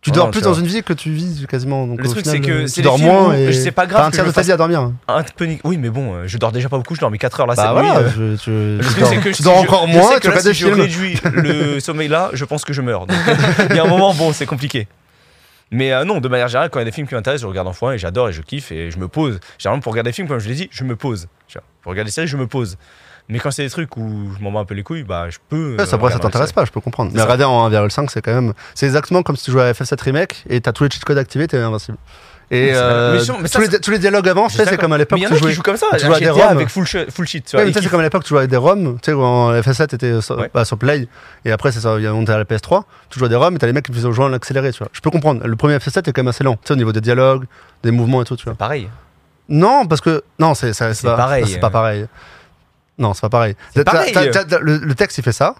[SPEAKER 2] Tu
[SPEAKER 1] Ouais,
[SPEAKER 2] dors
[SPEAKER 1] non,
[SPEAKER 2] plus
[SPEAKER 1] tu
[SPEAKER 2] dans
[SPEAKER 1] vois.
[SPEAKER 2] une vie que tu vis quasiment. Donc,
[SPEAKER 1] Le
[SPEAKER 2] au
[SPEAKER 1] truc,
[SPEAKER 2] final,
[SPEAKER 1] c'est que
[SPEAKER 2] euh,
[SPEAKER 1] c'est
[SPEAKER 2] tu
[SPEAKER 1] les
[SPEAKER 2] dors
[SPEAKER 1] films où
[SPEAKER 2] moins et.
[SPEAKER 1] c'est pas grave
[SPEAKER 2] t'as un
[SPEAKER 1] que
[SPEAKER 2] tiers
[SPEAKER 1] je Bah
[SPEAKER 2] de ta
[SPEAKER 1] fasse-
[SPEAKER 2] vie à dormir.
[SPEAKER 1] Un peu nique- Oui, mais bon, euh, je dors déjà pas beaucoup, je dors mes 4 heures là,
[SPEAKER 2] Bah
[SPEAKER 1] cette nuit,
[SPEAKER 2] voilà,
[SPEAKER 1] euh.
[SPEAKER 2] je- tu,
[SPEAKER 1] Le
[SPEAKER 2] tu
[SPEAKER 1] truc,
[SPEAKER 2] dors,
[SPEAKER 1] c'est que
[SPEAKER 2] tu
[SPEAKER 1] si
[SPEAKER 2] dors
[SPEAKER 1] je-
[SPEAKER 2] encore
[SPEAKER 1] je
[SPEAKER 2] moins,
[SPEAKER 1] sais que
[SPEAKER 2] tu
[SPEAKER 1] là,
[SPEAKER 2] regardes des
[SPEAKER 1] si je
[SPEAKER 2] films.
[SPEAKER 1] réduis
[SPEAKER 2] [laughs]
[SPEAKER 1] le sommeil là, je pense que je meurs. Donc, euh, il y a un moment, bon, c'est compliqué. Mais euh, non, de manière générale, quand il y a des films qui m'intéressent, je regarde en fois et j'adore et je kiffe et je me pose. Généralement, pour regarder des films, comme je l'ai dit, je me pose. Tu vois, pour regarder des séries, je me pose. Mais quand c'est des trucs où je m'en bats un peu les couilles, bah je peux.
[SPEAKER 2] Ouais, ça, après, ça t'intéresse pas, je peux comprendre. Mais
[SPEAKER 1] ça.
[SPEAKER 2] regarder en 1,5, c'est quand même. C'est exactement comme si tu jouais à FF7 Remake et t'as tous les cheat codes activés, t'es invincible. Et
[SPEAKER 1] Mais c'est-
[SPEAKER 2] euh,
[SPEAKER 1] mais justement, mais ça,
[SPEAKER 2] tous, les,
[SPEAKER 1] c'est-
[SPEAKER 2] tous les dialogues avant, tu sais, c'est comme à l'époque,
[SPEAKER 1] Mais il y en
[SPEAKER 2] tu
[SPEAKER 1] a qui
[SPEAKER 2] jouais.
[SPEAKER 1] jouent comme ça.
[SPEAKER 2] tu joues à des
[SPEAKER 1] GTA
[SPEAKER 2] ROM.
[SPEAKER 1] avec full, sh- full shit. Tu
[SPEAKER 2] Ouais,
[SPEAKER 1] vois,
[SPEAKER 2] mais
[SPEAKER 1] et
[SPEAKER 2] tu sais,
[SPEAKER 1] qui-
[SPEAKER 2] c'est comme à l'époque, tu jouais avec des ROM, tu sais, en FF7 était sur,
[SPEAKER 1] Ouais.
[SPEAKER 2] bah, sur Play, et après, c'est ça, il y a monté à la PS3, tu jouais à des ROM, et t'as les mecs qui faisaient jouer en accéléré, tu vois. Je peux comprendre, le premier FF7 est quand même assez lent, tu sais, au niveau des dialogues, des mouvements et tout, tu vois.
[SPEAKER 1] Pareil.
[SPEAKER 2] Non, parce que. Non, c'est ça-
[SPEAKER 1] C'est pareil. euh.
[SPEAKER 2] C'est pas pareil. Non, c'est pas pareil.
[SPEAKER 1] C'est
[SPEAKER 2] T'as-
[SPEAKER 1] pareil. euh.
[SPEAKER 2] t'as- t'as- t'as- le, le texte, il fait ça.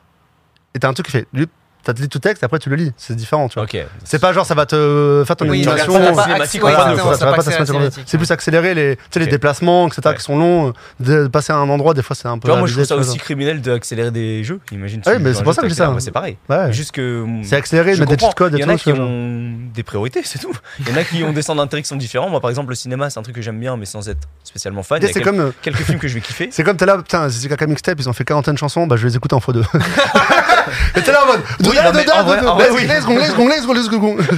[SPEAKER 2] Et t'as un truc qui fait. lui, T'as dit tout texte, après tu le lis. C'est différent, tu vois.
[SPEAKER 1] Ok.
[SPEAKER 2] C'est pas genre ça va te faire ton
[SPEAKER 1] Oui, tu regardes
[SPEAKER 2] animation.
[SPEAKER 1] pas
[SPEAKER 2] euh,
[SPEAKER 1] la
[SPEAKER 2] voilà,
[SPEAKER 1] cinématique
[SPEAKER 4] ouais,
[SPEAKER 1] en
[SPEAKER 2] ça
[SPEAKER 1] face de
[SPEAKER 4] non,
[SPEAKER 1] toi.
[SPEAKER 2] va
[SPEAKER 4] ça
[SPEAKER 2] pas
[SPEAKER 4] passe
[SPEAKER 2] te
[SPEAKER 4] à la
[SPEAKER 2] faire ton-
[SPEAKER 4] cinématique.
[SPEAKER 2] C'est plus accéléré les, tu sais, les
[SPEAKER 1] Ok.
[SPEAKER 2] déplacements, etc.
[SPEAKER 1] Ouais.
[SPEAKER 2] qui sont longs. De passer à un endroit, des fois, c'est un
[SPEAKER 1] Tu
[SPEAKER 2] peu.
[SPEAKER 1] vois, moi, je trouve
[SPEAKER 2] abusé,
[SPEAKER 1] ça
[SPEAKER 2] tu vois,
[SPEAKER 1] aussi criminel d'accélérer des jeux. Imagine. tu
[SPEAKER 2] Ouais,
[SPEAKER 1] joues
[SPEAKER 2] Ah mais
[SPEAKER 1] à un
[SPEAKER 2] c'est pour
[SPEAKER 1] jeu,
[SPEAKER 2] ça que je dis ça.
[SPEAKER 1] t'accélères, bah, C'est pareil.
[SPEAKER 2] genre. Ouais.
[SPEAKER 1] Juste que. mm,
[SPEAKER 2] C'est accéléré,
[SPEAKER 1] Je
[SPEAKER 2] mettre des
[SPEAKER 1] comprends.
[SPEAKER 2] cheat codes
[SPEAKER 1] Il
[SPEAKER 2] et
[SPEAKER 1] y
[SPEAKER 2] tout.
[SPEAKER 1] en a
[SPEAKER 2] tu
[SPEAKER 1] qui
[SPEAKER 2] vois.
[SPEAKER 1] ont des priorités, c'est tout. Il y en a qui ont des centres d'intérêt qui sont différents. Moi, par exemple, le cinéma, c'est un truc que j'aime bien, mais sans être spécialement fan. Il y a
[SPEAKER 2] C'est
[SPEAKER 1] quel-
[SPEAKER 2] comme. euh,
[SPEAKER 1] quelques films que je vais kiffer.
[SPEAKER 2] [laughs] C'est comme t'es là, putain, ZZK Mixtape, ils ont fait quarantaine de chansons, bah je vais les écouter en x2. Et t'es là en mode,
[SPEAKER 1] non, mais en vrai- en vrai, oui.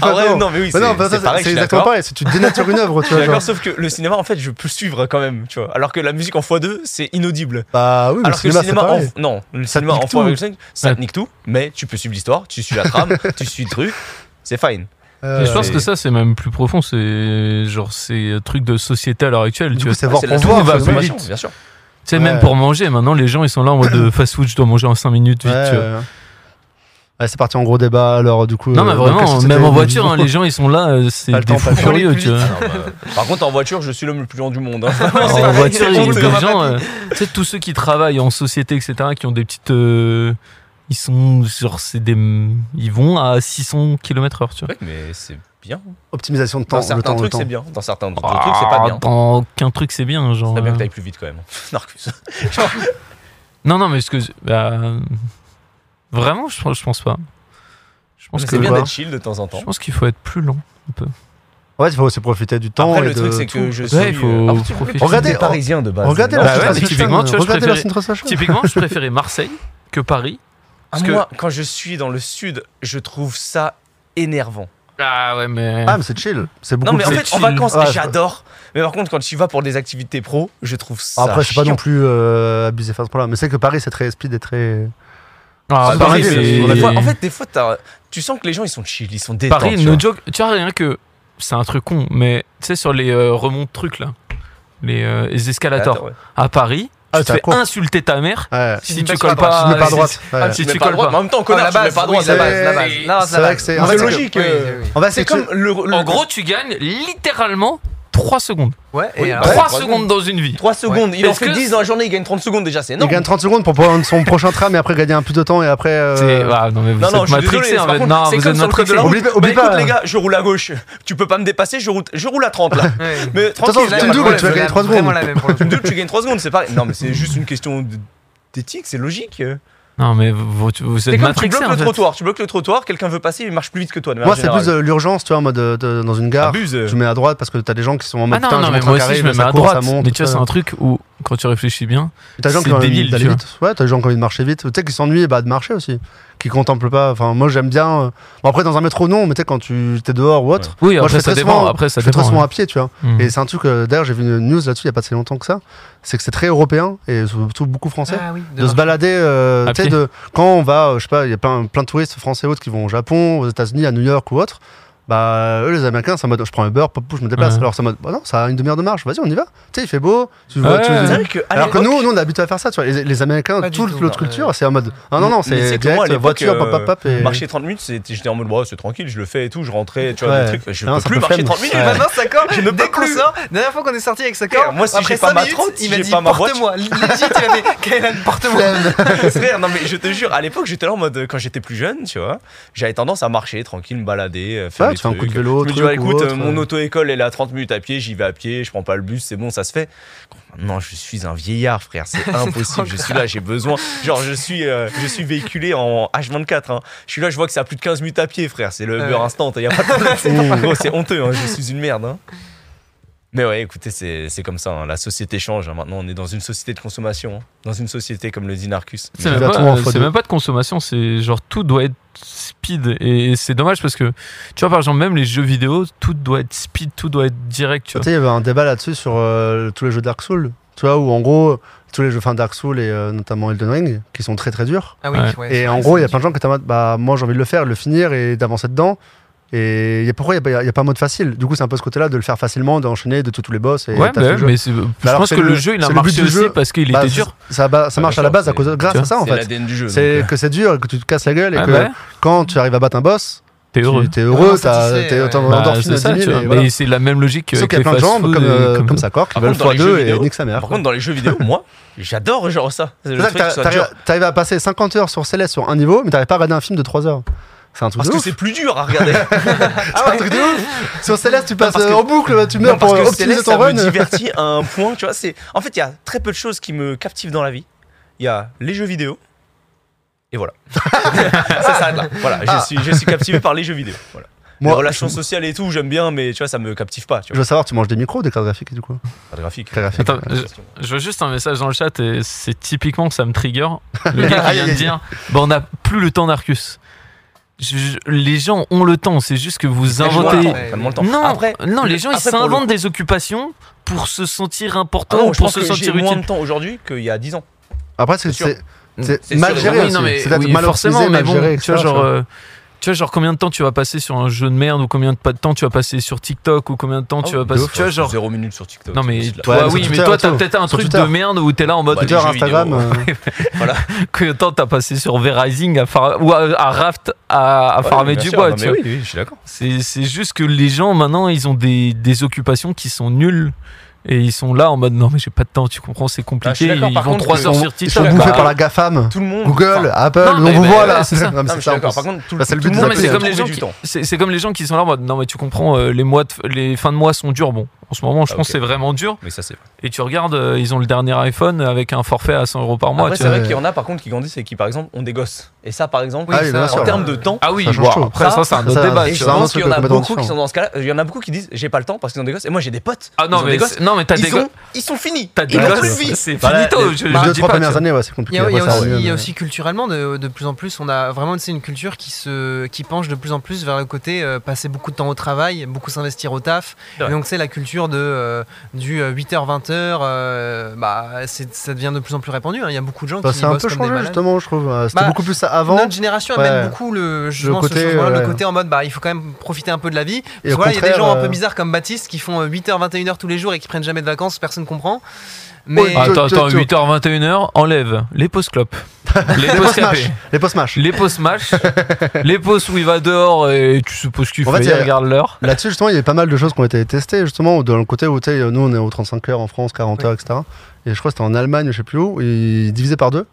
[SPEAKER 1] Ah ouais,
[SPEAKER 2] non,
[SPEAKER 1] non, mais oui,
[SPEAKER 2] Mais
[SPEAKER 1] c'est
[SPEAKER 2] non, bah, ça,
[SPEAKER 1] c'est pareil. je
[SPEAKER 2] c'est
[SPEAKER 1] suis
[SPEAKER 2] exactement
[SPEAKER 1] d'accord.
[SPEAKER 2] pareil, c'est tu dénatures une œuvre,
[SPEAKER 1] Je
[SPEAKER 2] tu
[SPEAKER 1] suis
[SPEAKER 2] vois.
[SPEAKER 1] d'accord,
[SPEAKER 2] genre.
[SPEAKER 1] sauf que le cinéma, en fait, je peux suivre quand même, tu vois. Alors que la musique en x2, c'est inaudible.
[SPEAKER 2] Bah oui, mais
[SPEAKER 1] Alors que le
[SPEAKER 2] c'est
[SPEAKER 1] cinéma, en...
[SPEAKER 2] pareil.
[SPEAKER 1] non, le
[SPEAKER 2] Ça te
[SPEAKER 1] cinéma en
[SPEAKER 2] nique
[SPEAKER 1] 3,5, ça te
[SPEAKER 3] Ouais.
[SPEAKER 1] nique tout, mais tu peux suivre l'histoire, tu suis la trame, tu suis le truc, c'est fine.
[SPEAKER 2] Euh,
[SPEAKER 3] Et je pense
[SPEAKER 1] c'est-
[SPEAKER 3] que ça, c'est même plus profond. C'est genre, c'est un truc de société à l'heure actuelle.
[SPEAKER 2] Du
[SPEAKER 3] Tu
[SPEAKER 2] coup,
[SPEAKER 3] vois.
[SPEAKER 2] c'est voir
[SPEAKER 1] C'est
[SPEAKER 2] pour
[SPEAKER 1] la
[SPEAKER 2] voir.
[SPEAKER 3] tout va
[SPEAKER 2] c'est
[SPEAKER 3] plus
[SPEAKER 2] vrai.
[SPEAKER 1] consommation, bien
[SPEAKER 3] [laughs]
[SPEAKER 1] sûr.
[SPEAKER 3] Tu sais,
[SPEAKER 2] Ouais.
[SPEAKER 3] même pour manger, maintenant, les gens, ils sont là en mode euh, fast food, je dois manger en 5 minutes vite.
[SPEAKER 2] Ouais,
[SPEAKER 3] tu vois.
[SPEAKER 2] ouais. Ouais, c'est parti en gros débat, alors du coup.
[SPEAKER 3] Non, mais
[SPEAKER 2] euh, quelle
[SPEAKER 3] vraiment,
[SPEAKER 2] société
[SPEAKER 3] même en
[SPEAKER 2] nous
[SPEAKER 3] voiture,
[SPEAKER 2] vivons
[SPEAKER 3] hein, les gens, ils sont là, euh, c'est
[SPEAKER 2] Pas le
[SPEAKER 3] des
[SPEAKER 2] temps,
[SPEAKER 3] fous
[SPEAKER 2] pas le temps.
[SPEAKER 3] furieux, tu vois.
[SPEAKER 1] [laughs] Ah non, bah, Par contre, en voiture, je suis l'homme le plus lent du monde. hein. Vraiment, [laughs] c'est-
[SPEAKER 3] En voiture,
[SPEAKER 1] c'est
[SPEAKER 3] il y a
[SPEAKER 1] honteux.
[SPEAKER 3] des gens, euh, tu sais, tous ceux qui travaillent en société, etc., qui ont des petites. euh, ils sont, genre, c'est des. Ils vont à 600 km/h, tu vois.
[SPEAKER 1] Ouais, mais c'est bien.
[SPEAKER 2] Optimisation de temps,
[SPEAKER 1] Dans
[SPEAKER 2] le
[SPEAKER 1] certains
[SPEAKER 2] temps, le
[SPEAKER 1] trucs, c'est
[SPEAKER 2] temps.
[SPEAKER 1] bien. Dans certains d'autres trucs,
[SPEAKER 3] Ah,
[SPEAKER 1] c'est pas bien.
[SPEAKER 3] Dans qu'un truc, c'est bien, genre.
[SPEAKER 1] C'est bien que
[SPEAKER 3] euh,
[SPEAKER 1] t'ailles plus vite quand [laughs] même. Narcus.
[SPEAKER 3] Non, non, mais excuse. Bah, euh, vraiment, je, pense- je pense pas. Je pense
[SPEAKER 1] Mais C'est
[SPEAKER 3] que. bah,
[SPEAKER 1] bien
[SPEAKER 2] quoi
[SPEAKER 1] d'être chill de temps en temps.
[SPEAKER 3] Je pense qu'il faut être plus lent.
[SPEAKER 2] Ouais, il faut aussi profiter du temps.
[SPEAKER 1] Après,
[SPEAKER 2] et
[SPEAKER 1] le truc,
[SPEAKER 2] de
[SPEAKER 1] c'est
[SPEAKER 2] tout.
[SPEAKER 1] que je suis.
[SPEAKER 3] Ouais, il faut
[SPEAKER 1] Ah, tu-
[SPEAKER 3] profiter.
[SPEAKER 1] tu-
[SPEAKER 2] Regardez,
[SPEAKER 1] t'es
[SPEAKER 2] oh,
[SPEAKER 1] parisien de base.
[SPEAKER 2] Regardez
[SPEAKER 1] Non,
[SPEAKER 2] la
[SPEAKER 3] Bah ouais,
[SPEAKER 2] Sintra
[SPEAKER 3] mais
[SPEAKER 2] Sachon,
[SPEAKER 3] typiquement, tu vois, je
[SPEAKER 2] regardez la
[SPEAKER 3] préférais-
[SPEAKER 2] Sintra Sachon.
[SPEAKER 3] Typiquement, je préférais Marseille que Paris.
[SPEAKER 1] Ah,
[SPEAKER 3] parce que-
[SPEAKER 1] Moi, quand je suis dans le sud, je trouve ça énervant.
[SPEAKER 3] Ah ouais, mais.
[SPEAKER 2] Ah, mais c'est chill. C'est beaucoup
[SPEAKER 1] Non, mais en
[SPEAKER 2] plus-
[SPEAKER 1] fait, en
[SPEAKER 3] chill.
[SPEAKER 1] vacances,
[SPEAKER 2] Ouais,
[SPEAKER 1] j'adore. Mais par contre, quand tu y vas pour des activités pro, je trouve ça.
[SPEAKER 2] Après, je suis pas
[SPEAKER 1] chiant.
[SPEAKER 2] non plus euh, abusé face pour là, mais c'est que Paris, c'est très speed et très.
[SPEAKER 3] Ah,
[SPEAKER 2] c'est
[SPEAKER 3] Paris,
[SPEAKER 2] pareil,
[SPEAKER 3] c'est-
[SPEAKER 2] on
[SPEAKER 1] bah, Des
[SPEAKER 2] a
[SPEAKER 1] fois- en fait, des fois, t'as- tu sens que les gens, ils sont chill, ils sont détendus.
[SPEAKER 3] Paris, no joke. Tu vois, rien que. C'est un truc con, mais tu sais, sur les euh, remontes trucs là, les, euh, les escalators, à Paris,
[SPEAKER 2] Ah,
[SPEAKER 3] tu te
[SPEAKER 2] t'as
[SPEAKER 3] fais
[SPEAKER 2] court.
[SPEAKER 3] insulter ta mère
[SPEAKER 2] Ouais.
[SPEAKER 3] si
[SPEAKER 4] mets
[SPEAKER 3] tu
[SPEAKER 4] pas
[SPEAKER 3] colles
[SPEAKER 4] sur la
[SPEAKER 3] pas.
[SPEAKER 4] droite,
[SPEAKER 2] Tu mets pas à
[SPEAKER 3] si-
[SPEAKER 2] droite. ouais.
[SPEAKER 3] si
[SPEAKER 1] Tu
[SPEAKER 3] tu
[SPEAKER 1] mets pas
[SPEAKER 3] colles
[SPEAKER 1] droite,
[SPEAKER 3] pas.
[SPEAKER 1] mais en même temps,
[SPEAKER 4] Ah,
[SPEAKER 1] connard,
[SPEAKER 4] la
[SPEAKER 1] tu mets
[SPEAKER 4] base,
[SPEAKER 1] pas à
[SPEAKER 4] oui,
[SPEAKER 1] droite.
[SPEAKER 4] la
[SPEAKER 2] c'est-
[SPEAKER 4] base, la base. Non,
[SPEAKER 2] c'est
[SPEAKER 4] ça
[SPEAKER 2] vrai
[SPEAKER 4] va.
[SPEAKER 2] que c'est-
[SPEAKER 4] Oui,
[SPEAKER 2] en fait,
[SPEAKER 4] oui,
[SPEAKER 1] c'est
[SPEAKER 4] oui,
[SPEAKER 1] logique,
[SPEAKER 4] oui,
[SPEAKER 1] euh,
[SPEAKER 4] oui.
[SPEAKER 2] En fait,
[SPEAKER 3] C'est
[SPEAKER 2] c'est
[SPEAKER 3] comme
[SPEAKER 2] comme.
[SPEAKER 1] le, le-
[SPEAKER 3] En gros, tu gagnes littéralement 3 secondes.
[SPEAKER 4] Ouais,
[SPEAKER 1] Oui,
[SPEAKER 4] et
[SPEAKER 1] bah,
[SPEAKER 4] alors-
[SPEAKER 1] ouais,
[SPEAKER 3] 3
[SPEAKER 1] trois
[SPEAKER 3] secondes dans une vie.
[SPEAKER 1] 3 secondes, il en
[SPEAKER 3] Est-ce
[SPEAKER 1] fait
[SPEAKER 3] que-
[SPEAKER 1] 10 dans la journée, il gagne 30 secondes déjà, c'est
[SPEAKER 2] Il
[SPEAKER 1] énorme.
[SPEAKER 2] gagne 30 secondes pour prendre son prochain tram et après gagner un plus de temps et après. euh,
[SPEAKER 3] C'est- ah, non, mais vous
[SPEAKER 1] Non, non,
[SPEAKER 3] êtes
[SPEAKER 1] je suis
[SPEAKER 3] matrixés,
[SPEAKER 1] désolé,
[SPEAKER 3] en
[SPEAKER 2] hein,
[SPEAKER 1] par
[SPEAKER 3] fait.
[SPEAKER 1] contre,
[SPEAKER 3] Non,
[SPEAKER 1] c'est
[SPEAKER 3] vous
[SPEAKER 1] comme
[SPEAKER 3] êtes
[SPEAKER 1] sur le code de
[SPEAKER 3] matrixés.
[SPEAKER 1] la route.
[SPEAKER 2] Oublie- oublie
[SPEAKER 1] bah,
[SPEAKER 2] pas.
[SPEAKER 1] écoute, les gars, je roule à gauche. Tu peux pas me dépasser, je roule, je roule à 30
[SPEAKER 2] [laughs]
[SPEAKER 1] là.
[SPEAKER 4] Ouais.
[SPEAKER 1] Mais
[SPEAKER 2] toute façon,
[SPEAKER 1] tranquille, y
[SPEAKER 2] tu
[SPEAKER 1] a
[SPEAKER 2] me
[SPEAKER 1] pas de
[SPEAKER 2] doubles,
[SPEAKER 1] problème.
[SPEAKER 2] tu vas gagner
[SPEAKER 4] la-
[SPEAKER 2] 3
[SPEAKER 4] vraiment
[SPEAKER 2] secondes.
[SPEAKER 4] la même pour
[SPEAKER 2] [laughs]
[SPEAKER 4] le coup.
[SPEAKER 1] Tu me doubles, tu gagnes 3 secondes, c'est pareil. Non, mais c'est juste une question d- d'éthique, c'est logique.
[SPEAKER 3] Non, mais vous, vous- vous
[SPEAKER 1] C'est
[SPEAKER 3] êtes
[SPEAKER 1] comme tu
[SPEAKER 3] matrixés,
[SPEAKER 1] bloques
[SPEAKER 3] en
[SPEAKER 1] le
[SPEAKER 3] fait.
[SPEAKER 1] trottoir, tu bloques le trottoir, quelqu'un veut passer, il marche plus vite que toi. de
[SPEAKER 2] Moi,
[SPEAKER 1] manière
[SPEAKER 2] c'est plus
[SPEAKER 1] générale.
[SPEAKER 2] euh, l'urgence, tu vois, en mode euh, de- dans une gare.
[SPEAKER 1] Abuse.
[SPEAKER 2] Tu mets à droite parce que t'as des gens qui sont en mode
[SPEAKER 3] euh. Ah non,
[SPEAKER 2] putain,
[SPEAKER 3] non,
[SPEAKER 2] j'ai
[SPEAKER 3] mais
[SPEAKER 2] mon
[SPEAKER 3] moi
[SPEAKER 2] train qui
[SPEAKER 3] aussi, je me
[SPEAKER 2] arrive,
[SPEAKER 3] mets
[SPEAKER 2] ça
[SPEAKER 3] à
[SPEAKER 2] court,
[SPEAKER 3] droite.
[SPEAKER 2] ça monte,
[SPEAKER 3] Mais tu vois, c'est
[SPEAKER 2] ouais.
[SPEAKER 3] un truc où, quand tu réfléchis bien,
[SPEAKER 2] T'as des gens qui
[SPEAKER 3] c'est
[SPEAKER 2] ont envie
[SPEAKER 3] débile,
[SPEAKER 2] d'aller
[SPEAKER 3] tu vois.
[SPEAKER 2] vite. Ouais, t'as des gens qui ont envie de marcher vite. Tu sais, qui s'ennuient, bah, de marcher aussi. Qui contemplent pas. Enfin, moi, j'aime bien. euh, Bon, après, dans un métro, non, mais tu sais, quand tu t'es dehors ou autre. Moi,
[SPEAKER 3] Oui,
[SPEAKER 2] je
[SPEAKER 3] après,
[SPEAKER 2] fais
[SPEAKER 3] ça
[SPEAKER 2] très
[SPEAKER 3] dépend.
[SPEAKER 2] souvent-
[SPEAKER 3] Après, ça
[SPEAKER 2] je fais très
[SPEAKER 3] dépend.
[SPEAKER 2] souvent à pied, tu vois.
[SPEAKER 3] Mm.
[SPEAKER 2] Et c'est un truc, euh, d'ailleurs, j'ai vu une news là-dessus il n'y a pas si longtemps que ça. C'est que c'est très européen et surtout beaucoup français.
[SPEAKER 4] Ah oui,
[SPEAKER 2] de se balader, euh,
[SPEAKER 3] À
[SPEAKER 2] tu sais,
[SPEAKER 3] pied.
[SPEAKER 2] de- quand on va, euh, je sais pas, il y a plein, plein de touristes français ou autres qui vont au Japon, aux États-Unis, à New York ou autre. Bah, eux, les Américains, c'est en mode je prends un beurre, pop, je me déplace.
[SPEAKER 3] Ouais.
[SPEAKER 2] Alors, c'est en mode bah non, ça a une demi-heure de marche, vas-y, on y va. Tu sais, il fait beau, tu vois,
[SPEAKER 3] Ouais.
[SPEAKER 2] tu-
[SPEAKER 3] C'est
[SPEAKER 1] C'est vrai que, à
[SPEAKER 2] Alors que
[SPEAKER 1] l'époque-
[SPEAKER 2] nous, nous, on est habitué à faire ça, tu vois. Les, les Américains,
[SPEAKER 4] Pas du
[SPEAKER 2] toute
[SPEAKER 4] tout,
[SPEAKER 2] notre
[SPEAKER 4] ouais.
[SPEAKER 2] culture, c'est en mode ah non, non,
[SPEAKER 1] Mais
[SPEAKER 2] c'est
[SPEAKER 1] c'est que moi, à
[SPEAKER 2] direct,
[SPEAKER 1] l'époque,
[SPEAKER 2] voiture, pop, pop,
[SPEAKER 1] euh,
[SPEAKER 2] pop. Et...
[SPEAKER 1] Marcher 30 minutes, c'était- j'étais en mode, Bon, c'est tranquille, je le fais et tout, je rentrais, tu vois,
[SPEAKER 2] Ouais.
[SPEAKER 1] des trucs, je
[SPEAKER 2] Non,
[SPEAKER 1] peux
[SPEAKER 2] ça
[SPEAKER 1] plus
[SPEAKER 2] peut
[SPEAKER 1] marcher
[SPEAKER 2] flemme.
[SPEAKER 1] 30 minutes.
[SPEAKER 2] Ouais.
[SPEAKER 1] maintenant.
[SPEAKER 4] Maintenant, ça corps,
[SPEAKER 1] Je ne
[SPEAKER 4] dès
[SPEAKER 1] peux
[SPEAKER 4] qu'on
[SPEAKER 1] plus.
[SPEAKER 4] sort, dernière fois qu'on est sorti avec ce corps,
[SPEAKER 1] Moi, si
[SPEAKER 4] après
[SPEAKER 1] j'ai pas
[SPEAKER 4] cinq
[SPEAKER 1] ma
[SPEAKER 4] minutes,
[SPEAKER 1] trotte, si
[SPEAKER 4] il m'a
[SPEAKER 1] j'ai
[SPEAKER 4] dit
[SPEAKER 1] pas ma
[SPEAKER 4] porte-moi. [laughs] Legit, il m'a fait Kaelan, porte-moi.
[SPEAKER 1] [laughs]
[SPEAKER 2] Flemme.
[SPEAKER 1] Frère, non mais je te jure, à l'époque j'étais là en mode euh, quand j'étais plus jeune, tu vois, j'avais tendance à marcher tranquille, me balader, euh, faire
[SPEAKER 2] Ouais,
[SPEAKER 1] des
[SPEAKER 2] Ah, tu fais un
[SPEAKER 1] trucs.
[SPEAKER 2] coup de vélo,
[SPEAKER 1] je me dis,
[SPEAKER 2] truc
[SPEAKER 1] bah,
[SPEAKER 2] ou
[SPEAKER 1] écoute,
[SPEAKER 2] autre,
[SPEAKER 1] euh, mon
[SPEAKER 2] euh.
[SPEAKER 1] auto-école elle est à 30 minutes à pied, j'y vais à pied, je prends pas le bus, c'est bon, ça se fait. Non, je suis un vieillard, frère,
[SPEAKER 2] [laughs]
[SPEAKER 1] c'est impossible. je suis là, j'ai besoin. Genre, je suis, euh, je suis véhiculé en H24. hein. Je suis là, je vois que c'est à plus de 15 minutes à pied, frère. C'est le
[SPEAKER 4] Ouais.
[SPEAKER 1] beurre instant. Y a pas de problème. Gros, c'est honteux. hein, je suis une merde. hein. Mais ouais, écoutez, c'est c'est comme ça. hein, La société change. hein, Maintenant, on est dans une société de consommation. hein, Dans une société comme le dit Narcus.
[SPEAKER 3] C'est
[SPEAKER 2] Je
[SPEAKER 3] même,
[SPEAKER 2] vais à
[SPEAKER 3] pas,
[SPEAKER 2] toi en
[SPEAKER 3] c'est
[SPEAKER 2] photo.
[SPEAKER 3] même pas de consommation, c'est genre tout doit être speed et c'est dommage parce que tu vois par exemple même les jeux vidéo tout doit être speed, tout doit être direct, tu
[SPEAKER 2] Tu
[SPEAKER 3] vois.
[SPEAKER 2] sais, il y avait un débat là-dessus sur euh, tous les jeux Dark Souls, tu vois, où en gros, tous les jeux, enfin Dark Souls et euh, notamment Elden Ring, qui sont très très durs.
[SPEAKER 4] Ah oui,
[SPEAKER 3] Ouais.
[SPEAKER 4] ouais, c'est
[SPEAKER 2] Et en
[SPEAKER 4] vrai,
[SPEAKER 2] gros, il y
[SPEAKER 4] c'est
[SPEAKER 2] a plein de gens qui étaient en mode, bah, moi j'ai envie de le faire, de le finir et d'avancer dedans. Et il y a, pourquoi il n'y a, pas un mode facile Du coup, c'est un peu ce côté-là de le faire facilement, d'enchaîner de tous tous les boss. Et
[SPEAKER 3] Ouais,
[SPEAKER 2] t'as fait
[SPEAKER 3] bah ouais,
[SPEAKER 2] le jeu.
[SPEAKER 3] mais c'est- je
[SPEAKER 2] alors
[SPEAKER 3] pense
[SPEAKER 2] c'est
[SPEAKER 3] que le,
[SPEAKER 2] le-
[SPEAKER 3] jeu il
[SPEAKER 2] c'est
[SPEAKER 3] a
[SPEAKER 2] le but
[SPEAKER 3] marché
[SPEAKER 2] du
[SPEAKER 3] aussi
[SPEAKER 2] jeu.
[SPEAKER 3] parce qu'il
[SPEAKER 2] Bah,
[SPEAKER 3] était
[SPEAKER 2] c'est-
[SPEAKER 3] dur.
[SPEAKER 2] Ça, ba- ça
[SPEAKER 1] Ouais,
[SPEAKER 2] marche à la
[SPEAKER 1] d'accord,
[SPEAKER 2] base
[SPEAKER 1] Bah,
[SPEAKER 2] à
[SPEAKER 1] c'est-
[SPEAKER 2] cause de, grâce
[SPEAKER 3] tu
[SPEAKER 2] à ça en
[SPEAKER 1] C'est
[SPEAKER 2] fait.
[SPEAKER 1] l'ADN du jeu.
[SPEAKER 2] C'est
[SPEAKER 1] donc, euh,
[SPEAKER 2] que c'est dur, et que tu te casses la gueule et
[SPEAKER 3] Ah
[SPEAKER 2] que
[SPEAKER 3] bah,
[SPEAKER 2] quand tu arrives à battre un boss,
[SPEAKER 3] t'es heureux.
[SPEAKER 1] Ah
[SPEAKER 2] tu es heureux,
[SPEAKER 4] Ouais,
[SPEAKER 2] t'as-
[SPEAKER 4] satisfait,
[SPEAKER 2] t'es
[SPEAKER 4] ouais.
[SPEAKER 2] autant
[SPEAKER 3] Bah,
[SPEAKER 2] d'endorphines
[SPEAKER 3] c'est
[SPEAKER 2] à
[SPEAKER 3] ça,
[SPEAKER 2] 10
[SPEAKER 3] tu
[SPEAKER 2] 000.
[SPEAKER 3] vois.
[SPEAKER 2] et voilà.
[SPEAKER 3] Mais c'est la même logique
[SPEAKER 2] Sauf
[SPEAKER 3] avec
[SPEAKER 2] qu'il y a
[SPEAKER 3] les
[SPEAKER 2] plein de
[SPEAKER 3] fast
[SPEAKER 2] gens
[SPEAKER 3] food
[SPEAKER 2] comme,
[SPEAKER 3] et
[SPEAKER 2] euh,
[SPEAKER 3] comme
[SPEAKER 2] comme
[SPEAKER 3] ça.
[SPEAKER 2] ça, Cork, qui
[SPEAKER 1] Par
[SPEAKER 2] veulent
[SPEAKER 1] contre, dans les jeux
[SPEAKER 2] x2 et
[SPEAKER 1] vidéo-
[SPEAKER 2] nique sa mère.
[SPEAKER 1] Par contre, dans les jeux
[SPEAKER 2] [laughs]
[SPEAKER 1] vidéo, moi, j'adore genre ça. C'est le
[SPEAKER 2] C'est ça
[SPEAKER 1] truc,
[SPEAKER 2] que
[SPEAKER 1] ça
[SPEAKER 2] t'a- t'arrives
[SPEAKER 1] dure.
[SPEAKER 2] t'arrives à passer 50 heures sur Céleste sur un niveau, mais t'arrives pas à regarder un film de 3 heures. C'est un truc
[SPEAKER 1] Parce
[SPEAKER 2] de
[SPEAKER 1] que
[SPEAKER 2] ouf.
[SPEAKER 1] c'est plus dur à
[SPEAKER 2] [laughs]
[SPEAKER 1] regarder.
[SPEAKER 2] C'est un truc de ouf. [laughs] Sur Céleste, tu passes
[SPEAKER 1] parce que-
[SPEAKER 2] euh, en boucle, bah, tu
[SPEAKER 1] Non,
[SPEAKER 2] meurs
[SPEAKER 1] parce
[SPEAKER 2] pour
[SPEAKER 1] que
[SPEAKER 2] optimiser
[SPEAKER 1] Céleste,
[SPEAKER 2] ton
[SPEAKER 1] ça
[SPEAKER 2] run.
[SPEAKER 1] me divertit à un point, tu vois. C'est en fait, il y a très peu de choses qui me captivent dans la vie. Il y a les jeux vidéo. Et voilà. [laughs] ça s'arrête là. Voilà, je,
[SPEAKER 2] Ah.
[SPEAKER 1] suis, je suis captivé par les jeux vidéo. Voilà.
[SPEAKER 2] Moi,
[SPEAKER 1] les relations sociales et tout, j'aime bien, mais tu vois, ça me captive pas. Tu
[SPEAKER 2] Je
[SPEAKER 1] vois.
[SPEAKER 2] veux savoir, tu manges des micros ou des cartes graphiques du coup
[SPEAKER 1] Pas de graphique.
[SPEAKER 2] Cartes graphiques.
[SPEAKER 3] Attends, je- Je vois juste un message dans le chat et c'est typiquement ça me trigger.
[SPEAKER 2] [laughs]
[SPEAKER 3] Le gars qui vient de dire bah, on n'a plus le temps d'Arcus. Je- je- les gens ont le temps, c'est juste que vous
[SPEAKER 1] Fais-moi le
[SPEAKER 3] inventez.
[SPEAKER 1] temps, fais-moi le temps.
[SPEAKER 3] Non,
[SPEAKER 1] Après,
[SPEAKER 3] non, les gens ils
[SPEAKER 1] après, pour le
[SPEAKER 3] s'inventent des occupations pour se sentir
[SPEAKER 1] Ah
[SPEAKER 3] important,
[SPEAKER 1] non, je
[SPEAKER 3] pour
[SPEAKER 1] pense
[SPEAKER 3] se
[SPEAKER 1] que j'ai
[SPEAKER 3] sentir
[SPEAKER 1] moins
[SPEAKER 3] utile.
[SPEAKER 1] de temps aujourd'hui qu'il y a 10 ans.
[SPEAKER 2] Après, c'est-
[SPEAKER 1] C'est sûr. Mm,
[SPEAKER 2] c'est c'est
[SPEAKER 1] C'est
[SPEAKER 2] mal
[SPEAKER 1] sûr, Bah,
[SPEAKER 2] géré.
[SPEAKER 1] oui,
[SPEAKER 2] aussi.
[SPEAKER 1] non, mais-
[SPEAKER 2] C'est peut-être mal
[SPEAKER 3] forcément,
[SPEAKER 2] optimisé,
[SPEAKER 3] mais
[SPEAKER 2] mal
[SPEAKER 3] bon,
[SPEAKER 2] géré.
[SPEAKER 3] tu vois,
[SPEAKER 2] etc.,
[SPEAKER 3] genre, euh, tu vois, genre combien de temps tu vas passer sur un jeu de merde ou combien de pas de temps tu vas passer sur TikTok ou combien de temps
[SPEAKER 1] Ah
[SPEAKER 3] tu vas passer, tu vois, genre.
[SPEAKER 1] 0 minutes sur TikTok.
[SPEAKER 3] Non mais
[SPEAKER 1] c'est
[SPEAKER 3] toi
[SPEAKER 1] de la-
[SPEAKER 2] Ouais, mais
[SPEAKER 3] oui
[SPEAKER 2] sur
[SPEAKER 3] mais
[SPEAKER 2] Twitter
[SPEAKER 3] toi
[SPEAKER 2] et
[SPEAKER 3] t'as
[SPEAKER 2] tout.
[SPEAKER 3] peut-être un
[SPEAKER 2] Sur
[SPEAKER 3] truc
[SPEAKER 2] Twitter.
[SPEAKER 3] de merde où t'es là en mode
[SPEAKER 1] Bah,
[SPEAKER 3] [laughs]
[SPEAKER 2] Twitter,
[SPEAKER 1] les jeux
[SPEAKER 2] Instagram.
[SPEAKER 1] vidéo.
[SPEAKER 2] euh,
[SPEAKER 3] combien de temps t'as passé sur Verizing à Far- ou à, à Raft à, à
[SPEAKER 1] Ouais,
[SPEAKER 3] farmer
[SPEAKER 1] bien
[SPEAKER 3] du
[SPEAKER 1] sûr,
[SPEAKER 3] bois
[SPEAKER 1] non,
[SPEAKER 3] tu
[SPEAKER 1] mais
[SPEAKER 3] vois.
[SPEAKER 1] Oui, oui, je suis d'accord.
[SPEAKER 3] C'est c'est juste que les gens maintenant ils ont des, des occupations qui sont nulles et ils sont là en mode non mais j'ai pas de temps tu comprends c'est
[SPEAKER 1] Ah, je suis
[SPEAKER 3] compliqué
[SPEAKER 1] d'accord,
[SPEAKER 3] ils
[SPEAKER 1] par
[SPEAKER 3] vont
[SPEAKER 1] contre,
[SPEAKER 3] 3
[SPEAKER 1] que-
[SPEAKER 3] heures sur
[SPEAKER 2] Ils
[SPEAKER 3] TikTok
[SPEAKER 2] sont
[SPEAKER 1] Bah,
[SPEAKER 2] bouffés
[SPEAKER 1] bah,
[SPEAKER 2] par la GAFAM,
[SPEAKER 1] Tout le monde.
[SPEAKER 2] Google,
[SPEAKER 1] Enfin,
[SPEAKER 2] Apple,
[SPEAKER 3] mais-
[SPEAKER 2] on vous
[SPEAKER 3] mais
[SPEAKER 2] voit
[SPEAKER 3] ouais,
[SPEAKER 2] là.
[SPEAKER 3] c'est ça.
[SPEAKER 2] Non, mais
[SPEAKER 1] non,
[SPEAKER 2] c'est
[SPEAKER 1] mais je suis
[SPEAKER 2] ça, en
[SPEAKER 1] d'accord.
[SPEAKER 2] plus.
[SPEAKER 1] Par contre, tout
[SPEAKER 2] Bah, c'est le
[SPEAKER 1] tout
[SPEAKER 2] but
[SPEAKER 1] monde
[SPEAKER 2] de la
[SPEAKER 1] essaie
[SPEAKER 2] c'est
[SPEAKER 1] de
[SPEAKER 3] comme les
[SPEAKER 1] trouver
[SPEAKER 3] gens
[SPEAKER 1] du
[SPEAKER 3] qui-
[SPEAKER 1] temps.
[SPEAKER 3] c'est c'est comme les gens qui sont là en mode non mais tu comprends euh, les mois de- les fins de mois sont durs bon en ce moment je
[SPEAKER 1] Ah,
[SPEAKER 3] pense
[SPEAKER 1] ok.
[SPEAKER 3] que c'est vraiment dur
[SPEAKER 1] Mais ça, c'est
[SPEAKER 3] et tu regardes euh, ils ont le dernier iPhone avec un forfait à 100 euros par mois
[SPEAKER 1] Après,
[SPEAKER 3] tu
[SPEAKER 1] c'est
[SPEAKER 3] vois.
[SPEAKER 1] vrai qu'il y en a par contre qui grandissent et qui, par exemple, ont des gosses. Et ça, par exemple,
[SPEAKER 2] Oui, Ah oui, bien
[SPEAKER 1] en
[SPEAKER 2] sûr.
[SPEAKER 1] termes de temps.
[SPEAKER 3] ah oui
[SPEAKER 2] Ça change
[SPEAKER 3] bon,
[SPEAKER 2] tout.
[SPEAKER 3] après ça c'est un autre
[SPEAKER 2] Ça,
[SPEAKER 3] débat
[SPEAKER 2] Ah,
[SPEAKER 1] et
[SPEAKER 3] tu
[SPEAKER 1] je
[SPEAKER 2] c'est
[SPEAKER 3] vois.
[SPEAKER 2] un
[SPEAKER 1] pense qu'il
[SPEAKER 2] autre
[SPEAKER 1] y en
[SPEAKER 2] truc
[SPEAKER 1] a
[SPEAKER 2] complètement
[SPEAKER 1] beaucoup qui
[SPEAKER 2] différent.
[SPEAKER 1] sont dans ce cas-là. Il y en a beaucoup qui disent j'ai pas le temps parce qu'ils ont des gosses. Et moi j'ai des potes.
[SPEAKER 3] ah
[SPEAKER 1] ils
[SPEAKER 3] non
[SPEAKER 1] ont
[SPEAKER 3] mais
[SPEAKER 1] des gosses.
[SPEAKER 3] c'est- non mais t'as
[SPEAKER 1] Ils
[SPEAKER 3] des
[SPEAKER 1] sont,
[SPEAKER 3] gosses
[SPEAKER 1] ils sont finis.
[SPEAKER 3] T'as des
[SPEAKER 1] ils ont
[SPEAKER 3] gosses,
[SPEAKER 1] plus de vie.
[SPEAKER 3] c'est
[SPEAKER 1] Bah, là,
[SPEAKER 3] finito.
[SPEAKER 1] les-
[SPEAKER 3] je-
[SPEAKER 2] Les
[SPEAKER 3] je
[SPEAKER 2] deux,
[SPEAKER 3] dis
[SPEAKER 2] trois
[SPEAKER 3] pas, tu
[SPEAKER 2] premières
[SPEAKER 3] vois.
[SPEAKER 2] années, ouais, c'est
[SPEAKER 4] Il y
[SPEAKER 2] compliqué.
[SPEAKER 4] a, il y a
[SPEAKER 2] Après, ça
[SPEAKER 4] aussi,
[SPEAKER 2] revient,
[SPEAKER 4] il y a
[SPEAKER 2] mais-
[SPEAKER 4] aussi culturellement de, de plus en plus, on a vraiment c'est une culture qui se qui penche de plus en plus vers le côté euh, passer beaucoup de temps au travail, beaucoup s'investir au taf.
[SPEAKER 1] C'est vrai.
[SPEAKER 4] Et donc c'est la culture de euh, du 8h 20h bah c'est- ça devient de plus en plus répandu, hein. il y a beaucoup de gens
[SPEAKER 2] Bah,
[SPEAKER 4] qui
[SPEAKER 2] C'est un
[SPEAKER 4] bossent
[SPEAKER 2] peu
[SPEAKER 4] comme des
[SPEAKER 2] changé,
[SPEAKER 4] malades.
[SPEAKER 2] justement, je trouve. Euh, C'était
[SPEAKER 4] Bah,
[SPEAKER 2] beaucoup plus ça avant.
[SPEAKER 4] Notre génération
[SPEAKER 2] Ouais.
[SPEAKER 4] amène beaucoup le, justement, ce
[SPEAKER 2] côté,
[SPEAKER 4] changement-là,
[SPEAKER 2] ouais.
[SPEAKER 4] le côté en mode bah il faut quand même profiter un peu de la vie.
[SPEAKER 2] Et
[SPEAKER 4] Parce
[SPEAKER 2] au
[SPEAKER 4] que voilà, il y a des
[SPEAKER 2] contraire,
[SPEAKER 4] gens un
[SPEAKER 2] euh,
[SPEAKER 4] peu bizarres comme Baptiste qui font euh, 8h 21h tous les jours et qui prennent jamais de vacances, personne comprend.
[SPEAKER 2] Ouais,
[SPEAKER 4] Mais
[SPEAKER 2] Ah,
[SPEAKER 3] Attends,
[SPEAKER 2] Tio,
[SPEAKER 3] attends,
[SPEAKER 2] tio,
[SPEAKER 3] 8h, 21h, enlève les pauses clopes, les
[SPEAKER 2] Les
[SPEAKER 3] pauses
[SPEAKER 2] post match
[SPEAKER 3] café,
[SPEAKER 2] Les post match
[SPEAKER 3] les pauses match, les pauses où il va dehors et tu supposes qu'il
[SPEAKER 2] En
[SPEAKER 3] fait,
[SPEAKER 2] fait, il
[SPEAKER 3] il
[SPEAKER 2] y a-
[SPEAKER 3] regarde l'heure.
[SPEAKER 2] Là-dessus, justement, il y avait pas mal de choses qui ont été testées, justement, dans le côté où, tu sais, nous, on est aux 35 heures en France, 40 heures, etc. Et je crois que c'était en Allemagne, je sais plus où, ils divisaient par deux.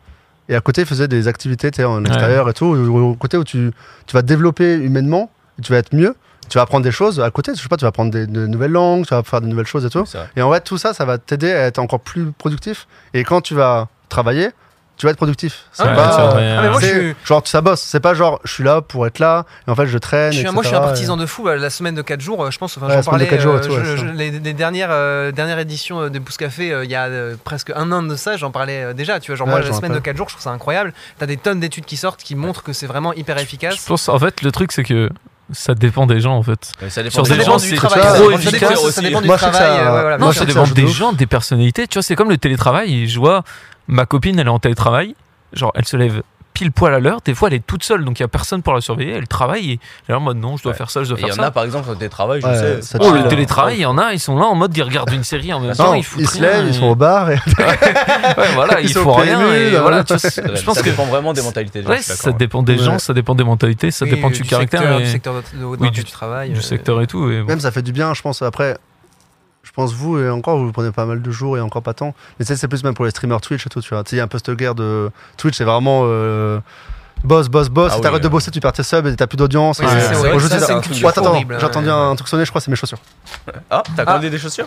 [SPEAKER 2] Et à côté, ils faisaient des activités, tu sais, en extérieur et tout, au au côté où tu, tu vas te développer humainement, tu vas être mieux, tu vas apprendre des choses à côté, je sais pas, tu vas apprendre des, de nouvelles langues, tu vas faire de nouvelles choses et tout.
[SPEAKER 1] C'est vrai.
[SPEAKER 2] Et en vrai, tout ça, ça va t'aider à être encore plus productif. Et quand tu vas travailler, tu vas être productif. C'est
[SPEAKER 4] Ah,
[SPEAKER 2] pas-
[SPEAKER 4] tu vas
[SPEAKER 3] travailler,
[SPEAKER 4] Ah, mais moi,
[SPEAKER 2] c'est-
[SPEAKER 4] je suis-
[SPEAKER 2] Genre, ça bosse. C'est pas genre, je suis là pour être là, et en fait, je traîne.
[SPEAKER 4] Je suis un- moi, je suis un
[SPEAKER 2] etc.,
[SPEAKER 4] partisan de fou. euh, La semaine de 4 jours, euh, je pense. Enfin,
[SPEAKER 2] Ouais,
[SPEAKER 4] j'en
[SPEAKER 2] la semaine de
[SPEAKER 4] parlais.
[SPEAKER 2] quatre jours et
[SPEAKER 4] euh,
[SPEAKER 2] tout, ouais,
[SPEAKER 4] je-
[SPEAKER 2] c'est
[SPEAKER 4] je-
[SPEAKER 2] ça.
[SPEAKER 4] les, les dernières, euh, dernières éditions euh, de Pouce Café, euh, il y a euh, presque un an de ça, j'en parlais euh, déjà. Tu vois, genre,
[SPEAKER 2] Ouais,
[SPEAKER 4] moi,
[SPEAKER 2] je
[SPEAKER 4] la
[SPEAKER 2] me
[SPEAKER 4] semaine de
[SPEAKER 2] rappelle.
[SPEAKER 4] 4 jours, je trouve ça incroyable. T'as des tonnes d'études qui sortent qui montrent que c'est vraiment hyper
[SPEAKER 3] Je
[SPEAKER 4] efficace.
[SPEAKER 3] pense, en fait, le truc, c'est que ça dépend des gens, en fait.
[SPEAKER 1] Mais Ça
[SPEAKER 3] Sur
[SPEAKER 1] des
[SPEAKER 3] des
[SPEAKER 1] gens,
[SPEAKER 3] gens,
[SPEAKER 4] du
[SPEAKER 3] c'est
[SPEAKER 4] travail,
[SPEAKER 3] trop
[SPEAKER 4] ça dépend du
[SPEAKER 3] efficace.
[SPEAKER 4] secteur,
[SPEAKER 1] aussi.
[SPEAKER 4] Ça dépend du
[SPEAKER 2] Moi, je sais que ça-
[SPEAKER 4] travail. euh, ouais,
[SPEAKER 1] Ah,
[SPEAKER 4] voilà,
[SPEAKER 2] moi,
[SPEAKER 3] Non,
[SPEAKER 4] bien
[SPEAKER 2] je trouve
[SPEAKER 3] ça
[SPEAKER 4] sûr.
[SPEAKER 3] dépend
[SPEAKER 2] ça
[SPEAKER 3] des
[SPEAKER 2] de ouf.
[SPEAKER 3] gens, des personnalités. Tu vois, c'est comme le télétravail. Je vois ma copine, elle est en télétravail. Genre, elle se lève pile poil à l'heure. Des fois, elle est toute seule, donc il n'y a personne pour la surveiller. Elle travaille. Et elle est là en mode non, je dois
[SPEAKER 1] Ouais.
[SPEAKER 3] faire ça, je dois
[SPEAKER 1] Il y
[SPEAKER 3] faire
[SPEAKER 1] en a
[SPEAKER 3] ça.
[SPEAKER 1] par exemple sur des travaux, je
[SPEAKER 2] Ouais,
[SPEAKER 1] sais.
[SPEAKER 2] ça
[SPEAKER 3] Oh,
[SPEAKER 2] chill.
[SPEAKER 3] le télétravail, il y en a, ils sont là en mode ils regardent une série en même temps,
[SPEAKER 2] Non,
[SPEAKER 3] ils
[SPEAKER 2] ils
[SPEAKER 3] foutent
[SPEAKER 2] se
[SPEAKER 3] rien,
[SPEAKER 2] lèvent,
[SPEAKER 3] et-
[SPEAKER 2] ils sont au bar. Et... [laughs]
[SPEAKER 3] Ouais, voilà,
[SPEAKER 2] ils
[SPEAKER 3] ils
[SPEAKER 2] sont
[SPEAKER 3] font
[SPEAKER 2] au
[SPEAKER 3] rien.
[SPEAKER 2] PMU,
[SPEAKER 3] et
[SPEAKER 2] là,
[SPEAKER 3] voilà,
[SPEAKER 2] voilà.
[SPEAKER 3] tu vois, c'est- je pense
[SPEAKER 1] ça
[SPEAKER 3] que
[SPEAKER 1] dépend vraiment des mentalités. des gens,
[SPEAKER 3] ouais,
[SPEAKER 1] je suis
[SPEAKER 3] ça
[SPEAKER 1] d'accord,
[SPEAKER 3] dépend des
[SPEAKER 2] Ouais.
[SPEAKER 3] gens, ça dépend des mentalités, ça
[SPEAKER 4] Oui,
[SPEAKER 3] dépend du, caractère,
[SPEAKER 4] secteur, du
[SPEAKER 3] mais-
[SPEAKER 4] secteur de- de- dans
[SPEAKER 3] Oui,
[SPEAKER 4] lequel
[SPEAKER 3] du-
[SPEAKER 4] tu travailles. euh,
[SPEAKER 3] du secteur et tout. et bon.
[SPEAKER 2] [laughs] Même ça fait du bien, je pense. Après, je pense vous et encore, vous prenez pas mal de jours et encore pas tant. Mais tu sais, c'est plus même pour les streamers Twitch et tout. Tu vois, Tu sais, il y a un peu cette guerre de Twitch, c'est vraiment euh, boss, boss, boss.
[SPEAKER 1] Ah
[SPEAKER 2] si
[SPEAKER 1] oui,
[SPEAKER 2] t'arrêtes
[SPEAKER 1] euh.
[SPEAKER 2] de bosser, tu perds tes subs et t'as plus d'audience.
[SPEAKER 4] Oui,
[SPEAKER 2] Et-
[SPEAKER 4] ça,
[SPEAKER 1] Ouais,
[SPEAKER 4] c'est
[SPEAKER 1] ouais,
[SPEAKER 4] horrible.
[SPEAKER 2] Aujourd'hui, t'as-
[SPEAKER 4] Ça, c'est une
[SPEAKER 1] Ouais,
[SPEAKER 4] culture
[SPEAKER 2] attends, attends,
[SPEAKER 4] horrible,
[SPEAKER 2] j'ai entendu
[SPEAKER 4] ouais.
[SPEAKER 2] un truc sonner, je crois, c'est mes chaussures.
[SPEAKER 1] là. Ah, t'as commandé des chaussures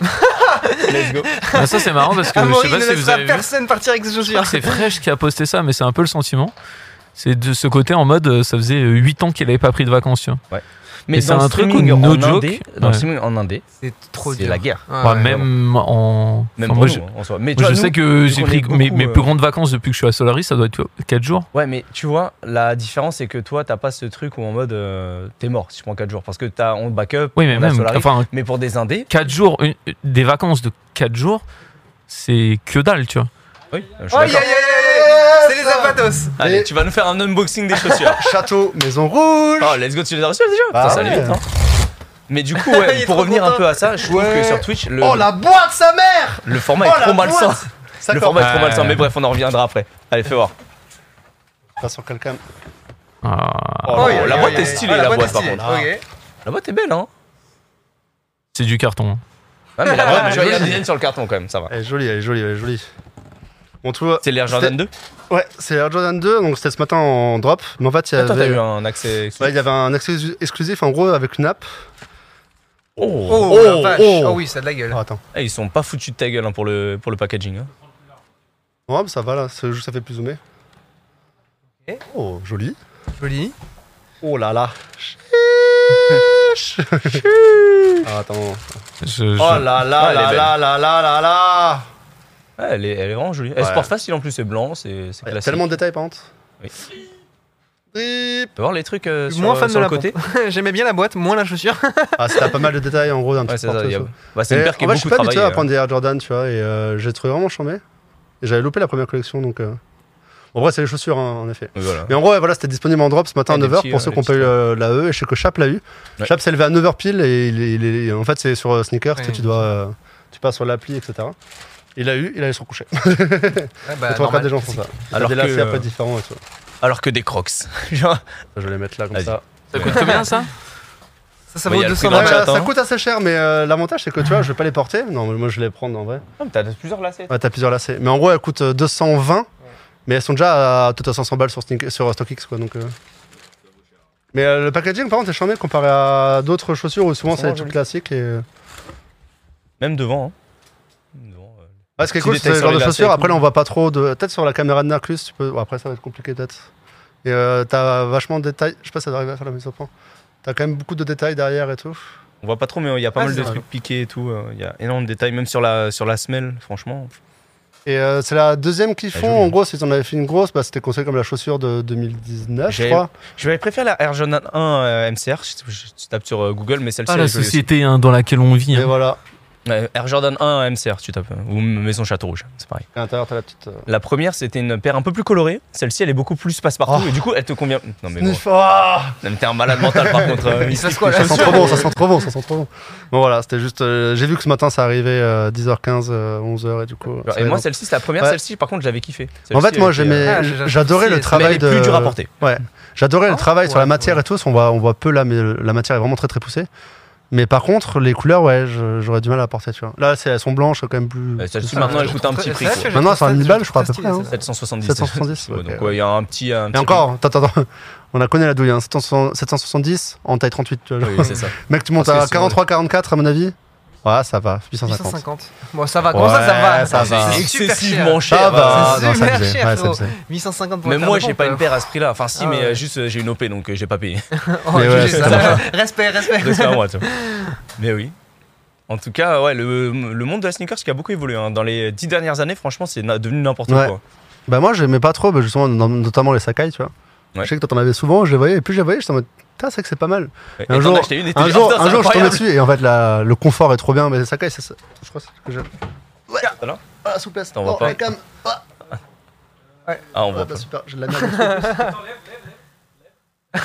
[SPEAKER 1] Let's go.
[SPEAKER 3] Ah, ça c'est marrant parce que je
[SPEAKER 4] Amaury
[SPEAKER 3] sais
[SPEAKER 4] ne
[SPEAKER 3] pas si vous
[SPEAKER 4] laissera
[SPEAKER 3] avez vu.
[SPEAKER 4] personne partir avec ses
[SPEAKER 3] Je crois
[SPEAKER 4] chaussures.
[SPEAKER 3] que c'est Fresh qui a posté ça, mais c'est un peu le sentiment. C'est de ce côté en mode, euh, ça faisait 8 ans qu'il n'avait pas pris de vacances. tu vois.
[SPEAKER 1] Mais
[SPEAKER 3] Et c'est
[SPEAKER 1] dans le
[SPEAKER 3] un truc où,
[SPEAKER 1] streaming
[SPEAKER 3] no
[SPEAKER 1] en
[SPEAKER 3] joke,
[SPEAKER 1] indé, dans le
[SPEAKER 3] ouais.
[SPEAKER 1] streaming en indé,
[SPEAKER 4] C'est trop
[SPEAKER 1] c'est
[SPEAKER 4] dur.
[SPEAKER 1] la guerre.
[SPEAKER 4] Ouais,
[SPEAKER 3] Bah,
[SPEAKER 4] ouais.
[SPEAKER 3] même en.
[SPEAKER 1] Même
[SPEAKER 3] enfin,
[SPEAKER 1] pour
[SPEAKER 3] moi,
[SPEAKER 1] nous,
[SPEAKER 3] je,
[SPEAKER 1] hein, en soi. Mais tu
[SPEAKER 3] moi,
[SPEAKER 1] vois,
[SPEAKER 3] je
[SPEAKER 1] nous,
[SPEAKER 3] sais que
[SPEAKER 1] vu
[SPEAKER 3] j'ai
[SPEAKER 1] qu'on
[SPEAKER 3] pris
[SPEAKER 1] est beaucoup,
[SPEAKER 3] mes, mes
[SPEAKER 1] euh,
[SPEAKER 3] plus grandes vacances depuis que je suis à Solaris, ça doit être 4 jours.
[SPEAKER 1] Ouais, mais tu vois, la différence, c'est que toi, t'as pas ce truc où en mode euh, t'es mort si tu prends 4 jours. Parce que t'as on backup,
[SPEAKER 3] Oui, mais
[SPEAKER 1] on a
[SPEAKER 3] même.
[SPEAKER 1] Bah, Solaris.
[SPEAKER 3] Enfin,
[SPEAKER 1] mais pour des indés,
[SPEAKER 3] 4 jours, une- des vacances de 4 jours, c'est que dalle, tu vois.
[SPEAKER 1] oui, euh, je suis
[SPEAKER 4] Oh,
[SPEAKER 1] d'accord.
[SPEAKER 4] yeah, yeah, yeah, yeah. C'est les Zapatos.
[SPEAKER 1] Allez, tu vas nous faire un unboxing des
[SPEAKER 2] [laughs]
[SPEAKER 1] chaussures.
[SPEAKER 2] Château, maison rouge.
[SPEAKER 1] oh, let's go, tu les as reçues déjà
[SPEAKER 2] Ah
[SPEAKER 1] Ça, ça allait
[SPEAKER 2] ouais.
[SPEAKER 1] vite, hein. Mais du coup,
[SPEAKER 4] Il
[SPEAKER 1] ouais,
[SPEAKER 4] est
[SPEAKER 1] pour
[SPEAKER 4] trop
[SPEAKER 1] revenir un
[SPEAKER 4] content.
[SPEAKER 1] peu à ça, je trouve
[SPEAKER 2] Ouais.
[SPEAKER 1] que sur Twitch, le,
[SPEAKER 2] Oh la boîte, sa mère
[SPEAKER 1] le format
[SPEAKER 2] oh,
[SPEAKER 1] est trop
[SPEAKER 2] la
[SPEAKER 1] malsain.
[SPEAKER 2] boîte.
[SPEAKER 1] Le
[SPEAKER 2] D'accord.
[SPEAKER 1] format est trop
[SPEAKER 3] Ouais.
[SPEAKER 1] malsain, mais bref, on en reviendra après. Allez, fais voir.
[SPEAKER 2] Pas sur quelqu'un.
[SPEAKER 3] Ah,
[SPEAKER 1] Oh,
[SPEAKER 4] yeah,
[SPEAKER 1] la
[SPEAKER 4] yeah,
[SPEAKER 1] boîte
[SPEAKER 4] yeah,
[SPEAKER 1] est
[SPEAKER 4] yeah.
[SPEAKER 1] stylée,
[SPEAKER 4] Ah,
[SPEAKER 1] la boîte,
[SPEAKER 4] est
[SPEAKER 1] par
[SPEAKER 4] stylée.
[SPEAKER 2] contre.
[SPEAKER 4] Ok.
[SPEAKER 1] La boîte est belle, hein
[SPEAKER 3] c'est du carton. hein.
[SPEAKER 1] Ouais, mais la boîte, [laughs]
[SPEAKER 2] Ouais,
[SPEAKER 1] tu vois, il y a un
[SPEAKER 2] joli.
[SPEAKER 1] design sur le carton quand même, ça va.
[SPEAKER 2] Elle est jolie, elle est jolie, elle est jolie. On trouve.
[SPEAKER 1] C'est l'Air Jordan 2
[SPEAKER 2] Ouais, c'est Air Jordan 2, donc c'était ce matin en drop. Mais en fait, il y
[SPEAKER 1] Ah, Toi, t'as
[SPEAKER 2] avait.
[SPEAKER 1] eu un accès. exclusif.
[SPEAKER 2] Ouais, il y avait un accès exclusif en gros avec une app.
[SPEAKER 4] Oh,
[SPEAKER 2] Oh,
[SPEAKER 4] la vache.
[SPEAKER 2] oh.
[SPEAKER 4] Oh oui, ça a de la gueule.
[SPEAKER 2] Oh, attends.
[SPEAKER 1] Eh, ils sont pas foutus de ta gueule hein, pour, le, pour le packaging. hein.
[SPEAKER 2] Ouais, mais ça va là, ça ça fait plus zoomer.
[SPEAKER 4] Ok.
[SPEAKER 2] Oh, joli.
[SPEAKER 4] Joli.
[SPEAKER 2] Oh là là. Chiche. Ah, attends.
[SPEAKER 3] Je- je-
[SPEAKER 2] Oh là là
[SPEAKER 1] Ah, elle est
[SPEAKER 2] là
[SPEAKER 1] belle.
[SPEAKER 2] là là là là là.
[SPEAKER 1] Ouais, elle, est, elle est vraiment jolie. Elle se
[SPEAKER 2] Ouais.
[SPEAKER 1] porte facile en plus, c'est blanc, c'est c'est
[SPEAKER 2] Il y a
[SPEAKER 1] classique.
[SPEAKER 2] Tellement de détails par contre.
[SPEAKER 1] Oui.
[SPEAKER 2] Drip.
[SPEAKER 1] Tu peux voir les trucs euh, sur,
[SPEAKER 4] Moins
[SPEAKER 1] euh,
[SPEAKER 4] fan
[SPEAKER 1] sur
[SPEAKER 4] de
[SPEAKER 1] le
[SPEAKER 4] la
[SPEAKER 1] côté
[SPEAKER 4] J'aimais bien la boîte, moins la chaussure.
[SPEAKER 2] Ah, c'était pas mal de détails en gros d'un
[SPEAKER 1] Ouais,
[SPEAKER 2] petit
[SPEAKER 1] c'est ça. il y a-
[SPEAKER 2] porte-faux.
[SPEAKER 1] Bah, c'est une
[SPEAKER 2] Et
[SPEAKER 1] paire qui est
[SPEAKER 2] en fait,
[SPEAKER 1] beaucoup
[SPEAKER 2] je suis pas habitué
[SPEAKER 1] travaillée.
[SPEAKER 2] à
[SPEAKER 1] hein.
[SPEAKER 2] prendre des Air Jordan, tu vois, et euh, j'ai trouvé vraiment chambé. Et j'avais loupé la première collection, donc. euh, En vrai, c'est les chaussures, hein, en effet.
[SPEAKER 1] euh. Mais voilà.
[SPEAKER 2] Mais en gros, ouais, voilà, c'était disponible en drop ce matin à
[SPEAKER 1] Ouais, des
[SPEAKER 2] 9h
[SPEAKER 1] petits,
[SPEAKER 2] pour
[SPEAKER 1] euh,
[SPEAKER 2] ceux qui
[SPEAKER 1] des
[SPEAKER 2] ont pas eu
[SPEAKER 1] petits.
[SPEAKER 2] euh, la E. Et je sais que Chap l'a eu.
[SPEAKER 1] Ouais.
[SPEAKER 2] Chap s'est levé à 9h pile et il, est- il est- en fait, c'est sur euh, Sneakers
[SPEAKER 4] Ouais.
[SPEAKER 2] que tu dois. euh, tu passes sur l'appli, etc. Il l'a eu, il allait se recoucher.
[SPEAKER 4] Ah
[SPEAKER 2] Bah,
[SPEAKER 4] bah,
[SPEAKER 2] tu vois pas
[SPEAKER 4] normal.
[SPEAKER 2] des gens font ça.
[SPEAKER 1] Alors
[SPEAKER 2] Alors des
[SPEAKER 1] que,
[SPEAKER 2] lacets
[SPEAKER 1] euh,
[SPEAKER 2] après différents et tout.
[SPEAKER 1] Alors que des crocs. [laughs] Genre,
[SPEAKER 2] Je vais les mettre là comme
[SPEAKER 1] Vas-y.
[SPEAKER 2] ça.
[SPEAKER 3] Ça coûte combien
[SPEAKER 4] [laughs]
[SPEAKER 3] ça
[SPEAKER 4] Ça, ça
[SPEAKER 1] Ouais,
[SPEAKER 4] vaut
[SPEAKER 1] y a le prix
[SPEAKER 4] 200
[SPEAKER 1] dans
[SPEAKER 2] Ouais, bah,
[SPEAKER 1] le
[SPEAKER 4] balles.
[SPEAKER 1] chat, hein.
[SPEAKER 2] ça coûte assez cher, mais euh, l'avantage c'est que tu vois, je vais pas les porter. Non, mais moi je vais les prendre en vrai.
[SPEAKER 1] Ah, mais T'as plusieurs lacets.
[SPEAKER 2] Ouais, t'as plusieurs lacets. Mais en gros, elles coûtent euh, 220, mais elles sont déjà à tout à 500 balles sur, Sneak- sur euh, StockX, quoi. Donc, euh. Mais euh, le packaging, par contre, est charmé comparé à d'autres chaussures où souvent
[SPEAKER 1] sont
[SPEAKER 2] c'est des
[SPEAKER 1] vraiment
[SPEAKER 2] trucs classiques. Et... euh.
[SPEAKER 1] Même devant. hein. Devant, euh,
[SPEAKER 2] Ouais, ce qui est
[SPEAKER 1] Petit
[SPEAKER 2] cool,
[SPEAKER 1] détail
[SPEAKER 2] c'est ce
[SPEAKER 1] sur
[SPEAKER 2] genre
[SPEAKER 1] les
[SPEAKER 2] de
[SPEAKER 1] lacets
[SPEAKER 2] chaussures.
[SPEAKER 1] et
[SPEAKER 2] Après,
[SPEAKER 1] tout.
[SPEAKER 2] là, on voit pas trop de. Peut-être sur la caméra de Narcus, tu peux. bon, après, ça va être compliqué, peut-être. Et euh, t'as vachement de détails. Je sais pas si ça doit arriver à faire la mise au point. T'as quand même beaucoup de détails derrière et tout.
[SPEAKER 1] On voit pas trop, mais il y a pas
[SPEAKER 4] Ah,
[SPEAKER 1] mal
[SPEAKER 4] c'est
[SPEAKER 1] de
[SPEAKER 4] vrai.
[SPEAKER 1] trucs piqués et tout. euh, Il y a énormément de détails, même sur la, sur la semelle, franchement.
[SPEAKER 2] Et euh, c'est la deuxième qu'ils
[SPEAKER 1] Ah,
[SPEAKER 2] font.
[SPEAKER 1] joli.
[SPEAKER 2] En gros, s'ils en avaient fait une grosse, bah, c'était considéré comme la chaussure de 2019, je
[SPEAKER 1] J'ai-
[SPEAKER 2] crois.
[SPEAKER 1] Je vais préférer la Air Jordan 1 euh, MCR. Je, je- tu tapes sur euh, Google, mais celle-ci.
[SPEAKER 3] Ah,
[SPEAKER 1] elle est
[SPEAKER 3] la
[SPEAKER 1] jolie aussi.
[SPEAKER 3] société hein, dans laquelle on vit.
[SPEAKER 2] Et
[SPEAKER 3] hein.
[SPEAKER 2] voilà.
[SPEAKER 1] Ouais, Air Jordan 1 MCR, tu tapes. euh, Ou Maison Château Rouge, c'est pareil.
[SPEAKER 2] Et à l'intérieur, t'as la petite. euh,
[SPEAKER 1] La première, c'était une paire un peu plus colorée. Celle-ci, elle est beaucoup plus passe-partout.
[SPEAKER 2] Oh.
[SPEAKER 1] Et du coup, elle te convient. Non, mais bon.
[SPEAKER 2] Sniff. Ah
[SPEAKER 1] Non, mais T'es un malade mental, par contre.
[SPEAKER 2] [laughs]
[SPEAKER 1] euh,
[SPEAKER 4] Il se passe quoi
[SPEAKER 2] ça
[SPEAKER 4] là
[SPEAKER 2] sent trop bon, ça sent trop bon, ça sent trop bon. Bon voilà, c'était juste. euh, j'ai vu que ce matin ça arrivait euh, 10h15, euh, 11h et du coup.
[SPEAKER 1] Genre,
[SPEAKER 2] ça
[SPEAKER 1] et
[SPEAKER 2] va
[SPEAKER 1] moi,
[SPEAKER 2] être-
[SPEAKER 1] celle-ci, c'est la première.
[SPEAKER 2] Ouais.
[SPEAKER 1] Celle-ci, par contre, j'avais kiffé.
[SPEAKER 2] en fait,
[SPEAKER 1] Celle-ci,
[SPEAKER 2] moi
[SPEAKER 1] elle était,
[SPEAKER 2] j'aimais,
[SPEAKER 1] euh,
[SPEAKER 4] Ah, j'ai-
[SPEAKER 2] j'adorais
[SPEAKER 4] si,
[SPEAKER 1] mais
[SPEAKER 2] le
[SPEAKER 4] elle-
[SPEAKER 1] elle
[SPEAKER 2] travail
[SPEAKER 1] est
[SPEAKER 2] de.
[SPEAKER 1] plus dure à porter.
[SPEAKER 2] Ouais, j'adorais
[SPEAKER 4] Ah,
[SPEAKER 2] le travail sur
[SPEAKER 4] ouais,
[SPEAKER 2] la matière
[SPEAKER 4] ouais.
[SPEAKER 2] et tout. On voit, on voit peu là, mais euh, la matière est vraiment très très poussée. Mais par contre, les couleurs, ouais, je- j'aurais du mal à porter, tu vois. Là, c'est- elles sont blanches quand même plus.
[SPEAKER 1] Euh, Celle-ci,
[SPEAKER 2] plus-
[SPEAKER 1] maintenant,
[SPEAKER 2] Ah,
[SPEAKER 1] elle coûte un petit prix. quoi.
[SPEAKER 2] Maintenant, c'est 1000 balles, je crois, à peu près, hein.
[SPEAKER 1] 770.
[SPEAKER 2] 770,
[SPEAKER 1] Ouais,
[SPEAKER 2] ok.
[SPEAKER 1] donc, ouais, il y a un petit. Un
[SPEAKER 2] Et
[SPEAKER 1] petit
[SPEAKER 2] encore, attends, attends, [laughs] on a connu la douille, hein, 700 770 en taille 38, tu vois.
[SPEAKER 1] Oui, c'est ça.
[SPEAKER 2] Mec, tu montes
[SPEAKER 4] Ah,
[SPEAKER 1] Parce que
[SPEAKER 2] à
[SPEAKER 1] c'est-
[SPEAKER 2] 43, 44 à mon avis. Ouais, ça va, 850.
[SPEAKER 4] 850. Bon, ça va. Comment ça, ça va
[SPEAKER 2] ça va.
[SPEAKER 1] C'est
[SPEAKER 4] C'est super
[SPEAKER 1] excessivement cher.
[SPEAKER 2] Ça va,
[SPEAKER 4] Ah, C'est
[SPEAKER 2] non, Ah bah, ça
[SPEAKER 4] super
[SPEAKER 2] faisait,
[SPEAKER 4] cher,
[SPEAKER 2] ouais, ça
[SPEAKER 4] frérot.
[SPEAKER 2] faisait.
[SPEAKER 4] 850 pour
[SPEAKER 1] Même
[SPEAKER 4] faire
[SPEAKER 1] moi,
[SPEAKER 4] de
[SPEAKER 1] j'ai
[SPEAKER 4] pompe,
[SPEAKER 1] pas une
[SPEAKER 4] euh.
[SPEAKER 1] paire à ce prix-là. Enfin, si,
[SPEAKER 4] Ah
[SPEAKER 1] mais euh,
[SPEAKER 4] ouais.
[SPEAKER 1] juste, euh, j'ai une OP, donc euh, j'ai pas payé.
[SPEAKER 4] Oh,
[SPEAKER 2] Mais ouais,
[SPEAKER 4] GG,
[SPEAKER 2] c'est
[SPEAKER 4] ça.
[SPEAKER 2] dommage.
[SPEAKER 4] Respect, respect.
[SPEAKER 1] Respect
[SPEAKER 2] [laughs]
[SPEAKER 1] à moi, tu vois. Mais oui. En tout cas, ouais, le, le monde de la sneakers qui a beaucoup évolué. hein. Dans les dix dernières années, franchement, c'est na- devenu n'importe
[SPEAKER 2] Ouais.
[SPEAKER 1] quoi.
[SPEAKER 2] Bah moi j'aimais pas trop, bah, justement, no- notamment les Sakai, tu vois.
[SPEAKER 1] Ouais.
[SPEAKER 2] Je sais que toi t'en avais souvent, je les voyais, et plus je les voyais, j'étais en mode, putain, c'est vrai que c'est pas mal.
[SPEAKER 1] Et
[SPEAKER 2] Un
[SPEAKER 1] t'en
[SPEAKER 2] jour-
[SPEAKER 1] as acheté une et t'es
[SPEAKER 2] Un
[SPEAKER 1] dit,
[SPEAKER 2] jour,
[SPEAKER 1] Ah, putain,
[SPEAKER 2] un
[SPEAKER 1] c'est
[SPEAKER 2] jour je tombais
[SPEAKER 1] incroyable.
[SPEAKER 2] dessus, et en fait la- le confort est trop bien, mais les Sakai, c'est ça. Je crois que c'est ce que j'aime.
[SPEAKER 1] Voilà.
[SPEAKER 2] Ah, souplesse,
[SPEAKER 1] T'en vois pas.
[SPEAKER 2] la cam.
[SPEAKER 4] Ouais.
[SPEAKER 1] Ah, on voit
[SPEAKER 2] Ah,
[SPEAKER 1] pas.
[SPEAKER 2] bah, super, j'ai de la merde.
[SPEAKER 1] [laughs]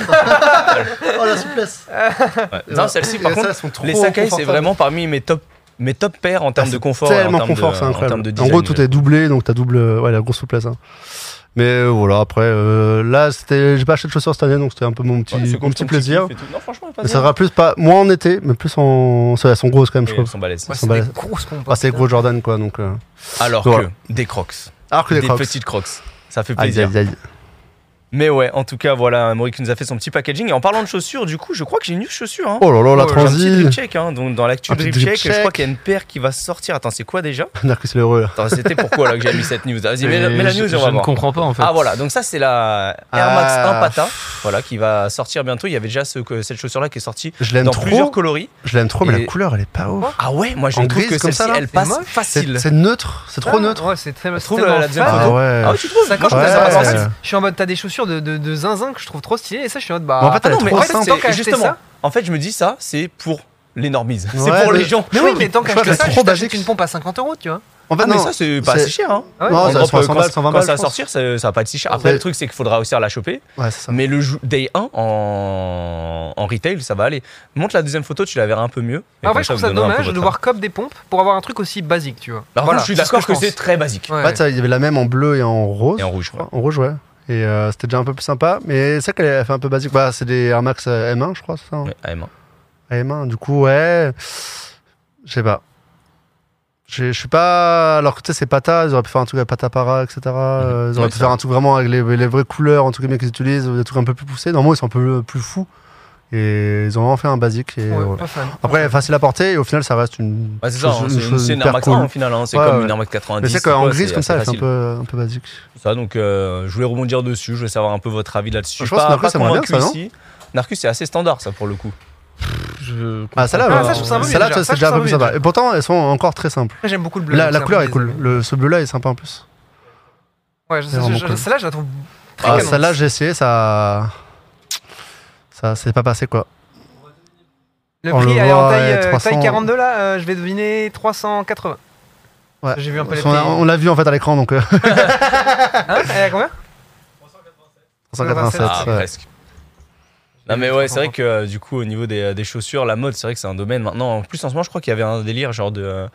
[SPEAKER 2] oh la souplesse.
[SPEAKER 1] Ouais. Non, celle-ci, par
[SPEAKER 2] Et
[SPEAKER 1] contre,
[SPEAKER 2] celles-là sont trop
[SPEAKER 1] les Sakai, c'est
[SPEAKER 2] confortables.
[SPEAKER 1] vraiment parmi mes top, mes top paires en termes de confort. et en
[SPEAKER 2] Tellement
[SPEAKER 1] termes de-
[SPEAKER 2] confort, c'est
[SPEAKER 1] En, termes
[SPEAKER 2] incroyable.
[SPEAKER 1] de
[SPEAKER 2] En,
[SPEAKER 1] design,
[SPEAKER 2] gros, tout est doublé, donc t'as double, euh, ouais, la grosse souplesse. hein. Mais euh, voilà, après, euh, là, c'était, j'ai pas acheté de chaussures cette année, donc c'était un peu mon petit,
[SPEAKER 1] Ouais, c'est
[SPEAKER 2] mon
[SPEAKER 1] cool,
[SPEAKER 2] petit
[SPEAKER 1] ton
[SPEAKER 2] plaisir.
[SPEAKER 1] kiff et tout. Non, franchement, pas
[SPEAKER 2] Mais ça
[SPEAKER 1] mal.
[SPEAKER 2] sera plus pas, moins en été, mais plus en, elles sont grosses quand même, je
[SPEAKER 1] Et
[SPEAKER 2] trouve.
[SPEAKER 1] elles sont balèzes.
[SPEAKER 4] Ouais,
[SPEAKER 2] sont
[SPEAKER 4] c'est des
[SPEAKER 2] balèzes.
[SPEAKER 4] grosses compotes.
[SPEAKER 2] Ah, c'est gros Jordan, quoi, donc. euh.
[SPEAKER 1] Alors
[SPEAKER 2] Voilà.
[SPEAKER 1] que des crocs.
[SPEAKER 2] Alors que les
[SPEAKER 1] des
[SPEAKER 2] Crocs.
[SPEAKER 1] petites crocs. Ça fait
[SPEAKER 2] Aïe,
[SPEAKER 1] plaisir.
[SPEAKER 2] aïe, aïe.
[SPEAKER 1] Mais ouais, en tout cas, voilà, Maurice qui nous a fait son petit packaging. Et en parlant de chaussures, du coup, je crois que j'ai une chaussure. Hein.
[SPEAKER 2] Oh là là, la
[SPEAKER 1] J'ai un petit drip
[SPEAKER 2] transi.
[SPEAKER 1] check, hein. Donc, dans l'actu
[SPEAKER 2] Un petit
[SPEAKER 1] drip
[SPEAKER 2] drip
[SPEAKER 1] check, je crois
[SPEAKER 2] check.
[SPEAKER 1] qu'il y a une paire qui va sortir. Attends, c'est quoi déjà
[SPEAKER 2] Narcus, il est heureux, là.
[SPEAKER 1] Attends, c'était pourquoi là que j'ai mis cette news Vas-y, mets, la- mets la
[SPEAKER 3] Je-
[SPEAKER 1] news et
[SPEAKER 3] je
[SPEAKER 1] on va
[SPEAKER 3] ne
[SPEAKER 1] voir.
[SPEAKER 3] comprends pas en fait.
[SPEAKER 1] Ah voilà, donc ça c'est la Air Max
[SPEAKER 2] Ah.
[SPEAKER 1] Impata, voilà, qui va sortir bientôt. Il y avait déjà ce, que- cette chaussure-là qui est sortie
[SPEAKER 2] Je l'aime
[SPEAKER 1] dans
[SPEAKER 2] trop.
[SPEAKER 1] plusieurs coloris.
[SPEAKER 2] Je l'aime trop, mais
[SPEAKER 1] Et-
[SPEAKER 2] la couleur, elle est pas ouf.
[SPEAKER 1] Ah ouais, moi je
[SPEAKER 2] En
[SPEAKER 1] trouve
[SPEAKER 2] grise,
[SPEAKER 1] que
[SPEAKER 2] comme ça,
[SPEAKER 1] celle-ci,
[SPEAKER 2] là
[SPEAKER 1] elle passe
[SPEAKER 4] C'est moche.
[SPEAKER 1] facile.
[SPEAKER 2] C'est c'est neutre, c'est
[SPEAKER 4] Ah.
[SPEAKER 2] trop neutre.
[SPEAKER 4] Ouais, c'est très c'est
[SPEAKER 1] Trouve
[SPEAKER 4] tellement
[SPEAKER 1] la deuxième
[SPEAKER 4] fade.
[SPEAKER 1] photo.
[SPEAKER 2] Ah ouais.
[SPEAKER 1] Ah ouais, tu trouves
[SPEAKER 4] Ça, quand je
[SPEAKER 1] Ouais.
[SPEAKER 4] fais ça,
[SPEAKER 1] Ouais.
[SPEAKER 4] en fait, je suis en mode, t'as des chaussures de, de, de zinzin que je trouve trop stylées, et ça, je suis en mode, bah.
[SPEAKER 2] Mais en fait,
[SPEAKER 1] Ah
[SPEAKER 2] elle est
[SPEAKER 1] non, mais
[SPEAKER 2] trop
[SPEAKER 1] en fait,
[SPEAKER 2] simple.
[SPEAKER 1] c'est-
[SPEAKER 4] Tant qu'à acheter
[SPEAKER 1] justement,
[SPEAKER 4] ça.
[SPEAKER 1] en fait, je me dis ça, c'est pour les normies. c'est
[SPEAKER 2] Ouais,
[SPEAKER 1] pour
[SPEAKER 2] mais-
[SPEAKER 1] les gens.
[SPEAKER 4] mais oui, mais tant
[SPEAKER 2] Je crois
[SPEAKER 4] qu'acheter
[SPEAKER 2] que
[SPEAKER 4] ça,
[SPEAKER 2] c'est
[SPEAKER 4] je
[SPEAKER 2] trop
[SPEAKER 4] t'achète
[SPEAKER 2] basique.
[SPEAKER 4] une pompe à 50 euros, tu vois.
[SPEAKER 2] En fait,
[SPEAKER 1] Ah, mais
[SPEAKER 2] non.
[SPEAKER 1] ça, c'est pas
[SPEAKER 2] c'est-
[SPEAKER 1] assez cher. Hein.
[SPEAKER 4] Ah ouais.
[SPEAKER 2] Non,
[SPEAKER 1] En
[SPEAKER 2] ça,
[SPEAKER 1] gros,
[SPEAKER 2] c'est 60
[SPEAKER 1] quand,
[SPEAKER 2] balles,
[SPEAKER 1] ça-
[SPEAKER 2] 120
[SPEAKER 1] quand
[SPEAKER 2] balles,
[SPEAKER 1] ça va
[SPEAKER 2] je pense.
[SPEAKER 1] sortir, ça, ça va pas être si cher. Après,
[SPEAKER 2] Ouais.
[SPEAKER 1] le truc, c'est qu'il faudra aussi la choper.
[SPEAKER 2] Ouais, c'est ça.
[SPEAKER 1] Mais le jou- day 1 en, en retail, ça va aller. Montre la deuxième photo, tu la verras un peu mieux. Et
[SPEAKER 2] Ah
[SPEAKER 1] comme
[SPEAKER 4] En vrai, je trouve
[SPEAKER 1] vous
[SPEAKER 4] ça
[SPEAKER 1] donnerez un peu
[SPEAKER 4] dommage de
[SPEAKER 1] votre
[SPEAKER 4] devoir cop des pompes pour avoir un truc aussi basique, tu vois.
[SPEAKER 1] Par
[SPEAKER 4] Voilà,
[SPEAKER 1] contre, je suis
[SPEAKER 4] c'est ce
[SPEAKER 1] d'accord que
[SPEAKER 4] je
[SPEAKER 1] c'est
[SPEAKER 4] pense.
[SPEAKER 1] très basique.
[SPEAKER 4] Ouais.
[SPEAKER 2] En fait, ça, il y avait la même en bleu et en rose.
[SPEAKER 1] Et en rouge,
[SPEAKER 2] je crois. En rouge, ouais. Et euh, c'était déjà un peu plus sympa. Mais c'est vrai qu'elle a fait un peu basique. Bah, c'est des Air Max euh, M1, je crois, c'est ça. hein
[SPEAKER 1] Ouais, AM1.
[SPEAKER 2] AM1, du coup, ouais. Je sais pas. Je je suis pas. Alors que tu sais, c'est Pata, ils auraient pu faire un truc avec Pata Para, etc. euh, Ils
[SPEAKER 1] Ouais,
[SPEAKER 2] auraient pu
[SPEAKER 1] c'est
[SPEAKER 2] faire
[SPEAKER 1] vrai.
[SPEAKER 2] un truc vraiment avec les, les vraies couleurs, un truc bien qu'ils utilisent, des trucs un peu plus poussés. Normalement, ils sont un peu plus fous. Et ils ont vraiment fait un basique. Et,
[SPEAKER 4] Ouais,
[SPEAKER 2] voilà.
[SPEAKER 4] pas fan.
[SPEAKER 2] Après, elle est facile à porter et au final, ça reste une.
[SPEAKER 1] Ouais, c'est ça, hein,
[SPEAKER 2] chose-
[SPEAKER 1] c'est une,
[SPEAKER 2] chose
[SPEAKER 1] c'est une
[SPEAKER 2] hyper
[SPEAKER 1] Air Max
[SPEAKER 2] cool.
[SPEAKER 1] 1 au final, hein, c'est
[SPEAKER 2] Ouais,
[SPEAKER 1] comme
[SPEAKER 2] ouais.
[SPEAKER 1] une Air Max 90.
[SPEAKER 2] Mais c'est
[SPEAKER 1] quoi,
[SPEAKER 2] qu'en grise, comme
[SPEAKER 1] assez
[SPEAKER 2] ça, elle fait un
[SPEAKER 1] facile.
[SPEAKER 2] peu, un peu basique.
[SPEAKER 4] Ah,
[SPEAKER 1] Ça, donc euh, je voulais rebondir dessus, je voulais savoir un peu votre avis là-dessus.
[SPEAKER 2] Je pense que Narcus,
[SPEAKER 1] pas
[SPEAKER 2] aimerait bien
[SPEAKER 1] convaincu
[SPEAKER 2] ça, non
[SPEAKER 1] ici. Narcus, c'est assez standard, ça, pour le coup.
[SPEAKER 3] Je
[SPEAKER 2] Ah, celle-là,
[SPEAKER 4] Ah,
[SPEAKER 2] ouais.
[SPEAKER 4] ça, je trouve ça un peu mieux
[SPEAKER 2] Celle-là, tu
[SPEAKER 4] déjà.
[SPEAKER 2] vois,
[SPEAKER 4] Ça,
[SPEAKER 2] c'est
[SPEAKER 4] je
[SPEAKER 2] déjà un peu
[SPEAKER 4] trouve
[SPEAKER 2] plus
[SPEAKER 4] ça mieux
[SPEAKER 2] sympa. Et pourtant, elles sont encore très simples.
[SPEAKER 4] Après, j'aime beaucoup le bleu.
[SPEAKER 2] La,
[SPEAKER 4] donc
[SPEAKER 2] la
[SPEAKER 4] c'est un
[SPEAKER 2] couleur
[SPEAKER 4] peu
[SPEAKER 2] est cool.
[SPEAKER 4] désolé.
[SPEAKER 2] Le, ce bleu-là est sympa en plus.
[SPEAKER 4] Ouais, je- je-
[SPEAKER 2] vraiment
[SPEAKER 4] je-
[SPEAKER 2] cool.
[SPEAKER 4] celle-là, je la trouve très
[SPEAKER 2] Ah,
[SPEAKER 4] canon.
[SPEAKER 2] celle-là, j'ai essayé, ça. Ça, c'est pas passé quoi.
[SPEAKER 4] Le
[SPEAKER 2] on
[SPEAKER 4] prix
[SPEAKER 2] le
[SPEAKER 4] allez, en
[SPEAKER 2] voit,
[SPEAKER 4] taille,
[SPEAKER 2] ouais,
[SPEAKER 4] euh,
[SPEAKER 2] 300.
[SPEAKER 4] taille 42 là, euh, je vais deviner 380.
[SPEAKER 2] Ouais.
[SPEAKER 4] J'ai vu un peu les bah,
[SPEAKER 2] On a- on l'a vu en fait à l'écran donc. euh,
[SPEAKER 4] Hein Elle est à combien
[SPEAKER 2] 187.
[SPEAKER 1] Ah,
[SPEAKER 2] ouais.
[SPEAKER 1] presque. Non mais ouais, c'est vrai que euh, du coup au niveau des, des chaussures, la mode, c'est vrai que c'est un domaine maintenant. En plus en ce moment, je crois qu'il y avait un délire genre de euh,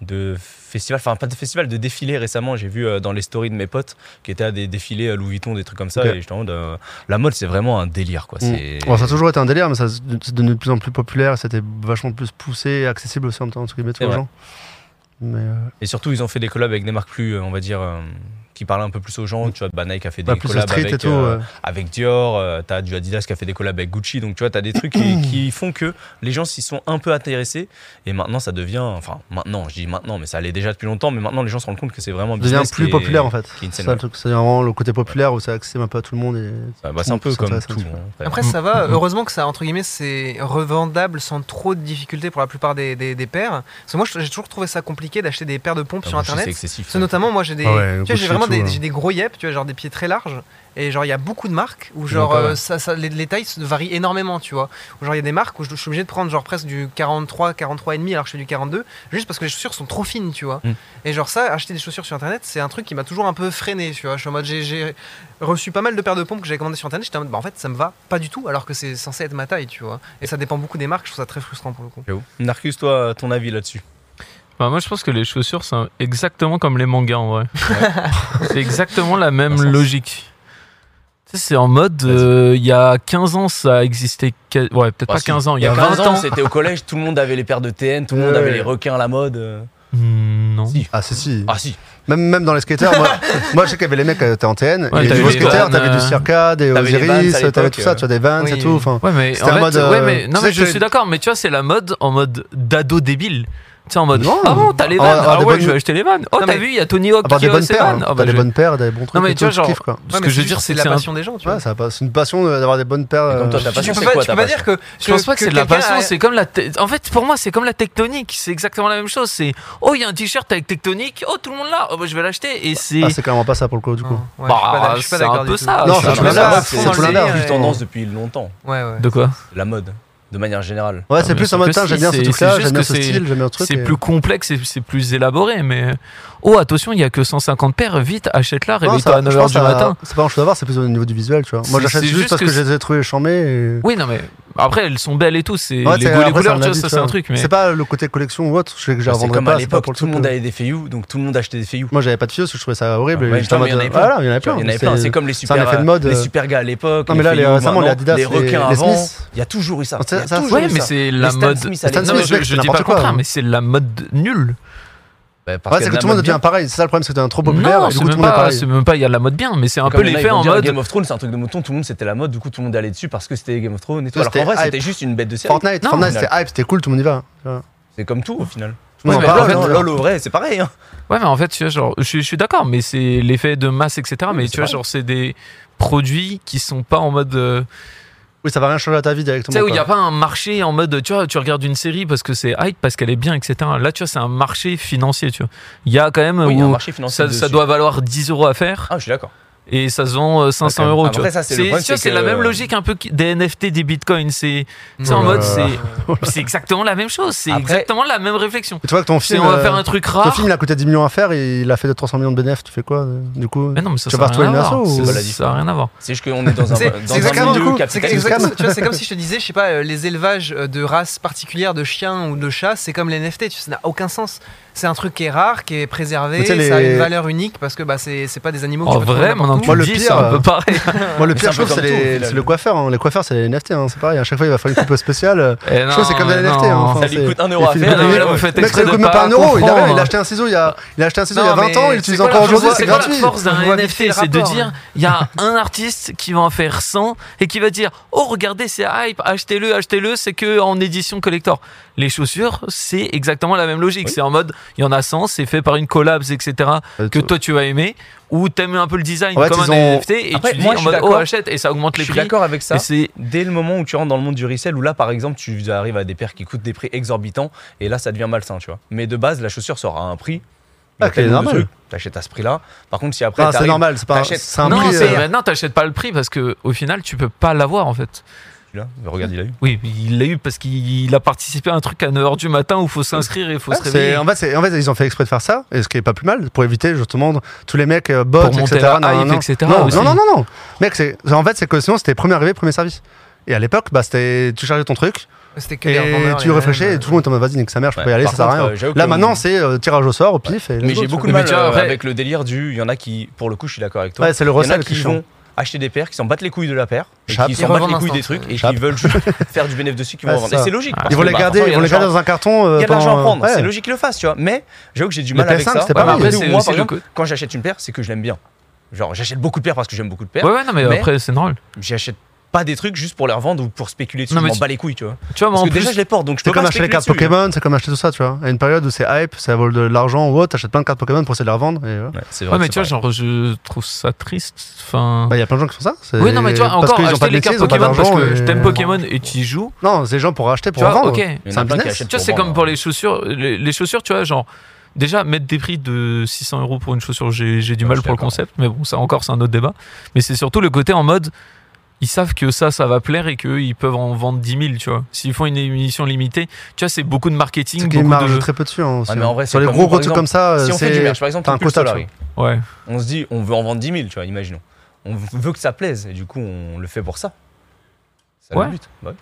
[SPEAKER 1] de festival, enfin pas de festival, de défilé récemment. J'ai vu euh, dans les stories de mes potes qui étaient à des défilés à Louis Vuitton, des trucs comme ça.
[SPEAKER 2] Ok.
[SPEAKER 1] Et j'étais en mode, euh, la mode, c'est vraiment un délire quoi. C'est
[SPEAKER 2] Bon, ça a toujours été un délire, mais ça c'est devenu de plus en plus populaire. C'était vachement plus poussé et accessible aussi en même temps, entre guillemets,
[SPEAKER 1] C'est
[SPEAKER 2] aux
[SPEAKER 1] vrai.
[SPEAKER 2] gens. Mais euh,
[SPEAKER 1] Et surtout, ils ont fait des collabs avec des marques plus, euh, on va dire, euh, qui parlent un peu plus aux gens. Tu vois, bah, Nike a fait des
[SPEAKER 2] Mm. bah, plus le
[SPEAKER 1] collabs
[SPEAKER 2] street
[SPEAKER 1] avec,
[SPEAKER 2] et tout.
[SPEAKER 1] euh,
[SPEAKER 2] ouais.
[SPEAKER 1] avec Dior, euh, t'as du Adidas qui a fait des collabs avec Gucci, donc tu vois, t'as des trucs
[SPEAKER 2] [coughs]
[SPEAKER 1] qui, qui font que les gens s'y sont un peu intéressés, et maintenant ça devient, enfin maintenant, je dis maintenant, mais ça allait déjà depuis longtemps, mais maintenant les gens se rendent compte que c'est vraiment un
[SPEAKER 2] Ça devient
[SPEAKER 1] business
[SPEAKER 2] plus
[SPEAKER 1] qui est-
[SPEAKER 2] populaire en fait.
[SPEAKER 1] qui est
[SPEAKER 2] C'est
[SPEAKER 1] insane,
[SPEAKER 2] ça
[SPEAKER 1] ouais.
[SPEAKER 2] le truc, c'est vraiment le côté populaire où c'est accessible un peu à tout le monde. Et...
[SPEAKER 1] Bah, c'est un peu
[SPEAKER 2] Tout
[SPEAKER 1] comme
[SPEAKER 2] s'intéresse à
[SPEAKER 1] tout.
[SPEAKER 2] ça.
[SPEAKER 1] hein, après.
[SPEAKER 4] Après, ça va. Heureusement que ça, entre guillemets, c'est revendable sans trop de difficultés pour la plupart des, des, des paires. Parce que moi, j'ai toujours trouvé ça compliqué d'acheter des paires de pompes
[SPEAKER 1] Ah,
[SPEAKER 4] sur
[SPEAKER 1] Gucci,
[SPEAKER 4] internet.
[SPEAKER 1] c'est excessif.
[SPEAKER 4] Parce que notamment, moi j'ai des,
[SPEAKER 2] Ah ouais,
[SPEAKER 4] tu vois,
[SPEAKER 2] Gucci
[SPEAKER 4] j'ai
[SPEAKER 2] et
[SPEAKER 4] vraiment
[SPEAKER 2] tout,
[SPEAKER 4] des,
[SPEAKER 3] hein.
[SPEAKER 2] ouais.
[SPEAKER 4] j'ai des gros yep, tu vois, genre des pieds très larges. Et genre, il y a beaucoup de marques où
[SPEAKER 1] ont
[SPEAKER 4] genre,
[SPEAKER 1] pas, ouais.
[SPEAKER 4] euh, ça, ça- les, les tailles se varient énormément, tu vois. Où genre, il y a des marques où je, je suis obligé de prendre genre presque du 43, 43 et demi alors que je fais du 42, juste parce que les chaussures sont trop fines, tu vois.
[SPEAKER 1] Mm.
[SPEAKER 3] Hmm.
[SPEAKER 4] Et genre ça, acheter des chaussures sur internet, c'est un truc qui m'a toujours un peu freiné, tu vois. Je suis en mode, j'ai- j'ai reçu pas mal de paires de pompes que j'avais commandées sur internet, j'étais en mode, bah en fait, ça me va pas du tout alors que c'est censé être ma taille, tu vois. Et ça dépend beaucoup des marques, je trouve ça très frustrant pour le coup.
[SPEAKER 1] J'avoue. Narcus, toi, ton avis là-dessus
[SPEAKER 3] Bah, moi, je pense que les chaussures, c'est un- exactement comme les mangas en vrai. c'est exactement la même
[SPEAKER 1] Dans le sens.
[SPEAKER 3] logique. Tu sais, C'est en mode, euh, il y a 15 ans, ça existait. que- Ouais, peut-être
[SPEAKER 1] Bah,
[SPEAKER 3] pas
[SPEAKER 1] si.
[SPEAKER 3] 15 ans, il y a 20 ans.
[SPEAKER 1] c'était au collège, tout le monde avait les paires de TN, tout le monde
[SPEAKER 2] Ouais.
[SPEAKER 1] avait les requins à la mode. euh.
[SPEAKER 3] Hmm, non.
[SPEAKER 1] Si.
[SPEAKER 2] Ah, si, si.
[SPEAKER 1] Ah si,
[SPEAKER 2] Même, même dans les skaters,
[SPEAKER 1] [laughs]
[SPEAKER 2] moi, moi je sais qu'il y avait les mecs qui étaient en TN,
[SPEAKER 3] Ouais,
[SPEAKER 1] t'avais
[SPEAKER 2] et les gros
[SPEAKER 1] les
[SPEAKER 2] skaters,
[SPEAKER 3] Vans,
[SPEAKER 2] t'avais
[SPEAKER 3] euh,
[SPEAKER 2] du Circa, des
[SPEAKER 1] t'avais les Vans à
[SPEAKER 2] Osiris, t'avais
[SPEAKER 1] l'époque,
[SPEAKER 2] tout ça, tu vois, des Vans et
[SPEAKER 4] oui.
[SPEAKER 2] tout. enfin.
[SPEAKER 3] Ouais, mais en
[SPEAKER 2] C'était en
[SPEAKER 3] fait,
[SPEAKER 2] mode,
[SPEAKER 3] ouais,
[SPEAKER 2] euh,
[SPEAKER 3] mais, non,
[SPEAKER 2] tu
[SPEAKER 3] mais
[SPEAKER 2] sais
[SPEAKER 3] je
[SPEAKER 2] que-
[SPEAKER 3] suis d'accord, mais tu vois, c'est la mode en mode d'ado débile. Tu sais, en mode,
[SPEAKER 2] Non.
[SPEAKER 3] ah bon, t'as les
[SPEAKER 2] Ah,
[SPEAKER 3] vannes,
[SPEAKER 2] ah,
[SPEAKER 3] ah
[SPEAKER 2] des
[SPEAKER 3] ouais,
[SPEAKER 2] bonnes-
[SPEAKER 3] je vais acheter les vannes. Oh,
[SPEAKER 4] Non,
[SPEAKER 3] t'as
[SPEAKER 4] mais-
[SPEAKER 3] vu, il y a Tony Hawk
[SPEAKER 2] À part
[SPEAKER 3] qui
[SPEAKER 2] des
[SPEAKER 3] a
[SPEAKER 2] bonnes
[SPEAKER 3] ses
[SPEAKER 2] paires, hein.
[SPEAKER 3] vannes. Ah, bah,
[SPEAKER 2] t'as des
[SPEAKER 3] je-
[SPEAKER 2] bonnes paires, des bons trucs.
[SPEAKER 3] mais
[SPEAKER 2] et
[SPEAKER 3] tu
[SPEAKER 2] tout,
[SPEAKER 3] vois, genre-
[SPEAKER 2] je kiffe, quoi.
[SPEAKER 3] Ce
[SPEAKER 4] Ouais,
[SPEAKER 3] que
[SPEAKER 4] mais
[SPEAKER 3] je veux
[SPEAKER 4] juste,
[SPEAKER 3] dire,
[SPEAKER 4] c'est
[SPEAKER 3] c'est que
[SPEAKER 4] la
[SPEAKER 3] c'est un-
[SPEAKER 4] passion des gens, tu vois.
[SPEAKER 2] Ouais, ça passe. C'est une passion euh, d'avoir des bonnes paires.
[SPEAKER 1] Et comme toi,
[SPEAKER 2] euh,
[SPEAKER 1] t'as pas
[SPEAKER 4] Tu
[SPEAKER 1] Passion,
[SPEAKER 4] peux
[SPEAKER 1] c'est
[SPEAKER 4] pas,
[SPEAKER 1] quoi
[SPEAKER 4] tu
[SPEAKER 1] ta
[SPEAKER 4] peux pas
[SPEAKER 1] passion
[SPEAKER 4] dire que.
[SPEAKER 3] Je pense pas que c'est de la
[SPEAKER 4] quelqu'un
[SPEAKER 3] passion,
[SPEAKER 4] a-
[SPEAKER 3] c'est comme la. te- En fait, pour moi, c'est comme la tectonique. C'est exactement la même chose. C'est oh, il y a un t-shirt avec tectonique. Oh, tout le monde l'a. Oh, bah, je vais l'acheter. Et c'est.
[SPEAKER 2] Ah, c'est carrément pas ça pour le coup, du coup.
[SPEAKER 4] Hein. Ouais, je suis pas
[SPEAKER 3] Bah,
[SPEAKER 4] d'ac- je suis pas
[SPEAKER 3] c'est un
[SPEAKER 4] d'accord
[SPEAKER 3] peu
[SPEAKER 4] du tout.
[SPEAKER 3] ça.
[SPEAKER 2] Non,
[SPEAKER 1] Ah,
[SPEAKER 2] c'est
[SPEAKER 1] c'est
[SPEAKER 2] tout
[SPEAKER 1] la mode,
[SPEAKER 2] l'inverse,
[SPEAKER 1] c'est
[SPEAKER 2] c'est
[SPEAKER 1] c'est
[SPEAKER 2] tout l'inverse.
[SPEAKER 1] plus tendance depuis longtemps,
[SPEAKER 4] Ouais, ouais.
[SPEAKER 3] De quoi
[SPEAKER 1] la mode. de manière générale.
[SPEAKER 2] Ouais,
[SPEAKER 3] Ah,
[SPEAKER 2] c'est
[SPEAKER 3] mais
[SPEAKER 2] plus en
[SPEAKER 3] sauf
[SPEAKER 2] mode,
[SPEAKER 3] que
[SPEAKER 2] tiens,
[SPEAKER 3] si,
[SPEAKER 2] j'aime bien ce
[SPEAKER 3] c'est-
[SPEAKER 2] truc-là,
[SPEAKER 3] c'est
[SPEAKER 2] j'aime bien
[SPEAKER 3] juste
[SPEAKER 2] ce
[SPEAKER 3] que c'est-
[SPEAKER 2] style, j'aime bien le truc.
[SPEAKER 3] C'est
[SPEAKER 2] et-
[SPEAKER 3] plus complexe et c'est plus élaboré, mais. Oh, attention, il y a que 150 paires, vite, achète-la,
[SPEAKER 2] Non,
[SPEAKER 3] réveille-toi
[SPEAKER 2] ça-
[SPEAKER 3] à
[SPEAKER 2] je
[SPEAKER 3] 9h
[SPEAKER 2] pense
[SPEAKER 3] du
[SPEAKER 2] ça-
[SPEAKER 3] matin.
[SPEAKER 2] C'est pas grand chose à voir, c'est plus au niveau du visuel, tu vois. Moi
[SPEAKER 3] C'est-
[SPEAKER 2] j'achète
[SPEAKER 3] c'est
[SPEAKER 2] juste
[SPEAKER 3] juste
[SPEAKER 2] parce que,
[SPEAKER 3] que
[SPEAKER 2] je les ai trouvés charmés. Et...
[SPEAKER 3] Oui, non, mais après, elles sont belles et tout, c'est
[SPEAKER 2] Ouais,
[SPEAKER 3] les,
[SPEAKER 2] c'est-
[SPEAKER 3] goûts,
[SPEAKER 2] après,
[SPEAKER 3] les
[SPEAKER 2] c'est
[SPEAKER 3] couleurs,
[SPEAKER 2] un
[SPEAKER 3] tu vois,
[SPEAKER 2] avis,
[SPEAKER 3] ça,
[SPEAKER 2] tu
[SPEAKER 3] c'est
[SPEAKER 2] vois.
[SPEAKER 3] un truc, mais.
[SPEAKER 2] C'est pas le côté collection ou autre, je sais que je
[SPEAKER 1] C'est
[SPEAKER 2] revendrai
[SPEAKER 1] comme
[SPEAKER 2] pas.
[SPEAKER 1] à
[SPEAKER 2] c'est pas
[SPEAKER 1] l'époque,
[SPEAKER 2] pour le
[SPEAKER 1] tout le
[SPEAKER 2] truc,
[SPEAKER 1] monde
[SPEAKER 2] euh.
[SPEAKER 1] avait des feiyoux, donc tout le monde achetait des feiyoux.
[SPEAKER 2] Moi j'avais pas de fio parce que je trouvais ça horrible.
[SPEAKER 1] Ouais,
[SPEAKER 2] et
[SPEAKER 1] mais
[SPEAKER 2] j'étais en
[SPEAKER 1] non, mais il y en
[SPEAKER 2] mode,
[SPEAKER 1] avait plein.
[SPEAKER 2] voilà, il y en avait
[SPEAKER 1] Tu vois,
[SPEAKER 2] plein.
[SPEAKER 1] Il y en avait plein. C'est comme les
[SPEAKER 2] un effet
[SPEAKER 1] super,
[SPEAKER 2] de mode,
[SPEAKER 1] les
[SPEAKER 2] euh.
[SPEAKER 1] super gars à l'époque.
[SPEAKER 2] Non, mais là, les-
[SPEAKER 1] feiyoux
[SPEAKER 2] récemment, les
[SPEAKER 1] maintenant,
[SPEAKER 2] Adidas,
[SPEAKER 1] les
[SPEAKER 2] les-
[SPEAKER 1] requins
[SPEAKER 2] les
[SPEAKER 1] avant.
[SPEAKER 2] Smiths.
[SPEAKER 1] Il y a toujours eu ça.
[SPEAKER 2] Ah, ça-
[SPEAKER 1] Il y a
[SPEAKER 2] ça,
[SPEAKER 1] toujours
[SPEAKER 3] Ouais,
[SPEAKER 1] eu
[SPEAKER 3] mais
[SPEAKER 1] ça.
[SPEAKER 3] c'est
[SPEAKER 1] Les
[SPEAKER 3] la
[SPEAKER 1] Stan
[SPEAKER 3] mode.
[SPEAKER 1] Smith, allez,
[SPEAKER 2] Stan
[SPEAKER 1] non,
[SPEAKER 3] Non,
[SPEAKER 1] mais
[SPEAKER 3] mais
[SPEAKER 2] Smith,
[SPEAKER 3] je,
[SPEAKER 2] mec, c'est
[SPEAKER 3] je dis pas le
[SPEAKER 2] n'importe quoi,
[SPEAKER 3] contraire,
[SPEAKER 2] hein.
[SPEAKER 3] mais c'est la mode nulle.
[SPEAKER 1] Bah, parce
[SPEAKER 2] Ouais,
[SPEAKER 1] qu'il
[SPEAKER 2] c'est
[SPEAKER 1] y
[SPEAKER 2] que
[SPEAKER 1] en a
[SPEAKER 2] tout le monde
[SPEAKER 1] bien.
[SPEAKER 2] devient pareil, c'est ça le problème, c'est que t'es un trop populaire
[SPEAKER 3] Non,
[SPEAKER 2] et du
[SPEAKER 3] c'est
[SPEAKER 2] coup tout le
[SPEAKER 3] même
[SPEAKER 2] monde est
[SPEAKER 3] pas,
[SPEAKER 2] pareil.
[SPEAKER 3] c'est même pas, il y a de la mode bien, mais c'est un peu
[SPEAKER 1] Comme il y en a, ils
[SPEAKER 3] l'effet
[SPEAKER 1] vont
[SPEAKER 3] en
[SPEAKER 1] dire,
[SPEAKER 3] mode.
[SPEAKER 1] Game of Thrones, c'est un truc de mouton, tout le monde c'était la mode, du coup tout le monde allait dessus parce que c'était Game of Thrones et tout.
[SPEAKER 2] Ouais,
[SPEAKER 1] Alors qu'en
[SPEAKER 2] c'était
[SPEAKER 1] vrai,
[SPEAKER 2] hype.
[SPEAKER 1] c'était juste une bête de série.
[SPEAKER 2] Fortnite,
[SPEAKER 3] Non,
[SPEAKER 2] Fortnite
[SPEAKER 1] au
[SPEAKER 2] c'était hype, c'était cool, tout le monde y va. tu vois.
[SPEAKER 1] C'est comme tout au final.
[SPEAKER 2] Tout le
[SPEAKER 3] Ouais,
[SPEAKER 2] monde en
[SPEAKER 3] mais
[SPEAKER 2] parle,
[SPEAKER 3] en fait,
[SPEAKER 2] hein.
[SPEAKER 1] LOL au vrai, c'est pareil. hein.
[SPEAKER 3] Ouais, mais en fait, tu vois, genre, je, suis- je suis d'accord, mais c'est l'effet de masse, etc.
[SPEAKER 1] Oui, mais
[SPEAKER 3] mais
[SPEAKER 1] c'est
[SPEAKER 3] tu vois,
[SPEAKER 1] vrai.
[SPEAKER 3] genre, c'est des produits qui sont pas en mode. euh,
[SPEAKER 2] Oui, ça va rien changer à ta vie
[SPEAKER 3] tu
[SPEAKER 2] directement.
[SPEAKER 3] sais, où il n'y a
[SPEAKER 2] quoi.
[SPEAKER 3] pas un marché en mode, tu vois, tu regardes une série parce que c'est hype, parce qu'elle est bien, etc. Là, tu vois, c'est un marché financier, tu vois. Il y a quand même.
[SPEAKER 1] Oui, il y a un
[SPEAKER 3] où
[SPEAKER 1] marché financier
[SPEAKER 3] ça,
[SPEAKER 1] dessus.
[SPEAKER 3] ça doit valoir 10 euros à faire
[SPEAKER 1] Ah, je suis d'accord.
[SPEAKER 3] et ça se vend euh, 500
[SPEAKER 1] Ah, quand même.
[SPEAKER 3] euros.
[SPEAKER 1] Après,
[SPEAKER 3] tu vois.
[SPEAKER 1] ça, c'est le problème,
[SPEAKER 3] tu vois,
[SPEAKER 1] c'est
[SPEAKER 3] c'est la
[SPEAKER 1] que-
[SPEAKER 3] même logique un peu qui- des NFT, des bitcoins. C'est tu sais, en
[SPEAKER 2] Oh là
[SPEAKER 3] mode,
[SPEAKER 2] là.
[SPEAKER 1] [laughs]
[SPEAKER 3] c'est c'est exactement la même chose. C'est
[SPEAKER 1] Après-
[SPEAKER 3] exactement la même réflexion.
[SPEAKER 2] Et tu vois que ton
[SPEAKER 3] C'est
[SPEAKER 2] film.
[SPEAKER 3] on va
[SPEAKER 2] euh,
[SPEAKER 3] faire un truc
[SPEAKER 2] Ton
[SPEAKER 3] rare.
[SPEAKER 2] film, il a coûté 10 millions à faire et il a fait de 300 millions de bénéfices. Tu fais quoi euh, du coup
[SPEAKER 3] [laughs] Mais non, mais ça
[SPEAKER 2] Tu
[SPEAKER 3] n'a
[SPEAKER 2] vas retrouver
[SPEAKER 3] rien
[SPEAKER 2] une
[SPEAKER 3] à voir.
[SPEAKER 2] asso ou-
[SPEAKER 1] C'est pas la
[SPEAKER 3] Ça- Ça n'a rien à voir.
[SPEAKER 1] C'est juste qu'on est dans un,
[SPEAKER 4] [laughs] C'est-
[SPEAKER 1] dans
[SPEAKER 4] c'est
[SPEAKER 1] un
[SPEAKER 2] exactement
[SPEAKER 1] milieu
[SPEAKER 2] du coup.
[SPEAKER 4] C'est
[SPEAKER 1] capitaliste.
[SPEAKER 4] exactement- tu vois, c'est comme si je te disais, je sais pas, euh, les élevages euh, de races particulières de chiens ou de chats, c'est comme les NFT, tu sais, ça n'a aucun sens. C'est un truc qui est rare, qui est préservé,
[SPEAKER 2] Mais tu
[SPEAKER 4] ça
[SPEAKER 2] sais,
[SPEAKER 4] a
[SPEAKER 2] les- Oh,
[SPEAKER 4] une valeur unique parce que bah, c'est c'est pas des animaux qui
[SPEAKER 3] En vrai, mon
[SPEAKER 2] Moi,
[SPEAKER 3] intuition
[SPEAKER 2] le
[SPEAKER 3] dit,
[SPEAKER 2] pire,
[SPEAKER 3] c'est un
[SPEAKER 2] euh,
[SPEAKER 3] peu pareil.
[SPEAKER 2] Moi,
[SPEAKER 1] Mais
[SPEAKER 2] le pire,
[SPEAKER 1] c'est
[SPEAKER 2] je
[SPEAKER 1] un peu comme
[SPEAKER 2] trouve, c'est
[SPEAKER 1] tout, au
[SPEAKER 2] les-
[SPEAKER 1] final.
[SPEAKER 2] c'est le coiffeur. hein. Les coiffeurs, c'est les NFT. hein, C'est pareil. À chaque fois, il va faire une coupe spéciale. euh, [laughs]
[SPEAKER 3] Eh
[SPEAKER 2] Je trouve que c'est
[SPEAKER 3] non,
[SPEAKER 2] comme des
[SPEAKER 3] mais
[SPEAKER 2] NFT. hein,
[SPEAKER 3] non.
[SPEAKER 2] enfin,
[SPEAKER 1] Ça lui
[SPEAKER 2] c'est-
[SPEAKER 1] coûte un euro
[SPEAKER 2] les
[SPEAKER 1] à
[SPEAKER 2] films
[SPEAKER 1] faire,
[SPEAKER 2] animés,
[SPEAKER 1] mais là,
[SPEAKER 2] quoi.
[SPEAKER 1] vous
[SPEAKER 3] faites
[SPEAKER 2] Mec, ça
[SPEAKER 3] exprès
[SPEAKER 2] lui
[SPEAKER 3] de
[SPEAKER 2] coûte même
[SPEAKER 3] pas
[SPEAKER 2] pas un euro. Il a,
[SPEAKER 3] comprendre.
[SPEAKER 2] il a acheté un ciseau il y a, il a acheté un ciseau il y a
[SPEAKER 4] Non,
[SPEAKER 2] 20 ans.
[SPEAKER 4] mais
[SPEAKER 2] Il l'utilise
[SPEAKER 4] c'est quoi
[SPEAKER 2] encore
[SPEAKER 4] la
[SPEAKER 2] aujourd'hui.
[SPEAKER 4] raison
[SPEAKER 2] C'est
[SPEAKER 4] C'est quoi la
[SPEAKER 2] gratuit.
[SPEAKER 3] force d'un
[SPEAKER 4] On voit
[SPEAKER 3] NFT,
[SPEAKER 4] vite
[SPEAKER 3] c'est
[SPEAKER 4] les
[SPEAKER 3] de
[SPEAKER 4] rapports,
[SPEAKER 2] hein.
[SPEAKER 3] dire il y a un artiste qui va en faire 100 et qui va dire oh regardez c'est hype, achetez-le, achetez-le, c'est que en édition collector. Les chaussures, c'est exactement la même logique.
[SPEAKER 1] Oui.
[SPEAKER 3] C'est en mode il y en a 100, c'est fait par une collab, etc. que toi tu vas aimer ou t'aimes un peu le design
[SPEAKER 2] En fait,
[SPEAKER 3] comme
[SPEAKER 2] ils
[SPEAKER 3] un
[SPEAKER 2] ont-
[SPEAKER 3] NFT et
[SPEAKER 1] Après,
[SPEAKER 3] tu dis
[SPEAKER 1] moi, je
[SPEAKER 3] en
[SPEAKER 1] suis
[SPEAKER 3] mode
[SPEAKER 1] d'accord.
[SPEAKER 3] oh achète et ça augmente
[SPEAKER 1] Je
[SPEAKER 3] les
[SPEAKER 1] suis
[SPEAKER 3] prix.
[SPEAKER 1] d'accord avec ça.
[SPEAKER 3] Et c'est
[SPEAKER 1] Dès le moment où tu rentres dans le monde du resell, où là par exemple tu arrives à des paires qui coûtent des prix exorbitants, et là ça devient malsain, tu vois. Mais de base, la chaussure sera à un prix. Il y a
[SPEAKER 2] Ah, c'est
[SPEAKER 1] tellement de
[SPEAKER 2] normal.
[SPEAKER 1] trucs, T'achètes à ce prix-là. Par contre, si après
[SPEAKER 2] Non, C'est
[SPEAKER 1] t'arrives-
[SPEAKER 2] normal. C'est pas. un-
[SPEAKER 1] t'achètes-
[SPEAKER 2] C'est un
[SPEAKER 3] non,
[SPEAKER 2] prix.
[SPEAKER 3] c'est-
[SPEAKER 2] euh,
[SPEAKER 3] non, t'achètes pas le prix parce que au final tu peux pas l'avoir en fait.
[SPEAKER 1] Celui-là, regarde, il a eu.
[SPEAKER 3] Oui, il l'a eu parce qu'il il a participé à un truc à 9h du matin où il faut s'inscrire et il faut
[SPEAKER 2] Ouais,
[SPEAKER 3] se
[SPEAKER 2] Ah, c'est-
[SPEAKER 3] réveiller.
[SPEAKER 2] en, fait, c'est- en fait, ils ont fait exprès de faire ça, et ce qui est pas plus mal, pour éviter justement de- tous les mecs euh, bots,
[SPEAKER 3] Pour monter
[SPEAKER 2] etc.
[SPEAKER 3] la
[SPEAKER 2] nan,
[SPEAKER 3] hype,
[SPEAKER 2] nan.
[SPEAKER 3] etc.
[SPEAKER 2] Non,
[SPEAKER 3] aussi.
[SPEAKER 2] non, non, non, non. Mec, c'est- en fait, c'est que sinon c'était premier arrivé, premier servi. Et à l'époque, bah, c'était tu chargeais ton truc,
[SPEAKER 4] C'était que des
[SPEAKER 2] et
[SPEAKER 4] revendeurs,
[SPEAKER 2] tu
[SPEAKER 4] les
[SPEAKER 2] réfléchis,
[SPEAKER 4] mêmes.
[SPEAKER 2] et tout le monde était en mode vas-y, nique sa mère, je peux
[SPEAKER 1] Ouais,
[SPEAKER 2] pas y aller, ça
[SPEAKER 1] par
[SPEAKER 2] sert à
[SPEAKER 1] contre,
[SPEAKER 2] rien.
[SPEAKER 1] euh, j'avoue
[SPEAKER 2] Là
[SPEAKER 1] que-
[SPEAKER 2] maintenant, c'est euh, tirage au sort, au pif. et let's
[SPEAKER 1] Mais j'ai
[SPEAKER 2] go, tu
[SPEAKER 1] beaucoup de
[SPEAKER 2] vois.
[SPEAKER 3] Mais
[SPEAKER 1] mal
[SPEAKER 3] tu vois,
[SPEAKER 1] euh,
[SPEAKER 3] après-
[SPEAKER 1] avec le délire du. Il y en a qui, pour le coup, je suis d'accord avec toi.
[SPEAKER 2] Ouais, c'est le
[SPEAKER 1] il y en a
[SPEAKER 2] recel
[SPEAKER 1] qui
[SPEAKER 2] qui
[SPEAKER 1] vont acheter des paires, qui s'en battent les couilles de la paire, et
[SPEAKER 2] Chape.
[SPEAKER 1] qui
[SPEAKER 4] Ils
[SPEAKER 1] s'en battent les
[SPEAKER 4] revendent
[SPEAKER 1] couilles des
[SPEAKER 4] l'instant.
[SPEAKER 1] trucs, et
[SPEAKER 2] Chape.
[SPEAKER 1] qui veulent juste faire du bénéfice dessus qu'ils
[SPEAKER 2] Ah,
[SPEAKER 1] vont
[SPEAKER 2] c'est
[SPEAKER 1] vendre. Et
[SPEAKER 2] ça.
[SPEAKER 1] c'est logique.
[SPEAKER 3] Ils
[SPEAKER 1] parce
[SPEAKER 2] Ils vont
[SPEAKER 1] que,
[SPEAKER 2] les
[SPEAKER 1] bah,
[SPEAKER 2] garder,
[SPEAKER 1] forcément,
[SPEAKER 2] ils vont les
[SPEAKER 1] il y en a
[SPEAKER 2] garder
[SPEAKER 1] genre-
[SPEAKER 2] dans un carton. euh,
[SPEAKER 1] Il y a de l'argent à
[SPEAKER 2] quand-
[SPEAKER 1] prendre,
[SPEAKER 2] ouais.
[SPEAKER 1] c'est logique qu'ils le fassent, tu vois. Mais j'avoue que j'ai du
[SPEAKER 2] Mais
[SPEAKER 1] mal avec
[SPEAKER 2] PS5,
[SPEAKER 1] ça.
[SPEAKER 2] c'était pas
[SPEAKER 3] Ouais, mais
[SPEAKER 2] mal.
[SPEAKER 3] après,
[SPEAKER 1] Ou
[SPEAKER 3] c'est
[SPEAKER 1] moi,
[SPEAKER 3] aussi
[SPEAKER 1] par
[SPEAKER 3] le
[SPEAKER 1] exemple,
[SPEAKER 3] co-
[SPEAKER 1] quand j'achète une paire, c'est que je l'aime bien. Genre, j'achète beaucoup de paires parce que j'aime beaucoup de paires.
[SPEAKER 3] Ouais, ouais, non, mais,
[SPEAKER 1] Mais-
[SPEAKER 3] après, c'est normal.
[SPEAKER 1] J'achète pas des trucs juste pour les revendre ou pour spéculer dessus.
[SPEAKER 3] Non,
[SPEAKER 1] je
[SPEAKER 3] mais
[SPEAKER 1] m'en
[SPEAKER 3] tu-
[SPEAKER 1] bats les couilles, tu vois.
[SPEAKER 3] Tu vois, moi,
[SPEAKER 1] Parce
[SPEAKER 3] en
[SPEAKER 1] que
[SPEAKER 3] plus,
[SPEAKER 1] déjà, je les porte, donc je peux
[SPEAKER 2] C'est
[SPEAKER 1] pas
[SPEAKER 2] comme acheter les
[SPEAKER 1] spéculer
[SPEAKER 2] cartes
[SPEAKER 1] dessus. hein.
[SPEAKER 2] Pokémon, c'est comme acheter tout ça, tu vois. À une période où c'est hype, ça vaut de l'argent ou autre, t'achètes plein de cartes Pokémon pour essayer de les revendre. et voilà.
[SPEAKER 1] Ouais, c'est
[SPEAKER 3] ouais,
[SPEAKER 1] vrai.
[SPEAKER 3] mais
[SPEAKER 1] que
[SPEAKER 3] tu vois,
[SPEAKER 1] c'est
[SPEAKER 3] genre, je trouve ça triste. Enfin.
[SPEAKER 2] Bah, il y a plein de gens qui font ça. c'est-
[SPEAKER 3] oui, non, mais tu vois,
[SPEAKER 2] parce
[SPEAKER 3] encore
[SPEAKER 2] qu'ils ont pas de
[SPEAKER 3] acheter les
[SPEAKER 2] métier,
[SPEAKER 3] cartes
[SPEAKER 2] ils ont pas
[SPEAKER 3] Pokémon parce
[SPEAKER 2] d'argent,
[SPEAKER 3] que
[SPEAKER 2] et-
[SPEAKER 3] je t'aime Pokémon et tu y joues.
[SPEAKER 2] Non, c'est les gens pour acheter,
[SPEAKER 3] Tu
[SPEAKER 2] pour
[SPEAKER 3] vois,
[SPEAKER 2] vendre.
[SPEAKER 3] ok.
[SPEAKER 1] pareil. Il y
[SPEAKER 2] c'est
[SPEAKER 1] en
[SPEAKER 2] un
[SPEAKER 1] a plein qui
[SPEAKER 2] business.
[SPEAKER 1] achètent
[SPEAKER 3] Tu vois,
[SPEAKER 1] pour
[SPEAKER 3] c'est comme
[SPEAKER 1] vendre. hein.
[SPEAKER 3] pour les chaussures. Les, les chaussures, tu vois, genre, déjà, mettre des prix de 600 euros pour une chaussure, j'ai j'ai du
[SPEAKER 1] Ouais,
[SPEAKER 3] mal
[SPEAKER 1] Ah, je suis
[SPEAKER 3] pour le
[SPEAKER 1] d'accord.
[SPEAKER 3] concept, mais bon, ça encore, c'est un autre débat. Mais c'est surtout le côté en mode, ils savent que ça, ça va plaire et qu'eux, ils peuvent en vendre 10 000, tu vois. S'ils font une émission limitée, tu vois, c'est beaucoup de
[SPEAKER 2] C'est
[SPEAKER 3] marketing,
[SPEAKER 2] qu'ils
[SPEAKER 3] beaucoup
[SPEAKER 2] margent
[SPEAKER 3] de.
[SPEAKER 2] très peu dessus. hein, aussi,
[SPEAKER 1] mais en vrai,
[SPEAKER 2] hein.
[SPEAKER 1] c'est
[SPEAKER 2] Sur les
[SPEAKER 1] comme
[SPEAKER 2] gros
[SPEAKER 1] nous,
[SPEAKER 2] gros
[SPEAKER 1] par
[SPEAKER 2] trucs comme ça,
[SPEAKER 1] Si on fait du
[SPEAKER 2] c'est.
[SPEAKER 1] merch, par exemple,
[SPEAKER 2] t'as un
[SPEAKER 1] on pulse
[SPEAKER 2] quota,
[SPEAKER 1] Solari.
[SPEAKER 2] tu
[SPEAKER 3] Ouais.
[SPEAKER 1] on se dit, on veut en vendre 10 000, tu vois, imaginons. On veut que ça plaise, et du coup, on le fait pour ça. C'est
[SPEAKER 3] Ouais.
[SPEAKER 1] le but. Bah ouais.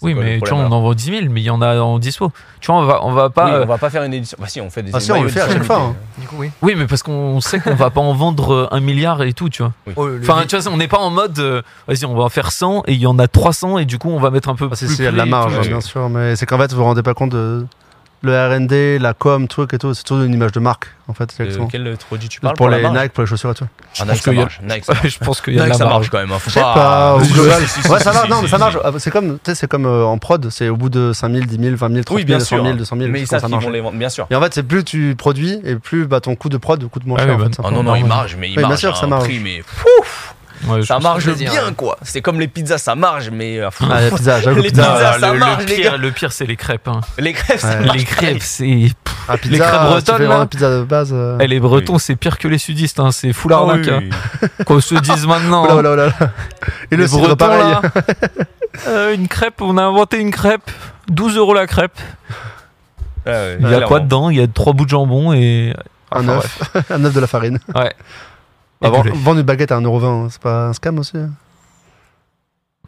[SPEAKER 1] C'est
[SPEAKER 3] Oui,
[SPEAKER 1] quoi le
[SPEAKER 3] mais tu vois,
[SPEAKER 1] problème,
[SPEAKER 3] on
[SPEAKER 1] alors
[SPEAKER 3] en vend 10 000, mais il y en a en dispo. Tu vois, on va, on va pas.
[SPEAKER 1] Oui,
[SPEAKER 3] euh,
[SPEAKER 1] on va pas faire une édition. Bah si, on fait des
[SPEAKER 2] Ah si, on
[SPEAKER 1] maillots
[SPEAKER 2] le fait à
[SPEAKER 1] de
[SPEAKER 2] chaque fois, hein.
[SPEAKER 4] Du coup, oui.
[SPEAKER 3] Oui, mais parce qu'on sait qu'on va pas en vendre euh, un milliard et tout, tu vois.
[SPEAKER 1] Oui.
[SPEAKER 4] Oh, le-
[SPEAKER 3] Enfin, tu vois, on n'est pas en mode, euh, vas-y, on va en faire 100 et il y en a 300 et du coup, on va mettre un peu
[SPEAKER 2] Ah, si,
[SPEAKER 3] plus.
[SPEAKER 2] si, il y a de la
[SPEAKER 3] prix et
[SPEAKER 2] marge,
[SPEAKER 3] tout.
[SPEAKER 1] tout,
[SPEAKER 2] bien
[SPEAKER 1] ouais.
[SPEAKER 2] sûr, mais c'est qu'en fait, vous vous rendez pas compte de. Le RD, la com, truc et tout, c'est toujours une image de marque, en fait,
[SPEAKER 1] De
[SPEAKER 2] directement.
[SPEAKER 1] quel produit tu parles
[SPEAKER 2] Pour les
[SPEAKER 1] la marge
[SPEAKER 2] Nike, pour les chaussures et tout.
[SPEAKER 1] Ah,
[SPEAKER 3] pense
[SPEAKER 1] Nike, ça
[SPEAKER 3] qu'il y a-
[SPEAKER 1] marche. Nike,
[SPEAKER 3] [laughs]
[SPEAKER 1] ça marche.
[SPEAKER 3] Je pense qu'il y a de
[SPEAKER 1] Nike,
[SPEAKER 3] la
[SPEAKER 1] ça marche
[SPEAKER 3] marge.
[SPEAKER 1] quand même. hein, Faut
[SPEAKER 2] Je sais pas, au
[SPEAKER 1] Si, si,
[SPEAKER 2] global.
[SPEAKER 1] si, si,
[SPEAKER 2] Ouais,
[SPEAKER 1] si,
[SPEAKER 2] ça
[SPEAKER 1] si,
[SPEAKER 2] va,
[SPEAKER 1] si,
[SPEAKER 2] non, mais
[SPEAKER 1] si,
[SPEAKER 2] ça
[SPEAKER 1] si.
[SPEAKER 2] marche. Ah, C'est comme, tu sais, c'est comme euh, en prod, c'est au bout de 5000, 10 000, 20 000, 30
[SPEAKER 1] Oui,
[SPEAKER 2] 000,
[SPEAKER 1] bien
[SPEAKER 2] 100
[SPEAKER 1] sûr.
[SPEAKER 2] 000,
[SPEAKER 1] hein.
[SPEAKER 2] 200 000,
[SPEAKER 1] Mais
[SPEAKER 2] je
[SPEAKER 1] ils
[SPEAKER 2] pense que
[SPEAKER 1] savent
[SPEAKER 2] ça
[SPEAKER 1] qu'ils
[SPEAKER 2] marche.
[SPEAKER 1] vont les vendre, bien sûr.
[SPEAKER 2] Et en fait, c'est plus tu produis et plus bah, ton coût de prod coûte moins
[SPEAKER 3] Ah
[SPEAKER 2] cher.
[SPEAKER 3] oui,
[SPEAKER 2] en
[SPEAKER 3] bah,
[SPEAKER 2] fait,
[SPEAKER 1] Ah
[SPEAKER 2] simplement.
[SPEAKER 1] non, non,
[SPEAKER 3] Ouais.
[SPEAKER 1] ils margent, mais ils
[SPEAKER 2] Oui, bien
[SPEAKER 1] margent
[SPEAKER 2] sûr que
[SPEAKER 1] à
[SPEAKER 2] ça
[SPEAKER 1] un
[SPEAKER 2] marche.
[SPEAKER 1] prix, mais
[SPEAKER 3] Ouais, je
[SPEAKER 1] ça
[SPEAKER 3] pense-
[SPEAKER 1] marche
[SPEAKER 4] que je veux
[SPEAKER 1] bien,
[SPEAKER 4] dire.
[SPEAKER 1] quoi. C'est comme les pizzas, ça marche, mais. euh,
[SPEAKER 2] Ah, la pizza, j'avoue,
[SPEAKER 1] Les
[SPEAKER 2] pizza,
[SPEAKER 1] pizzas,
[SPEAKER 2] ouais.
[SPEAKER 1] ça
[SPEAKER 3] le, le
[SPEAKER 1] marche, les
[SPEAKER 3] pire,
[SPEAKER 1] gars.
[SPEAKER 3] le pire, c'est les crêpes. hein.
[SPEAKER 1] Les crêpes, ça
[SPEAKER 2] Ouais.
[SPEAKER 1] marche.
[SPEAKER 3] Les crêpes, c'est. pff,
[SPEAKER 2] Ah, pizza,
[SPEAKER 3] crêpes
[SPEAKER 2] tu
[SPEAKER 3] bretonnes,
[SPEAKER 2] fais
[SPEAKER 3] là.
[SPEAKER 2] vraiment pizza de base. euh.
[SPEAKER 3] eh, les Bretons, c'est pire que les sudistes, hein, c'est full
[SPEAKER 1] Ah oui,
[SPEAKER 3] arnaque. hein.
[SPEAKER 1] oui.
[SPEAKER 3] Qu'on se dise maintenant.
[SPEAKER 2] Oula,
[SPEAKER 3] hein.
[SPEAKER 2] oula, oula, oula.
[SPEAKER 1] [laughs]
[SPEAKER 2] Et
[SPEAKER 3] Les
[SPEAKER 2] le cidre,
[SPEAKER 3] Bretons,
[SPEAKER 2] pareil.
[SPEAKER 3] là. Euh, une crêpe, on a inventé une crêpe. 12 euros la crêpe.
[SPEAKER 1] Ah ouais,
[SPEAKER 3] Il y a
[SPEAKER 1] clairement.
[SPEAKER 3] quoi dedans Il y a trois bouts de jambon et.
[SPEAKER 2] Un
[SPEAKER 3] Enfin,
[SPEAKER 2] œuf. un œuf de la farine.
[SPEAKER 3] bref. Ouais.
[SPEAKER 2] Ah, Bah,
[SPEAKER 1] Ah
[SPEAKER 3] Et
[SPEAKER 2] vend-
[SPEAKER 3] poulet.
[SPEAKER 2] vendre une baguette à 1,20€, hein, c'est pas un scam aussi hein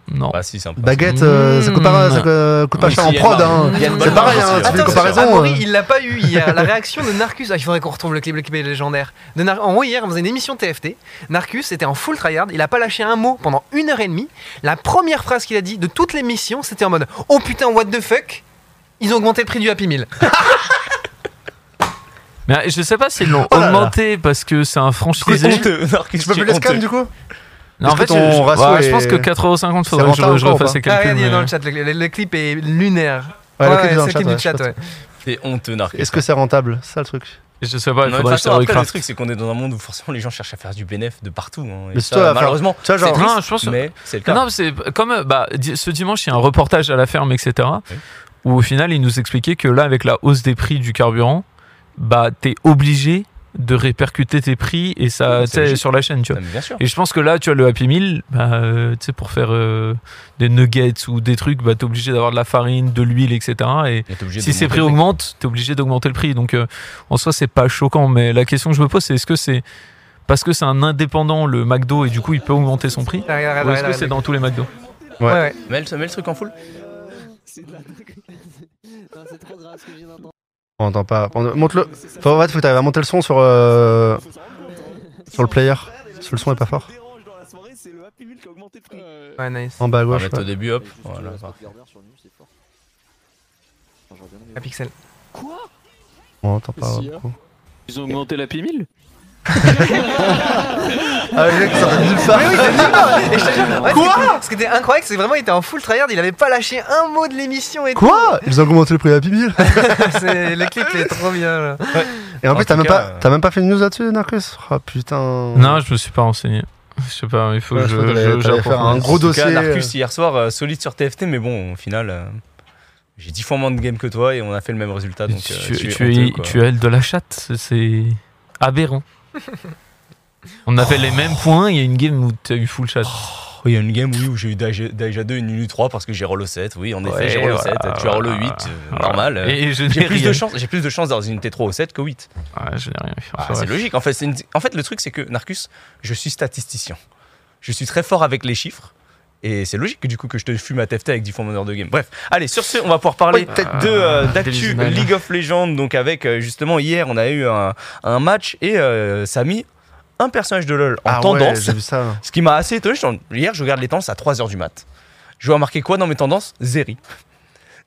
[SPEAKER 3] Non.
[SPEAKER 1] Bah si, c'est un peu-
[SPEAKER 2] Baguette, euh, ça coûte pas, ça coûte- coûte pas
[SPEAKER 1] Oui,
[SPEAKER 2] cher
[SPEAKER 1] Ah, si,
[SPEAKER 2] en
[SPEAKER 1] il y a
[SPEAKER 2] prod.
[SPEAKER 1] une-
[SPEAKER 2] Hein.
[SPEAKER 1] il y a une bonne
[SPEAKER 2] C'est pareil,
[SPEAKER 1] marge
[SPEAKER 2] hein,
[SPEAKER 1] aussi,
[SPEAKER 2] tu fais
[SPEAKER 1] ouais.
[SPEAKER 2] une comparaison.
[SPEAKER 4] Amaury,
[SPEAKER 2] euh.
[SPEAKER 4] il l'a pas eu
[SPEAKER 2] [laughs]
[SPEAKER 4] hier. La réaction de Narcus. Ah, il faudrait qu'on retrouve le clip, le clip est légendaire. De Nar- En gros, hier, on faisait une émission TFT. Narcus était en full tryhard. Il a pas lâché un mot pendant une heure et demie. La première phrase qu'il a dit de toute l'émission, c'était en mode Oh putain, what the fuck Ils ont augmenté le prix du Happy Meal.
[SPEAKER 3] Mais euh, je sais pas s'ils l'ont
[SPEAKER 2] Oh là là.
[SPEAKER 3] augmenté parce que c'est un
[SPEAKER 1] C'est
[SPEAKER 3] franchisé.
[SPEAKER 1] honteux. Narcisse,
[SPEAKER 2] Je peux
[SPEAKER 1] c'est
[SPEAKER 2] plus les
[SPEAKER 1] honteux.
[SPEAKER 2] scams du coup
[SPEAKER 3] Non,
[SPEAKER 2] Est-ce
[SPEAKER 3] en
[SPEAKER 2] que
[SPEAKER 3] fait, je,
[SPEAKER 2] ton
[SPEAKER 3] je-
[SPEAKER 2] ratio
[SPEAKER 3] ouais, je
[SPEAKER 2] est-
[SPEAKER 3] pense que 4,50€, faudrait que
[SPEAKER 2] rentable
[SPEAKER 3] je, je
[SPEAKER 2] encore ou
[SPEAKER 3] refasse
[SPEAKER 2] pas
[SPEAKER 3] les
[SPEAKER 4] Ah,
[SPEAKER 3] calculs.
[SPEAKER 4] regarde, il est
[SPEAKER 3] mais-
[SPEAKER 4] dans le chat. Le, le- le clip est lunaire.
[SPEAKER 2] euh Ouais, le
[SPEAKER 4] Ouais,
[SPEAKER 2] clip est
[SPEAKER 4] ouais,
[SPEAKER 2] dans
[SPEAKER 4] c'est
[SPEAKER 2] le
[SPEAKER 4] le clip
[SPEAKER 2] chat,
[SPEAKER 4] du chat,
[SPEAKER 2] ouais, je
[SPEAKER 4] ouais.
[SPEAKER 1] C'est honteux, Narcisse.
[SPEAKER 2] Est-ce que c'est rentable C'est ça le truc.
[SPEAKER 3] Je sais pas, il
[SPEAKER 1] Non, mais
[SPEAKER 3] faudrait que
[SPEAKER 1] de toute façon,
[SPEAKER 3] ça
[SPEAKER 1] après, le
[SPEAKER 3] recraft.
[SPEAKER 1] truc, c'est qu'on est dans un monde où forcément les gens cherchent à faire du bénéfice de partout. hein. Et
[SPEAKER 2] Mais
[SPEAKER 1] ça,
[SPEAKER 2] toi, à faire-
[SPEAKER 1] malheureusement,
[SPEAKER 2] Tu vois,
[SPEAKER 1] c'est
[SPEAKER 2] genre-
[SPEAKER 1] triste,
[SPEAKER 3] Non, je pense-
[SPEAKER 1] mais c'est le cas.
[SPEAKER 3] Non, c'est comme euh, bah, di- ce dimanche, il y a un reportage à la ferme, etc.
[SPEAKER 1] Oui.
[SPEAKER 3] Où au final, ils nous expliquaient que là, avec la hausse des prix du carburant, bah, t'es obligé de répercuter tes prix et
[SPEAKER 1] Oui,
[SPEAKER 3] ça, tu
[SPEAKER 1] c'est
[SPEAKER 3] sais,
[SPEAKER 1] logique.
[SPEAKER 3] sur la chaîne, tu vois.
[SPEAKER 1] Non, mais bien sûr.
[SPEAKER 3] Et je pense que là, tu as le Happy Meal, bah, euh, tu sais, pour faire euh, des nuggets ou des trucs, bah, t'es obligé d'avoir de la farine, de l'huile, etc. Et
[SPEAKER 1] Mais t'es obligé
[SPEAKER 3] si
[SPEAKER 1] de
[SPEAKER 3] ces prix
[SPEAKER 1] monter
[SPEAKER 3] augmentent, t'es obligé d'augmenter le prix. Donc, euh, en soi, c'est pas choquant. Mais la question que je me pose, c'est est-ce que c'est parce que c'est un indépendant, le McDo, et du coup, il peut augmenter son prix
[SPEAKER 4] Ah, regarde, regarde,
[SPEAKER 3] Ou est-ce que
[SPEAKER 4] regarde,
[SPEAKER 3] c'est
[SPEAKER 4] regarde.
[SPEAKER 3] dans tous les McDo
[SPEAKER 2] Ouais.
[SPEAKER 4] Ouais, ouais.
[SPEAKER 1] le prix. Mets le, mets le truc en full.
[SPEAKER 5] C'est [laughs] de la Non, c'est trop grave ce que j'ai entendu.
[SPEAKER 2] On entend pas. On- Monte-le. Faut, en fait, faut que t'arrives à monter le son sur, euh, sur le player. Parce que le son est pas fort.
[SPEAKER 5] Dérange dans la soirée, c'est le Happy Meal qui a augmenté le prix.
[SPEAKER 4] Ouais, nice.
[SPEAKER 2] En bas à
[SPEAKER 1] On va
[SPEAKER 2] gauche.
[SPEAKER 1] mettre au
[SPEAKER 2] ouais.
[SPEAKER 1] début, hop. Voilà.
[SPEAKER 4] Un pixel.
[SPEAKER 5] Quoi
[SPEAKER 2] On entend pas.
[SPEAKER 5] Si,
[SPEAKER 2] ouais.
[SPEAKER 6] Ils ont augmenté la Happy Meal
[SPEAKER 2] Ah, le mec, ça va nulle part.
[SPEAKER 4] Et je te jure, ouais,
[SPEAKER 2] Ah, Quoi
[SPEAKER 4] c'est- Ce qui était incroyable, c'est que vraiment, il était en full tryhard. Il avait pas lâché un mot de l'émission et
[SPEAKER 2] Quoi Ils ont augmenté le prix de la Bible.
[SPEAKER 4] tout. [laughs] C'est- le clip il est trop bien. là.
[SPEAKER 2] Et en,
[SPEAKER 1] En
[SPEAKER 2] plus,
[SPEAKER 1] tout
[SPEAKER 2] t'as même,
[SPEAKER 1] cas,
[SPEAKER 2] pas-
[SPEAKER 1] euh,
[SPEAKER 2] t'as même pas fait une news là-dessus, Narcus Ah putain.
[SPEAKER 3] Non, je me suis pas renseigné. Je sais pas, il faut
[SPEAKER 2] Ouais,
[SPEAKER 3] que
[SPEAKER 2] je
[SPEAKER 3] je.
[SPEAKER 2] crois que t'allais- t'allais
[SPEAKER 3] je- j'approfondisse.
[SPEAKER 2] faire un gros
[SPEAKER 1] En tout cas,
[SPEAKER 2] dossier,
[SPEAKER 1] Narcus, hier soir, euh, solide sur TFT, mais bon, au final, euh, j'ai 10 fois moins de game que toi et on a fait le même résultat. Donc, euh,
[SPEAKER 3] tu,
[SPEAKER 1] tu es
[SPEAKER 3] tu
[SPEAKER 1] honteux,
[SPEAKER 3] es,
[SPEAKER 1] quoi.
[SPEAKER 3] tu es de la chatte, c'est- c'est aberrant. On a fait les mêmes points, il y a une game où tu as eu full chat.
[SPEAKER 1] Oh, Il y a une game oui, où j'ai eu Daija 2 et Nunu 3 parce que j'ai roll au 7. Oui, en effet, j'ai roll au 7. Tu as roll au 8, euh, normal. euh,
[SPEAKER 3] Et je
[SPEAKER 1] J'ai
[SPEAKER 3] n'ai
[SPEAKER 1] plus,
[SPEAKER 3] rien.
[SPEAKER 1] de chance, j'ai plus de chance dans une T3 au 7 qu'au 8.
[SPEAKER 3] Ouais, je n'ai rien fait.
[SPEAKER 1] Ah,
[SPEAKER 3] enfin,
[SPEAKER 1] c'est
[SPEAKER 3] bref.
[SPEAKER 1] logique. En fait, c'est une- en fait, le truc, c'est que Narcus, je suis statisticien. Je suis très fort avec les chiffres. Et c'est logique que du coup que je te fume à TFT avec 10 fois mon heure de game. Bref, allez, sur ce, on va pouvoir parler
[SPEAKER 2] Oui, Ah,
[SPEAKER 1] de euh, d'actu
[SPEAKER 3] Délicieux.
[SPEAKER 1] League of Legends. Donc avec euh, justement hier, on a eu un, un match et euh, ça a mis un personnage de LoL en
[SPEAKER 2] Ah ouais,
[SPEAKER 1] tendance.
[SPEAKER 2] J'ai vu ça.
[SPEAKER 1] Ce qui m'a assez étonné, je suis en- hier je regarde les tendances à 3h du mat. Je vois marquer quoi dans mes tendances Zeri.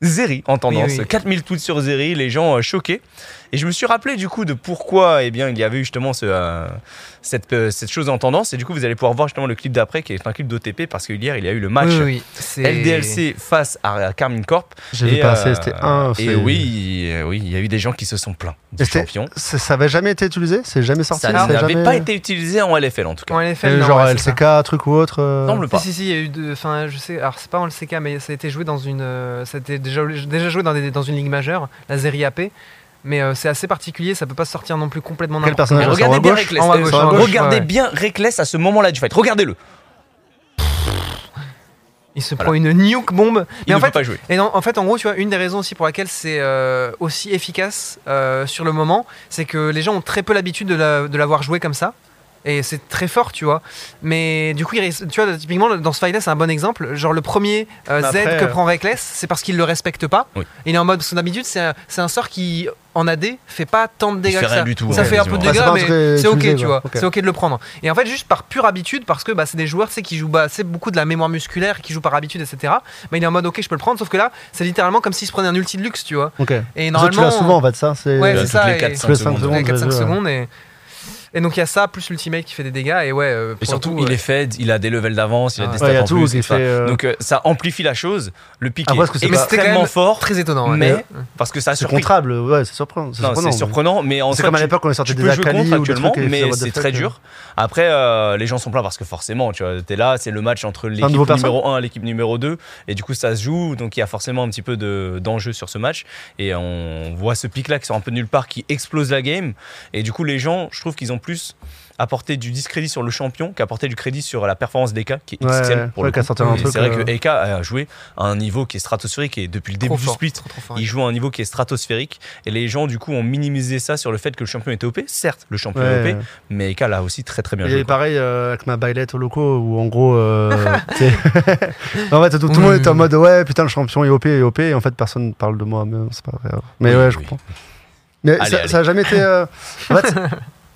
[SPEAKER 1] Zeri en tendance,
[SPEAKER 4] oui.
[SPEAKER 1] 4000 tweets sur Zeri, les gens euh, choqués. Et je me suis rappelé du coup de pourquoi eh bien, il y avait eu justement ce, euh, cette, euh, cette chose en tendance. Et du coup, vous allez pouvoir voir justement le clip d'après qui est un clip d'OTP parce que hier il y a eu le match
[SPEAKER 4] Oui, oui, c'est-
[SPEAKER 1] LDLC face à Carmine Corp.
[SPEAKER 2] J'ai
[SPEAKER 1] Et,
[SPEAKER 2] vu
[SPEAKER 1] euh,
[SPEAKER 2] passer. C'était un.
[SPEAKER 1] Et
[SPEAKER 2] c'est-
[SPEAKER 1] oui, euh, oui, il y a eu des gens qui se sont plaints du
[SPEAKER 2] Et c'était-
[SPEAKER 1] champion.
[SPEAKER 2] Ça ça avait jamais été utilisé C'est jamais sorti
[SPEAKER 1] Ça
[SPEAKER 2] c'est
[SPEAKER 1] n'avait
[SPEAKER 2] jamais-
[SPEAKER 1] pas été utilisé en LFL en tout cas.
[SPEAKER 4] En LFL,
[SPEAKER 2] Euh,
[SPEAKER 4] non,
[SPEAKER 2] Genre
[SPEAKER 4] ouais, c'est ça.
[SPEAKER 2] LCK, truc ou autre euh,
[SPEAKER 1] Semble pas.
[SPEAKER 4] Si, si, si, il y a eu deux. Enfin, je sais, alors c'est pas en LCK, mais ça a été joué dans une. euh, ça a été déjà, déjà joué dans, des- dans une ligue majeure, la Serie AP. Mais euh, c'est assez particulier, ça peut pas sortir non plus complètement
[SPEAKER 2] Quel
[SPEAKER 4] n'importe
[SPEAKER 1] Mais
[SPEAKER 2] personnage
[SPEAKER 1] regardez
[SPEAKER 2] à
[SPEAKER 1] bien
[SPEAKER 2] gauche
[SPEAKER 1] Reckless.
[SPEAKER 4] En bas à
[SPEAKER 1] euh,
[SPEAKER 4] gauche,
[SPEAKER 1] sur-
[SPEAKER 4] en bas à gauche,
[SPEAKER 1] regardez
[SPEAKER 4] ouais.
[SPEAKER 1] bien Reckless à ce moment-là du fight. Regardez-le.
[SPEAKER 4] quoi. Il se
[SPEAKER 1] Voilà.
[SPEAKER 4] prend une nuke bombe.
[SPEAKER 1] Il
[SPEAKER 4] Mais
[SPEAKER 1] ne
[SPEAKER 4] en
[SPEAKER 1] peut
[SPEAKER 4] fait,
[SPEAKER 1] pas jouer.
[SPEAKER 4] Et non, en fait, en gros, tu vois, une des raisons aussi pour laquelle c'est euh, aussi efficace euh, sur le moment, c'est que les gens ont très peu l'habitude de la- de l'avoir joué comme ça. Et c'est très fort, tu vois. Mais du coup, il res- tu vois, typiquement, dans ce fight-là, c'est un bon exemple. Genre, le premier euh, Z
[SPEAKER 2] Après,
[SPEAKER 4] que
[SPEAKER 2] euh,
[SPEAKER 4] prend Reckless, c'est parce qu'il le respecte pas.
[SPEAKER 1] Oui.
[SPEAKER 4] Il est en mode, son habitude, c'est un, c'est un sort qui, en AD, fait pas tant de dégâts
[SPEAKER 1] fait
[SPEAKER 4] que
[SPEAKER 1] rien
[SPEAKER 4] ça.
[SPEAKER 1] du tout,
[SPEAKER 4] ça
[SPEAKER 1] hein,
[SPEAKER 4] fait un peu de
[SPEAKER 1] quasiment.
[SPEAKER 4] dégâts,
[SPEAKER 2] Ah, c'est pas un
[SPEAKER 4] mais
[SPEAKER 2] truc
[SPEAKER 4] c'est ok,
[SPEAKER 2] utilisé,
[SPEAKER 4] tu
[SPEAKER 2] quoi.
[SPEAKER 4] vois.
[SPEAKER 2] Ok.
[SPEAKER 4] C'est ok de le prendre. Et en fait, juste par pure habitude, parce que bah, c'est des joueurs tu sais, qui jouent bah, c'est beaucoup de la mémoire musculaire, qui jouent par habitude, etc. Mais il est en mode ok, je peux le prendre. Sauf que là, c'est littéralement comme s'il se prenait un ulti de luxe, tu vois.
[SPEAKER 2] Ok. Les
[SPEAKER 4] Et
[SPEAKER 2] autres, tu
[SPEAKER 4] normalement.
[SPEAKER 2] l'as souvent en fait, ça. c'est-
[SPEAKER 4] Ouais,
[SPEAKER 1] Euh,
[SPEAKER 4] c'est
[SPEAKER 1] toutes
[SPEAKER 4] ça,
[SPEAKER 1] les
[SPEAKER 4] et-
[SPEAKER 1] 4-5
[SPEAKER 2] Tous les
[SPEAKER 1] secondes.
[SPEAKER 2] cinq
[SPEAKER 4] on
[SPEAKER 2] secondes.
[SPEAKER 4] a 4-5
[SPEAKER 2] ouais.
[SPEAKER 4] secondes. Et, et donc il y a ça, plus l'ultimate qui fait des dégâts. Et ouais, euh,
[SPEAKER 1] Et
[SPEAKER 4] pour
[SPEAKER 1] surtout,
[SPEAKER 4] le coup,
[SPEAKER 1] il
[SPEAKER 4] euh,
[SPEAKER 1] est fed, il a des levels d'avance, il a
[SPEAKER 4] Ah.
[SPEAKER 1] des stats
[SPEAKER 2] Ouais, il y a
[SPEAKER 1] en
[SPEAKER 2] tout
[SPEAKER 1] plus.
[SPEAKER 2] qui
[SPEAKER 1] et tout ça.
[SPEAKER 2] fait, euh,
[SPEAKER 1] Donc euh, ça amplifie la chose. Le pic
[SPEAKER 2] Après, est-ce que
[SPEAKER 1] est
[SPEAKER 2] c'est pas-
[SPEAKER 4] Mais c'était quand
[SPEAKER 1] extrêmement
[SPEAKER 4] même
[SPEAKER 1] fort
[SPEAKER 4] très étonnant. ouais.
[SPEAKER 1] Mais-
[SPEAKER 4] Ouais.
[SPEAKER 1] parce que ça a
[SPEAKER 2] C'est
[SPEAKER 1] surpris.
[SPEAKER 2] contrable, ouais, c'est surprenant. C'est
[SPEAKER 1] Non,
[SPEAKER 2] surprenant,
[SPEAKER 1] c'est
[SPEAKER 2] mais-
[SPEAKER 1] surprenant, mais en
[SPEAKER 2] C'est
[SPEAKER 1] soi,
[SPEAKER 2] comme à
[SPEAKER 1] tu-
[SPEAKER 2] l'époque quand on sortait
[SPEAKER 1] tu
[SPEAKER 2] des
[SPEAKER 1] peux jouer
[SPEAKER 2] Akali
[SPEAKER 1] contre
[SPEAKER 2] ou des
[SPEAKER 1] actuellement,
[SPEAKER 2] trucs et
[SPEAKER 1] mais
[SPEAKER 2] what the
[SPEAKER 1] c'est
[SPEAKER 2] fuck,
[SPEAKER 1] très
[SPEAKER 2] euh.
[SPEAKER 1] dur. Après, euh, les gens sont pleins parce que forcément, tu vois, t'es là, c'est le match entre l'équipe
[SPEAKER 2] nouveau perso
[SPEAKER 1] numéro 1 et l'équipe numéro 2, et du coup, ça se joue, donc il y a forcément un petit peu de- d'enjeu sur ce match, et on voit ce pic-là qui sort un peu de nulle part, qui explose la game, et du coup, les gens, je trouve qu'ils ont plus apporté du discrédit sur le champion qu'apporté du crédit sur la performance d'Eka, qui est XXL
[SPEAKER 2] Ouais,
[SPEAKER 1] pour
[SPEAKER 2] ouais,
[SPEAKER 1] le
[SPEAKER 2] qu'à
[SPEAKER 1] coup.
[SPEAKER 2] sortir un
[SPEAKER 1] Et
[SPEAKER 2] truc,
[SPEAKER 1] c'est vrai
[SPEAKER 2] euh,
[SPEAKER 1] que Eka a joué à un niveau qui est stratosphérique et depuis le début
[SPEAKER 4] Trop
[SPEAKER 1] du
[SPEAKER 4] fort,
[SPEAKER 1] split,
[SPEAKER 4] trop, trop fort.
[SPEAKER 1] il joue à un niveau qui est stratosphérique et les gens du coup ont minimisé ça sur le fait que le champion était OP. Certes, le champion
[SPEAKER 2] euh. Ouais.
[SPEAKER 1] est OP, mais Eka l'a aussi très très bien
[SPEAKER 2] Il y
[SPEAKER 1] joué.
[SPEAKER 2] avait pareil euh, avec ma bailette au loco où en gros. euh, t'sais, [laughs] en fait, tout, tout le
[SPEAKER 4] Oui,
[SPEAKER 2] monde
[SPEAKER 4] oui,
[SPEAKER 2] était en
[SPEAKER 4] oui.
[SPEAKER 2] mode ouais, putain, le champion est OP, est OP, et en fait, personne parle de moi, mais c'est pas grave. Mais
[SPEAKER 1] Oui,
[SPEAKER 2] ouais, je
[SPEAKER 1] oui.
[SPEAKER 2] comprends. Mais
[SPEAKER 1] Allez,
[SPEAKER 2] ça,
[SPEAKER 1] allez.
[SPEAKER 2] ça a jamais
[SPEAKER 1] [laughs]
[SPEAKER 2] été. euh, En fait,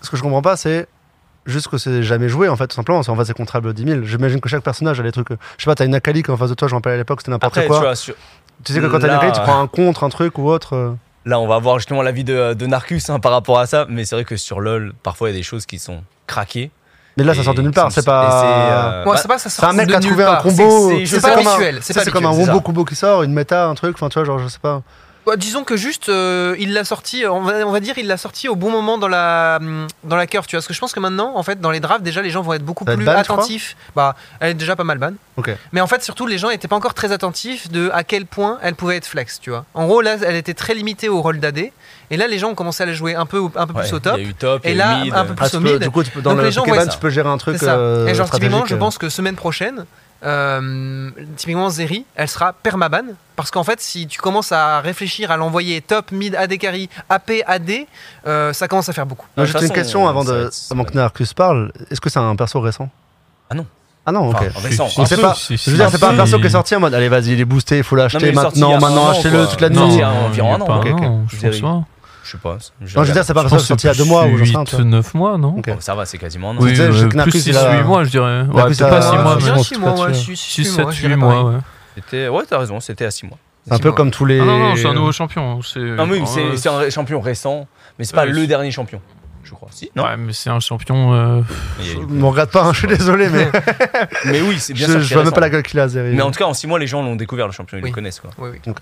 [SPEAKER 2] ce que je comprends pas, c'est juste que c'est jamais joué, en fait, tout simplement. C'est- En fait, c'est comptable 10 000. J'imagine que chaque personnage a des trucs. euh, Je sais pas, t'as une Akali qui est en face de toi, je me rappelle à l'époque, c'était n'importe
[SPEAKER 1] Après, tu
[SPEAKER 2] quoi. Tu,
[SPEAKER 1] vois, sur-
[SPEAKER 2] sais que quand t'as une
[SPEAKER 1] là,
[SPEAKER 2] Akali, tu
[SPEAKER 1] euh,
[SPEAKER 2] prends un contre, un truc ou autre. euh.
[SPEAKER 1] Là, on va voir justement l'avis de, de Narcus hein, par rapport à ça, mais c'est vrai que sur LoL, parfois il y a des choses qui sont craquées.
[SPEAKER 2] Mais là, ça
[SPEAKER 1] Et
[SPEAKER 2] sort de nulle
[SPEAKER 1] qui
[SPEAKER 2] part,
[SPEAKER 1] sont-
[SPEAKER 2] c'est pas.
[SPEAKER 1] et c'est, euh,
[SPEAKER 4] Moi,
[SPEAKER 1] bah,
[SPEAKER 4] c'est pas ça
[SPEAKER 2] C'est
[SPEAKER 4] sort
[SPEAKER 2] un mec
[SPEAKER 4] de
[SPEAKER 2] qui a
[SPEAKER 4] nulle
[SPEAKER 2] trouvé un
[SPEAKER 4] part. C'est-
[SPEAKER 2] combo.
[SPEAKER 4] c'est- C'est
[SPEAKER 1] pas
[SPEAKER 4] pas
[SPEAKER 2] comme un-
[SPEAKER 4] habituel. C'est
[SPEAKER 2] Ça,
[SPEAKER 4] pas
[SPEAKER 2] C'est comme un
[SPEAKER 1] habituel, c'est
[SPEAKER 2] wombo
[SPEAKER 1] ça.
[SPEAKER 2] combo qui sort, une méta, un truc, enfin, tu vois, genre, je sais pas.
[SPEAKER 4] Ouais, Bah, disons que juste, euh, il l'a sorti, on va, on va dire, il l'a sorti au bon moment dans la, hum, dans la curve, tu vois. Parce que je pense que maintenant, en fait, dans les drafts, déjà, les gens vont être beaucoup
[SPEAKER 2] Ça va être
[SPEAKER 4] plus
[SPEAKER 2] ban, tu
[SPEAKER 4] attentifs. Bah, elle est déjà pas mal ban.
[SPEAKER 2] Ok.
[SPEAKER 4] Mais en fait, surtout, les gens n'étaient pas encore très attentifs de à quel point elle pouvait être flex, tu vois. En gros, là, elle était très limitée au rôle d'AD. Et là, les gens ont commencé à la jouer un peu, au- un peu
[SPEAKER 1] ouais,
[SPEAKER 4] plus au top.
[SPEAKER 1] Il y a eu top,
[SPEAKER 4] Et
[SPEAKER 1] il y a eu
[SPEAKER 4] là,
[SPEAKER 1] mid,
[SPEAKER 4] un peu
[SPEAKER 1] euh,
[SPEAKER 4] plus
[SPEAKER 2] Ah, tu
[SPEAKER 4] au
[SPEAKER 2] peux-
[SPEAKER 4] mid.
[SPEAKER 2] Du coup, tu peux, dans
[SPEAKER 4] Donc,
[SPEAKER 2] le
[SPEAKER 4] les gens
[SPEAKER 2] Pokémon,
[SPEAKER 1] voient ça.
[SPEAKER 2] tu peux gérer un truc.
[SPEAKER 4] C'est ça.
[SPEAKER 2] euh,
[SPEAKER 4] et genre, typiquement,
[SPEAKER 2] stratégique,
[SPEAKER 4] je
[SPEAKER 2] euh.
[SPEAKER 4] pense que semaine prochaine, euh, typiquement Zeri, elle sera permaban. Parce qu'en fait, si tu commences à réfléchir à l'envoyer top, mid, AD carry, AP, AD, euh, ça commence à faire beaucoup.
[SPEAKER 2] Non,
[SPEAKER 1] De
[SPEAKER 2] juste
[SPEAKER 1] toute
[SPEAKER 2] une
[SPEAKER 1] façon,
[SPEAKER 2] question avant,
[SPEAKER 1] ça va
[SPEAKER 2] de,
[SPEAKER 1] être-
[SPEAKER 2] avant que Narcus parle. Est-ce que c'est un perso récent
[SPEAKER 1] Ah non.
[SPEAKER 2] Ah non, ok.
[SPEAKER 1] enfin, récent. hein,
[SPEAKER 2] On sait
[SPEAKER 3] Si,
[SPEAKER 2] pas.
[SPEAKER 3] Ah, si, si,
[SPEAKER 2] je veux dire,
[SPEAKER 3] si,
[SPEAKER 2] c'est pas un
[SPEAKER 3] si.
[SPEAKER 2] perso qui est sorti en mode allez, vas-y, il est boosté, il faut
[SPEAKER 1] Non, mais
[SPEAKER 2] l'acheter
[SPEAKER 1] il est sorti il y
[SPEAKER 2] maintenant,
[SPEAKER 1] a un
[SPEAKER 2] maintenant,
[SPEAKER 1] an,
[SPEAKER 2] achetez-le
[SPEAKER 1] quoi.
[SPEAKER 2] toute la nuit.
[SPEAKER 1] Non,
[SPEAKER 3] il
[SPEAKER 1] il
[SPEAKER 3] y
[SPEAKER 1] y
[SPEAKER 2] Non,
[SPEAKER 1] a environ un an,
[SPEAKER 3] pas
[SPEAKER 2] ok, ok.
[SPEAKER 3] an, je
[SPEAKER 1] Vous avez-
[SPEAKER 3] pense pas.
[SPEAKER 1] Je sais pas. Je
[SPEAKER 2] je veux dire,
[SPEAKER 1] regarde.
[SPEAKER 2] c'est pas un perso qui est sorti il y a deux mois ou j'en sais rien, tu vois.
[SPEAKER 3] 8, 9 mois, non
[SPEAKER 2] Ok.
[SPEAKER 1] Bon, ça va, c'est quasiment. non
[SPEAKER 3] Oui,
[SPEAKER 2] Tu sais,
[SPEAKER 3] euh,
[SPEAKER 2] je-
[SPEAKER 3] plus
[SPEAKER 2] Narcus,
[SPEAKER 3] 6,
[SPEAKER 2] il a-
[SPEAKER 3] 8 mois, je dirais. Ouais,
[SPEAKER 2] Narcus,
[SPEAKER 3] peut-être
[SPEAKER 2] il
[SPEAKER 4] Euh,
[SPEAKER 3] pas
[SPEAKER 2] a-
[SPEAKER 3] 6
[SPEAKER 2] Ah,
[SPEAKER 3] mois,
[SPEAKER 2] je
[SPEAKER 3] mais
[SPEAKER 2] pense
[SPEAKER 4] bien
[SPEAKER 2] que
[SPEAKER 4] 6 mois,
[SPEAKER 2] tu
[SPEAKER 4] ouais,
[SPEAKER 2] vois.
[SPEAKER 4] 6,
[SPEAKER 3] 6, 7, 8 mois, ouais.
[SPEAKER 1] C'était- Ouais, t'as raison, c'était à 6 mois.
[SPEAKER 2] C'est un peu comme tous les.
[SPEAKER 3] Ah non, non, c'est
[SPEAKER 2] [laughs]
[SPEAKER 3] un nouveau champion. c'est-
[SPEAKER 1] Non, mais Ah oui,
[SPEAKER 3] euh,
[SPEAKER 1] c'est c'est un ré- champion récent, mais c'est pas
[SPEAKER 3] Ouais,
[SPEAKER 1] le
[SPEAKER 3] c'est-
[SPEAKER 1] dernier champion, je crois. Si Non
[SPEAKER 3] Ouais, mais c'est un champion. euh,
[SPEAKER 1] Il y a eu-
[SPEAKER 2] On regarde pas,
[SPEAKER 1] [laughs]
[SPEAKER 2] hein, je suis désolé, mais
[SPEAKER 1] Mais oui, c'est
[SPEAKER 2] je
[SPEAKER 1] bien sûr.
[SPEAKER 2] je
[SPEAKER 1] qu'il est
[SPEAKER 2] vois même
[SPEAKER 1] récent.
[SPEAKER 2] pas la gueule qu'il a, Zeri.
[SPEAKER 1] Mais en tout cas, en 6 mois, les gens l'ont découvert, le champion, ils
[SPEAKER 4] Oui.
[SPEAKER 1] le connaissent. quoi.
[SPEAKER 4] Oui, oui.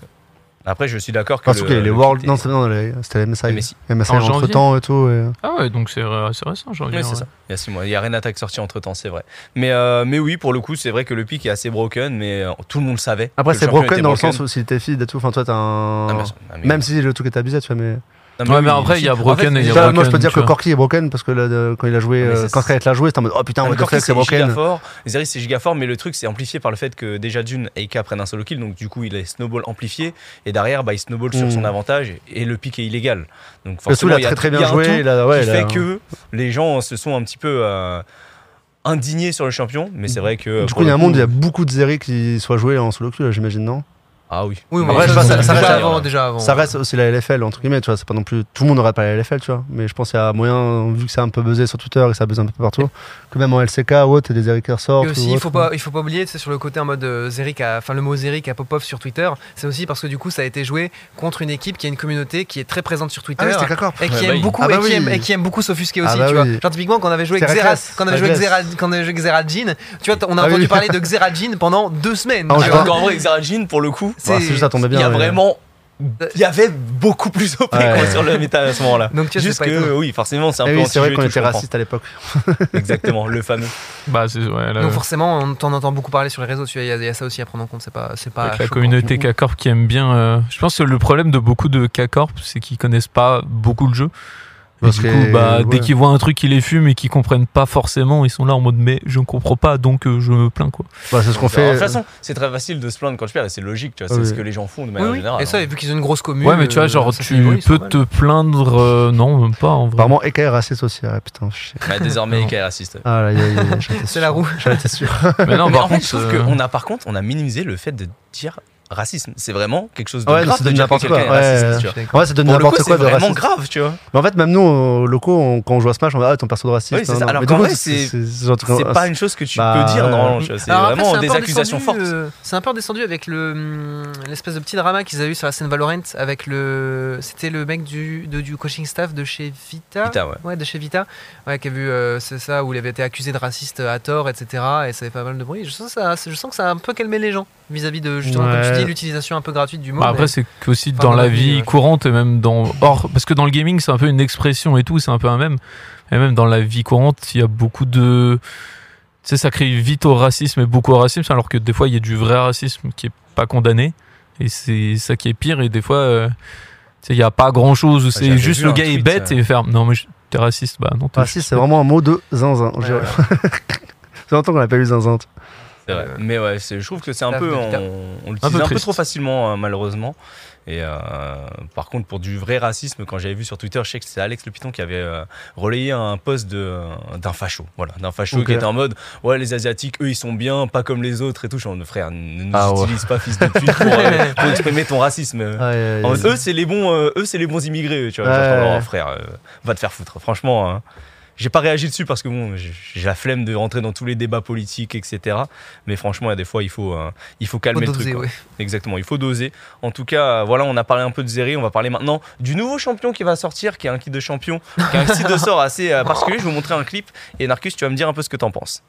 [SPEAKER 1] Après, je suis d'accord que.
[SPEAKER 2] Parce
[SPEAKER 1] le-
[SPEAKER 2] que les
[SPEAKER 1] le
[SPEAKER 2] World.
[SPEAKER 1] kit
[SPEAKER 2] Non,
[SPEAKER 1] est-
[SPEAKER 2] c'est- non, les- c'était les MSI.
[SPEAKER 1] MSI.
[SPEAKER 2] Les MSI
[SPEAKER 3] En
[SPEAKER 2] entre temps et tout. et-
[SPEAKER 3] Ah ouais, donc c'est euh, c'est récent, j'ai envie de
[SPEAKER 1] Oui,
[SPEAKER 3] dire,
[SPEAKER 1] c'est
[SPEAKER 3] ouais.
[SPEAKER 1] ça. Il y a six mois. Il y a Renata qui est sorti entre temps, c'est vrai. Mais, euh, mais oui, pour le coup, c'est vrai que le pic est assez broken, mais euh, tout le monde savait.
[SPEAKER 2] Après,
[SPEAKER 1] que le
[SPEAKER 2] c'est
[SPEAKER 1] champion
[SPEAKER 2] broken
[SPEAKER 1] était
[SPEAKER 2] dans le sens où s'il était feed et tout, enfin, toi, t'as
[SPEAKER 1] Ah,
[SPEAKER 2] un.
[SPEAKER 1] bien sûr. Ah, mais-
[SPEAKER 2] Même si le truc est abusé, tu vois, mais.
[SPEAKER 1] Non,
[SPEAKER 3] Ouais, mais
[SPEAKER 1] oui,
[SPEAKER 3] après, il y a
[SPEAKER 1] en fait,
[SPEAKER 3] broken et il y a
[SPEAKER 1] déjà,
[SPEAKER 2] Ça,
[SPEAKER 3] broken.
[SPEAKER 2] moi je peux dire
[SPEAKER 3] tu
[SPEAKER 2] que
[SPEAKER 3] vois.
[SPEAKER 2] Corky est broken parce que là, de- quand il a joué,
[SPEAKER 1] Ah, Mais
[SPEAKER 2] euh,
[SPEAKER 1] c'est-
[SPEAKER 2] quand Skynet l'a joué, c'était en mode oh putain,
[SPEAKER 1] Ah, mais
[SPEAKER 2] what the
[SPEAKER 1] Corki,
[SPEAKER 2] fuck, c'est broken.
[SPEAKER 1] giga fort. Zeri, c'est giga fort, mais le truc, c'est amplifié par le fait que déjà d'une, Eika prenne un solo kill, donc du coup, il est snowball amplifié, et derrière, bah, il snowball sur
[SPEAKER 2] Mm.
[SPEAKER 1] son avantage, et- et le pic est illégal. Donc,
[SPEAKER 2] Le Soul
[SPEAKER 1] forcément,
[SPEAKER 2] a
[SPEAKER 1] il y a
[SPEAKER 2] très très
[SPEAKER 1] il y
[SPEAKER 2] bien
[SPEAKER 1] a un tout
[SPEAKER 2] joué. Il a, ouais, hein.
[SPEAKER 1] qui
[SPEAKER 2] il a-
[SPEAKER 1] fait que les gens se sont un petit peu euh, indignés sur le champion, mais c'est vrai que.
[SPEAKER 2] Du
[SPEAKER 1] euh, pour
[SPEAKER 2] coup, il y
[SPEAKER 1] le
[SPEAKER 2] a un monde, il y a beaucoup de séries qui soient jouées en solo queue, j'imagine, non
[SPEAKER 1] Ah oui.
[SPEAKER 4] Oui, mais
[SPEAKER 2] Après,
[SPEAKER 4] ça,
[SPEAKER 2] je pense que
[SPEAKER 4] c'est
[SPEAKER 2] ça
[SPEAKER 4] déjà
[SPEAKER 2] reste-
[SPEAKER 4] avant, déjà avant.
[SPEAKER 2] Ça reste aussi la LFL, entre guillemets, tu vois, c'est pas non plus. Tout le monde n'aurait pas la LFL, tu vois, mais je pense qu'il y a moyen, vu que c'est un peu buzzé sur Twitter et que ça buzz un peu partout, que même en LCK ou autre, il y a des séries qui ressortent.
[SPEAKER 4] Et aussi,
[SPEAKER 2] ou
[SPEAKER 4] il
[SPEAKER 2] autre.
[SPEAKER 4] faut pas, il faut pas oublier, c'est sur le côté en mode euh, Zerik, a- enfin le mot Zerik à Popov sur Twitter, c'est aussi parce que du coup ça a été joué contre une équipe qui a une communauté qui est très présente sur Twitter.
[SPEAKER 2] Ah oui, c'était Kakor.
[SPEAKER 4] et qui
[SPEAKER 1] Ouais,
[SPEAKER 4] aime
[SPEAKER 1] bah oui.
[SPEAKER 4] beaucoup
[SPEAKER 2] Ah bah
[SPEAKER 4] et, qui
[SPEAKER 2] oui.
[SPEAKER 4] aime, et qui aime beaucoup s'offusquer
[SPEAKER 2] Ah
[SPEAKER 4] aussi
[SPEAKER 2] bah
[SPEAKER 4] tu
[SPEAKER 2] oui.
[SPEAKER 4] vois genre typiquement quand on avait joué
[SPEAKER 2] C'est la
[SPEAKER 4] Xera,
[SPEAKER 2] classe,
[SPEAKER 4] quand on
[SPEAKER 2] la
[SPEAKER 4] avait joué
[SPEAKER 2] classe.
[SPEAKER 4] Xera, quand on avait joué Xeratin, tu vois t- on a
[SPEAKER 2] Ah oui.
[SPEAKER 4] entendu parler de Xeratin pendant deux semaines
[SPEAKER 2] Ah,
[SPEAKER 4] tu
[SPEAKER 2] je
[SPEAKER 4] vois.
[SPEAKER 2] vois.
[SPEAKER 1] en vrai, Xeragine, pour le coup,
[SPEAKER 2] Ouais, c'est juste, ça tombait bien.
[SPEAKER 1] Il y a
[SPEAKER 2] mais-
[SPEAKER 1] vraiment. Il y avait beaucoup plus OP quoi, [laughs]
[SPEAKER 2] Ouais.
[SPEAKER 1] sur le méta à ce moment-là.
[SPEAKER 4] donc tu vois,
[SPEAKER 1] Juste
[SPEAKER 4] c'est pas
[SPEAKER 1] que,
[SPEAKER 4] étonnant.
[SPEAKER 1] oui, forcément, c'est un
[SPEAKER 2] Eh
[SPEAKER 1] peu
[SPEAKER 2] oui, c'est
[SPEAKER 1] anti-jeu
[SPEAKER 2] vrai
[SPEAKER 1] et
[SPEAKER 2] qu'on
[SPEAKER 1] tout,
[SPEAKER 2] était
[SPEAKER 1] je comprends.
[SPEAKER 2] raciste à l'époque.
[SPEAKER 1] Exactement, le fameux.
[SPEAKER 3] Bah, c'est. Ouais, là,
[SPEAKER 4] donc forcément on t'en entend beaucoup parler sur les réseaux tu vois, il y, a- il y a ça aussi à prendre en compte c'est pas c'est pas
[SPEAKER 3] Avec la
[SPEAKER 4] choquant.
[SPEAKER 3] communauté K-Corp qui aime bien. euh, je pense que le problème de beaucoup de K-Corp, c'est qu'ils connaissent pas beaucoup le jeu. Et
[SPEAKER 2] Parce
[SPEAKER 3] du
[SPEAKER 2] que,
[SPEAKER 3] coup, bah,
[SPEAKER 2] ouais.
[SPEAKER 3] dès qu'ils voient un truc qui les fume et qu'ils comprennent pas forcément, ils sont là en mode mais je ne comprends pas donc euh, je me plains quoi.
[SPEAKER 2] Bah, c'est ce qu'on
[SPEAKER 1] Alors,
[SPEAKER 2] fait.
[SPEAKER 1] De toute façon, c'est très facile de se plaindre quand tu perds et c'est logique, tu vois, c'est
[SPEAKER 2] Oui.
[SPEAKER 1] ce que les gens font de
[SPEAKER 4] oui,
[SPEAKER 1] manière
[SPEAKER 4] oui.
[SPEAKER 1] générale.
[SPEAKER 4] et ça
[SPEAKER 1] hein.
[SPEAKER 4] et vu qu'ils ont une grosse commune
[SPEAKER 3] ouais, mais tu vois,
[SPEAKER 4] euh,
[SPEAKER 3] genre
[SPEAKER 4] ça fait
[SPEAKER 3] tu
[SPEAKER 4] une bruit, ils
[SPEAKER 3] peux
[SPEAKER 4] sont
[SPEAKER 3] te plaindre. euh, non, même pas en vrai.
[SPEAKER 2] Apparemment, EK est raciste aussi, ah, putain, shit.
[SPEAKER 1] Bah, désormais, Eka est raciste.
[SPEAKER 2] Ah là, y a- y a- y a- j'en étais
[SPEAKER 4] C'est la
[SPEAKER 2] sûr.
[SPEAKER 4] roue.
[SPEAKER 2] J'en étais sûr.
[SPEAKER 3] Mais non,
[SPEAKER 1] Mais
[SPEAKER 3] par
[SPEAKER 1] en fait,
[SPEAKER 3] contre,
[SPEAKER 1] je trouve
[SPEAKER 3] euh,
[SPEAKER 1] qu'on a, par contre, on a minimisé le fait de dire racisme. C'est vraiment quelque chose de
[SPEAKER 2] Ouais,
[SPEAKER 1] grave
[SPEAKER 2] c'est
[SPEAKER 1] de
[SPEAKER 2] devenu
[SPEAKER 1] dire que
[SPEAKER 2] n'importe
[SPEAKER 1] quelqu'un est
[SPEAKER 2] quoi, ouais.
[SPEAKER 1] raciste, tu vois.
[SPEAKER 4] mal.
[SPEAKER 2] Ouais, ça donne
[SPEAKER 1] Pour le coup,
[SPEAKER 2] n'importe
[SPEAKER 1] c'est
[SPEAKER 2] quoi de
[SPEAKER 1] vraiment
[SPEAKER 2] raciste.
[SPEAKER 1] grave, tu vois.
[SPEAKER 2] Mais en fait, même nous, aux locaux, on- quand on joue à Smash, on va ah, ton perso de raciste.
[SPEAKER 1] Oui, c'est
[SPEAKER 2] non,
[SPEAKER 1] ça.
[SPEAKER 2] non.
[SPEAKER 1] Alors
[SPEAKER 2] Mais
[SPEAKER 1] qu'en
[SPEAKER 2] du coup,
[SPEAKER 1] vrai, c'est- C'est pas une chose que tu
[SPEAKER 2] Bah,
[SPEAKER 1] peux dire
[SPEAKER 2] ouais.
[SPEAKER 1] normalement, tu vois. C'est
[SPEAKER 4] Alors après,
[SPEAKER 1] vraiment
[SPEAKER 4] un
[SPEAKER 1] des
[SPEAKER 4] peu
[SPEAKER 1] accusations
[SPEAKER 4] redescendu,
[SPEAKER 1] fortes.
[SPEAKER 4] euh, c'est un peu redescendu avec le hum, l'espèce de petit drama qu'ils avaient eu sur la scène Valorant avec le c'était le mec du de- du coaching staff de chez Vita.
[SPEAKER 1] Putain, ouais.
[SPEAKER 4] Ouais, de chez Vita, ouais, qui a vu, euh, c'est ça, où il avait été accusé de raciste euh, à tort, etc. Et ça avait pas mal de bruit. Je sens, que ça, je sens que ça a un peu calmé les gens vis-à-vis de, justement, comme
[SPEAKER 2] Ouais.
[SPEAKER 4] tu dis, l'utilisation un peu gratuite du mot.
[SPEAKER 3] Bah, après,
[SPEAKER 4] mais-
[SPEAKER 3] c'est qu'aussi
[SPEAKER 4] Enfin,
[SPEAKER 3] dans
[SPEAKER 4] dans
[SPEAKER 3] la
[SPEAKER 4] la vie,
[SPEAKER 3] vie
[SPEAKER 4] ouais.
[SPEAKER 3] courante et même dans. Or, parce que dans le gaming, c'est un peu une expression et tout, c'est un peu un même. Et même dans la vie courante, il y a beaucoup de. Tu sais, ça crée vite au racisme et beaucoup au racisme, alors que des fois, il y a du vrai racisme qui est pas condamné. Et c'est ça qui est pire. Et des fois, euh, tu sais, il n'y a pas grand chose.
[SPEAKER 1] j'avais
[SPEAKER 3] C'est juste
[SPEAKER 1] vu
[SPEAKER 3] le
[SPEAKER 1] un
[SPEAKER 3] gars est
[SPEAKER 1] tweet,
[SPEAKER 3] bête
[SPEAKER 1] euh.
[SPEAKER 3] et ferme. Non, mais je- T'es raciste, bah non. t'es
[SPEAKER 2] Ah si,
[SPEAKER 3] juste-
[SPEAKER 2] c'est vraiment un mot de zinzin. je dirais. [laughs] Ça fait longtemps qu'on l'appelle zinzin.
[SPEAKER 1] C'est vrai. Mais ouais, c'est- je trouve que c'est un
[SPEAKER 4] Staff
[SPEAKER 1] peu.
[SPEAKER 4] de
[SPEAKER 1] On,
[SPEAKER 4] Peter.
[SPEAKER 1] on l'utilise un, peu
[SPEAKER 3] triste.
[SPEAKER 1] trop facilement, hein, malheureusement. Et euh, par contre, pour du vrai racisme, quand j'avais vu sur Twitter, je sais que c'est Alex Le Piton qui avait euh, relayé un post de- euh, d'un facho. Voilà, d'un facho
[SPEAKER 2] Ok.
[SPEAKER 1] qui était en mode Ouais, les Asiatiques, eux, ils sont bien, pas comme les autres et tout. Je suis en mode, frère, ne nous
[SPEAKER 2] Ah ouais.
[SPEAKER 1] utilise pas, fils de pute, pour, euh, pour exprimer ton racisme. En mode, eux, c'est les bons, euh, eux, c'est les bons immigrés, eux, tu vois. Genre,
[SPEAKER 2] Ouais,
[SPEAKER 1] je suis en mode,
[SPEAKER 2] ouais.
[SPEAKER 1] Oh, frère, euh, va te faire foutre. Franchement, hein. j'ai pas réagi dessus parce que bon, j'ai j'ai la flemme de rentrer dans tous les débats politiques, etc. Mais franchement, il y a des fois, il faut, euh, il faut calmer
[SPEAKER 4] Faut
[SPEAKER 1] le
[SPEAKER 4] doser,
[SPEAKER 1] truc. quoi.
[SPEAKER 4] ouais.
[SPEAKER 1] Exactement, il faut doser. En tout cas, euh, voilà, on a parlé un peu de Zeri. On va parler maintenant du nouveau champion qui va sortir, qui est un kit de champion, qui a un kit de sort assez euh, particulier. Je vais vous montrer un clip et Narcus, tu vas me dire un peu ce que t'en penses.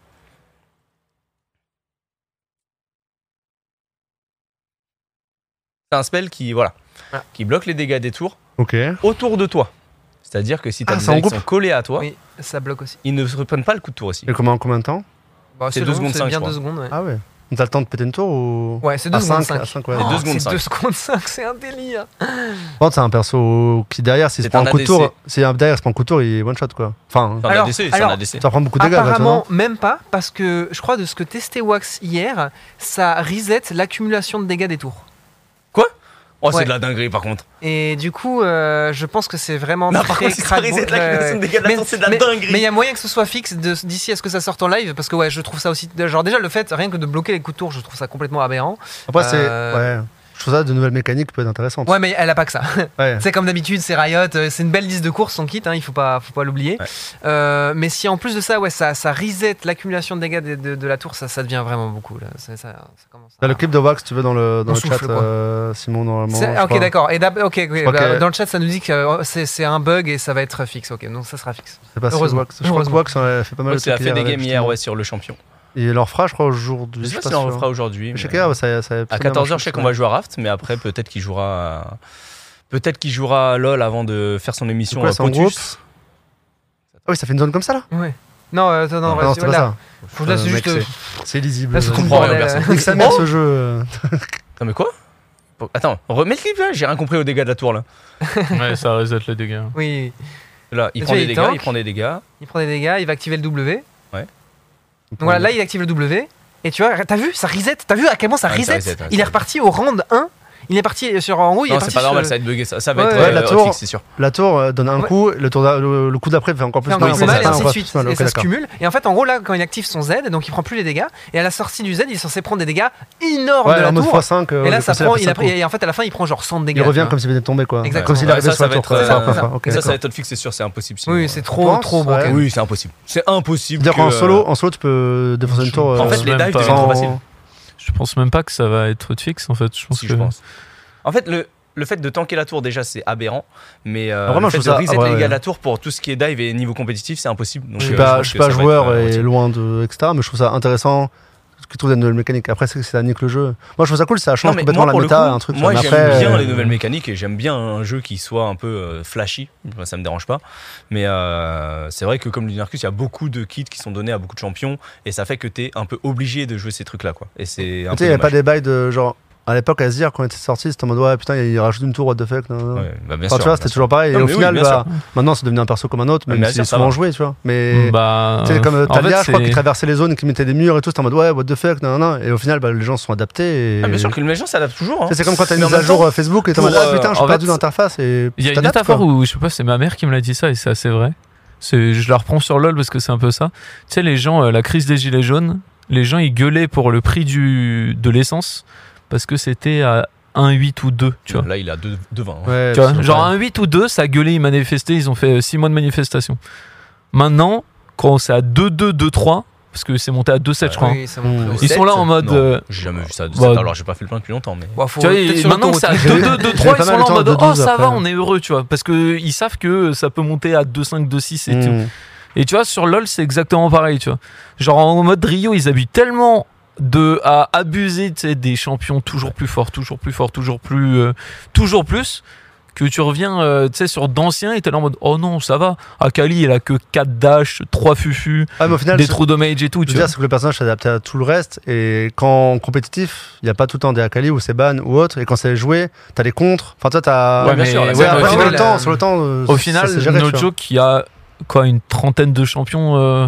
[SPEAKER 1] C'est un spell qui, voilà,
[SPEAKER 4] Ah.
[SPEAKER 1] qui bloque les dégâts des tours
[SPEAKER 2] Ok.
[SPEAKER 1] autour de toi. C'est-à-dire que si t'as
[SPEAKER 2] Ah,
[SPEAKER 1] des
[SPEAKER 2] c'est en
[SPEAKER 1] alliés qui sont
[SPEAKER 2] groupe
[SPEAKER 1] collés à toi,
[SPEAKER 4] Oui, ça bloque aussi.
[SPEAKER 1] ils ne se reprennent pas le coup de tour aussi.
[SPEAKER 2] Et comment, en combien de temps
[SPEAKER 4] Bah,
[SPEAKER 1] C'est deux
[SPEAKER 4] long,
[SPEAKER 1] secondes
[SPEAKER 4] c'est
[SPEAKER 1] cinq,
[SPEAKER 4] bien
[SPEAKER 1] je crois.
[SPEAKER 4] 2 secondes, ouais.
[SPEAKER 2] Ah ouais. T'as le temps de péter une tour ou
[SPEAKER 4] Ouais, c'est
[SPEAKER 2] À
[SPEAKER 4] 2 secondes
[SPEAKER 2] cinq,
[SPEAKER 4] 5.
[SPEAKER 2] à cinq, ouais.
[SPEAKER 1] Et deux secondes
[SPEAKER 4] c'est
[SPEAKER 1] cinq.
[SPEAKER 4] 2 secondes 5, c'est un délire.
[SPEAKER 2] Bon, c'est un perso qui derrière, s'il se
[SPEAKER 1] C'est
[SPEAKER 2] prend
[SPEAKER 1] un
[SPEAKER 2] un coup de tour,
[SPEAKER 1] ADC.
[SPEAKER 2] si derrière il se prend un coup de tour, il est one shot quoi. Enfin,
[SPEAKER 1] C'est un
[SPEAKER 4] Alors-
[SPEAKER 1] ADC, c'est un
[SPEAKER 4] alors-
[SPEAKER 1] ADC.
[SPEAKER 2] ça prend beaucoup de dégâts. quoi,
[SPEAKER 4] Apparemment,
[SPEAKER 2] toi,
[SPEAKER 4] même pas, parce que je crois de ce que testait Wax hier, ça reset l'accumulation de dégâts des tours.
[SPEAKER 1] Oh, c'est
[SPEAKER 4] Ouais.
[SPEAKER 1] de la dinguerie par contre.
[SPEAKER 4] Et du coup, euh, je pense que c'est vraiment
[SPEAKER 1] Non,
[SPEAKER 4] très
[SPEAKER 1] par contre, si ça
[SPEAKER 4] crade- euh,
[SPEAKER 1] reset
[SPEAKER 4] ouais, ouais.
[SPEAKER 1] l'accumulation de dégâts de la tour, c'est de la dinguerie.
[SPEAKER 4] Mais il y a moyen que ce soit fixe de- d'ici à ce que ça sorte en live, parce que ouais, je trouve ça aussi. Genre, déjà, le fait, rien que de bloquer les coups de tour, je trouve ça complètement aberrant.
[SPEAKER 2] non Après,
[SPEAKER 4] euh,
[SPEAKER 2] c'est. Ouais. Je trouve ça de nouvelles mécaniques peut être intéressantes.
[SPEAKER 4] Ouais, mais elle a pas que ça.
[SPEAKER 2] Ouais.
[SPEAKER 4] C'est comme d'habitude, c'est Riot, euh, c'est une belle liste de courses, son kit, hein, il faut pas, faut pas l'oublier.
[SPEAKER 1] Ouais.
[SPEAKER 4] Euh, mais si en plus de ça, ouais, ça, ça reset l'accumulation de dégâts de, de- de la tour, ça, ça devient vraiment beaucoup. Là. Ça, ça- ça commence à-
[SPEAKER 2] T'as le clip de Wax, tu veux, dans le, dans
[SPEAKER 4] On
[SPEAKER 2] le
[SPEAKER 4] souffle,
[SPEAKER 2] chat,
[SPEAKER 4] quoi.
[SPEAKER 2] euh, Simon, normalement.
[SPEAKER 4] C'est-
[SPEAKER 2] je
[SPEAKER 4] ah, ok,
[SPEAKER 2] crois.
[SPEAKER 4] d'accord. Et d'ab- ok, ok,
[SPEAKER 2] crois
[SPEAKER 4] bah,
[SPEAKER 2] que-
[SPEAKER 4] Dans le chat, ça nous dit que euh, c'est c'est un bug et ça va être fixe. Ok, donc ça sera fixe.
[SPEAKER 2] C'est pas si
[SPEAKER 4] Heureusement.
[SPEAKER 2] Wax. Je crois que
[SPEAKER 4] Heureusement.
[SPEAKER 2] Wax en a fait pas mal de
[SPEAKER 1] Fox, il a
[SPEAKER 2] trucs
[SPEAKER 1] fait des games hier
[SPEAKER 2] justement.
[SPEAKER 1] ouais, sur le champion.
[SPEAKER 2] Et leur fera, je crois,
[SPEAKER 1] Je
[SPEAKER 2] aujourd'hui.
[SPEAKER 1] sais pas
[SPEAKER 2] suis
[SPEAKER 1] si on
[SPEAKER 2] sûr.
[SPEAKER 1] le fera aujourd'hui.
[SPEAKER 2] Je sais
[SPEAKER 1] mais-
[SPEAKER 2] que là, ça, ça
[SPEAKER 1] À 14h, je sais qu'on va jouer à Raft, mais après, peut-être qu'il jouera. à- Peut-être qu'il jouera à LoL avant de faire son émission
[SPEAKER 2] Quoi,
[SPEAKER 1] à
[SPEAKER 2] c'est en groupe
[SPEAKER 1] Pontus.
[SPEAKER 2] Ah oui, ça fait une zone comme ça là
[SPEAKER 4] Ouais. Non, euh, attends, non,
[SPEAKER 2] Ah
[SPEAKER 4] ouais,
[SPEAKER 2] non,
[SPEAKER 4] c'est-
[SPEAKER 2] c'est pas
[SPEAKER 4] là,
[SPEAKER 2] ça.
[SPEAKER 4] faut- là,
[SPEAKER 2] Euh,
[SPEAKER 4] c'est
[SPEAKER 2] mec,
[SPEAKER 4] juste. euh,
[SPEAKER 2] C'est lisible.
[SPEAKER 4] Là, c'est
[SPEAKER 2] Je
[SPEAKER 4] qu'on
[SPEAKER 1] comprends
[SPEAKER 4] prend
[SPEAKER 1] rien,
[SPEAKER 4] la-
[SPEAKER 1] personne.
[SPEAKER 4] la-
[SPEAKER 2] Nique sa mère, ce jeu. euh.
[SPEAKER 1] Non, mais quoi Attends, remets le clip là, j'ai rien compris au dégâts de la tour là.
[SPEAKER 3] [laughs] Ouais, ça reset les dégâts.
[SPEAKER 4] Oui,
[SPEAKER 1] Là, il
[SPEAKER 4] Et
[SPEAKER 1] prend
[SPEAKER 4] tu
[SPEAKER 1] des
[SPEAKER 4] vois, il
[SPEAKER 1] dégâts, il
[SPEAKER 4] tank.
[SPEAKER 1] prend des dégâts.
[SPEAKER 4] il prend des dégâts, il va activer le W. Donc voilà, là il active le W et tu vois, t'as vu, ça reset, t'as vu à quel point ça
[SPEAKER 1] Ouais, ça
[SPEAKER 4] reset,
[SPEAKER 1] reset, ouais,
[SPEAKER 4] Il
[SPEAKER 1] ça
[SPEAKER 4] est reparti au round 1, il est parti sur en haut, il est
[SPEAKER 1] Non,
[SPEAKER 4] parti
[SPEAKER 1] c'est pas
[SPEAKER 4] sur
[SPEAKER 1] normal,
[SPEAKER 4] le-
[SPEAKER 1] ça va être bugué ça. Ça va
[SPEAKER 4] Ouais,
[SPEAKER 1] être
[SPEAKER 4] ouais,
[SPEAKER 1] euh,
[SPEAKER 2] la
[SPEAKER 1] hotfix,
[SPEAKER 2] tour.
[SPEAKER 1] c'est sûr.
[SPEAKER 2] La tour euh, donne un
[SPEAKER 4] Ouais.
[SPEAKER 2] coup, le, tour d'a- le, le coup d'après fait encore plus
[SPEAKER 4] fait encore
[SPEAKER 1] Oui,
[SPEAKER 4] plus
[SPEAKER 1] c'est
[SPEAKER 4] mal, et
[SPEAKER 1] ça,
[SPEAKER 4] ainsi
[SPEAKER 1] on
[SPEAKER 4] de suite,
[SPEAKER 2] Ok,
[SPEAKER 4] et ça se
[SPEAKER 2] d'accord.
[SPEAKER 4] cumule. Et en fait, en gros, là, quand il active son Z, donc il prend plus les dégâts, et à la sortie du Z, il est censé prendre des dégâts énormes
[SPEAKER 2] Ouais,
[SPEAKER 4] de la
[SPEAKER 2] en mode
[SPEAKER 4] tour.
[SPEAKER 2] x5. euh,
[SPEAKER 4] et là,
[SPEAKER 2] le
[SPEAKER 4] ça
[SPEAKER 2] passé,
[SPEAKER 4] prend,
[SPEAKER 2] après,
[SPEAKER 4] il a
[SPEAKER 2] ça
[SPEAKER 4] pris-
[SPEAKER 2] court.
[SPEAKER 4] et en fait, à la fin, il prend genre 100 de dégâts.
[SPEAKER 2] Il revient
[SPEAKER 4] tu vois.
[SPEAKER 2] comme s'il venait de tomber quoi.
[SPEAKER 4] Exactement.
[SPEAKER 2] Comme s'il
[SPEAKER 1] Ouais,
[SPEAKER 2] arrivait
[SPEAKER 1] hein. ça,
[SPEAKER 2] sur
[SPEAKER 1] ça
[SPEAKER 2] la
[SPEAKER 1] va
[SPEAKER 2] tour.
[SPEAKER 1] être,
[SPEAKER 2] quoi.
[SPEAKER 1] euh,
[SPEAKER 2] C'est la première
[SPEAKER 4] ça.
[SPEAKER 2] fois. Ok,
[SPEAKER 1] ça, ça va
[SPEAKER 2] d'accord.
[SPEAKER 1] être hotfix, c'est sûr, c'est impossible. sinon,
[SPEAKER 4] Oui,
[SPEAKER 1] euh,
[SPEAKER 4] c'est
[SPEAKER 2] Je
[SPEAKER 4] trop,
[SPEAKER 2] pense,
[SPEAKER 4] trop bon.
[SPEAKER 2] ouais.
[SPEAKER 1] Oui, c'est impossible. C'est impossible.
[SPEAKER 2] C'est-à-dire
[SPEAKER 1] que,
[SPEAKER 2] qu'en
[SPEAKER 1] euh,
[SPEAKER 2] solo, en solo, tu peux défoncer une tour.
[SPEAKER 1] En
[SPEAKER 2] euh,
[SPEAKER 1] fait, les
[SPEAKER 3] même
[SPEAKER 1] dives
[SPEAKER 3] pas.
[SPEAKER 1] deviennent trop
[SPEAKER 2] sans-
[SPEAKER 1] faciles.
[SPEAKER 3] Je pense même pas que ça va être fixe en fait. Je pense
[SPEAKER 1] Si,
[SPEAKER 3] que
[SPEAKER 1] je pense. En fait, le. Le fait de tanker la tour, déjà, c'est aberrant. Mais euh,
[SPEAKER 2] Ah, vraiment,
[SPEAKER 1] le fait
[SPEAKER 2] je
[SPEAKER 1] de
[SPEAKER 2] trouve ça-
[SPEAKER 1] reset
[SPEAKER 2] ah,
[SPEAKER 1] les
[SPEAKER 2] ouais,
[SPEAKER 1] dégâts
[SPEAKER 2] ouais.
[SPEAKER 1] de la tour pour tout ce qui est dive et niveau compétitif, c'est impossible. Donc,
[SPEAKER 2] Je
[SPEAKER 1] euh,
[SPEAKER 2] suis pas,
[SPEAKER 1] pense
[SPEAKER 2] je suis
[SPEAKER 1] que
[SPEAKER 2] pas
[SPEAKER 1] ça va
[SPEAKER 2] joueur
[SPEAKER 1] être, euh,
[SPEAKER 2] et
[SPEAKER 1] hotfix.
[SPEAKER 2] loin de etc. Mais je trouve ça intéressant ce que tu trouves des nouvelles mécaniques. Après, c'est que ça nique le jeu. Moi, je trouve ça cool, ça change
[SPEAKER 1] Non, mais
[SPEAKER 2] complètement
[SPEAKER 1] moi, pour
[SPEAKER 2] la
[SPEAKER 1] le
[SPEAKER 2] méta,
[SPEAKER 1] coup,
[SPEAKER 2] un truc.
[SPEAKER 1] Moi,
[SPEAKER 2] mais
[SPEAKER 1] j'aime
[SPEAKER 2] après,
[SPEAKER 1] bien
[SPEAKER 2] euh,
[SPEAKER 1] les nouvelles mécaniques et j'aime bien un jeu qui soit un peu euh, flashy. Moi, Ça me dérange pas. Mais euh, c'est vrai que, comme le dit Narcus, il y a beaucoup de kits qui sont donnés à beaucoup de champions et ça fait que tu es un peu obligé de jouer ces trucs-là. quoi. Et c'est un
[SPEAKER 2] Tu sais,
[SPEAKER 1] peu.
[SPEAKER 2] il n'y a pas
[SPEAKER 1] dommage.
[SPEAKER 2] des bails de genre. À l'époque, à se dire, quand on était sorti, c'était en mode ouais, putain, il rajoute une tour, what the fuck. nan, nan, nan.
[SPEAKER 1] Ouais, bah, bien
[SPEAKER 2] Enfin,
[SPEAKER 1] sûr,
[SPEAKER 2] tu vois,
[SPEAKER 1] bien
[SPEAKER 2] c'était
[SPEAKER 1] sûr.
[SPEAKER 2] toujours pareil.
[SPEAKER 1] Non,
[SPEAKER 2] et au
[SPEAKER 1] mais oui,
[SPEAKER 2] final,
[SPEAKER 1] bien
[SPEAKER 2] bah, maintenant, c'est devenu un perso comme un autre,
[SPEAKER 1] Mais
[SPEAKER 2] même
[SPEAKER 1] bien
[SPEAKER 2] si
[SPEAKER 1] sûr,
[SPEAKER 2] c'est
[SPEAKER 1] ça
[SPEAKER 2] souvent
[SPEAKER 1] va.
[SPEAKER 2] joué, tu vois. Mais
[SPEAKER 3] Bah,
[SPEAKER 2] tu sais, comme euh,
[SPEAKER 3] en
[SPEAKER 2] Talia,
[SPEAKER 3] fait,
[SPEAKER 2] je crois, qui
[SPEAKER 3] c'est-
[SPEAKER 2] traversait les zones, qui mettait des murs et tout, c'était en mode ouais, what the fuck, nan, nan, nan. Et au final, bah, les gens se sont adaptés. Et...
[SPEAKER 1] Ah, bien sûr que les gens s'adaptent toujours. hein.
[SPEAKER 2] Tu sais, C'est comme quand t'as une
[SPEAKER 1] Mais en
[SPEAKER 2] mise à
[SPEAKER 1] même
[SPEAKER 2] jour
[SPEAKER 1] temps,
[SPEAKER 2] euh, Facebook et t'es en
[SPEAKER 1] pour,
[SPEAKER 2] mode ah
[SPEAKER 1] euh,
[SPEAKER 2] putain,
[SPEAKER 3] en
[SPEAKER 2] j'ai
[SPEAKER 3] fait,
[SPEAKER 2] perdu l'interface. et
[SPEAKER 3] Il y a une
[SPEAKER 2] t'adaptes,
[SPEAKER 3] métaphore
[SPEAKER 2] quoi.
[SPEAKER 3] où, je sais pas, c'est ma mère qui me l'a dit ça, et ça, c'est vrai. C'est, je la reprends sur LOL parce que c'est un peu ça. Tu sais, les gens, euh, la crise des gilets jaunes, les gens, ils gueulaient pour le prix du, de l'essence parce que c'était à 1,8 ou 2, tu vois.
[SPEAKER 1] Là, il a 2 devant.
[SPEAKER 2] Ouais,
[SPEAKER 3] Tu vois,
[SPEAKER 2] c'est
[SPEAKER 3] genre
[SPEAKER 2] vrai.
[SPEAKER 3] un 8 ou 2, ça a gueulé, ils manifestaient, ils ont fait 6 mois de manifestation. Maintenant, quand c'est à 2, 2, 2, 3, parce que c'est monté à 2, 7, je crois. hein.
[SPEAKER 4] Oui, ça monte
[SPEAKER 2] Mmh.
[SPEAKER 4] plus haut.
[SPEAKER 3] Ils sont là en mode,
[SPEAKER 1] Non,
[SPEAKER 3] euh,
[SPEAKER 1] J'ai jamais vu ça. de
[SPEAKER 3] bah,
[SPEAKER 1] sept. Alors, j'ai pas fait le plein depuis longtemps, mais.
[SPEAKER 4] Bon, faut
[SPEAKER 3] Tu vois,
[SPEAKER 4] peut-être
[SPEAKER 3] et
[SPEAKER 4] sur
[SPEAKER 3] maintenant que
[SPEAKER 4] l'autoroute.
[SPEAKER 3] c'est à 2,
[SPEAKER 2] [laughs]
[SPEAKER 3] 2, 2, 3,
[SPEAKER 2] J'ai
[SPEAKER 3] ils
[SPEAKER 2] pas
[SPEAKER 3] sont
[SPEAKER 2] mal
[SPEAKER 3] là en
[SPEAKER 2] le temps
[SPEAKER 3] mode,
[SPEAKER 2] de
[SPEAKER 3] oh,
[SPEAKER 2] 12
[SPEAKER 3] ça va,
[SPEAKER 2] après. hein.
[SPEAKER 3] on est heureux, tu vois. Parce que ils savent que ça peut monter à 2, 5, 2, 6 et tout.
[SPEAKER 2] Mm.
[SPEAKER 3] Et tu vois, sur LoL, c'est exactement pareil, tu vois. Genre, en mode Rio, ils habillent tellement de à abuser tu sais, des champions toujours plus forts, toujours plus forts, toujours plus, euh, toujours plus, que tu reviens, euh, tu sais, sur d'anciens et t'es là en mode, oh non, ça va. Akali, elle a que 4 dash, 3 fufu,
[SPEAKER 2] Ouais, Ah, mais au final,
[SPEAKER 3] des
[SPEAKER 2] ce-
[SPEAKER 3] trous damage et tout,
[SPEAKER 2] Je
[SPEAKER 3] tu
[SPEAKER 2] veux
[SPEAKER 3] vois.
[SPEAKER 2] dire, c'est que le personnage s'adapte à tout le reste. Et quand en compétitif, il n'y a pas tout le temps des Akali ou c'est ban ou autre. Et quand c'est joué, t'as les contres. Enfin, toi, t'as.
[SPEAKER 1] Ouais, bien sûr,
[SPEAKER 2] Ouais,
[SPEAKER 1] ouais,
[SPEAKER 2] après,
[SPEAKER 3] au
[SPEAKER 2] sur
[SPEAKER 3] final,
[SPEAKER 2] le
[SPEAKER 4] euh,
[SPEAKER 2] temps, sur le temps. euh, ça
[SPEAKER 3] au final
[SPEAKER 2] s'est géré, tu
[SPEAKER 3] no
[SPEAKER 2] vois.
[SPEAKER 3] joke, il y a quoi une trentaine de champions euh,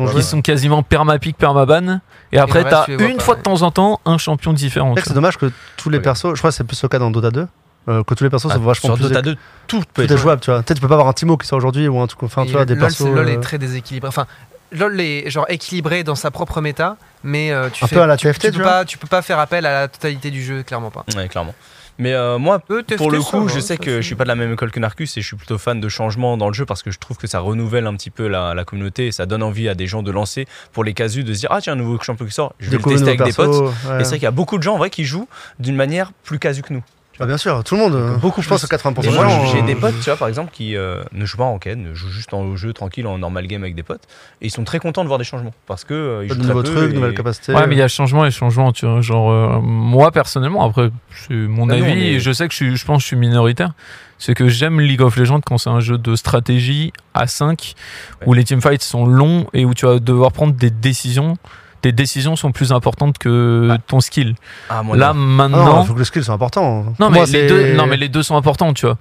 [SPEAKER 2] On
[SPEAKER 3] qui
[SPEAKER 2] jouait.
[SPEAKER 3] sont quasiment permapic, permaban. Et après,
[SPEAKER 4] le reste,
[SPEAKER 3] t'as
[SPEAKER 4] tu les vois
[SPEAKER 3] une
[SPEAKER 4] pas,
[SPEAKER 3] fois
[SPEAKER 4] ouais.
[SPEAKER 3] de temps en temps un champion différent.
[SPEAKER 2] Après,
[SPEAKER 3] tu
[SPEAKER 2] C'est
[SPEAKER 3] vois.
[SPEAKER 2] dommage que tous les
[SPEAKER 1] Ok.
[SPEAKER 2] persos, je crois que c'est plus le cas dans Dota 2, euh, que tous les persos
[SPEAKER 3] Bah,
[SPEAKER 2] sont vachement
[SPEAKER 1] Ah, Sur
[SPEAKER 2] plus.
[SPEAKER 1] Dota 2, tout peut
[SPEAKER 2] Tout
[SPEAKER 1] être
[SPEAKER 2] est jouable, tu vois. Tu sais, tu peux pas avoir un Timo qui sort aujourd'hui ou un truc enfin, tu
[SPEAKER 4] Et
[SPEAKER 2] vois, des
[SPEAKER 4] LOL,
[SPEAKER 2] persos.
[SPEAKER 4] c'est- LOL
[SPEAKER 2] euh,
[SPEAKER 4] est très déséquilibré. Enfin, LOL est genre équilibré dans sa propre méta, mais euh, tu
[SPEAKER 2] Un
[SPEAKER 4] fais-
[SPEAKER 2] peu à la
[SPEAKER 4] tu-
[SPEAKER 2] TFT,
[SPEAKER 4] tu,
[SPEAKER 2] tu
[SPEAKER 4] peux
[SPEAKER 2] vois.
[SPEAKER 4] pas, tu peux pas faire appel à la totalité du jeu, clairement pas.
[SPEAKER 1] Ouais, clairement. Mais euh, moi,
[SPEAKER 4] Euh,
[SPEAKER 1] pour
[SPEAKER 4] TFT,
[SPEAKER 1] le
[SPEAKER 4] ça
[SPEAKER 1] coup,
[SPEAKER 4] va,
[SPEAKER 1] je
[SPEAKER 4] ça
[SPEAKER 1] sais que
[SPEAKER 4] se-
[SPEAKER 1] je suis pas de la même école que Narcus et je suis plutôt fan de changements dans le jeu parce que je trouve que ça renouvelle un petit peu la, la communauté et ça donne envie à des gens de lancer pour les casus de se dire Ah, tiens, un nouveau champion qui sort, je vais le
[SPEAKER 2] découvrir
[SPEAKER 1] tester avec
[SPEAKER 2] nos
[SPEAKER 1] des potes.
[SPEAKER 2] persos, ouais.
[SPEAKER 1] Et c'est vrai qu'il y a beaucoup de gens en vrai qui jouent d'une manière plus casu que nous.
[SPEAKER 2] Ah, bien sûr, tout le monde. euh,
[SPEAKER 1] beaucoup
[SPEAKER 2] je pense
[SPEAKER 1] plus.
[SPEAKER 2] à 80%
[SPEAKER 1] Et
[SPEAKER 2] des
[SPEAKER 1] moi,
[SPEAKER 2] gens,
[SPEAKER 1] j'ai
[SPEAKER 2] euh,
[SPEAKER 1] des potes, tu vois, par exemple, qui euh, ne jouent pas en ranked, ne jouent juste en jeu tranquille, en normal game avec des potes. Et ils sont très contents de voir des changements parce que euh, ils
[SPEAKER 2] De
[SPEAKER 1] jouent très
[SPEAKER 2] nouveaux
[SPEAKER 1] peu
[SPEAKER 2] trucs,
[SPEAKER 1] et-
[SPEAKER 2] nouvelles capacités.
[SPEAKER 3] Ouais, mais il y a changement et changement, tu vois. Genre, euh, moi, personnellement, après, c'est mon
[SPEAKER 1] Bah non,
[SPEAKER 3] avis,
[SPEAKER 1] mais-
[SPEAKER 3] et je sais que je, suis- je pense que je suis minoritaire, c'est que j'aime League of Legends quand c'est un jeu de stratégie à 5, où les teamfights sont longs et où tu vas devoir prendre des décisions. Tes décisions sont plus importantes que ton skill.
[SPEAKER 1] Ah, Bah, moi,
[SPEAKER 3] Là,
[SPEAKER 1] non.
[SPEAKER 2] Ah
[SPEAKER 3] maintenant.
[SPEAKER 2] non, il faut que les skills soient importants.
[SPEAKER 3] Non,
[SPEAKER 2] hein. Pour
[SPEAKER 3] mais
[SPEAKER 2] moi,
[SPEAKER 3] les
[SPEAKER 2] c'est-
[SPEAKER 3] deux, non, mais les deux sont importants, tu vois.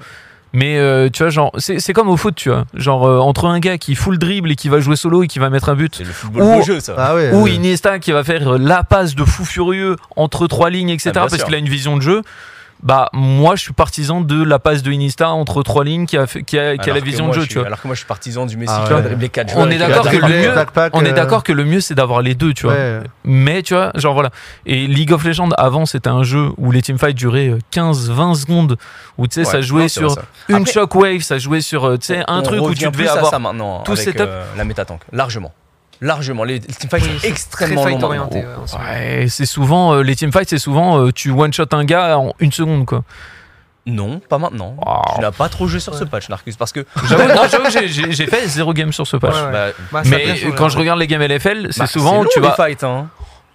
[SPEAKER 3] Mais euh, tu vois, genre, c'est c'est comme au foot, tu vois. Genre, euh, entre un gars qui full dribble et qui va jouer solo et qui va mettre un but,
[SPEAKER 1] c'est le football
[SPEAKER 3] Ou-
[SPEAKER 1] beau jeu, ça.
[SPEAKER 2] Ah ouais.
[SPEAKER 3] ou
[SPEAKER 2] euh,
[SPEAKER 3] Iniesta qui va faire euh, la passe de fou furieux entre trois lignes, etc.,
[SPEAKER 1] Ah, bien
[SPEAKER 3] parce
[SPEAKER 1] sûr.
[SPEAKER 3] qu'il a une vision de jeu. Bah, moi, je suis partisan de la passe de Iniesta entre trois lignes qui a, fait- qui a, qui a
[SPEAKER 1] Alors
[SPEAKER 3] la
[SPEAKER 1] que
[SPEAKER 3] vision
[SPEAKER 1] moi,
[SPEAKER 3] de jeu,
[SPEAKER 1] je
[SPEAKER 3] tu
[SPEAKER 1] suis-
[SPEAKER 3] vois.
[SPEAKER 1] Alors que moi, je suis partisan du Messi
[SPEAKER 2] Ah
[SPEAKER 1] qui va
[SPEAKER 2] ouais.
[SPEAKER 1] dribbler 4
[SPEAKER 3] On
[SPEAKER 1] joueurs.
[SPEAKER 3] est
[SPEAKER 1] et qui va
[SPEAKER 3] d'accord que
[SPEAKER 1] dribbler
[SPEAKER 3] le
[SPEAKER 1] un
[SPEAKER 3] mieux-
[SPEAKER 1] peu.
[SPEAKER 2] Tac-pac,
[SPEAKER 3] On est
[SPEAKER 2] euh,
[SPEAKER 3] d'accord que le mieux, c'est d'avoir les deux, tu vois.
[SPEAKER 2] ouais.
[SPEAKER 3] Mais tu vois, genre voilà. Et League of Legends, avant, c'était un jeu où les teamfights duraient 15-20 secondes, où tu sais, ça
[SPEAKER 1] Ouais,
[SPEAKER 3] jouait
[SPEAKER 1] non, c'est
[SPEAKER 3] sur
[SPEAKER 1] vrai, ça.
[SPEAKER 3] une
[SPEAKER 1] Après,
[SPEAKER 3] shockwave, ça jouait sur euh, tu sais, un
[SPEAKER 1] on
[SPEAKER 3] truc où
[SPEAKER 1] revient
[SPEAKER 3] tu devais
[SPEAKER 1] plus à
[SPEAKER 3] avoir.
[SPEAKER 1] ça maintenant
[SPEAKER 3] tout
[SPEAKER 1] avec,
[SPEAKER 3] setup.
[SPEAKER 1] euh, la métatank. Largement. Largement. Les les teamfights
[SPEAKER 4] Oui,
[SPEAKER 1] sont
[SPEAKER 4] c'est
[SPEAKER 1] extrêmement Oh,
[SPEAKER 4] très
[SPEAKER 1] longs.
[SPEAKER 4] fight
[SPEAKER 1] maintenant.
[SPEAKER 4] orienté. ouais, en ce moment.
[SPEAKER 3] Ouais, c'est souvent euh, les teamfights, c'est souvent euh, tu one shot un gars en une seconde quoi.
[SPEAKER 1] Non, pas maintenant.
[SPEAKER 3] Oh.
[SPEAKER 1] Tu n'as pas trop joué sur ce patch, Narcus, parce que.
[SPEAKER 3] J'avoue, non,
[SPEAKER 1] [laughs]
[SPEAKER 3] j'avoue que j'ai- j'ai j'ai fait zéro game sur ce patch.
[SPEAKER 4] Ouais, ouais.
[SPEAKER 1] bah,
[SPEAKER 4] Bah, ça a bien
[SPEAKER 3] Mais
[SPEAKER 4] changé,
[SPEAKER 3] quand
[SPEAKER 4] hein.
[SPEAKER 3] je regarde les games LFL, c'est
[SPEAKER 1] bah,
[SPEAKER 3] souvent
[SPEAKER 1] long,
[SPEAKER 3] tu
[SPEAKER 1] les
[SPEAKER 3] vas,
[SPEAKER 1] fights, hein.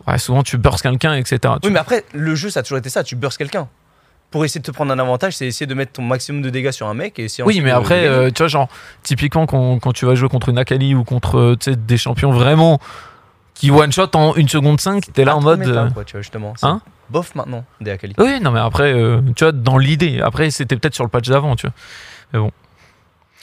[SPEAKER 3] ouais, souvent tu burst quelqu'un, etc. tu
[SPEAKER 1] Oui, mais après, le jeu, ça a toujours été ça. Tu burst quelqu'un. Pour essayer de te prendre un avantage, c'est essayer de mettre ton maximum de dégâts sur un mec. Et essayer
[SPEAKER 3] Oui,
[SPEAKER 1] ensuite
[SPEAKER 3] mais
[SPEAKER 1] de- de
[SPEAKER 3] après,
[SPEAKER 1] gagner.
[SPEAKER 3] euh, tu vois, genre, typiquement, quand, quand tu vas jouer contre une Akali ou contre euh, tu sais, des champions vraiment qui one-shot en 1 seconde 5, t'es là
[SPEAKER 1] Pas
[SPEAKER 3] en
[SPEAKER 1] Ah, trop
[SPEAKER 3] mode.
[SPEAKER 1] méta,
[SPEAKER 3] euh,
[SPEAKER 1] quoi, tu vois, justement. C'est
[SPEAKER 3] hein
[SPEAKER 1] Bof maintenant, des Akali.
[SPEAKER 3] Oui, non, mais après, euh, tu vois, dans l'idée. Après, c'était peut-être sur le patch d'avant, tu vois. Mais bon.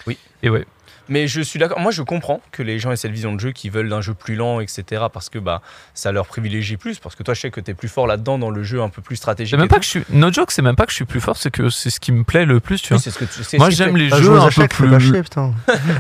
[SPEAKER 1] Oui.
[SPEAKER 3] Et ouais.
[SPEAKER 1] Mais je suis d'accord. Moi, je comprends que les gens aient cette vision de jeu qui veulent un jeu plus lent, etc. Parce que bah, ça leur privilégie plus. Parce que toi, je sais que t'es plus fort là-dedans dans le jeu un peu plus stratégique.
[SPEAKER 3] C'est même
[SPEAKER 1] et
[SPEAKER 3] pas
[SPEAKER 1] tout.
[SPEAKER 3] que je suis. No joke, c'est même pas que je suis plus fort, c'est que c'est ce qui me plaît le plus, tu
[SPEAKER 1] Oui,
[SPEAKER 3] vois.
[SPEAKER 1] c'est ce Bah, que tu
[SPEAKER 3] Moi, j'aime les
[SPEAKER 2] Ah,
[SPEAKER 3] jeux
[SPEAKER 2] jouer aux
[SPEAKER 3] un peu
[SPEAKER 2] échecs, faut
[SPEAKER 3] plus.
[SPEAKER 2] pas chier, putain.
[SPEAKER 3] Ouais,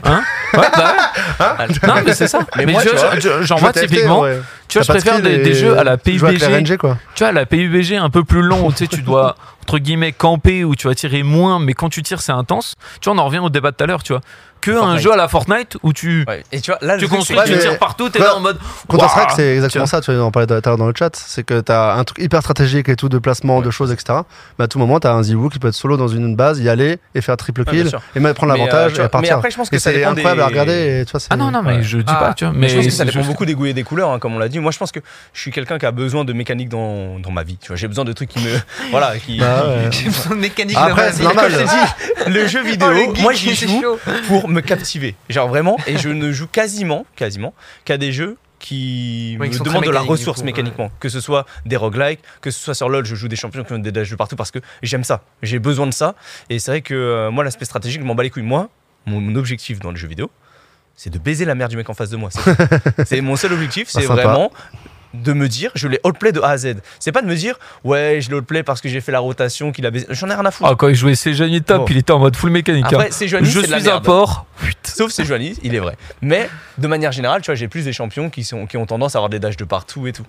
[SPEAKER 3] bah ouais.
[SPEAKER 2] Ah, [laughs]
[SPEAKER 3] Non, mais c'est ça.
[SPEAKER 1] Mais
[SPEAKER 3] Mais,
[SPEAKER 1] moi,
[SPEAKER 3] tu vois,
[SPEAKER 1] tu vois,
[SPEAKER 3] je- genre, moi, typiquement, tu vois, je préfère des, des jeux à la
[SPEAKER 2] Jouer avec les
[SPEAKER 3] PUBG.
[SPEAKER 2] RNG, quoi.
[SPEAKER 3] Tu vois, la PUBG un peu plus long où tu sais, tu dois, entre guillemets, camper, où tu vas tirer moins, mais quand tu tires, c'est intense. Tu vois, on en revient au débat de tout à l'heure, tu vois. Que un
[SPEAKER 1] Fortnite.
[SPEAKER 3] jeu à la Fortnite où tu,
[SPEAKER 1] Ouais. Et tu vois, là,
[SPEAKER 3] tu
[SPEAKER 1] le truc,
[SPEAKER 3] construis,
[SPEAKER 1] c'est
[SPEAKER 3] tu
[SPEAKER 1] que-
[SPEAKER 2] mais-
[SPEAKER 3] tires partout, t'es
[SPEAKER 2] Ouais.
[SPEAKER 3] là en mode.
[SPEAKER 2] Counter-Strike, c'est
[SPEAKER 3] Ouah. Tiens.
[SPEAKER 2] exactement ça. Tu vois, on en parlait tout à l'heure dans le chat. C'est que t'as un truc hyper stratégique et tout, de placement, de choses, etc. Mais à tout moment, t'as un Ziwu qui peut être solo dans une base, y aller et faire triple
[SPEAKER 1] Ouais, bien
[SPEAKER 2] kill
[SPEAKER 1] sûr.
[SPEAKER 2] et même prendre
[SPEAKER 1] Mais, euh,
[SPEAKER 2] l'avantage
[SPEAKER 1] tu vois,
[SPEAKER 2] et
[SPEAKER 1] mais
[SPEAKER 2] partir.
[SPEAKER 1] après, je pense que
[SPEAKER 2] Et
[SPEAKER 1] ça
[SPEAKER 2] c'est
[SPEAKER 1] dépend
[SPEAKER 2] incroyable
[SPEAKER 1] des-
[SPEAKER 2] à regarder. et tu vois, c'est-
[SPEAKER 3] Ah non, non, mais
[SPEAKER 1] Ouais.
[SPEAKER 3] je dis
[SPEAKER 4] Ah,
[SPEAKER 3] pas, tu vois. Mais
[SPEAKER 1] Mais je pense que ça
[SPEAKER 3] c'est
[SPEAKER 1] dépend
[SPEAKER 3] juste-
[SPEAKER 1] beaucoup des goûts et des couleurs, hein, comme on l'a dit. Moi, je pense que je suis quelqu'un qui a besoin de mécanique dans, dans ma vie. Tu vois, j'ai besoin de trucs qui me. [laughs] voilà, qui.
[SPEAKER 2] Bah ouais.
[SPEAKER 1] [laughs]
[SPEAKER 4] J'ai besoin de mécanique de
[SPEAKER 2] Après,
[SPEAKER 4] base.
[SPEAKER 2] c'est normal.
[SPEAKER 1] le
[SPEAKER 2] [laughs]
[SPEAKER 1] jeu vidéo,
[SPEAKER 4] Oh, le geek,
[SPEAKER 1] moi, j'y
[SPEAKER 4] c'est
[SPEAKER 1] joue
[SPEAKER 4] chaud.
[SPEAKER 1] pour me captiver. Genre vraiment, et je ne joue quasiment, quasiment, qu'à des jeux qui
[SPEAKER 4] Ouais, qui
[SPEAKER 1] me
[SPEAKER 4] sont très
[SPEAKER 1] demandent de la
[SPEAKER 4] mécaniques, du
[SPEAKER 1] ressource
[SPEAKER 4] coup, ouais.
[SPEAKER 1] mécaniquement. Que ce soit des roguelikes, que ce soit sur LoL, je joue des champions qui ont des dashs de partout parce que j'aime ça, j'ai besoin de ça. Et c'est vrai que euh, moi, l'aspect stratégique, je m'en bats les couilles. Moi, mon, mon objectif dans le jeu vidéo, c'est de baiser la mère du mec en face de moi. C'est
[SPEAKER 4] [laughs]
[SPEAKER 1] tout. C'est mon seul objectif,
[SPEAKER 2] Ah,
[SPEAKER 1] c'est
[SPEAKER 2] sympa.
[SPEAKER 1] vraiment de me dire, je l'ai outplay de A à Z. C'est pas de me dire, ouais, je l'ai outplay parce que j'ai fait la rotation, qu'il a baisé. J'en ai rien à foutre.
[SPEAKER 3] Ah, quand il jouait C'est Johnny Top,
[SPEAKER 1] Bon.
[SPEAKER 3] il était en mode full mécanique. hein.
[SPEAKER 1] Après, c'est Joanie,
[SPEAKER 3] Je
[SPEAKER 1] c'est de la
[SPEAKER 3] suis un
[SPEAKER 1] merde.
[SPEAKER 3] porc.
[SPEAKER 1] Sauf c'est Joanie, il est vrai. Mais de manière générale, tu vois, j'ai plus des champions qui, sont, qui ont tendance à avoir des dashs de partout et tout.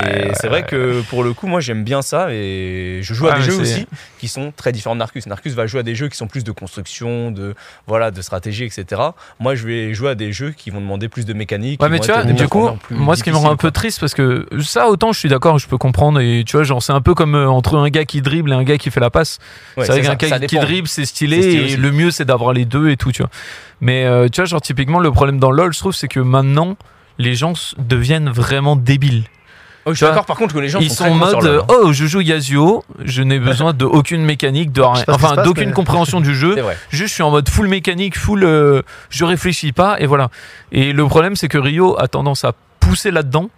[SPEAKER 3] Ouais,
[SPEAKER 1] et c'est vrai que pour le coup, moi j'aime bien ça et je joue à
[SPEAKER 3] Ouais,
[SPEAKER 1] des
[SPEAKER 3] mais
[SPEAKER 1] jeux
[SPEAKER 3] c'est-
[SPEAKER 1] aussi qui sont très différents de Narcus. Narcus va jouer à des jeux qui sont plus de construction, de, voilà, de stratégie, etc. Moi je vais jouer à des jeux qui vont demander plus de mécanique.
[SPEAKER 3] Ouais,
[SPEAKER 1] qui
[SPEAKER 3] mais
[SPEAKER 1] vont
[SPEAKER 3] tu
[SPEAKER 1] être
[SPEAKER 3] vois,
[SPEAKER 1] des
[SPEAKER 3] du coup,
[SPEAKER 1] performances plus
[SPEAKER 3] moi, ce qui me rend
[SPEAKER 1] difficiles,
[SPEAKER 3] un peu triste, parce que ça, autant je suis d'accord, je peux comprendre, et tu vois, genre, c'est un peu comme euh, entre un gars qui dribble et un gars qui fait la passe.
[SPEAKER 1] Ouais,
[SPEAKER 3] c'est vrai qu'un
[SPEAKER 1] ça, ça
[SPEAKER 3] gars qui
[SPEAKER 1] dépend.
[SPEAKER 3] dribble, c'est stylé,
[SPEAKER 1] C'est stylé aussi.
[SPEAKER 3] et le mieux, c'est d'avoir les deux et tout, tu vois. Mais euh, tu vois, genre, typiquement, le problème dans LoL, je trouve, c'est que maintenant, les gens s- deviennent vraiment débiles.
[SPEAKER 1] Oh, je
[SPEAKER 3] tu
[SPEAKER 1] suis
[SPEAKER 3] vois,
[SPEAKER 1] d'accord, par contre, que les gens
[SPEAKER 3] Ils sont
[SPEAKER 1] très
[SPEAKER 3] en
[SPEAKER 1] bons sur
[SPEAKER 3] mode,
[SPEAKER 1] LoL,
[SPEAKER 3] euh,
[SPEAKER 1] hein.
[SPEAKER 3] oh, je joue Yasuo, je n'ai besoin de aucune mécanique,
[SPEAKER 1] Oh,
[SPEAKER 3] de rien.
[SPEAKER 2] sais pas ce qui
[SPEAKER 3] enfin,
[SPEAKER 2] se passe,
[SPEAKER 1] [laughs]
[SPEAKER 3] d'aucune
[SPEAKER 2] mais-
[SPEAKER 3] compréhension du jeu.
[SPEAKER 1] C'est vrai.
[SPEAKER 3] Juste, je suis en mode full mécanique, full. euh, je réfléchis pas, et voilà. Et le problème, c'est que Rio a tendance à pousser là-dedans.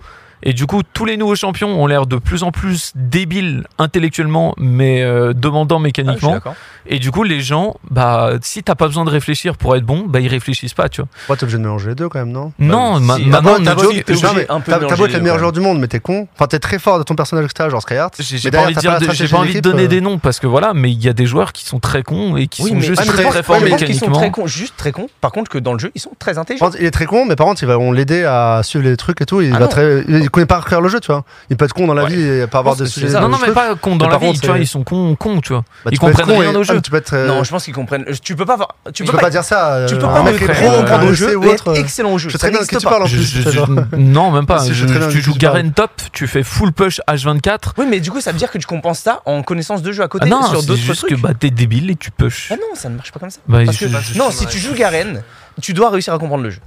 [SPEAKER 3] Et du coup, tous les nouveaux champions ont l'air de plus en plus débiles intellectuellement, mais euh, demandants
[SPEAKER 1] Ah, je suis
[SPEAKER 3] mécaniquement.
[SPEAKER 1] d'accord.
[SPEAKER 3] et du coup, les gens, bah, si t'as pas besoin de réfléchir pour être bon, bah, ils réfléchissent pas, tu vois.
[SPEAKER 2] Pourquoi t'es obligé de mélanger les deux quand même, non
[SPEAKER 3] non,
[SPEAKER 1] si.
[SPEAKER 3] ma-
[SPEAKER 1] Ah bon,
[SPEAKER 3] maintenant,
[SPEAKER 1] t'as
[SPEAKER 3] no
[SPEAKER 1] pas
[SPEAKER 3] joke,
[SPEAKER 1] dit que t'es
[SPEAKER 3] je-
[SPEAKER 1] obligé.
[SPEAKER 2] Non, mais
[SPEAKER 1] un peu mélanger
[SPEAKER 2] t'as t'as beau
[SPEAKER 1] les
[SPEAKER 2] être le
[SPEAKER 1] deux,
[SPEAKER 2] meilleur
[SPEAKER 1] quand
[SPEAKER 2] joueur du monde, mais t'es con. Enfin, t'es très fort de ton personnage, etc. Genre Skyheart.
[SPEAKER 3] J'ai
[SPEAKER 2] Mais
[SPEAKER 3] j'ai pas
[SPEAKER 2] derrière,
[SPEAKER 3] envie de
[SPEAKER 2] t'as
[SPEAKER 3] dire,
[SPEAKER 2] pas
[SPEAKER 3] des-
[SPEAKER 2] la
[SPEAKER 3] j'ai
[SPEAKER 2] stratégie
[SPEAKER 3] pas envie de
[SPEAKER 2] d'équipe,
[SPEAKER 3] donner
[SPEAKER 2] euh.
[SPEAKER 3] des noms parce que voilà, mais il y a des joueurs qui sont très cons et qui
[SPEAKER 1] Oui,
[SPEAKER 3] sont
[SPEAKER 1] mais-
[SPEAKER 3] juste
[SPEAKER 1] ah, mais
[SPEAKER 3] très,
[SPEAKER 1] je
[SPEAKER 3] très
[SPEAKER 1] pense-
[SPEAKER 3] forts
[SPEAKER 1] ouais, mais je pense qu'ils sont
[SPEAKER 3] mécaniquement.
[SPEAKER 1] très cons, juste très cons. Par contre, que dans le jeu, ils sont très intelligents.
[SPEAKER 2] Par contre, il est très con, mais par contre, il va, on l'aider à suivre les trucs et tout. Il,
[SPEAKER 1] Ah non.
[SPEAKER 2] va très, il connaît pas faire le jeu, tu vois. Il peut être con dans la
[SPEAKER 1] Ouais.
[SPEAKER 2] vie et pas avoir
[SPEAKER 1] pense
[SPEAKER 2] des
[SPEAKER 1] que c'est
[SPEAKER 2] sujets.
[SPEAKER 1] ça.
[SPEAKER 2] de
[SPEAKER 3] Non, non, mais
[SPEAKER 2] trucs.
[SPEAKER 3] pas cons dans
[SPEAKER 2] Mais
[SPEAKER 3] la
[SPEAKER 2] par
[SPEAKER 3] vie,
[SPEAKER 2] contre,
[SPEAKER 3] tu vois,
[SPEAKER 2] c'est-
[SPEAKER 3] ils sont cons, cons, tu vois.
[SPEAKER 2] Bah,
[SPEAKER 3] ils
[SPEAKER 2] tu peux être
[SPEAKER 3] comprennent
[SPEAKER 2] con
[SPEAKER 3] rien
[SPEAKER 2] et-
[SPEAKER 3] au
[SPEAKER 2] ah,
[SPEAKER 3] jeu.
[SPEAKER 2] mais Tu peux être. euh,
[SPEAKER 1] Non, je pense qu'ils comprennent. Tu peux pas, voir- tu
[SPEAKER 2] tu
[SPEAKER 1] peux
[SPEAKER 2] peux
[SPEAKER 1] pas,
[SPEAKER 2] pas dire ça.
[SPEAKER 1] tu
[SPEAKER 2] euh,
[SPEAKER 1] peux pas
[SPEAKER 2] un
[SPEAKER 1] mettre les
[SPEAKER 2] mec
[SPEAKER 3] frère,
[SPEAKER 1] pros
[SPEAKER 2] pro
[SPEAKER 1] au
[SPEAKER 3] euh,
[SPEAKER 1] point
[SPEAKER 2] un
[SPEAKER 1] de
[SPEAKER 2] essai
[SPEAKER 1] jeu
[SPEAKER 2] ou
[SPEAKER 1] et
[SPEAKER 2] autre,
[SPEAKER 1] être
[SPEAKER 2] euh,
[SPEAKER 1] excellent au jeu.
[SPEAKER 2] Je
[SPEAKER 1] Ça
[SPEAKER 2] sais bien de qui
[SPEAKER 1] n'existe
[SPEAKER 2] tu
[SPEAKER 1] pas.
[SPEAKER 2] parles en
[SPEAKER 3] Je-
[SPEAKER 2] plus.
[SPEAKER 3] je-
[SPEAKER 2] genre.
[SPEAKER 3] je- non, même pas.
[SPEAKER 2] Si, [laughs]
[SPEAKER 3] Je-
[SPEAKER 2] c'est très bien
[SPEAKER 3] tu
[SPEAKER 2] que
[SPEAKER 3] joues
[SPEAKER 2] tu parles.
[SPEAKER 3] Garen top, tu fais full push H24.
[SPEAKER 1] Oui, mais du coup, ça veut dire que tu compenses ça en connaissance de jeu à
[SPEAKER 3] Ah
[SPEAKER 1] côté
[SPEAKER 3] non,
[SPEAKER 1] sur
[SPEAKER 3] c'est
[SPEAKER 1] d'autres
[SPEAKER 3] juste
[SPEAKER 1] trucs.
[SPEAKER 3] que bah, t'es débile et tu push.
[SPEAKER 1] Ah non, ça ne marche pas comme ça.
[SPEAKER 3] Bah,
[SPEAKER 1] Parce
[SPEAKER 3] je-
[SPEAKER 1] que-
[SPEAKER 3] je-
[SPEAKER 1] non, si tu joues Garen, tu dois réussir à comprendre le jeu.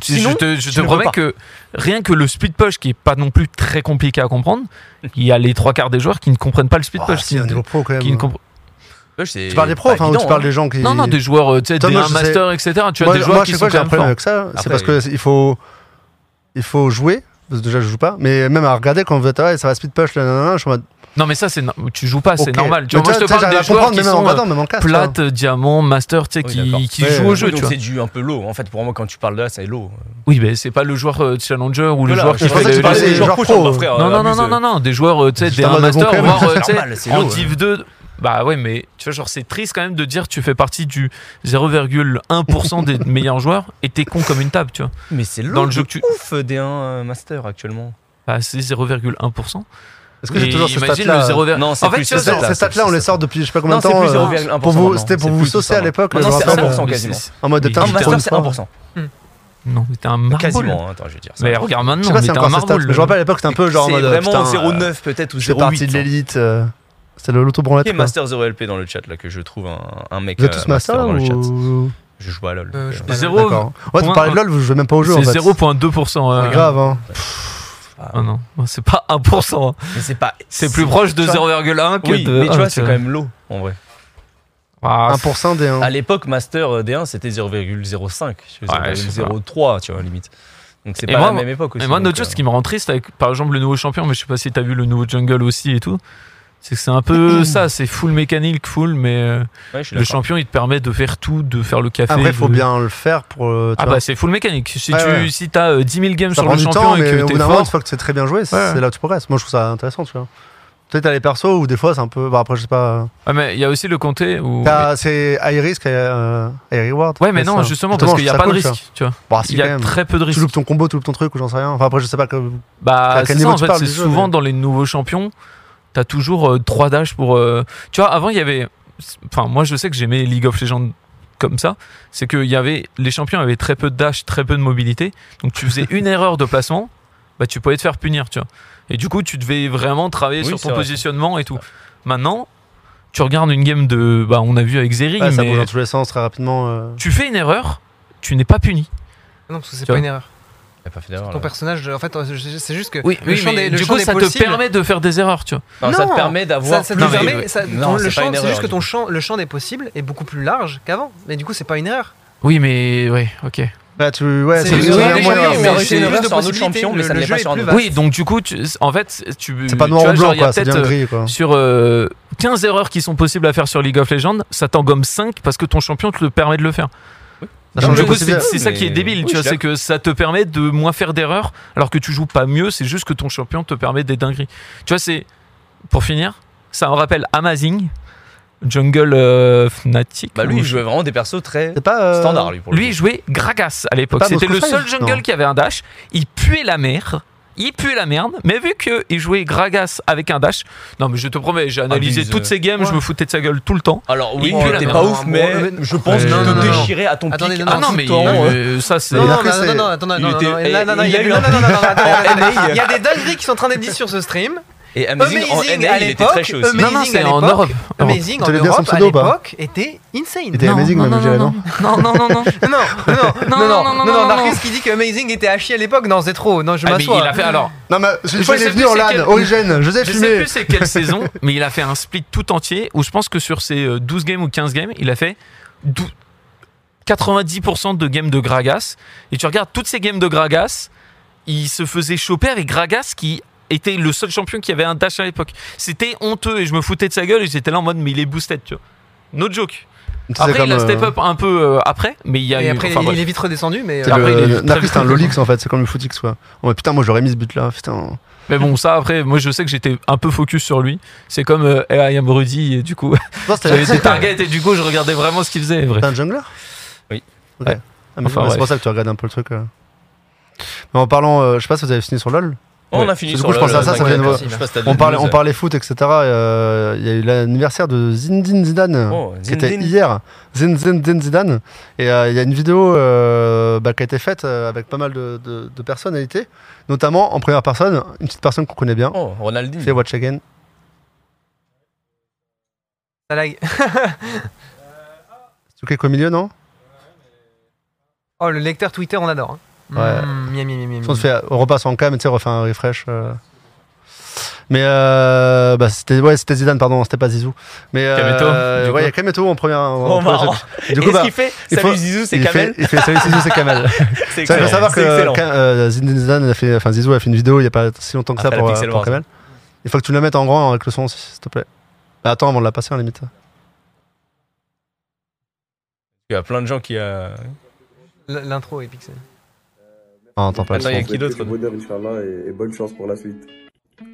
[SPEAKER 3] Tu-
[SPEAKER 1] Sinon,
[SPEAKER 3] je te, je
[SPEAKER 1] tu
[SPEAKER 3] te
[SPEAKER 1] ne peux
[SPEAKER 3] promets
[SPEAKER 1] pas.
[SPEAKER 3] que rien que le speed push, qui est pas non plus très compliqué à comprendre, il y a les trois quarts des joueurs qui ne comprennent pas le speed
[SPEAKER 2] Ah,
[SPEAKER 3] push.
[SPEAKER 2] si, au niveau pro quand
[SPEAKER 3] qui ne
[SPEAKER 2] même.
[SPEAKER 3] compre-
[SPEAKER 2] Tu parles des pros, enfin, ou tu parles des gens qui.
[SPEAKER 3] Non, non, des joueurs, euh, tu sais,
[SPEAKER 2] Toi,
[SPEAKER 3] des
[SPEAKER 2] moi, je
[SPEAKER 3] 1 master, etc. Tu as
[SPEAKER 2] moi,
[SPEAKER 3] des
[SPEAKER 2] je-
[SPEAKER 3] joueurs
[SPEAKER 2] moi, à
[SPEAKER 3] qui
[SPEAKER 2] chaque
[SPEAKER 3] sont
[SPEAKER 2] fois, j'ai
[SPEAKER 3] quand
[SPEAKER 2] un
[SPEAKER 3] même
[SPEAKER 2] problème
[SPEAKER 3] forts.
[SPEAKER 2] avec ça. C'est
[SPEAKER 1] Après,
[SPEAKER 2] parce que il faut, il faut jouer. Parce que déjà, je joue pas. Mais même à regarder quand vous êtes, ah ouais, ça va speed push, là, là, là, je suis en mode.
[SPEAKER 3] Non, mais ça, c'est no- tu joues pas, c'est
[SPEAKER 2] ok.
[SPEAKER 3] normal. Tu
[SPEAKER 2] Mais
[SPEAKER 3] vois, moi, je te
[SPEAKER 2] vois,
[SPEAKER 3] parle
[SPEAKER 2] j'arrive
[SPEAKER 3] des
[SPEAKER 2] à
[SPEAKER 3] joueurs
[SPEAKER 2] comprendre,
[SPEAKER 3] qui
[SPEAKER 2] même en
[SPEAKER 3] sont euh,
[SPEAKER 2] vadant, même en casse. tu vois.
[SPEAKER 3] plate, euh, diamant, master, tu sais,
[SPEAKER 1] Oui,
[SPEAKER 3] qui
[SPEAKER 1] d'accord.
[SPEAKER 3] qui
[SPEAKER 2] Ouais,
[SPEAKER 3] jouent
[SPEAKER 2] ouais.
[SPEAKER 3] au
[SPEAKER 1] Oui,
[SPEAKER 3] jeu, tu
[SPEAKER 1] donc
[SPEAKER 3] vois.
[SPEAKER 1] c'est du un peu low. En fait, pour moi, quand tu parles de là, c'est low.
[SPEAKER 3] Oui, mais c'est pas le joueur euh, challenger ou le
[SPEAKER 1] Voilà,
[SPEAKER 3] joueur
[SPEAKER 1] je
[SPEAKER 3] qui
[SPEAKER 1] pensais
[SPEAKER 3] fait
[SPEAKER 1] que tu
[SPEAKER 3] les-
[SPEAKER 1] parlais
[SPEAKER 3] les-
[SPEAKER 1] des
[SPEAKER 2] les
[SPEAKER 1] joueurs
[SPEAKER 2] joueurs
[SPEAKER 1] pro,
[SPEAKER 2] pro.
[SPEAKER 1] genre, frère.
[SPEAKER 3] Non,
[SPEAKER 1] euh,
[SPEAKER 3] non, non,
[SPEAKER 1] abuse,
[SPEAKER 3] non, non, non, des joueurs, euh, tu sais,
[SPEAKER 2] C'est
[SPEAKER 3] des
[SPEAKER 2] Ah, un
[SPEAKER 3] 1
[SPEAKER 2] mode
[SPEAKER 3] master,
[SPEAKER 2] bon
[SPEAKER 3] voire,
[SPEAKER 2] quand même.
[SPEAKER 3] euh, tu sais,
[SPEAKER 1] Normal, c'est
[SPEAKER 3] en
[SPEAKER 1] lourd.
[SPEAKER 2] hein.
[SPEAKER 3] div 2. Bah ouais, mais tu vois, genre, c'est triste quand même de dire tu fais partie du
[SPEAKER 2] [laughs]
[SPEAKER 3] 0,1% des meilleurs joueurs et t'es con comme une table, tu vois.
[SPEAKER 1] Mais c'est low.
[SPEAKER 3] Dans le jeu que tu.
[SPEAKER 1] Ouf, D1 euh, Master actuellement.
[SPEAKER 3] Bah, c'est 0,1%.
[SPEAKER 2] Est-ce que j'ai
[SPEAKER 3] Et
[SPEAKER 2] toujours ce
[SPEAKER 3] imagine
[SPEAKER 2] stat-là
[SPEAKER 3] le 0,1%.
[SPEAKER 1] Non, c'est
[SPEAKER 3] en fait,
[SPEAKER 1] plus,
[SPEAKER 3] tu vois,
[SPEAKER 1] c'est
[SPEAKER 3] genre,
[SPEAKER 1] ça.
[SPEAKER 2] Ces stats-là, on les sort depuis je sais pas combien
[SPEAKER 1] Non,
[SPEAKER 2] de
[SPEAKER 1] c'est
[SPEAKER 2] temps.
[SPEAKER 1] plus
[SPEAKER 2] euh,
[SPEAKER 1] 0,1%.
[SPEAKER 2] pour vous-
[SPEAKER 1] maintenant.
[SPEAKER 2] c'était pour
[SPEAKER 1] C'est
[SPEAKER 2] vous
[SPEAKER 1] plus
[SPEAKER 2] saucer à
[SPEAKER 1] 1%.
[SPEAKER 2] l'époque,
[SPEAKER 1] Non,
[SPEAKER 2] je me
[SPEAKER 1] c'est
[SPEAKER 2] rappelle.
[SPEAKER 1] 1%
[SPEAKER 3] Mais
[SPEAKER 1] quasiment.
[SPEAKER 3] c'est-
[SPEAKER 2] En mode
[SPEAKER 3] Mais
[SPEAKER 2] putain,
[SPEAKER 1] Un
[SPEAKER 3] je
[SPEAKER 2] je
[SPEAKER 1] Master,
[SPEAKER 2] tourne
[SPEAKER 1] c'est
[SPEAKER 2] fort.
[SPEAKER 1] 1%.
[SPEAKER 3] Non, mais t'es un marbol.
[SPEAKER 1] Quasiment, hein, attends, je vais dire ça.
[SPEAKER 3] Mais regarde
[SPEAKER 2] Je
[SPEAKER 3] maintenant,
[SPEAKER 2] sais
[SPEAKER 3] mais
[SPEAKER 2] pas si
[SPEAKER 3] t'es
[SPEAKER 2] c'est
[SPEAKER 3] un
[SPEAKER 2] encore ces stats.
[SPEAKER 3] marbol.
[SPEAKER 2] mais Je me rappelle à l'époque, c'était un peu genre en
[SPEAKER 1] C'est
[SPEAKER 2] mode. euh,
[SPEAKER 1] vraiment
[SPEAKER 2] putain,
[SPEAKER 1] 0,9 peut-être ou
[SPEAKER 2] Je fais partie de
[SPEAKER 1] 0,8. hein.
[SPEAKER 2] l'élite. euh, C'est le l'auto branlette.
[SPEAKER 1] Qui est
[SPEAKER 2] quoi.
[SPEAKER 1] Master 0LP dans le chat là que je trouve un, un mec
[SPEAKER 2] Vous êtes
[SPEAKER 1] euh,
[SPEAKER 2] tous master
[SPEAKER 1] dans le chat.
[SPEAKER 2] ou
[SPEAKER 1] Je joue pas à LoL.
[SPEAKER 4] Euh, je
[SPEAKER 1] donc,
[SPEAKER 4] sais pas.
[SPEAKER 3] Zéro-
[SPEAKER 2] D'accord. Ouais, tu parlais de LoL, vous jouez même pas au jeu en
[SPEAKER 3] C'est
[SPEAKER 2] fait.
[SPEAKER 3] 0,2%. euh,
[SPEAKER 2] C'est grave, hein.
[SPEAKER 3] Ah non, c'est pas 1%.
[SPEAKER 1] Mais c'est pas.
[SPEAKER 3] hein. C'est plus proche de
[SPEAKER 1] tu vois.
[SPEAKER 3] 0,1 que
[SPEAKER 1] Oui,
[SPEAKER 3] de.
[SPEAKER 1] mais
[SPEAKER 3] un,
[SPEAKER 1] tu vois, c'est quand même low en vrai.
[SPEAKER 3] Ah,
[SPEAKER 2] 1% des 1.
[SPEAKER 1] À l'époque, Master euh, D1 c'était 0,05,
[SPEAKER 3] Ouais, je sais pas.
[SPEAKER 1] 0,03, tu vois, limite. Donc c'est
[SPEAKER 3] Et
[SPEAKER 1] pas
[SPEAKER 3] moi,
[SPEAKER 1] la
[SPEAKER 3] moi-
[SPEAKER 1] même époque aussi.
[SPEAKER 3] Et moi,
[SPEAKER 1] donc, euh,
[SPEAKER 3] notre chose, ce qui me rend triste avec, par exemple, le nouveau champion, mais je sais pas si t'as vu le nouveau jungle aussi et tout, c'est que c'est
[SPEAKER 2] [clears throat]
[SPEAKER 3] un peu ça, c'est full mécanique, full, mais euh,
[SPEAKER 1] euh, ouais, je suis
[SPEAKER 3] le
[SPEAKER 1] d'accord.
[SPEAKER 3] champion, il te permet de faire tout, de faire le café.
[SPEAKER 2] Après, il Ah, faut
[SPEAKER 3] de-
[SPEAKER 2] bien le faire pour. euh, tu
[SPEAKER 3] Ah
[SPEAKER 2] vois,
[SPEAKER 3] bah, c'est full mécanique. Si
[SPEAKER 2] Ouais,
[SPEAKER 3] tu
[SPEAKER 2] ouais.
[SPEAKER 3] si t'as euh, 10 000 games
[SPEAKER 2] ça
[SPEAKER 3] sur
[SPEAKER 2] prend
[SPEAKER 3] le
[SPEAKER 2] du
[SPEAKER 3] champion
[SPEAKER 2] temps,
[SPEAKER 3] et
[SPEAKER 2] mais
[SPEAKER 3] que
[SPEAKER 2] au bout
[SPEAKER 3] t'es
[SPEAKER 2] d'un moment, une
[SPEAKER 3] fort,
[SPEAKER 2] fois que c'est très bien joué, c'est
[SPEAKER 3] Ouais.
[SPEAKER 2] là où tu progresses. Moi, je trouve ça intéressant, tu vois. Peut-être t'as les persos ou des fois, c'est un peu. Bah, après, je sais pas.
[SPEAKER 3] Ouais, mais il y a aussi le comté où.
[SPEAKER 2] T'as- C'est high risk et euh, high reward.
[SPEAKER 3] Ouais, mais
[SPEAKER 2] ça.
[SPEAKER 3] non, justement, parce
[SPEAKER 2] je
[SPEAKER 3] qu'il n'y a
[SPEAKER 2] trouve
[SPEAKER 3] pas
[SPEAKER 2] ça
[SPEAKER 3] de
[SPEAKER 2] cool, tu
[SPEAKER 3] risque, tu vois.
[SPEAKER 2] vois. Bah, si,
[SPEAKER 3] Il y
[SPEAKER 2] quand
[SPEAKER 3] a
[SPEAKER 2] même.
[SPEAKER 3] très peu de
[SPEAKER 2] Tu
[SPEAKER 3] risque.
[SPEAKER 2] loupes ton combo, tu loupes ton truc ou j'en sais rien. Enfin, après, je sais pas. Que...
[SPEAKER 3] Bah,
[SPEAKER 2] À quel
[SPEAKER 3] c'est ça,
[SPEAKER 2] niveau
[SPEAKER 3] en
[SPEAKER 2] tu
[SPEAKER 3] fait,
[SPEAKER 2] parles
[SPEAKER 3] c'est
[SPEAKER 2] du jeu,
[SPEAKER 3] souvent
[SPEAKER 2] mais-
[SPEAKER 3] dans les nouveaux champions, t'as toujours euh, trois dashs pour. euh, Tu vois, avant, il y avait. Enfin, moi, je sais que j'aimais League of Legends comme ça. C'est que il y avait... les champions avaient très peu de dash, très peu de mobilité. Donc, tu faisais une erreur de placement, bah, tu pouvais te faire punir, tu vois. Et du coup, tu devais vraiment travailler
[SPEAKER 1] Oui,
[SPEAKER 3] sur
[SPEAKER 1] c'est
[SPEAKER 3] ton
[SPEAKER 1] vrai.
[SPEAKER 3] positionnement et tout.
[SPEAKER 1] Ouais.
[SPEAKER 3] Maintenant, tu regardes une game de. Bah, on a vu avec Zeri,
[SPEAKER 2] Ouais, ça
[SPEAKER 3] mais
[SPEAKER 2] bouge dans tous les sens très rapidement. euh.
[SPEAKER 3] tu fais une erreur, tu n'es pas puni.
[SPEAKER 4] Ah Non, parce que c'est
[SPEAKER 3] Tu
[SPEAKER 4] pas
[SPEAKER 3] vois.
[SPEAKER 4] une erreur.
[SPEAKER 1] T'as pas fait d'erreur,
[SPEAKER 4] Ton
[SPEAKER 1] là.
[SPEAKER 4] personnage, en fait, c'est c'est juste que.
[SPEAKER 3] Oui,
[SPEAKER 4] le champ des- le
[SPEAKER 3] du
[SPEAKER 4] champ
[SPEAKER 3] coup,
[SPEAKER 4] des
[SPEAKER 3] ça te
[SPEAKER 4] possibles-
[SPEAKER 3] permet de faire des erreurs, tu vois.
[SPEAKER 1] Non, ça te
[SPEAKER 4] Non,
[SPEAKER 1] permet
[SPEAKER 4] Ça,
[SPEAKER 1] d'avoir.
[SPEAKER 4] ça
[SPEAKER 1] plus-
[SPEAKER 4] te
[SPEAKER 3] Non, mais-
[SPEAKER 4] permet, ça-
[SPEAKER 1] Non,
[SPEAKER 4] ton-
[SPEAKER 1] c'est
[SPEAKER 4] le
[SPEAKER 1] pas
[SPEAKER 4] champ,
[SPEAKER 1] une
[SPEAKER 4] c'est
[SPEAKER 1] erreur,
[SPEAKER 4] juste que
[SPEAKER 1] du
[SPEAKER 4] ton
[SPEAKER 1] coup.
[SPEAKER 4] champ, le champ des possibles est beaucoup plus large qu'avant. Mais du coup, c'est pas une erreur.
[SPEAKER 3] Oui, mais. Ouais, ok.
[SPEAKER 2] Bah, tu. Ouais,
[SPEAKER 4] C'est-
[SPEAKER 2] c'est
[SPEAKER 4] oui,
[SPEAKER 2] c'est
[SPEAKER 4] oui,
[SPEAKER 2] un moyen.
[SPEAKER 4] les champions,
[SPEAKER 2] Mais
[SPEAKER 4] mais-
[SPEAKER 2] c'est-
[SPEAKER 4] c'est-
[SPEAKER 1] erreur
[SPEAKER 4] plus
[SPEAKER 1] sur un
[SPEAKER 4] de
[SPEAKER 1] autre champion, mais
[SPEAKER 4] possibilités,
[SPEAKER 1] ça ne
[SPEAKER 4] le
[SPEAKER 1] l'est pas
[SPEAKER 4] jeu
[SPEAKER 1] sur
[SPEAKER 4] est
[SPEAKER 1] un
[SPEAKER 4] plus
[SPEAKER 1] autre.
[SPEAKER 4] vaste.
[SPEAKER 3] Oui, donc du coup, tu- en fait, tu.
[SPEAKER 2] C'est pas
[SPEAKER 3] tu
[SPEAKER 2] noir
[SPEAKER 3] vois,
[SPEAKER 2] ou
[SPEAKER 3] genre,
[SPEAKER 2] blanc,
[SPEAKER 3] il y a
[SPEAKER 2] quoi. C'est bien
[SPEAKER 3] peut-être,
[SPEAKER 2] gris, hein. quoi.
[SPEAKER 3] euh, Sur euh, 15 erreurs qui sont possibles à faire sur League of Legends, ça t'en gomme 5 parce que ton champion te le permet de le faire.
[SPEAKER 2] Ça
[SPEAKER 3] Donc,
[SPEAKER 2] change
[SPEAKER 3] du
[SPEAKER 2] le
[SPEAKER 3] coup,
[SPEAKER 2] concept.
[SPEAKER 3] c'est c'est ça qui est
[SPEAKER 1] mais-
[SPEAKER 3] débile,
[SPEAKER 1] oui,
[SPEAKER 3] tu
[SPEAKER 1] je
[SPEAKER 3] vois,
[SPEAKER 1] suis
[SPEAKER 3] c'est que ça te permet de moins faire d'erreurs alors que tu joues pas mieux, c'est juste que ton champion te permet des dingueries. Tu vois, c'est. Pour finir, ça me rappelle Amazing, Jungle euh, Fnatic.
[SPEAKER 1] Bah, lui,
[SPEAKER 3] ou-
[SPEAKER 1] il jouait vraiment des persos très
[SPEAKER 2] C'est pas. euh,
[SPEAKER 1] standard lui pour le
[SPEAKER 3] Lui, il
[SPEAKER 1] coup.
[SPEAKER 3] jouait Gragas à l'époque.
[SPEAKER 2] Pas
[SPEAKER 3] C'était le
[SPEAKER 2] Moscou
[SPEAKER 3] seul
[SPEAKER 2] Five
[SPEAKER 3] jungle
[SPEAKER 2] Non.
[SPEAKER 3] qui avait un dash. Il puait la merde. Il puait la merde. Mais vu qu'il jouait Gragas avec un dash, non, Ah, mais je te promets, j'ai analysé
[SPEAKER 1] Abuse.
[SPEAKER 3] toutes ces games, je me foutais de sa gueule tout le temps.
[SPEAKER 1] Alors oui,
[SPEAKER 3] Il pue la
[SPEAKER 1] t'es
[SPEAKER 3] merde.
[SPEAKER 1] pas ouf,
[SPEAKER 4] Non,
[SPEAKER 1] mais
[SPEAKER 4] mais-
[SPEAKER 1] je pense
[SPEAKER 3] Euh,
[SPEAKER 1] qu'il
[SPEAKER 3] non, non,
[SPEAKER 1] te
[SPEAKER 3] non.
[SPEAKER 1] déchirait à ton pic.
[SPEAKER 4] Attendez, non,
[SPEAKER 1] à
[SPEAKER 3] ah non,
[SPEAKER 1] tout
[SPEAKER 3] mais
[SPEAKER 1] temps, euh,
[SPEAKER 3] euh, ça, c'est.
[SPEAKER 4] Non, non,
[SPEAKER 2] Il a cru
[SPEAKER 4] non,
[SPEAKER 2] que
[SPEAKER 4] non,
[SPEAKER 2] c'est-
[SPEAKER 4] non, attends, non,
[SPEAKER 1] il
[SPEAKER 4] non,
[SPEAKER 1] était-
[SPEAKER 4] non,
[SPEAKER 1] et-
[SPEAKER 4] là, non, non,
[SPEAKER 1] il
[SPEAKER 4] il y a
[SPEAKER 1] a
[SPEAKER 4] des-
[SPEAKER 1] eu
[SPEAKER 4] non,
[SPEAKER 1] un-
[SPEAKER 4] non, non, non, non,
[SPEAKER 1] [laughs]
[SPEAKER 4] attends,
[SPEAKER 1] en
[SPEAKER 4] attends,
[SPEAKER 1] NA.
[SPEAKER 4] Il y a des dingueries qui sont en train d'être dites sur ce stream.
[SPEAKER 1] Et Amazing en
[SPEAKER 4] Amazing
[SPEAKER 1] NA,
[SPEAKER 4] à
[SPEAKER 1] il était très
[SPEAKER 4] l'époque,
[SPEAKER 1] chaud aussi.
[SPEAKER 4] Amazing
[SPEAKER 3] Non, non, c'est Ah,
[SPEAKER 4] à
[SPEAKER 3] en
[SPEAKER 4] l'époque,
[SPEAKER 3] Europe.
[SPEAKER 4] Amazing en
[SPEAKER 2] Tu l'as bien son
[SPEAKER 4] Europe à
[SPEAKER 2] pseudo ou pas
[SPEAKER 4] l'époque était insane.
[SPEAKER 2] Il était amazing, même, je dirais, non.
[SPEAKER 3] non, non, non, non.
[SPEAKER 4] Non, non, non, non, non, non, non,
[SPEAKER 3] non,
[SPEAKER 4] Narcisse qui dit que Amazing était haché à l'époque, non, c'est trop, non, je
[SPEAKER 3] Ah, mais il
[SPEAKER 4] m'assois.
[SPEAKER 3] a fait alors.
[SPEAKER 2] Non, mais
[SPEAKER 3] Je
[SPEAKER 2] une fois, il
[SPEAKER 3] sais
[SPEAKER 2] est venu
[SPEAKER 3] plus
[SPEAKER 2] en
[SPEAKER 3] c'est
[SPEAKER 2] LAN,
[SPEAKER 3] quel-
[SPEAKER 2] Origène, je sais
[SPEAKER 3] Je sais
[SPEAKER 2] fumer.
[SPEAKER 3] plus
[SPEAKER 2] [laughs]
[SPEAKER 3] c'est quelle saison, mais il a fait un split tout entier où je pense que sur ses euh, 12 games ou 15 games, il a fait dou- 90% de games de Gragas. Et tu regardes toutes ces games de Gragas, il se faisait choper avec Gragas qui était le seul champion qui avait un dash à l'époque. C'était honteux et je me foutais de sa gueule et j'étais là en mode mais il est boosted, tu vois. No joke.
[SPEAKER 2] C'est
[SPEAKER 3] Après,
[SPEAKER 2] comme,
[SPEAKER 3] il a
[SPEAKER 2] euh,
[SPEAKER 3] step up un peu euh, après, mais il y a
[SPEAKER 4] Et
[SPEAKER 3] eu.
[SPEAKER 4] après,
[SPEAKER 3] enfin,
[SPEAKER 4] il,
[SPEAKER 3] bref.
[SPEAKER 4] il est vite redescendu, mais.
[SPEAKER 2] c'est
[SPEAKER 4] euh,
[SPEAKER 3] après, il est
[SPEAKER 2] le-
[SPEAKER 3] très
[SPEAKER 2] Napri, c'est un
[SPEAKER 3] vite
[SPEAKER 2] Lolix en fait, c'est comme le footix quoi. Oh, mais putain, moi j'aurais mis ce but là, putain.
[SPEAKER 3] Mais bon, ça après, moi je sais que j'étais un peu focus sur lui. C'est comme euh, Eh, I am Rudy et du coup,
[SPEAKER 2] Non,
[SPEAKER 3] j'avais des targets et du coup, je regardais vraiment ce qu'il faisait. vrai.
[SPEAKER 2] T'es un jungler
[SPEAKER 1] Oui.
[SPEAKER 2] Ok.
[SPEAKER 3] Ouais.
[SPEAKER 2] Ah, mais
[SPEAKER 3] Enfin,
[SPEAKER 2] ouais,
[SPEAKER 3] ouais.
[SPEAKER 2] C'est pour ça que tu regardes un peu le truc. euh. Mais en parlant, euh, je sais pas si vous avez fini sur LoL.
[SPEAKER 1] Oh, on a
[SPEAKER 3] Ouais.
[SPEAKER 1] fini
[SPEAKER 2] Du
[SPEAKER 1] sur
[SPEAKER 2] coup, je
[SPEAKER 1] le-
[SPEAKER 2] pense à
[SPEAKER 1] le-
[SPEAKER 2] ça, ça
[SPEAKER 1] le-
[SPEAKER 2] vient de voir.
[SPEAKER 1] Je sais pas si t'as
[SPEAKER 2] On
[SPEAKER 1] des
[SPEAKER 2] parlait,
[SPEAKER 1] news.
[SPEAKER 2] on parlait foot, etc. euh, Il y a eu l'anniversaire de Zinedine Zidane.
[SPEAKER 1] Oh,
[SPEAKER 2] qui était
[SPEAKER 1] Zinedine.
[SPEAKER 2] hier, Zen Zen Zen Zidane. Et euh, il y a une vidéo euh, bah, qui a été faite euh, avec pas mal de, de- de personnalités, notamment en première personne, une petite personne qu'on connaît bien,
[SPEAKER 1] Oh, Ronaldinho.
[SPEAKER 2] c'est Watch Again.
[SPEAKER 4] ça lag.
[SPEAKER 2] C'est ok qu'au milieu,
[SPEAKER 1] Hmm.
[SPEAKER 2] non
[SPEAKER 4] Oh, le lecteur Twitter, on adore. hein.
[SPEAKER 2] Ouais.
[SPEAKER 4] Mm, miam, miam, miam, miam.
[SPEAKER 2] Si On, se fait, on repasse en cam et tu sais, on refait un refresh. euh. Mais euh, bah, c'était ouais, c'était Zidane, pardon, c'était pas Zizou. Mais, euh,
[SPEAKER 3] Kameto, du
[SPEAKER 2] ouais, il y a
[SPEAKER 3] coup.
[SPEAKER 2] Kameto en première. en
[SPEAKER 1] Oh,
[SPEAKER 2] première-
[SPEAKER 1] marrant.
[SPEAKER 2] du coup,
[SPEAKER 1] Et ce
[SPEAKER 2] bah,
[SPEAKER 1] qu'il fait
[SPEAKER 2] il faut-
[SPEAKER 1] Salut Zizou, c'est
[SPEAKER 2] il
[SPEAKER 1] Kamel.
[SPEAKER 2] fait, il fait salut Zizou, c'est Kamel.
[SPEAKER 1] C'est
[SPEAKER 2] Ça, Il faut
[SPEAKER 1] excellent.
[SPEAKER 2] savoir
[SPEAKER 1] C'est excellent.
[SPEAKER 2] que quand, euh, Zinedine Zidane a fait, enfin Zizou a fait une vidéo il n'y a pas si longtemps que ça
[SPEAKER 1] Après Ah, la hein,
[SPEAKER 2] pour, euh,
[SPEAKER 1] Pixel
[SPEAKER 2] pour
[SPEAKER 1] Wars.
[SPEAKER 2] Kamel. Il faut que tu la mettes en grand avec le son aussi, s'il te plaît. Bah, attends, avant de la passer, à la limite.
[SPEAKER 1] Il y a plein de gens qui. euh,
[SPEAKER 4] L- L'intro est pixel.
[SPEAKER 2] Non, Ah, attends pas.
[SPEAKER 1] Attends, il y a qui d'autre
[SPEAKER 7] Que de bonheur, Inch'Allah, et, et bonne chance pour la suite.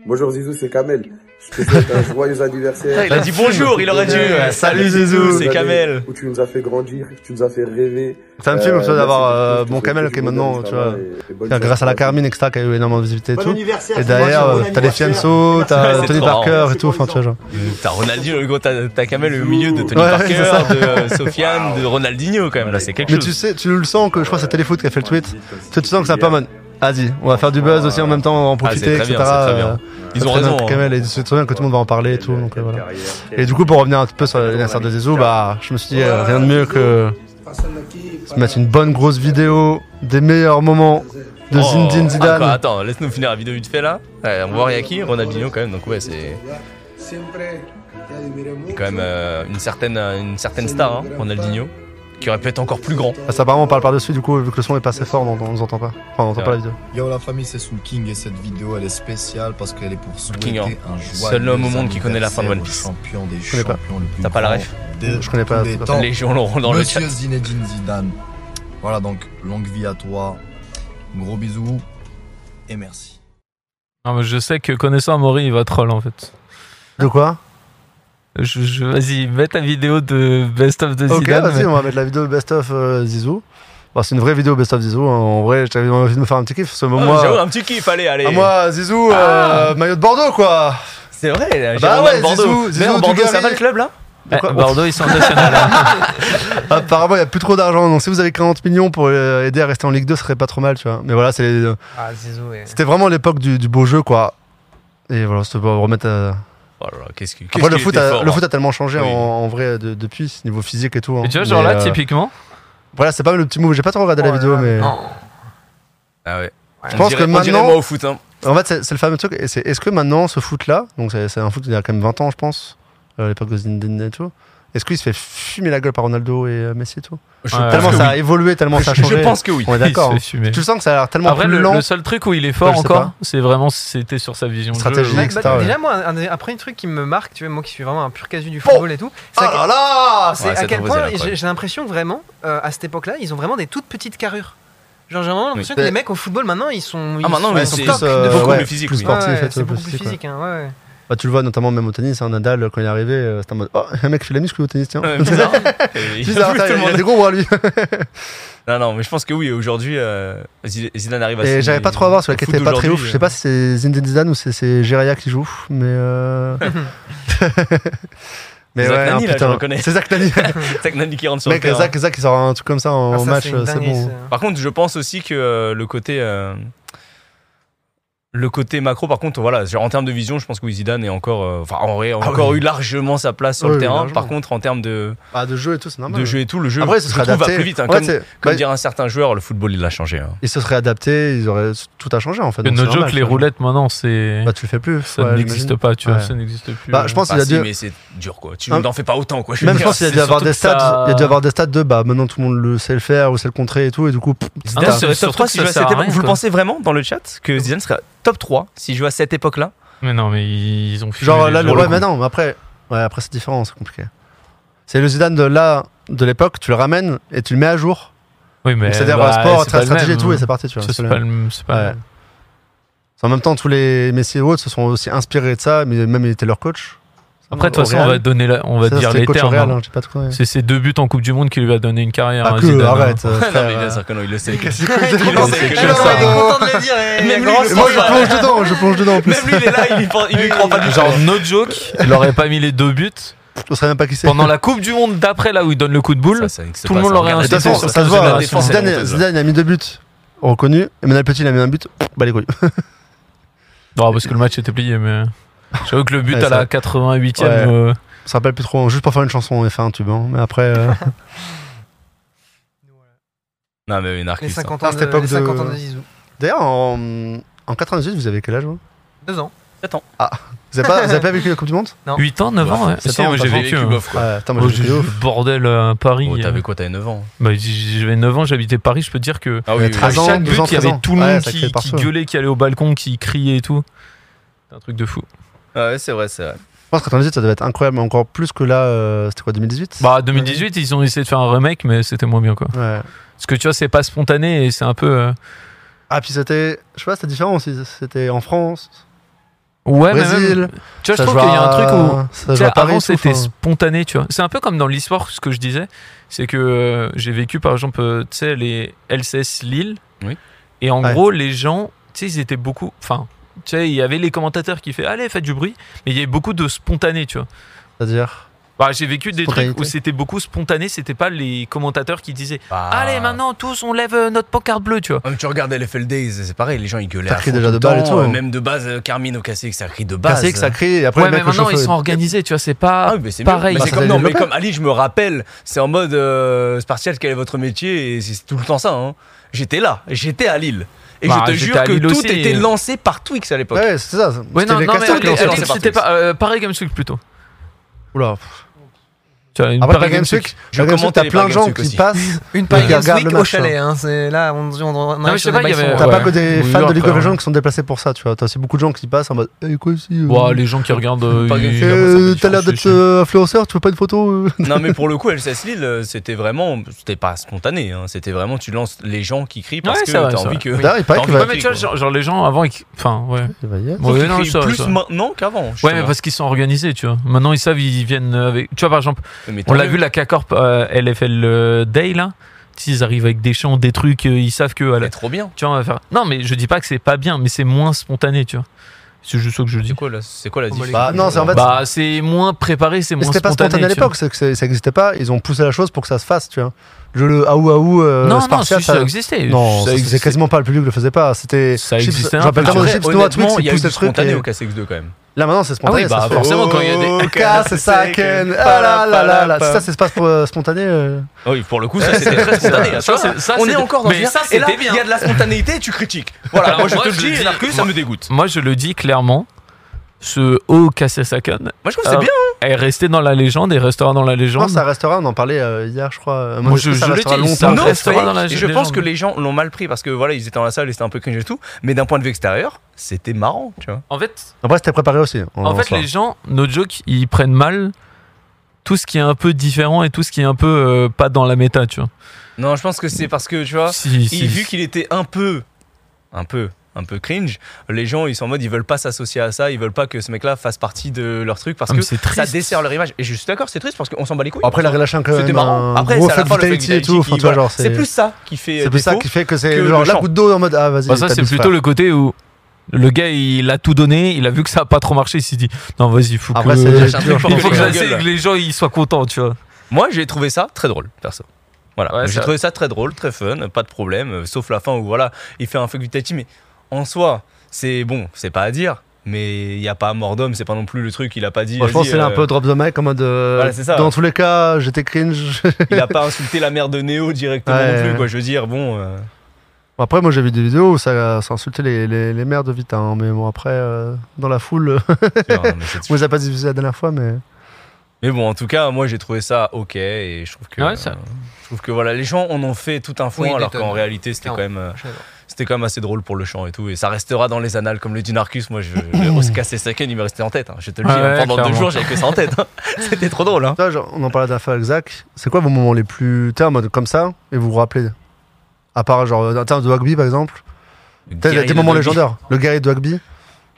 [SPEAKER 7] Bonjour Zizou, c'est Kamel. Je te souhaite
[SPEAKER 1] [laughs]
[SPEAKER 7] un joyeux anniversaire.
[SPEAKER 1] Il a dit bonjour, il aurait dû.
[SPEAKER 2] [laughs]
[SPEAKER 1] euh, Salut Zizou, c'est
[SPEAKER 7] Une année
[SPEAKER 1] Kamel.
[SPEAKER 7] Où tu nous as fait grandir, tu nous as fait rêver.
[SPEAKER 2] Ça me fait comme ça
[SPEAKER 7] Euh,
[SPEAKER 2] d'avoir
[SPEAKER 7] merci beaucoup,
[SPEAKER 2] euh,
[SPEAKER 7] je te
[SPEAKER 2] mon
[SPEAKER 7] souhaite
[SPEAKER 2] Kamel
[SPEAKER 7] que
[SPEAKER 2] qui est
[SPEAKER 7] de bonheur,
[SPEAKER 2] maintenant, tu vois.
[SPEAKER 7] Inch'Allah, et- et bonne chance
[SPEAKER 2] Grâce à la
[SPEAKER 7] pour suite.
[SPEAKER 2] Carmine, etc., qui a eu énormément de visibilité et
[SPEAKER 8] Bon
[SPEAKER 2] tout.
[SPEAKER 8] anniversaire.
[SPEAKER 2] Et
[SPEAKER 8] c'est moi,
[SPEAKER 2] derrière,
[SPEAKER 8] c'est
[SPEAKER 2] euh,
[SPEAKER 8] mon
[SPEAKER 2] t'as les
[SPEAKER 8] anniversaire.
[SPEAKER 2] Fianso,
[SPEAKER 1] Ouais,
[SPEAKER 2] t'as
[SPEAKER 1] Ah, c'est
[SPEAKER 2] Tony
[SPEAKER 1] trop marrant.
[SPEAKER 2] Parker et tout, enfin, tu vois, genre.
[SPEAKER 1] T'as Ronaldinho, le gros, t'as t'as Kamel au milieu de Tony
[SPEAKER 2] Ouais,
[SPEAKER 1] Parker,
[SPEAKER 2] c'est ça.
[SPEAKER 1] de euh, Sofiane, de Ronaldinho quand même. Là, c'est quelque
[SPEAKER 2] Mais
[SPEAKER 1] chose.
[SPEAKER 2] tu sais, tu le sens que je crois que c'est Téléfoot qui a fait le tweet. Tu, tu sens que c'est un peu en mode, Vas-y, on va faire du buzz aussi en même temps, en profiter,
[SPEAKER 1] Ah. c'est très
[SPEAKER 2] etc.
[SPEAKER 1] bien, c'est très bien.
[SPEAKER 2] euh,
[SPEAKER 1] Ils ont
[SPEAKER 2] Très bien,
[SPEAKER 1] raison. hein.
[SPEAKER 2] Kamel, et c'est très bien que tout le monde va en parler et tout. Donc, euh, voilà. Et du coup, pour revenir un petit peu sur l'insert de Zizou, bah, je me suis dit, euh, rien de mieux que se mettre une bonne grosse vidéo des meilleeurs moments de
[SPEAKER 1] Oh,
[SPEAKER 2] Zinedine
[SPEAKER 1] encore,
[SPEAKER 2] Zidane.
[SPEAKER 1] attends, laisse-nous finir la vidéo vite fait là. Ouais, on va voir il y a qui Ronaldinho quand même. Donc ouais, c'est c'est quand même euh, une certaine euh, une certaine star, hein, Ronaldinho, qui aurait pu être encore plus grand.
[SPEAKER 2] Ah, ça, apparemment, on parle par-dessus, du coup, vu que le son est pas assez fort, on, on nous entend pas. Enfin, on entend
[SPEAKER 1] Ouais.
[SPEAKER 2] pas la vidéo.
[SPEAKER 9] Yo la famille, c'est Soul King et cette vidéo elle est spéciale parce qu'elle est pour souhaiter
[SPEAKER 1] King, hein.
[SPEAKER 9] un joyeux
[SPEAKER 1] Seul homme au monde qui connaît la fin de One Piece.
[SPEAKER 9] anniversaire au Champion des
[SPEAKER 2] connais pas.
[SPEAKER 9] champions, le plus
[SPEAKER 1] T'as pas la
[SPEAKER 9] grand
[SPEAKER 1] ref
[SPEAKER 9] de
[SPEAKER 2] Je connais pas,
[SPEAKER 9] tous
[SPEAKER 2] c'est
[SPEAKER 9] les
[SPEAKER 2] pas
[SPEAKER 9] temps.
[SPEAKER 1] Les gens l'auront dans le chat.
[SPEAKER 9] Monsieur Zinedine Zidane. Voilà donc longue vie à toi. Gros bisous et merci.
[SPEAKER 3] Ah, mais je sais que connaissant Amaury, il va troll en fait.
[SPEAKER 2] De quoi
[SPEAKER 3] Je, je- Vas-y, mets ta vidéo de Best of de
[SPEAKER 2] Ok,
[SPEAKER 3] Zidane.
[SPEAKER 2] vas-y,
[SPEAKER 3] mais-
[SPEAKER 2] on va mettre la vidéo Best of euh, Zizou. Bah, c'est une vraie vidéo Best of Zizou. hein. En vrai, j'avais envie de me faire un petit kiff. Ce
[SPEAKER 1] Oh,
[SPEAKER 2] moment.
[SPEAKER 1] j'avoue, un petit kiff, allez, allez.
[SPEAKER 2] à moi, Zizou, euh, maillot de Bordeaux, quoi.
[SPEAKER 1] C'est vrai, là,
[SPEAKER 2] Bah
[SPEAKER 1] Girondins
[SPEAKER 2] ouais,
[SPEAKER 1] de Bordeaux.
[SPEAKER 2] Zizou, Zizou,
[SPEAKER 1] Mais en Bordeaux, ça
[SPEAKER 2] Dugarry.
[SPEAKER 1] va le club là
[SPEAKER 3] Eh,
[SPEAKER 2] Pourquoi
[SPEAKER 3] Bordeaux, ils sont national.
[SPEAKER 2] [laughs]
[SPEAKER 3] hein.
[SPEAKER 2] Apparemment, il n'y a plus trop d'argent. Donc, si vous avez 40 millions pour euh, aider à rester en Ligue 2, ce serait pas trop mal, tu vois. Mais voilà, c'est, euh,
[SPEAKER 4] Ah, Zizou. et-
[SPEAKER 2] c'était vraiment l'époque du, du beau jeu, quoi. Et voilà, c'est pour remettre. à-
[SPEAKER 1] Oh là là, qu'est-ce que
[SPEAKER 2] Après,
[SPEAKER 1] qu'est-ce
[SPEAKER 2] le
[SPEAKER 1] qu'il
[SPEAKER 2] foot,
[SPEAKER 1] était
[SPEAKER 2] a,
[SPEAKER 1] fort,
[SPEAKER 2] le
[SPEAKER 1] hein.
[SPEAKER 2] foot a tellement changé
[SPEAKER 1] Oui.
[SPEAKER 2] en, en vrai de- depuis, niveau physique et tout. hein.
[SPEAKER 3] Et tu vois, genre
[SPEAKER 2] Mais,
[SPEAKER 3] là,
[SPEAKER 2] euh,
[SPEAKER 3] typiquement,
[SPEAKER 2] Voilà, c'est pas mal le petit move. J'ai pas trop regardé la
[SPEAKER 4] Oh là
[SPEAKER 2] vidéo,
[SPEAKER 4] là,
[SPEAKER 2] mais.
[SPEAKER 4] non.
[SPEAKER 1] Ah ouais.
[SPEAKER 2] Je pense que maintenant-
[SPEAKER 1] moi au foot, hein.
[SPEAKER 2] En fait, c'est c'est le fameux truc. Et c'est est-ce que maintenant, ce foot-là, donc c'est c'est un foot il y a quand même 20 ans, je pense, euh, à l'époque de Zinedine et tout, est-ce qu'il se fait fumer la gueule par Ronaldo et euh, Messi et tout
[SPEAKER 1] Je
[SPEAKER 3] Ouais.
[SPEAKER 2] Tellement
[SPEAKER 1] pense
[SPEAKER 2] ça
[SPEAKER 1] Ah, que
[SPEAKER 2] a évolué, tellement
[SPEAKER 1] oui.
[SPEAKER 2] ça a
[SPEAKER 1] Je
[SPEAKER 2] changé.
[SPEAKER 1] pense que oui. [laughs]
[SPEAKER 2] On est
[SPEAKER 3] il se
[SPEAKER 2] bah, d'accord. hein.
[SPEAKER 3] fait fumer.
[SPEAKER 2] Tu le sens que ça a l'air tellement
[SPEAKER 3] Après,
[SPEAKER 2] plus
[SPEAKER 3] le,
[SPEAKER 2] lent.
[SPEAKER 3] le seul truc où il est
[SPEAKER 2] Ouais,
[SPEAKER 3] fort
[SPEAKER 2] je sais
[SPEAKER 3] encore,
[SPEAKER 2] pas.
[SPEAKER 3] c'est vraiment c'était sur sa vision de jeu.
[SPEAKER 2] Stratégie.
[SPEAKER 4] Ouais,
[SPEAKER 2] Next,
[SPEAKER 4] bah,
[SPEAKER 2] ah ouais.
[SPEAKER 4] Déjà, moi, un des- après, un truc qui me marque, tu vois, moi qui suis vraiment un pur casu du football et tout, c'est à
[SPEAKER 2] Ah là là
[SPEAKER 4] C'est
[SPEAKER 1] Ouais,
[SPEAKER 4] à
[SPEAKER 1] cette reprise,
[SPEAKER 4] quel
[SPEAKER 1] elle
[SPEAKER 4] point
[SPEAKER 1] est incroyable.
[SPEAKER 4] j'ai j'ai l'impression que vraiment euh, à cette époque-là, ils ont vraiment des toutes petites carrures. Genre j'ai vraiment l'impression
[SPEAKER 2] Oui.
[SPEAKER 4] que les mecs au football maintenant ils sont ils
[SPEAKER 1] Ah, maintenant,
[SPEAKER 4] sont,
[SPEAKER 1] mais
[SPEAKER 2] Ouais,
[SPEAKER 1] ils
[SPEAKER 2] ils sont
[SPEAKER 1] c'est-
[SPEAKER 2] plus,
[SPEAKER 4] top
[SPEAKER 2] euh,
[SPEAKER 4] de
[SPEAKER 1] beaucoup
[SPEAKER 2] ouais,
[SPEAKER 1] mieux physique,
[SPEAKER 2] plus
[SPEAKER 1] oui.
[SPEAKER 4] Ouais,
[SPEAKER 2] sportifs
[SPEAKER 4] ouais,
[SPEAKER 2] et
[SPEAKER 4] c'est
[SPEAKER 2] tout.
[SPEAKER 4] beaucoup
[SPEAKER 2] plus
[SPEAKER 4] plus
[SPEAKER 2] physique, ouais.
[SPEAKER 4] physique. hein, ouais, ouais.
[SPEAKER 2] Bah, tu le vois notamment même au tennis, hein, Nadal quand il est arrivé, euh, c'était en mode Oh, un mec fait la muscu au tennis, tiens. [laughs]
[SPEAKER 1] Ouais, [laughs] Bah, bizarre. Et il y a
[SPEAKER 2] Bizarre,
[SPEAKER 1] plus
[SPEAKER 2] ça,
[SPEAKER 1] tout le
[SPEAKER 2] il a
[SPEAKER 1] monde.
[SPEAKER 2] des gros bras lui.
[SPEAKER 1] Non, non, mais je pense que oui, aujourd'hui, euh, Zid- Zidane arrive à
[SPEAKER 2] Et
[SPEAKER 1] ses-
[SPEAKER 2] j'avais pas trop à voir, celui
[SPEAKER 1] au
[SPEAKER 2] qui
[SPEAKER 1] foot
[SPEAKER 2] était pas très
[SPEAKER 1] d'aujourd'hui, euh.
[SPEAKER 2] ouf. Je sais pas si c'est Zinedine Zidane ou si c'est Géria qui joue, mais. euh, [laughs]
[SPEAKER 1] Zach Nani, là, je le reconnais.
[SPEAKER 2] C'est Zach Nani.
[SPEAKER 1] euh, [laughs] Zach Nani qui rentre sur
[SPEAKER 2] Mec,
[SPEAKER 1] le terrain.
[SPEAKER 2] Zach, Zach, il sort un truc comme ça en
[SPEAKER 4] Ah, ça,
[SPEAKER 2] match, [laughs]
[SPEAKER 4] c'est une
[SPEAKER 2] euh, c'est
[SPEAKER 4] dinguerie,
[SPEAKER 2] bon.
[SPEAKER 4] ça.
[SPEAKER 1] Par contre, je pense aussi que euh, le côté. euh, Le côté macro, par contre, voilà, genre, en termes de vision, je pense que oui, Zidane est encore, euh, enfin, aurait encore
[SPEAKER 2] Ah oui.
[SPEAKER 1] eu largement sa place sur
[SPEAKER 2] Oui,
[SPEAKER 1] le
[SPEAKER 2] oui,
[SPEAKER 1] terrain.
[SPEAKER 2] largement.
[SPEAKER 1] Par contre, en termes de,
[SPEAKER 2] Ah, de jeu et tout, c'est normal.
[SPEAKER 1] de jeu et tout, le jeu
[SPEAKER 2] Après,
[SPEAKER 1] je
[SPEAKER 2] ce serait
[SPEAKER 1] trouve, va
[SPEAKER 2] adapté.
[SPEAKER 1] plus vite. hein.
[SPEAKER 2] En fait,
[SPEAKER 1] comme
[SPEAKER 2] c'est- bah,
[SPEAKER 1] comme
[SPEAKER 2] ouais,
[SPEAKER 1] dire un certain joueur, le football, il l'a changé. hein.
[SPEAKER 2] Ils se seraient adaptés, ils auraient tout à changer en fait.
[SPEAKER 3] Que
[SPEAKER 2] donc
[SPEAKER 3] Notre
[SPEAKER 2] c'est
[SPEAKER 3] joke,
[SPEAKER 2] normal, tu
[SPEAKER 3] les
[SPEAKER 2] vois.
[SPEAKER 3] roulettes maintenant, c'est
[SPEAKER 2] Bah, tu le fais plus.
[SPEAKER 3] ça
[SPEAKER 2] ouais,
[SPEAKER 3] n'existe
[SPEAKER 2] j'imagine.
[SPEAKER 3] pas, tu vois,
[SPEAKER 2] Ouais.
[SPEAKER 3] ça n'existe plus. hein.
[SPEAKER 2] Bah, je pense qu'il y
[SPEAKER 1] Bah,
[SPEAKER 2] a
[SPEAKER 1] si,
[SPEAKER 2] dû.
[SPEAKER 1] mais c'est dur, quoi. Tu
[SPEAKER 2] Hein.
[SPEAKER 1] n'en fais pas autant, quoi. je veux
[SPEAKER 2] Même je
[SPEAKER 1] dire.
[SPEAKER 2] pense qu'il y a
[SPEAKER 3] c'est
[SPEAKER 2] dû avoir
[SPEAKER 3] surtout
[SPEAKER 2] des
[SPEAKER 3] que ça-
[SPEAKER 2] stats, il y a dû avoir des stats de bah maintenant tout le monde le sait le faire ou sait le contrer et tout et du coup pff,
[SPEAKER 3] Ah,
[SPEAKER 1] Zidane
[SPEAKER 2] t'as-
[SPEAKER 3] c'est-
[SPEAKER 1] serait top
[SPEAKER 3] surtout
[SPEAKER 1] 3
[SPEAKER 3] que
[SPEAKER 1] si
[SPEAKER 3] ça
[SPEAKER 1] jouait à
[SPEAKER 3] sert
[SPEAKER 1] cette
[SPEAKER 3] à
[SPEAKER 1] époque.
[SPEAKER 3] rien,
[SPEAKER 1] Vous
[SPEAKER 3] quoi.
[SPEAKER 1] pensez vraiment dans le chat que Zidane serait top 3 si jouait à cette époque-là
[SPEAKER 3] Mais non, mais ils ont fumé
[SPEAKER 2] genre
[SPEAKER 3] les
[SPEAKER 2] là le
[SPEAKER 3] gens.
[SPEAKER 2] ouais mais non mais après ouais après c'est différent c'est compliqué. C'est le Zidane de là de l'époque tu le ramènes et tu le mets à jour.
[SPEAKER 3] Oui, mais
[SPEAKER 2] Donc, C'est-à-dire
[SPEAKER 3] bah,
[SPEAKER 2] euh, sport,
[SPEAKER 3] c'est pas
[SPEAKER 2] tra-
[SPEAKER 3] le
[SPEAKER 2] stratégie et
[SPEAKER 3] même,
[SPEAKER 2] tout
[SPEAKER 3] hein.
[SPEAKER 2] et c'est parti tu vois.
[SPEAKER 3] Ça,
[SPEAKER 2] c'est
[SPEAKER 3] C'est
[SPEAKER 2] le
[SPEAKER 3] pas
[SPEAKER 2] même.
[SPEAKER 3] le même. c'est pas-
[SPEAKER 2] Ouais. En même temps tous les Messi et autres se sont aussi inspirés de ça mais même il était leur coach.
[SPEAKER 3] Après, de toute
[SPEAKER 2] Au
[SPEAKER 3] façon,
[SPEAKER 2] Real.
[SPEAKER 3] on va donner, la- on va
[SPEAKER 2] Ça,
[SPEAKER 3] dire
[SPEAKER 2] c'était
[SPEAKER 3] les
[SPEAKER 2] coach au
[SPEAKER 3] termes.
[SPEAKER 2] Real,
[SPEAKER 3] hein.
[SPEAKER 2] hein, j'ai pas de quoi.
[SPEAKER 3] C'est ses deux buts en Coupe du Monde qui lui a donné une carrière.
[SPEAKER 2] Pas
[SPEAKER 3] à
[SPEAKER 2] que
[SPEAKER 3] Zidane, hein. [laughs]
[SPEAKER 2] arrête. euh,
[SPEAKER 1] non, mais
[SPEAKER 2] frère,
[SPEAKER 1] bien
[SPEAKER 2] euh.
[SPEAKER 1] sûr que non, [laughs] il le sait.
[SPEAKER 2] Qu'est-ce que Ah,
[SPEAKER 1] Il
[SPEAKER 2] je
[SPEAKER 1] le sait
[SPEAKER 2] dis
[SPEAKER 1] que
[SPEAKER 4] Il est
[SPEAKER 1] ça.
[SPEAKER 4] content de le dire. hein. et
[SPEAKER 1] Même
[SPEAKER 4] il
[SPEAKER 1] lui,
[SPEAKER 4] a grand
[SPEAKER 1] le-
[SPEAKER 2] Et Moi je
[SPEAKER 4] sens.
[SPEAKER 2] plonge dedans, je plonge dedans en plus.
[SPEAKER 1] Même lui, il est là, il, y pense- il lui croit pas du tout.
[SPEAKER 3] Genre, no joke, il aurait pas mis les deux buts.
[SPEAKER 2] Je sais même pas qui c'est.
[SPEAKER 3] Pendant la Coupe du Monde d'après, là où il donne le coup de boule,
[SPEAKER 1] Ça, ça n'existe
[SPEAKER 3] tout le
[SPEAKER 1] pas,
[SPEAKER 3] monde
[SPEAKER 1] ça.
[SPEAKER 3] l'aurait
[SPEAKER 1] Regarde,
[SPEAKER 2] De toute
[SPEAKER 3] incité
[SPEAKER 2] façon,
[SPEAKER 3] sur
[SPEAKER 2] ça
[SPEAKER 3] cette
[SPEAKER 2] se voit. hein.
[SPEAKER 3] génération.
[SPEAKER 1] c'est
[SPEAKER 2] Zidane,
[SPEAKER 1] la honteuse,
[SPEAKER 2] Zidane, il a mis deux buts reconnus. Emmanuel Petit, il a mis un but. pff, Bah les couilles.
[SPEAKER 3] Non, parce que le match était plié, mais. euh, J'avoue que le but
[SPEAKER 2] Ouais,
[SPEAKER 3] à
[SPEAKER 2] ça-
[SPEAKER 3] la 88e.
[SPEAKER 2] Ouais.
[SPEAKER 3] euh,
[SPEAKER 2] Ça rappelle plus trop. hein. Juste pour faire une chanson, on a fait un tube. hein. Mais après, euh,
[SPEAKER 3] [laughs]
[SPEAKER 1] Non, mais oui, Narcisse,
[SPEAKER 4] Les
[SPEAKER 1] hein.
[SPEAKER 4] 50
[SPEAKER 2] Ah,
[SPEAKER 4] ans
[SPEAKER 2] cette
[SPEAKER 4] de,
[SPEAKER 2] époque
[SPEAKER 4] les 50 ans
[SPEAKER 2] de-
[SPEAKER 4] de Zizou.
[SPEAKER 2] d'ailleurs, en, en 98, vous avez quel âge vous
[SPEAKER 4] Deux ans.
[SPEAKER 2] Vous avez pas, vous avez pas vécu la Coupe du Monde
[SPEAKER 3] 8 ans, 9 ans, ouais.
[SPEAKER 2] sept
[SPEAKER 3] Si,
[SPEAKER 2] ans,
[SPEAKER 3] moi,
[SPEAKER 2] pas
[SPEAKER 3] j'ai
[SPEAKER 2] tant.
[SPEAKER 3] vécu. hein.
[SPEAKER 1] bof, quoi.
[SPEAKER 2] Ouais, Attends, moi
[SPEAKER 3] Oh,
[SPEAKER 2] j'ai
[SPEAKER 3] j'ai
[SPEAKER 2] vécu de
[SPEAKER 3] vu
[SPEAKER 2] ouf.
[SPEAKER 3] le bordel à Paris.
[SPEAKER 1] Oh,
[SPEAKER 3] euh,
[SPEAKER 1] T'avais quoi T'avais 9 ans.
[SPEAKER 3] bah, j- J'avais 9 ans, j'habitais Paris, je peux te dire que.
[SPEAKER 1] Ah
[SPEAKER 2] oui, oui,
[SPEAKER 3] À
[SPEAKER 2] 13
[SPEAKER 1] oui.
[SPEAKER 2] ans,
[SPEAKER 3] chaque
[SPEAKER 2] 12
[SPEAKER 3] but,
[SPEAKER 2] ans,
[SPEAKER 3] il y
[SPEAKER 2] 13
[SPEAKER 3] avait
[SPEAKER 2] ans.
[SPEAKER 3] tout le
[SPEAKER 2] Ouais,
[SPEAKER 3] monde
[SPEAKER 2] ça
[SPEAKER 3] qui,
[SPEAKER 2] crée par
[SPEAKER 3] qui
[SPEAKER 2] soi.
[SPEAKER 3] gueulait, qui allait au balcon, qui criait et tout. C'est un truc de fou.
[SPEAKER 1] Ah Ouais, c'est vrai, c'est vrai.
[SPEAKER 2] Je pense que 98, ça devait être incroyable, mais encore plus que là. euh, C'était quoi 2018
[SPEAKER 3] Bah, 2018, ils ont essayé de faire un remake, mais c'était moins bien, quoi.
[SPEAKER 2] Ouais.
[SPEAKER 3] Parce que tu vois, c'est pas spontané et c'est un peu. euh,
[SPEAKER 2] Ah puis c'était, je sais pas, c'était différent aussi. C'était en France,
[SPEAKER 3] Ouais, mais
[SPEAKER 2] Brésil.
[SPEAKER 3] même. Tu vois, je
[SPEAKER 2] ça
[SPEAKER 3] trouve
[SPEAKER 2] joue
[SPEAKER 3] qu'il y a un
[SPEAKER 2] à-
[SPEAKER 3] truc où.
[SPEAKER 2] ça
[SPEAKER 3] Tu
[SPEAKER 2] joue
[SPEAKER 3] sais,
[SPEAKER 2] à Paris, hein. et
[SPEAKER 3] avant
[SPEAKER 2] tout,
[SPEAKER 3] c'était
[SPEAKER 2] enfin.
[SPEAKER 3] spontané, tu vois. C'est un peu comme dans l'e-sport, ce que je disais, c'est que euh, j'ai vécu par exemple, euh, tu sais, les LCS Lille.
[SPEAKER 1] Oui.
[SPEAKER 3] Et en
[SPEAKER 2] Ouais.
[SPEAKER 3] gros, les gens, tu sais, ils étaient beaucoup. Enfin, tu sais, il y avait les commentateurs qui fait allez, faites du bruit, mais il y avait beaucoup de spontané, tu vois.
[SPEAKER 2] C'est-à-dire.
[SPEAKER 3] Bah, j'ai vécu des trucs
[SPEAKER 2] Spontanéité.
[SPEAKER 3] où c'était beaucoup spontané, c'était pas les commentateurs qui disaient
[SPEAKER 1] Bah,
[SPEAKER 3] allez, maintenant tous, on lève euh, notre pancarte bleue, tu vois.
[SPEAKER 1] Ah, mais tu regardes LFL Days, c'est pareil, les gens ils gueulaient.
[SPEAKER 2] Ça
[SPEAKER 1] à
[SPEAKER 2] crie
[SPEAKER 1] fond
[SPEAKER 2] déjà
[SPEAKER 1] tout
[SPEAKER 2] de
[SPEAKER 1] le
[SPEAKER 2] balle et
[SPEAKER 1] temps,
[SPEAKER 2] tout.
[SPEAKER 1] euh, Même de base, euh, Carmine au Cassé, que ça crie de base.
[SPEAKER 2] Cassé que ça crie et après
[SPEAKER 3] ouais,
[SPEAKER 2] le
[SPEAKER 3] mais
[SPEAKER 2] mec le
[SPEAKER 3] maintenant ils
[SPEAKER 2] chauffe.
[SPEAKER 3] sont organisés, tu vois, c'est pas.
[SPEAKER 1] Ah oui, mais c'est
[SPEAKER 3] Pareil.
[SPEAKER 1] mieux. Mais
[SPEAKER 2] Bah,
[SPEAKER 1] c'est
[SPEAKER 2] ça
[SPEAKER 1] comme,
[SPEAKER 2] s'est
[SPEAKER 1] non, mais
[SPEAKER 2] développé.
[SPEAKER 1] comme Ali, je me rappelle, c'est en mode euh, Spartial, quel est votre métier Et c'est c'est tout le temps ça. hein. J'étais là, j'étais à Lille. Et
[SPEAKER 3] Bah,
[SPEAKER 1] je te
[SPEAKER 3] j'étais
[SPEAKER 1] jure
[SPEAKER 3] à
[SPEAKER 1] que
[SPEAKER 3] Lille
[SPEAKER 1] tout
[SPEAKER 3] aussi,
[SPEAKER 1] était
[SPEAKER 3] et-
[SPEAKER 1] lancé par Twix à l'époque.
[SPEAKER 2] Ouais, c'est ça.
[SPEAKER 3] Ouais, non,
[SPEAKER 2] c'était les
[SPEAKER 3] non, mais
[SPEAKER 2] casteurs
[SPEAKER 1] Alex-
[SPEAKER 2] qui lançaient.
[SPEAKER 1] lanceurs,
[SPEAKER 3] Alex,
[SPEAKER 1] c'est
[SPEAKER 3] c'était
[SPEAKER 1] parti.
[SPEAKER 3] pas. euh, pareil Game Suc plutôt.
[SPEAKER 2] Oula.
[SPEAKER 3] Tu vois, une
[SPEAKER 2] Après,
[SPEAKER 3] Paris
[SPEAKER 2] Paris Games
[SPEAKER 3] Suc.
[SPEAKER 2] Week,
[SPEAKER 1] Je
[SPEAKER 2] Paris Games Week,
[SPEAKER 1] commentais
[SPEAKER 2] t'as
[SPEAKER 1] les
[SPEAKER 2] plein de
[SPEAKER 1] Paris
[SPEAKER 2] gens
[SPEAKER 1] Games Week
[SPEAKER 2] qui
[SPEAKER 1] aussi.
[SPEAKER 2] [laughs] passent.
[SPEAKER 4] Une Paris
[SPEAKER 2] Ils
[SPEAKER 4] Games
[SPEAKER 2] regardent
[SPEAKER 4] Week
[SPEAKER 2] le
[SPEAKER 4] au
[SPEAKER 2] match,
[SPEAKER 4] chalet. hein, C'est là, on, on, on
[SPEAKER 3] mais
[SPEAKER 4] arrive
[SPEAKER 3] je
[SPEAKER 4] sur
[SPEAKER 3] sais pas,
[SPEAKER 4] des
[SPEAKER 3] il y
[SPEAKER 4] bails
[SPEAKER 3] avait-
[SPEAKER 2] T'as
[SPEAKER 4] sombres.
[SPEAKER 2] pas
[SPEAKER 3] Ouais.
[SPEAKER 2] que des
[SPEAKER 3] Oui,
[SPEAKER 2] fans de
[SPEAKER 3] après,
[SPEAKER 2] League of Legends
[SPEAKER 3] ouais.
[SPEAKER 2] qui sont déplacés pour ça, tu vois. T'as aussi beaucoup de gens qui passent en mode Eh, quoi, si. euh,
[SPEAKER 3] Ouah, les gens qui regardent. euh,
[SPEAKER 1] Pas
[SPEAKER 3] ils-
[SPEAKER 1] Game
[SPEAKER 3] ils-
[SPEAKER 1] Suc.
[SPEAKER 2] euh,
[SPEAKER 3] ils-
[SPEAKER 2] T'as l'air
[SPEAKER 3] ils-
[SPEAKER 2] d'être
[SPEAKER 3] ils-
[SPEAKER 2] euh, influenceur, tu veux pas une photo [laughs] euh
[SPEAKER 1] Non, mais pour le coup, LCS Lille, euh, c'était vraiment. C'était pas spontané. hein. C'était vraiment, tu lances les gens qui crient parce
[SPEAKER 3] Ouais,
[SPEAKER 1] que
[SPEAKER 3] ça va,
[SPEAKER 1] t'as
[SPEAKER 3] ça
[SPEAKER 1] envie
[SPEAKER 3] va.
[SPEAKER 1] que.
[SPEAKER 2] Là, il paraît
[SPEAKER 1] T'as
[SPEAKER 2] qu'il
[SPEAKER 3] Ouais,
[SPEAKER 2] va.
[SPEAKER 1] envie
[SPEAKER 3] mais tu vois, genre, genre, les gens avant. ils- Enfin, ouais.
[SPEAKER 2] il va y être.
[SPEAKER 1] Sauf
[SPEAKER 3] Ouais,
[SPEAKER 1] qu'ils
[SPEAKER 3] non,
[SPEAKER 1] crient
[SPEAKER 3] ça,
[SPEAKER 1] plus
[SPEAKER 3] ça.
[SPEAKER 1] maintenant qu'avant. je
[SPEAKER 3] Ouais,
[SPEAKER 1] trouve,
[SPEAKER 3] mais
[SPEAKER 1] hein.
[SPEAKER 3] parce qu'ils sont organisés, tu vois. Maintenant, ils savent, ils viennent avec. Tu vois, par exemple,
[SPEAKER 1] Mais
[SPEAKER 3] on
[SPEAKER 1] tant
[SPEAKER 3] l'a
[SPEAKER 1] mieux.
[SPEAKER 3] vu la K-Corp euh, LFL euh, Day, là. Ils arrivent avec des chants, des trucs, euh, ils savent que. à
[SPEAKER 2] [laughs]
[SPEAKER 3] la-
[SPEAKER 1] C'est trop bien.
[SPEAKER 3] Tu vois, on va faire. Non, mais je dis pas que c'est pas bien, mais c'est moins spontané, tu vois. C'est juste ça que je dis.
[SPEAKER 1] C'est quoi, la- c'est quoi la
[SPEAKER 4] Oh, bah, les
[SPEAKER 1] différence
[SPEAKER 2] Bah, non, c'est en fait.
[SPEAKER 3] Bah, c'est moins préparé, c'est
[SPEAKER 2] mais
[SPEAKER 3] moins
[SPEAKER 2] C'était pas spontané à
[SPEAKER 3] tu vois.
[SPEAKER 2] l'époque, c'est que c'est- ça existait pas. Ils ont poussé la chose pour que ça se fasse, tu vois. Le, le aou aou euh,
[SPEAKER 3] Non, non,
[SPEAKER 2] Spartiate,
[SPEAKER 3] si, ça
[SPEAKER 2] ça-
[SPEAKER 3] existait.
[SPEAKER 2] Non, ça
[SPEAKER 3] existait.
[SPEAKER 2] faisait quasiment pas, le public le faisait pas. C'était.
[SPEAKER 3] Ça
[SPEAKER 2] Chips-
[SPEAKER 3] existait un
[SPEAKER 2] Je rappelle
[SPEAKER 3] peu.
[SPEAKER 2] comment
[SPEAKER 1] Après,
[SPEAKER 2] Chips Noah Twix,
[SPEAKER 1] honnêtement, il
[SPEAKER 2] ils
[SPEAKER 1] y a eu
[SPEAKER 2] poussent
[SPEAKER 1] du
[SPEAKER 2] le truc.
[SPEAKER 1] spontané
[SPEAKER 2] et-
[SPEAKER 1] au KSX2 quand même.
[SPEAKER 2] Là maintenant c'est spontané.
[SPEAKER 3] Ah oui, bah,
[SPEAKER 2] ça se fait.
[SPEAKER 3] forcément, quand il y a des- [laughs]
[SPEAKER 2] Oh, casse ça, Ken. Ah là là là là. Si ça, c'est pas pour, euh, spontané. euh,
[SPEAKER 1] Oui, pour le coup, ça c'était
[SPEAKER 2] [laughs]
[SPEAKER 1] très spontané.
[SPEAKER 3] Ça,
[SPEAKER 1] Tu vois,
[SPEAKER 3] c'est- ça,
[SPEAKER 1] on est
[SPEAKER 3] c'était-
[SPEAKER 1] encore dans
[SPEAKER 3] mais
[SPEAKER 1] le
[SPEAKER 3] ça,
[SPEAKER 1] Et là,
[SPEAKER 3] c'était bien.
[SPEAKER 1] il y a de la spontanéité et tu critiques. Voilà,
[SPEAKER 3] Alors,
[SPEAKER 1] moi je
[SPEAKER 3] moi,
[SPEAKER 1] te le
[SPEAKER 3] je le
[SPEAKER 1] dis,
[SPEAKER 3] dis,
[SPEAKER 1] Narcus, ça
[SPEAKER 3] moi-
[SPEAKER 1] me dégoûte.
[SPEAKER 3] Moi, je le dis clairement. Ce haut Kassé Sakan
[SPEAKER 1] Moi je trouve que c'est
[SPEAKER 3] Ah,
[SPEAKER 1] bien.
[SPEAKER 3] est resté dans la légende et restera dans la
[SPEAKER 2] Non,
[SPEAKER 3] légende.
[SPEAKER 2] ça restera. On en parlait euh, hier, je crois. Euh,
[SPEAKER 3] Moi, je-
[SPEAKER 2] ça
[SPEAKER 3] je le
[SPEAKER 2] restera
[SPEAKER 3] dis,
[SPEAKER 2] longtemps.
[SPEAKER 3] ça
[SPEAKER 1] No
[SPEAKER 3] restera
[SPEAKER 1] fake.
[SPEAKER 3] dans la
[SPEAKER 1] Et je
[SPEAKER 3] légende.
[SPEAKER 1] pense que les gens l'ont mal pris parce que voilà, ils étaient dans la salle et c'était un peu cringe et tout. Mais d'un point de vue extérieur, c'était marrant, tu vois.
[SPEAKER 3] En fait,
[SPEAKER 2] Après, c'était préparé aussi. hein,
[SPEAKER 3] En fait, les gens, nos jokes, ils prennent mal tout ce qui est un peu différent et tout ce qui est un peu euh, pas dans la méta, tu vois.
[SPEAKER 1] Non, je pense que c'est parce que, tu
[SPEAKER 2] Ah,
[SPEAKER 1] vois,
[SPEAKER 3] Si,
[SPEAKER 1] il-
[SPEAKER 3] si.
[SPEAKER 1] vu qu'il était un peu, un peu, un peu cringe, les gens ils sont en mode ils veulent pas s'associer à ça, ils veulent pas que ce mec-là fasse partie de leur truc parce
[SPEAKER 3] Ah, mais
[SPEAKER 1] que
[SPEAKER 3] c'est
[SPEAKER 1] ça
[SPEAKER 3] triste.
[SPEAKER 1] dessert leur image. Et je suis d'accord, c'est triste parce qu'on s'en bat les couilles.
[SPEAKER 2] Après, il a relâché un- quand
[SPEAKER 1] C'était
[SPEAKER 2] même euh,
[SPEAKER 1] marrant.
[SPEAKER 2] un
[SPEAKER 1] Après,
[SPEAKER 2] gros
[SPEAKER 1] c'est à la
[SPEAKER 2] fait
[SPEAKER 1] fin le
[SPEAKER 2] vitality
[SPEAKER 1] fait
[SPEAKER 2] et tout.
[SPEAKER 1] Vitality,
[SPEAKER 2] Enfin, tu vois,
[SPEAKER 1] voilà.
[SPEAKER 2] genre,
[SPEAKER 1] C'est plus ça qui fait. euh,
[SPEAKER 2] C'est plus ça
[SPEAKER 1] défaut.
[SPEAKER 2] qui fait que
[SPEAKER 1] que
[SPEAKER 2] c'est
[SPEAKER 1] le
[SPEAKER 2] genre la
[SPEAKER 1] chant.
[SPEAKER 2] goutte d'eau en mode ah vas-y.
[SPEAKER 3] Bah, ça, c'est
[SPEAKER 2] t'abuses,
[SPEAKER 3] plutôt
[SPEAKER 2] frère.
[SPEAKER 3] le côté où le gars, il a tout donné, il a vu que ça a pas trop marché, il s'est dit non, vas-y, il faut
[SPEAKER 2] Après,
[SPEAKER 3] que.
[SPEAKER 2] c'est
[SPEAKER 1] un
[SPEAKER 2] dur,
[SPEAKER 1] truc
[SPEAKER 2] je pense.
[SPEAKER 3] Il [laughs] faut que
[SPEAKER 1] la
[SPEAKER 3] j'essaie
[SPEAKER 1] gueule.
[SPEAKER 3] que les gens ils soient contents, tu vois.
[SPEAKER 1] Moi, j'ai trouvé ça très drôle, perso. Voilà,
[SPEAKER 3] Ouais,
[SPEAKER 1] j'ai
[SPEAKER 3] ça-
[SPEAKER 1] trouvé ça très drôle, très fun, pas de problème, euh, sauf la fin où voilà, il fait un fuck du Tati, mais en soi, c'est bon, c'est pas à dire, mais il n'y a pas mort d'homme, c'est pas non plus le truc, il a pas dit.
[SPEAKER 2] Moi, je pense
[SPEAKER 1] vas-y,
[SPEAKER 2] que c'est là un
[SPEAKER 1] euh,
[SPEAKER 2] peu drop the mic en mode. euh,
[SPEAKER 1] Voilà, c'est ça.
[SPEAKER 2] Dans tous les cas, j'étais cringe. [laughs]
[SPEAKER 1] Il a pas insulté la mère de Néo directement
[SPEAKER 2] Ouais,
[SPEAKER 1] non plus,
[SPEAKER 2] ouais.
[SPEAKER 1] quoi. Je veux dire, bon. euh,
[SPEAKER 2] Après, moi, j'ai vu des vidéos où ça, ça insultait les, les, les mères de Vita. hein, mais bon, après, euh, dans la foule, [laughs]
[SPEAKER 1] c'est vrai, mais c'est-
[SPEAKER 2] on les a pas diffusés la dernière fois, mais.
[SPEAKER 1] Mais bon, en tout cas, moi j'ai trouvé ça ok et je trouve
[SPEAKER 2] Ah
[SPEAKER 1] que.
[SPEAKER 3] Ouais, ça-
[SPEAKER 1] euh, je trouve que voilà, les gens en ont fait tout un fond
[SPEAKER 4] Oui,
[SPEAKER 1] alors
[SPEAKER 4] détonne.
[SPEAKER 1] qu'en réalité c'était quand
[SPEAKER 4] Clairement.
[SPEAKER 1] même. euh,
[SPEAKER 4] J'adore.
[SPEAKER 1] C'était quand même assez drôle pour le chant et tout, et ça restera dans les annales comme le Dinarcus. Moi, je,
[SPEAKER 2] [laughs]
[SPEAKER 1] je- Oscar Sesaken, il me restait en tête. hein. Je te le dis,
[SPEAKER 3] Ah
[SPEAKER 1] hein,
[SPEAKER 3] ouais,
[SPEAKER 1] pendant deux
[SPEAKER 3] clairement.
[SPEAKER 1] jours, j'avais que ça en tête. hein. [laughs] C'était trop drôle. Hein.
[SPEAKER 2] Toi, genre, on en parlait d'un fois avec Zach. C'est quoi vos moments les plus. T'es en mode comme ça, et vous vous rappelez À part, genre, en termes de rugby, par exemple. T'as
[SPEAKER 1] Guerrier de
[SPEAKER 2] des moments
[SPEAKER 1] Dogby.
[SPEAKER 2] légendaires. Le guerrier de rugby.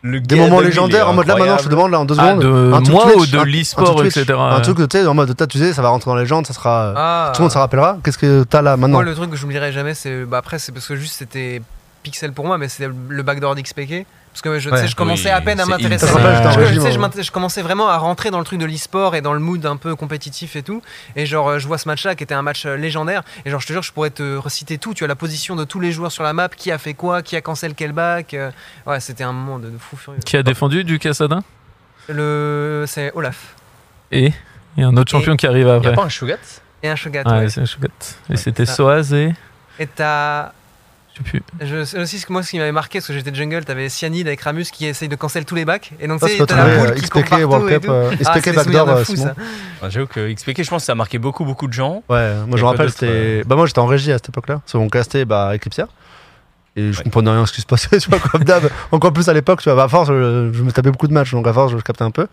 [SPEAKER 1] Le
[SPEAKER 2] Des
[SPEAKER 1] guerrier
[SPEAKER 2] moments
[SPEAKER 1] de Dogby, il est
[SPEAKER 2] légendaires en mode là, maintenant, je te
[SPEAKER 1] incroyable.
[SPEAKER 2] demande, là, en deux
[SPEAKER 3] Ah,
[SPEAKER 2] secondes.
[SPEAKER 3] de
[SPEAKER 2] un truc
[SPEAKER 3] moi ou
[SPEAKER 2] Twitch,
[SPEAKER 3] de
[SPEAKER 2] un- un
[SPEAKER 3] l'e-sport, euh,
[SPEAKER 2] truc Twitch,
[SPEAKER 3] etc.
[SPEAKER 2] Un truc, tu sais, en mode, toi, tu sais, ça va rentrer dans la légende, ça sera.
[SPEAKER 4] Ah.
[SPEAKER 2] Tout le monde s'en rappellera. Qu'est-ce que t'as là maintenant
[SPEAKER 4] Moi, Oh, le truc que j'oublierai jamais, c'est. Bah, après, c'est parce que juste c'était pixel pour moi, mais c'était le backdoor d'XPK. Parce que je, tu sais,
[SPEAKER 2] Ouais.
[SPEAKER 4] je commençais
[SPEAKER 1] Oui,
[SPEAKER 4] à peine à
[SPEAKER 1] c'est
[SPEAKER 4] m'intéresser.
[SPEAKER 2] Ça te
[SPEAKER 3] Ouais.
[SPEAKER 2] rappelle, j'étais en
[SPEAKER 4] Je, tu
[SPEAKER 2] régime,
[SPEAKER 4] sais, je
[SPEAKER 2] hein.
[SPEAKER 4] m'int- je commençais vraiment à rentrer dans le truc de l'e-sport et dans le mood un peu compétitif et tout. Et genre, euh, je vois ce match-là qui était un match euh, légendaire. Et genre, je te jure, je pourrais te reciter tout. Tu as la position de tous les joueurs sur la map, qui a fait quoi, qui a cancel quel back. euh, ouais, c'était un moment de, de fou furieux.
[SPEAKER 3] Qui a défendu du Cassadin
[SPEAKER 4] Le, c'est Olaf
[SPEAKER 3] Et il y a un autre
[SPEAKER 4] Et-
[SPEAKER 3] champion qui arrive
[SPEAKER 1] Il y a
[SPEAKER 3] après.
[SPEAKER 1] pas un Shogat
[SPEAKER 4] et un Shogat.
[SPEAKER 3] Ouais,
[SPEAKER 4] ouais.
[SPEAKER 3] c'est chouette. Et c'était
[SPEAKER 4] ça.
[SPEAKER 3] Soaz et.
[SPEAKER 4] Et t'as
[SPEAKER 3] Je sais plus.
[SPEAKER 4] Je sais aussi ce que moi ce qui m'avait marqué parce que j'étais jungle, t'avais Cyanide avec Ramus qui essaye de cancel tous les bacs et donc
[SPEAKER 2] Ça,
[SPEAKER 4] tu
[SPEAKER 2] c'est
[SPEAKER 4] sais,
[SPEAKER 2] notre
[SPEAKER 4] t'as la boule
[SPEAKER 2] euh,
[SPEAKER 4] qui court
[SPEAKER 2] XPK
[SPEAKER 4] partout
[SPEAKER 2] World
[SPEAKER 4] et
[SPEAKER 2] Cup.
[SPEAKER 4] tout.
[SPEAKER 2] euh,
[SPEAKER 4] Ah,
[SPEAKER 2] XPK
[SPEAKER 4] c'est des souvenirs
[SPEAKER 2] Backdoor,
[SPEAKER 4] de
[SPEAKER 2] euh,
[SPEAKER 4] fou,
[SPEAKER 2] Simon.
[SPEAKER 4] ça.
[SPEAKER 1] Ah, J'avoue que XPK, je pense que ça a marqué beaucoup, beaucoup de gens.
[SPEAKER 2] Ouais, moi
[SPEAKER 1] Y a
[SPEAKER 2] je me
[SPEAKER 1] quoi
[SPEAKER 2] rappelle,
[SPEAKER 1] d'autre, euh,
[SPEAKER 2] c'était. Bah, moi j'étais en régie à cette époque-là. Parce qu'on castait bah, Eclipsia. Et je comprenais rien à ce qui se passait, [laughs] tu vois, comme d'hab. Encore plus à l'époque, tu vois, bah, à force, je, je me tapais beaucoup de matchs, donc à force, je captais un peu. Et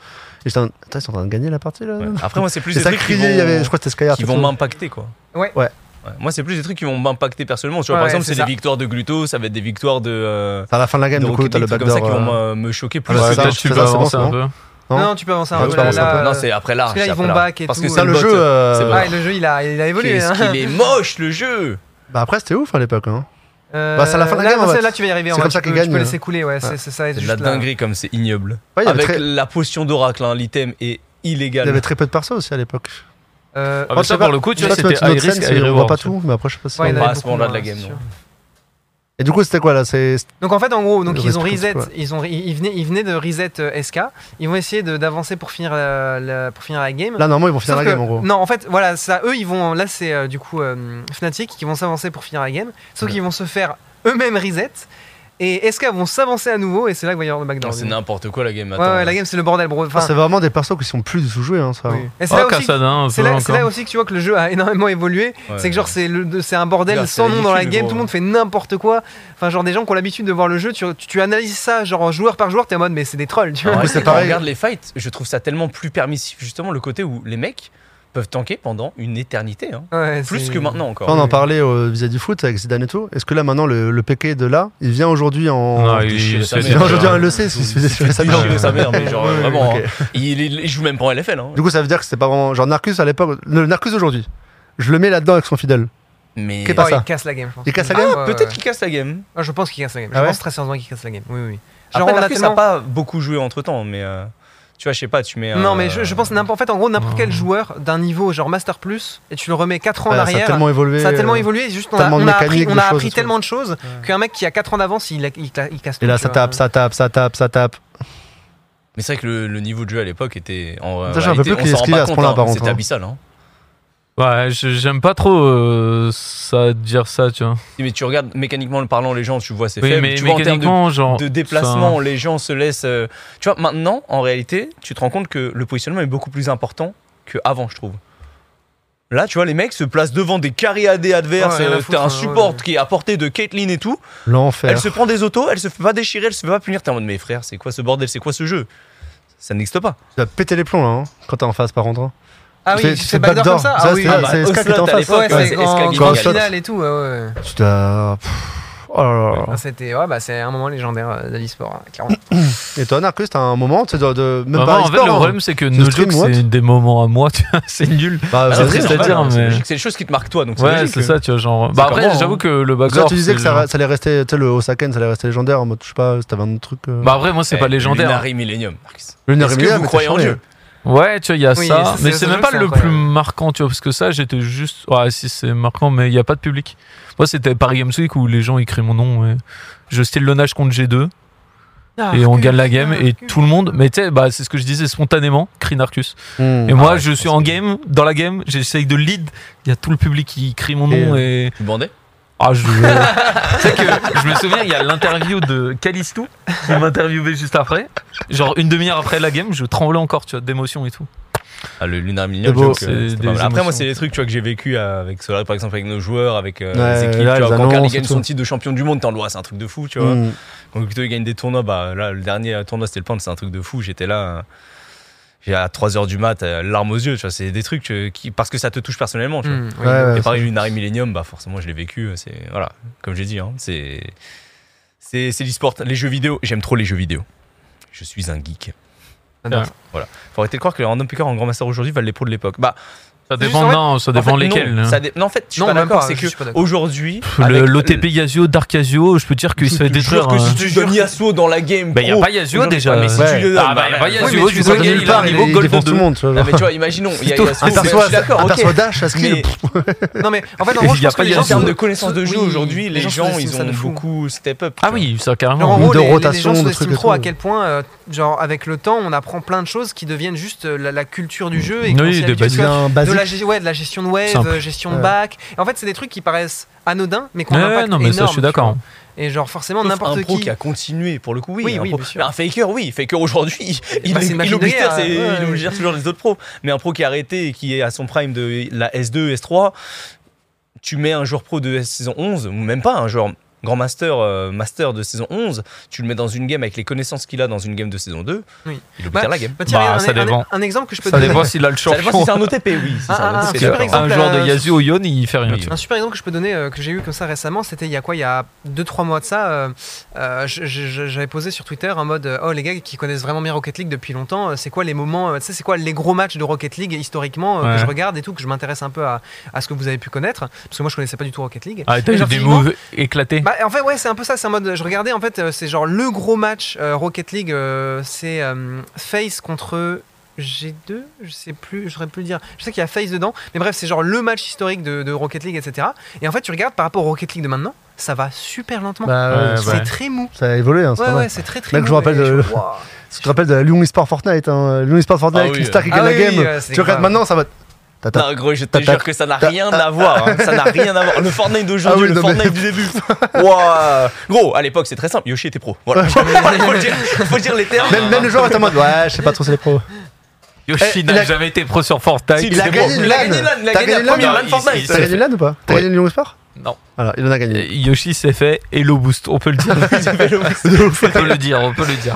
[SPEAKER 2] j'étais en. Attends, ils sont en train de gagner la partie là
[SPEAKER 1] Ouais. Après, moi, c'est plus
[SPEAKER 2] Et
[SPEAKER 1] des
[SPEAKER 2] ça
[SPEAKER 1] trucs qui
[SPEAKER 2] criait, il y
[SPEAKER 1] vont-
[SPEAKER 2] avait, je crois que c'était Skyart.
[SPEAKER 1] qui
[SPEAKER 2] et
[SPEAKER 1] vont
[SPEAKER 2] tout.
[SPEAKER 1] m'impacter quoi.
[SPEAKER 4] Ouais.
[SPEAKER 2] Ouais.
[SPEAKER 1] Moi, c'est plus des trucs qui vont m'impacter personnellement. Tu vois,
[SPEAKER 4] Ouais,
[SPEAKER 1] par
[SPEAKER 4] ouais,
[SPEAKER 1] exemple,
[SPEAKER 4] c'est
[SPEAKER 1] c'est des
[SPEAKER 4] ça.
[SPEAKER 1] victoires de Gluto, ça va être des victoires de. euh,
[SPEAKER 2] C'est à la fin de la game,
[SPEAKER 1] de
[SPEAKER 2] du coup,
[SPEAKER 1] Rocket
[SPEAKER 2] t'as le
[SPEAKER 1] League, trucs comme ça
[SPEAKER 2] backdoor.
[SPEAKER 1] qui vont
[SPEAKER 2] euh,
[SPEAKER 1] me- me choquer plus.
[SPEAKER 2] Ouais,
[SPEAKER 1] que d'autres.
[SPEAKER 2] ça,
[SPEAKER 3] Peut-être
[SPEAKER 2] je
[SPEAKER 3] tu
[SPEAKER 2] fais
[SPEAKER 3] peux
[SPEAKER 2] ça, c'est bon,
[SPEAKER 3] avancer
[SPEAKER 2] c'est
[SPEAKER 3] un
[SPEAKER 2] bon.
[SPEAKER 3] peu.
[SPEAKER 2] Non.
[SPEAKER 4] Non, tu peux avancer
[SPEAKER 2] Ouais,
[SPEAKER 4] un
[SPEAKER 2] tu
[SPEAKER 4] peu.
[SPEAKER 2] peux avancer un
[SPEAKER 4] là,
[SPEAKER 2] peu.
[SPEAKER 1] Non, c'est après là.
[SPEAKER 4] parce que là,
[SPEAKER 1] c'est
[SPEAKER 4] ils
[SPEAKER 1] après
[SPEAKER 4] vont
[SPEAKER 1] là.
[SPEAKER 4] back et
[SPEAKER 1] Parce que
[SPEAKER 4] tout,
[SPEAKER 1] c'est
[SPEAKER 2] Ça, le
[SPEAKER 1] bot.
[SPEAKER 2] jeu. euh,
[SPEAKER 1] C'est bon.
[SPEAKER 4] Ah, et le jeu il a, il a évolué.
[SPEAKER 1] Qu'est-ce
[SPEAKER 4] hein.
[SPEAKER 1] qu'il est moche le jeu
[SPEAKER 2] Bah, après, c'était ouf à l'époque. Hein.
[SPEAKER 4] Euh,
[SPEAKER 2] Bah, c'est à la fin de la
[SPEAKER 4] là,
[SPEAKER 2] game,
[SPEAKER 4] non,
[SPEAKER 2] en
[SPEAKER 4] c'est-
[SPEAKER 2] fait.
[SPEAKER 4] Là, tu vas y arriver.
[SPEAKER 2] C'est
[SPEAKER 4] en
[SPEAKER 2] comme
[SPEAKER 4] vrai,
[SPEAKER 2] ça
[SPEAKER 4] tu
[SPEAKER 2] qu'ils
[SPEAKER 4] peux- Tu
[SPEAKER 2] gagnent. euh.
[SPEAKER 4] peux laisser couler, ouais. c'est- c'est- Ça va être
[SPEAKER 1] C'est de
[SPEAKER 4] juste
[SPEAKER 1] la
[SPEAKER 4] là.
[SPEAKER 1] dinguerie comme c'est ignoble.
[SPEAKER 2] Ouais, il y avait
[SPEAKER 1] Avec
[SPEAKER 2] très-
[SPEAKER 1] la potion d'oracle, hein, l'item est
[SPEAKER 2] Il y avait
[SPEAKER 1] illégal.
[SPEAKER 2] très peu de persos aussi à l'époque.
[SPEAKER 4] Euh,
[SPEAKER 3] Ah,
[SPEAKER 2] Oh,
[SPEAKER 3] mais
[SPEAKER 2] je
[SPEAKER 3] ça,
[SPEAKER 2] sais pas.
[SPEAKER 3] pour le coup, tu vois,
[SPEAKER 2] Je sais pas,
[SPEAKER 3] c'était
[SPEAKER 2] tu vois,
[SPEAKER 3] high
[SPEAKER 2] tu notes
[SPEAKER 3] risk,
[SPEAKER 2] scène,
[SPEAKER 3] high
[SPEAKER 2] c'est- on voit
[SPEAKER 3] reward.
[SPEAKER 2] pas
[SPEAKER 3] tu vois.
[SPEAKER 2] tout, mais après, je sais pas si.
[SPEAKER 4] ouais, il y en
[SPEAKER 2] on-
[SPEAKER 4] avait
[SPEAKER 1] à ce
[SPEAKER 4] beaucoup
[SPEAKER 1] moment-là de
[SPEAKER 4] moins,
[SPEAKER 1] la game,
[SPEAKER 4] c'est sûr.
[SPEAKER 2] Et du coup, c'était quoi là C'est
[SPEAKER 4] Donc en fait, en gros, donc
[SPEAKER 2] Le
[SPEAKER 4] ils ont
[SPEAKER 2] restrict,
[SPEAKER 4] reset,
[SPEAKER 2] quoi.
[SPEAKER 4] ils ont, ils venaient, ils venaient de reset euh, SK. Ils vont essayer de- d'avancer pour finir, la- la- pour finir la game.
[SPEAKER 2] Là, normalement, ils vont finir
[SPEAKER 4] Sauf
[SPEAKER 2] la
[SPEAKER 4] que-
[SPEAKER 2] game en gros.
[SPEAKER 4] Non, en fait, voilà, ça, eux, ils vont. Là, c'est euh, du coup euh, Fnatic qui vont s'avancer pour finir la game. Sauf
[SPEAKER 2] Ouais.
[SPEAKER 4] qu'ils vont se faire eux-mêmes reset. Et SK vont s'avancer à nouveau. Et c'est là que va y avoir le
[SPEAKER 1] Non,
[SPEAKER 4] backdoor.
[SPEAKER 1] Ah, C'est
[SPEAKER 4] Ouais,
[SPEAKER 1] n'importe quoi la game.
[SPEAKER 4] ouais,
[SPEAKER 1] attends.
[SPEAKER 4] la game, c'est le bordel, bro. Enfin,
[SPEAKER 2] Ah, c'est vraiment des persos qui sont plus du tout joués, hein, ça.
[SPEAKER 4] oui.
[SPEAKER 1] Ah,
[SPEAKER 4] Et c'est là
[SPEAKER 3] Oh,
[SPEAKER 4] aussi que-
[SPEAKER 3] Cassadin, un
[SPEAKER 4] c'est
[SPEAKER 3] peu
[SPEAKER 4] là, c'est là
[SPEAKER 3] encore.
[SPEAKER 4] aussi que tu vois que le jeu a énormément évolué.
[SPEAKER 1] Ouais.
[SPEAKER 4] c'est que genre c'est le- de- c'est un bordel
[SPEAKER 1] Regarde,
[SPEAKER 4] sans
[SPEAKER 1] c'est
[SPEAKER 4] nom dans la
[SPEAKER 1] ridicule,
[SPEAKER 4] game.
[SPEAKER 1] gros.
[SPEAKER 4] Tout le monde fait n'importe quoi. Enfin genre des gens qui ont l'habitude de voir le jeu, tu, tu, tu analyses ça genre joueur par joueur, t'es en mode mais c'est des trolls. Tu vois.
[SPEAKER 1] En vrai,
[SPEAKER 2] c'est
[SPEAKER 1] quand on
[SPEAKER 2] pareil.
[SPEAKER 1] regarde les fights, je trouve ça tellement plus permissif, justement, le côté où les mecs peuvent tanker pendant une éternité. hein.
[SPEAKER 4] Ouais,
[SPEAKER 1] Plus
[SPEAKER 4] c'est-
[SPEAKER 1] que maintenant encore.
[SPEAKER 2] Enfin, on en parlait euh, vis-à-vis du foot avec Zidane et tout. Est-ce que là maintenant le, le PK de là, il vient aujourd'hui en.
[SPEAKER 3] Non, il-
[SPEAKER 1] déchire
[SPEAKER 3] il
[SPEAKER 1] sa
[SPEAKER 3] se fait
[SPEAKER 2] il vient
[SPEAKER 1] mère.
[SPEAKER 3] dire-
[SPEAKER 2] aujourd'hui en E LEC, parce qu'il se faisait tuer sa
[SPEAKER 1] Il
[SPEAKER 2] mère.
[SPEAKER 1] chie de sa mère, mais genre
[SPEAKER 2] Ouais,
[SPEAKER 3] Ah
[SPEAKER 1] vraiment.
[SPEAKER 2] ok.
[SPEAKER 1] hein. Il, il- il joue même pas en LFL. hein.
[SPEAKER 2] Du coup, ça veut dire que c'était pas vraiment. Genre Narcus à l'époque. Le Narcus aujourd'hui, je le mets là-dedans avec son fidèle.
[SPEAKER 1] Mais
[SPEAKER 2] Qu'est-ce
[SPEAKER 4] Oh,
[SPEAKER 2] pas ça.
[SPEAKER 4] il casse la game, je pense. Ah,
[SPEAKER 2] Il casse la
[SPEAKER 4] Ouais,
[SPEAKER 2] game
[SPEAKER 4] ouais,
[SPEAKER 1] peut-être
[SPEAKER 4] ouais.
[SPEAKER 1] qu'il casse la game.
[SPEAKER 4] Ah, Je pense qu'il casse la game.
[SPEAKER 2] Ah
[SPEAKER 4] je
[SPEAKER 2] ouais
[SPEAKER 4] pense très sérieusement qu'il casse la game. Oui, oui. oui.
[SPEAKER 1] Genre,
[SPEAKER 4] Genre,
[SPEAKER 1] Après,
[SPEAKER 4] on a
[SPEAKER 1] Narcus n'a
[SPEAKER 4] tellement...
[SPEAKER 1] pas beaucoup joué entre temps, mais euh, tu vois, je sais pas, tu mets. euh,
[SPEAKER 4] Non,
[SPEAKER 1] un-
[SPEAKER 4] mais je, je pense n'importe. En fait, en gros, n'importe
[SPEAKER 3] Non.
[SPEAKER 4] quel joueur d'un niveau genre Master Plus et tu le remets 4 ans
[SPEAKER 2] Ouais,
[SPEAKER 4] en
[SPEAKER 2] ça a
[SPEAKER 4] arrière.
[SPEAKER 2] tellement évolué.
[SPEAKER 4] ça a tellement
[SPEAKER 2] euh,
[SPEAKER 4] évolué, juste on a,
[SPEAKER 2] tellement de
[SPEAKER 4] on a appris,
[SPEAKER 2] mécaniques,
[SPEAKER 4] on
[SPEAKER 2] de
[SPEAKER 4] a
[SPEAKER 2] choses
[SPEAKER 4] appris
[SPEAKER 2] et tout.
[SPEAKER 4] tellement de choses qu'un mec qui a 4 ans d'avance, il, il, il, il casse tout.
[SPEAKER 2] Et là,
[SPEAKER 4] tu
[SPEAKER 2] ça
[SPEAKER 4] vois.
[SPEAKER 2] tape, ça tape, ça tape, ça tape.
[SPEAKER 1] Mais c'est vrai que le, le niveau de jeu à l'époque était. En,
[SPEAKER 2] Ça, j'ai un peu
[SPEAKER 1] réalité,
[SPEAKER 2] plus
[SPEAKER 1] on
[SPEAKER 2] qu'il
[SPEAKER 1] s'en rend
[SPEAKER 2] esquive
[SPEAKER 1] pas
[SPEAKER 2] à ce
[SPEAKER 1] compte,
[SPEAKER 2] point-là,
[SPEAKER 1] hein,
[SPEAKER 2] par contre,
[SPEAKER 1] C'était
[SPEAKER 2] hein.
[SPEAKER 1] abyssal. Hein.
[SPEAKER 3] Ouais, je- j'aime pas trop euh, ça, dire ça, tu vois.
[SPEAKER 1] Mais tu regardes mécaniquement parlant, les gens, tu vois, c'est
[SPEAKER 3] Oui,
[SPEAKER 1] faible.
[SPEAKER 3] mais
[SPEAKER 1] tu vois, en termes de
[SPEAKER 3] mécaniquement, genre.
[SPEAKER 1] de déplacement, les gens se laissent. euh, Tu vois, maintenant, en réalité, tu te rends compte que le positionnement est beaucoup plus important qu'avant, je trouve. Là, tu vois, les mecs se placent devant des carrés AD adverses.
[SPEAKER 4] Ouais, rien à
[SPEAKER 1] euh,
[SPEAKER 4] foutre, hein,
[SPEAKER 1] T'as un
[SPEAKER 4] ouais,
[SPEAKER 1] support
[SPEAKER 4] ouais.
[SPEAKER 1] qui est à portée de Caitlyn et tout. Elle
[SPEAKER 2] L'enfer.
[SPEAKER 1] se prend des autos, elle se fait pas déchirer, elle se fait pas punir. T'es en mode, mais frère, c'est quoi ce bordel C'est quoi ce jeu Ça n'existe pas.
[SPEAKER 2] Tu vas péter les plombs là, hein, quand t'es en face par contre.
[SPEAKER 4] Ah
[SPEAKER 2] Tu
[SPEAKER 4] oui,
[SPEAKER 2] fais-
[SPEAKER 4] tu
[SPEAKER 2] tu
[SPEAKER 4] fais
[SPEAKER 2] fais
[SPEAKER 4] backdoor comme
[SPEAKER 2] backdoor.
[SPEAKER 4] ça.
[SPEAKER 2] Ça,
[SPEAKER 4] Ah oui,
[SPEAKER 2] c'est-
[SPEAKER 4] oui.
[SPEAKER 2] Ah bah, c'est Ska qui est
[SPEAKER 1] Ocelot,
[SPEAKER 2] en
[SPEAKER 1] à
[SPEAKER 2] face,
[SPEAKER 1] l'époque,
[SPEAKER 4] Ouais,
[SPEAKER 2] ouais,
[SPEAKER 4] c'est
[SPEAKER 1] c'est
[SPEAKER 4] en
[SPEAKER 1] Ska qui
[SPEAKER 4] en
[SPEAKER 2] gagne.
[SPEAKER 4] finale et tout. ouais, ouais.
[SPEAKER 2] Tu dois. Pfff, Oh là là
[SPEAKER 4] Ah,
[SPEAKER 2] là.
[SPEAKER 4] C'était ouais, bah, c'est un moment légendaire euh, de l'e-sport, hein, clairement.
[SPEAKER 2] Et toi, Narcus, t'as un moment, tu sais, de, de- même
[SPEAKER 3] Bah,
[SPEAKER 2] pas
[SPEAKER 3] en fait,
[SPEAKER 2] e-sport,
[SPEAKER 3] le
[SPEAKER 2] hein.
[SPEAKER 3] problème, c'est que
[SPEAKER 2] Tu
[SPEAKER 3] nos
[SPEAKER 2] stream
[SPEAKER 3] jokes,
[SPEAKER 2] what
[SPEAKER 3] c'est des moments à moi, tu vois, [laughs] c'est nul.
[SPEAKER 1] Bah,
[SPEAKER 2] Bah,
[SPEAKER 3] Ah, c'est
[SPEAKER 2] vas-y,
[SPEAKER 3] très
[SPEAKER 2] hein.
[SPEAKER 1] normal,
[SPEAKER 3] c'est-à-dire,
[SPEAKER 1] hein, c'est
[SPEAKER 3] mais-
[SPEAKER 1] logique, c'est les choses qui te marquent toi, donc c'est
[SPEAKER 3] Ouais,
[SPEAKER 1] logique.
[SPEAKER 3] c'est ça, tu vois, genre.
[SPEAKER 1] C'est
[SPEAKER 3] Bah,
[SPEAKER 1] comment,
[SPEAKER 3] après, j'avoue
[SPEAKER 1] hein.
[SPEAKER 3] que le
[SPEAKER 2] Donc hein. Toi,
[SPEAKER 3] backdoor.
[SPEAKER 2] tu disais
[SPEAKER 3] c'est
[SPEAKER 2] que ça,
[SPEAKER 3] genre-
[SPEAKER 2] ça allait rester, tu sais, le Osaken, ça allait rester légendaire en mode, je sais pas, si t'avais un autre truc. euh,
[SPEAKER 3] Bah, après, moi, c'est
[SPEAKER 1] Eh,
[SPEAKER 3] pas légendaire.
[SPEAKER 1] Lunari Millennium, Marcus.
[SPEAKER 2] le
[SPEAKER 1] Est-ce
[SPEAKER 2] Neremia,
[SPEAKER 1] que
[SPEAKER 2] mais
[SPEAKER 1] vous
[SPEAKER 2] t'as
[SPEAKER 1] croyez en
[SPEAKER 2] changé.
[SPEAKER 1] Dieu
[SPEAKER 3] Ouais, tu vois, il y a
[SPEAKER 4] Oui,
[SPEAKER 3] ça.
[SPEAKER 4] ça, c'est-
[SPEAKER 3] Mais
[SPEAKER 4] ce
[SPEAKER 3] c'est
[SPEAKER 4] jeu,
[SPEAKER 3] même pas
[SPEAKER 4] c'est
[SPEAKER 3] le plus
[SPEAKER 4] incroyable.
[SPEAKER 3] marquant, tu vois, parce que ça, j'étais juste. Ouais, si c'est marquant, mais il n'y a pas de public. Moi, c'était Paris Games Week où les gens écrivent mon nom. ouais. Je style Lonage contre G2. et on gagne la game et tout le monde mais tu sais bah c'est ce que je disais spontanément crie Narcus et
[SPEAKER 2] Mmh.
[SPEAKER 3] moi
[SPEAKER 1] ouais, je
[SPEAKER 3] je suis
[SPEAKER 1] pense
[SPEAKER 3] en
[SPEAKER 1] que-
[SPEAKER 3] game dans la game j'essaye de lead il y a tout le public qui crie mon nom et,
[SPEAKER 1] Tu bandais
[SPEAKER 3] ah je [laughs] Tu sais que je me souviens il y a l'interview de Calistou qui m'interviewait juste après genre une demi-heure après la game je tremblais encore tu vois d'émotion et tout
[SPEAKER 1] Ah, le Lunar
[SPEAKER 2] C'est
[SPEAKER 1] Millennium,
[SPEAKER 2] beau.
[SPEAKER 1] j'avoue que
[SPEAKER 3] C'est
[SPEAKER 1] c'était
[SPEAKER 3] des
[SPEAKER 1] pas mal. Après,
[SPEAKER 3] émotions.
[SPEAKER 1] moi, c'est des trucs tu vois, que j'ai vécu euh, avec Solar, par exemple, avec nos joueurs, avec euh,
[SPEAKER 2] Ouais,
[SPEAKER 1] les équipes.
[SPEAKER 2] là,
[SPEAKER 1] tu
[SPEAKER 2] les
[SPEAKER 1] vois, quand Carly
[SPEAKER 2] annonces et
[SPEAKER 1] gagne
[SPEAKER 2] tout.
[SPEAKER 1] son titre de champion du monde, t'es en loi, c'est un truc de fou, tu vois.
[SPEAKER 2] Mmh.
[SPEAKER 1] Quand plutôt il gagne des tournois, bah là, le dernier tournoi, c'était le Pente, c'est un truc de fou. J'étais là. euh, j'ai à 3h du mat, euh, larmes aux yeux, tu vois, c'est des trucs euh, qui, parce que ça te touche personnellement. Tu vois.
[SPEAKER 4] Hmm, oui.
[SPEAKER 2] Ouais, ouais,
[SPEAKER 1] et
[SPEAKER 2] ça-
[SPEAKER 1] pareil, Lunari Millennium, bah forcément, je l'ai vécu. euh, C'est voilà, comme j'ai dit, hein, c'est c'est c'est l'e-sport, les jeux vidéo. J'aime trop les jeux vidéo. Je suis un geek.
[SPEAKER 4] J'adore
[SPEAKER 3] Ouais.
[SPEAKER 4] ça.
[SPEAKER 1] Faut arrêter de croire que les random pickers en grand master aujourd'hui valent les pros de l'époque. Bah
[SPEAKER 3] ça
[SPEAKER 1] Juste,
[SPEAKER 3] dépend
[SPEAKER 1] en fait-
[SPEAKER 3] non ça dépend
[SPEAKER 1] en fait,
[SPEAKER 3] lesquels
[SPEAKER 1] non,
[SPEAKER 3] hein.
[SPEAKER 1] ça dé- non, en fait, je suis
[SPEAKER 4] Non,
[SPEAKER 1] pas
[SPEAKER 4] même
[SPEAKER 1] d'accord.
[SPEAKER 4] pas,
[SPEAKER 1] C'est
[SPEAKER 4] je
[SPEAKER 1] que
[SPEAKER 4] suis pas d'accord.
[SPEAKER 1] aujourd'hui,
[SPEAKER 3] Pff, le-
[SPEAKER 1] avec-
[SPEAKER 3] L'OTP Yazio, Dark Yazio, je peux te dire qu'il se fait
[SPEAKER 1] Je te
[SPEAKER 3] détruire.
[SPEAKER 1] jure que
[SPEAKER 3] hein.
[SPEAKER 1] si tu donnes Yasuo dans la game,
[SPEAKER 3] Bah, il n'y a
[SPEAKER 1] pro,
[SPEAKER 3] pas Yazio
[SPEAKER 1] aujourd'hui-
[SPEAKER 3] déjà.
[SPEAKER 1] Ah, mais si
[SPEAKER 2] Ouais.
[SPEAKER 1] tu lui donnes,
[SPEAKER 3] Ah, bah, y a
[SPEAKER 1] bah,
[SPEAKER 3] pas
[SPEAKER 1] ouais.
[SPEAKER 3] Yazio,
[SPEAKER 1] Oui, mais tu
[SPEAKER 2] Il
[SPEAKER 3] tu vois,
[SPEAKER 1] donnes-
[SPEAKER 2] sort de
[SPEAKER 3] il
[SPEAKER 2] nulle
[SPEAKER 3] a-
[SPEAKER 2] part,
[SPEAKER 3] il
[SPEAKER 2] il
[SPEAKER 3] est
[SPEAKER 2] il
[SPEAKER 3] gold
[SPEAKER 2] défonce tout
[SPEAKER 3] deux.
[SPEAKER 2] le monde. tu vois,
[SPEAKER 1] Non,
[SPEAKER 2] genre.
[SPEAKER 1] mais tu vois, imaginons, il y a
[SPEAKER 2] Un
[SPEAKER 1] Yasuo, mais
[SPEAKER 2] perso-
[SPEAKER 1] je suis d'accord,
[SPEAKER 2] un
[SPEAKER 1] ok.
[SPEAKER 2] perso dash à skill.
[SPEAKER 1] Mais-
[SPEAKER 4] Non mais en fait en gros
[SPEAKER 3] Il
[SPEAKER 4] je
[SPEAKER 3] y a
[SPEAKER 4] pense que
[SPEAKER 3] pas
[SPEAKER 4] les
[SPEAKER 1] En
[SPEAKER 4] gens
[SPEAKER 1] termes
[SPEAKER 3] Yazio.
[SPEAKER 1] de connaissances de jeu
[SPEAKER 4] Oui,
[SPEAKER 1] aujourd'hui, les gens, ils
[SPEAKER 4] sous-estiment
[SPEAKER 1] ont
[SPEAKER 4] ça de fou.
[SPEAKER 1] beaucoup step up. tu
[SPEAKER 3] Ah
[SPEAKER 1] vois.
[SPEAKER 3] oui, ça
[SPEAKER 4] Genre, en
[SPEAKER 3] carrément.
[SPEAKER 2] Ou
[SPEAKER 4] gros,
[SPEAKER 2] de
[SPEAKER 4] les, les- les
[SPEAKER 2] rotation,
[SPEAKER 4] gens
[SPEAKER 2] de
[SPEAKER 4] sous-estiment
[SPEAKER 2] trucs et
[SPEAKER 4] trop à
[SPEAKER 2] tout.
[SPEAKER 4] quel point, euh, genre, avec le temps, on apprend plein de choses qui deviennent juste euh, la, la culture du jeu
[SPEAKER 3] Mm.
[SPEAKER 4] et
[SPEAKER 3] Oui,
[SPEAKER 4] qu'on
[SPEAKER 3] des
[SPEAKER 4] s'y habitue,
[SPEAKER 3] basiques.
[SPEAKER 4] tu vois.
[SPEAKER 2] Bien
[SPEAKER 4] de
[SPEAKER 2] basique.
[SPEAKER 4] la, gé- ouais, de la gestion de wave,
[SPEAKER 3] Simple.
[SPEAKER 4] euh, gestion de
[SPEAKER 2] Ouais.
[SPEAKER 4] back. En fait, c'est des trucs qui paraissent anodins, mais qu'on
[SPEAKER 3] Ouais,
[SPEAKER 4] a un impact
[SPEAKER 3] non, mais ça,
[SPEAKER 4] énorme,
[SPEAKER 3] je suis d'accord.
[SPEAKER 4] tu vois. Et genre, forcément,
[SPEAKER 1] Sauf
[SPEAKER 4] n'importe
[SPEAKER 1] un pro
[SPEAKER 4] qui.
[SPEAKER 1] qui a continué pour le coup oui,
[SPEAKER 4] Oui,
[SPEAKER 1] un,
[SPEAKER 4] oui,
[SPEAKER 1] pro-
[SPEAKER 4] bien sûr.
[SPEAKER 1] un faker oui faker aujourd'hui il,
[SPEAKER 4] Bah, c'est une
[SPEAKER 1] il,
[SPEAKER 4] machine de
[SPEAKER 1] obligère,
[SPEAKER 4] guerre,
[SPEAKER 1] c'est-
[SPEAKER 4] ouais.
[SPEAKER 1] il obligère toujours les autres pros mais un pro qui est arrêté et qui est à son prime de la S2 S3 tu mets un joueur pro de saison 11 ou même pas un joueur grand master euh, master de saison 11 tu le mets dans une game avec les connaissances qu'il a dans une game de saison 2
[SPEAKER 4] Oui.
[SPEAKER 1] il obtient la game
[SPEAKER 4] Bah, tiens,
[SPEAKER 3] Bah,
[SPEAKER 4] regarde,
[SPEAKER 3] ça
[SPEAKER 4] un, un-
[SPEAKER 3] dépend.
[SPEAKER 4] un exemple que je peux te
[SPEAKER 3] Ça
[SPEAKER 4] donner.
[SPEAKER 3] dépend s'il a le
[SPEAKER 1] ça dépend si
[SPEAKER 3] champion.
[SPEAKER 1] c'est un OTP oui si c'est
[SPEAKER 4] Ah, ah,
[SPEAKER 1] OTP,
[SPEAKER 4] super
[SPEAKER 1] d'accord.
[SPEAKER 4] exemple.
[SPEAKER 3] Un joueur de
[SPEAKER 4] euh,
[SPEAKER 3] Yazio au Yon, il fait rien.
[SPEAKER 1] Oui.
[SPEAKER 3] tu vois.
[SPEAKER 4] Un super exemple que je peux donner, euh, que j'ai eu comme ça récemment, c'était il y a quoi Il y a 2-3 mois de ça, euh, euh, je- je- je- j'avais posé sur Twitter en mode euh, Oh, les gars qui connaissent vraiment bien Rocket League depuis longtemps, euh, c'est quoi les moments, euh, tu sais, c'est quoi les gros matchs de Rocket League historiquement euh,
[SPEAKER 3] Ouais.
[SPEAKER 4] que je regarde et tout, que je m'intéresse un peu à, à ce que vous avez pu connaître Parce que moi, je connaissais pas du tout Rocket League.
[SPEAKER 3] Ah, t'as
[SPEAKER 4] Mais
[SPEAKER 3] eu
[SPEAKER 4] genre,
[SPEAKER 3] des
[SPEAKER 4] typiquement,
[SPEAKER 3] moves éclatés.
[SPEAKER 4] [laughs] Bah, en fait, ouais, c'est un peu ça. C'est un mode. Je regardais, en fait, euh, c'est genre le gros match euh, Rocket League. euh, c'est euh, Face contre G2. Je sais plus, je saurais plus le dire. Je sais qu'il y a Face dedans. Mais bref, c'est genre le match historique de, de Rocket League, etc. Et en fait, tu regardes par rapport au Rocket League de maintenant, ça va super lentement.
[SPEAKER 2] Bah,
[SPEAKER 3] Ouais,
[SPEAKER 4] c'est
[SPEAKER 2] ouais,
[SPEAKER 3] ouais.
[SPEAKER 4] très mou.
[SPEAKER 2] Ça a évolué, hein, c'est
[SPEAKER 4] Ouais,
[SPEAKER 2] pas
[SPEAKER 4] ouais,
[SPEAKER 2] mal.
[SPEAKER 4] c'est très très
[SPEAKER 2] Mec,
[SPEAKER 4] mou.
[SPEAKER 2] je me rappelle
[SPEAKER 4] et
[SPEAKER 2] de-
[SPEAKER 4] je- Waouh.
[SPEAKER 2] Tu te rappelles de la Lyon Esport Fortnite, hein. Lyon Esport Fortnite,
[SPEAKER 1] Ah
[SPEAKER 2] avec
[SPEAKER 1] oui.
[SPEAKER 2] une star qui
[SPEAKER 4] Ah
[SPEAKER 2] gagne la
[SPEAKER 4] oui,
[SPEAKER 2] game.
[SPEAKER 4] oui, ouais, c'est
[SPEAKER 2] tu regardes
[SPEAKER 4] grave.
[SPEAKER 2] maintenant, ça va. Tata.
[SPEAKER 1] Non, gros, je te
[SPEAKER 2] Tata.
[SPEAKER 1] jure que ça n'a rien à voir. hein. Ça n'a rien à voir. Le Fortnite d'aujourd'hui,
[SPEAKER 2] Ah oui,
[SPEAKER 1] le
[SPEAKER 2] non, mais-
[SPEAKER 1] Fortnite du
[SPEAKER 2] [laughs]
[SPEAKER 1] début. Wouah. Gros, à l'époque, c'est très simple. Yoshi était pro. Voilà. [laughs] faut, le dire, faut le dire les termes.
[SPEAKER 2] Même, même le joueur est en mode, ouais, je sais pas trop c'est les pros.
[SPEAKER 3] Yoshi
[SPEAKER 2] Eh,
[SPEAKER 3] n'a
[SPEAKER 2] la-
[SPEAKER 3] jamais été pro sur
[SPEAKER 1] Si,
[SPEAKER 3] Fortnite.
[SPEAKER 2] il a
[SPEAKER 1] c'est
[SPEAKER 2] gagné
[SPEAKER 1] bon.
[SPEAKER 2] une
[SPEAKER 1] Il a gagné
[SPEAKER 2] LAN.
[SPEAKER 1] LAN, il a
[SPEAKER 2] T'as
[SPEAKER 1] gagné
[SPEAKER 2] gagné
[SPEAKER 1] la
[SPEAKER 2] une
[SPEAKER 1] première
[SPEAKER 2] LAN,
[SPEAKER 1] LAN
[SPEAKER 3] il- il
[SPEAKER 1] Fortnite.
[SPEAKER 2] T'as
[SPEAKER 3] s'est
[SPEAKER 2] gagné l'âne ou pas T'as
[SPEAKER 3] Ouais.
[SPEAKER 2] gagné le Lyon Esport
[SPEAKER 3] Non.
[SPEAKER 2] Alors, il en a gagné.
[SPEAKER 3] Yoshi s'est fait hello boost, on peut le dire. on peut le dire, on peut le dire.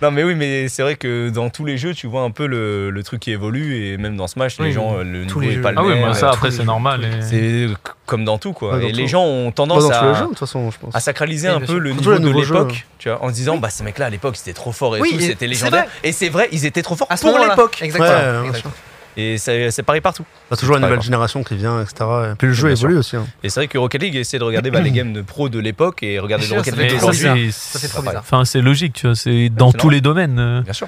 [SPEAKER 1] Non, mais oui, mais c'est vrai que dans tous les jeux, tu vois un peu le, le truc qui évolue. Et même dans Smash, les
[SPEAKER 4] Oui,
[SPEAKER 1] gens, euh, le
[SPEAKER 4] tous
[SPEAKER 1] niveau
[SPEAKER 4] les
[SPEAKER 1] est
[SPEAKER 4] jeux.
[SPEAKER 1] pas le
[SPEAKER 3] Ah oui,
[SPEAKER 1] même.
[SPEAKER 3] moi, ça
[SPEAKER 1] Euh,
[SPEAKER 3] après,
[SPEAKER 4] tous
[SPEAKER 3] c'est
[SPEAKER 4] les-
[SPEAKER 3] normal. et-
[SPEAKER 1] C'est c- comme dans tout, quoi.
[SPEAKER 2] Ouais, dans
[SPEAKER 1] et les
[SPEAKER 2] tout.
[SPEAKER 1] gens ont
[SPEAKER 2] Pas
[SPEAKER 1] tendance
[SPEAKER 2] dans tous les
[SPEAKER 1] à.
[SPEAKER 2] jeux, de toute façon, je pense.
[SPEAKER 1] à sacraliser
[SPEAKER 4] Oui,
[SPEAKER 1] un
[SPEAKER 4] bien
[SPEAKER 1] peu
[SPEAKER 4] sûr.
[SPEAKER 1] le
[SPEAKER 2] Surtout
[SPEAKER 1] niveau
[SPEAKER 2] les
[SPEAKER 1] de
[SPEAKER 2] nouveaux jeux,
[SPEAKER 1] l'époque, tu vois, en se disant, bah ces mecs-là à l'époque c'était trop fort et
[SPEAKER 4] Oui,
[SPEAKER 1] tout,
[SPEAKER 4] et
[SPEAKER 1] c'était
[SPEAKER 4] c'est
[SPEAKER 1] légendaire.
[SPEAKER 4] vrai.
[SPEAKER 1] Et c'est vrai, ils étaient trop forts
[SPEAKER 4] À ce
[SPEAKER 1] pour
[SPEAKER 4] moment-là.
[SPEAKER 1] l'époque.
[SPEAKER 4] Exactement.
[SPEAKER 2] Ouais, ouais,
[SPEAKER 4] Exactement.
[SPEAKER 1] Et c'est c'est pareil partout.
[SPEAKER 2] Bah, toujours une
[SPEAKER 1] Pas
[SPEAKER 2] nouvelle
[SPEAKER 1] grave.
[SPEAKER 2] génération qui vient, etc. Et puis le jeu
[SPEAKER 1] Bien sûr.
[SPEAKER 2] évolue aussi. hein.
[SPEAKER 1] Et c'est vrai que Rocket League essaie de regarder bah, les games de pro de l'époque et regarder
[SPEAKER 4] Bien
[SPEAKER 1] le
[SPEAKER 4] sûr,
[SPEAKER 1] Rocket
[SPEAKER 4] ça fait
[SPEAKER 1] League
[SPEAKER 4] trop
[SPEAKER 1] d'aujourd'hui.
[SPEAKER 4] bizarre.
[SPEAKER 3] c'est-
[SPEAKER 4] Ça c'est trop
[SPEAKER 1] Voilà.
[SPEAKER 4] bizarre.
[SPEAKER 3] Enfin, c'est logique, tu vois, c'est dans
[SPEAKER 1] c'est
[SPEAKER 3] tous les domaines. euh,
[SPEAKER 1] Bien sûr.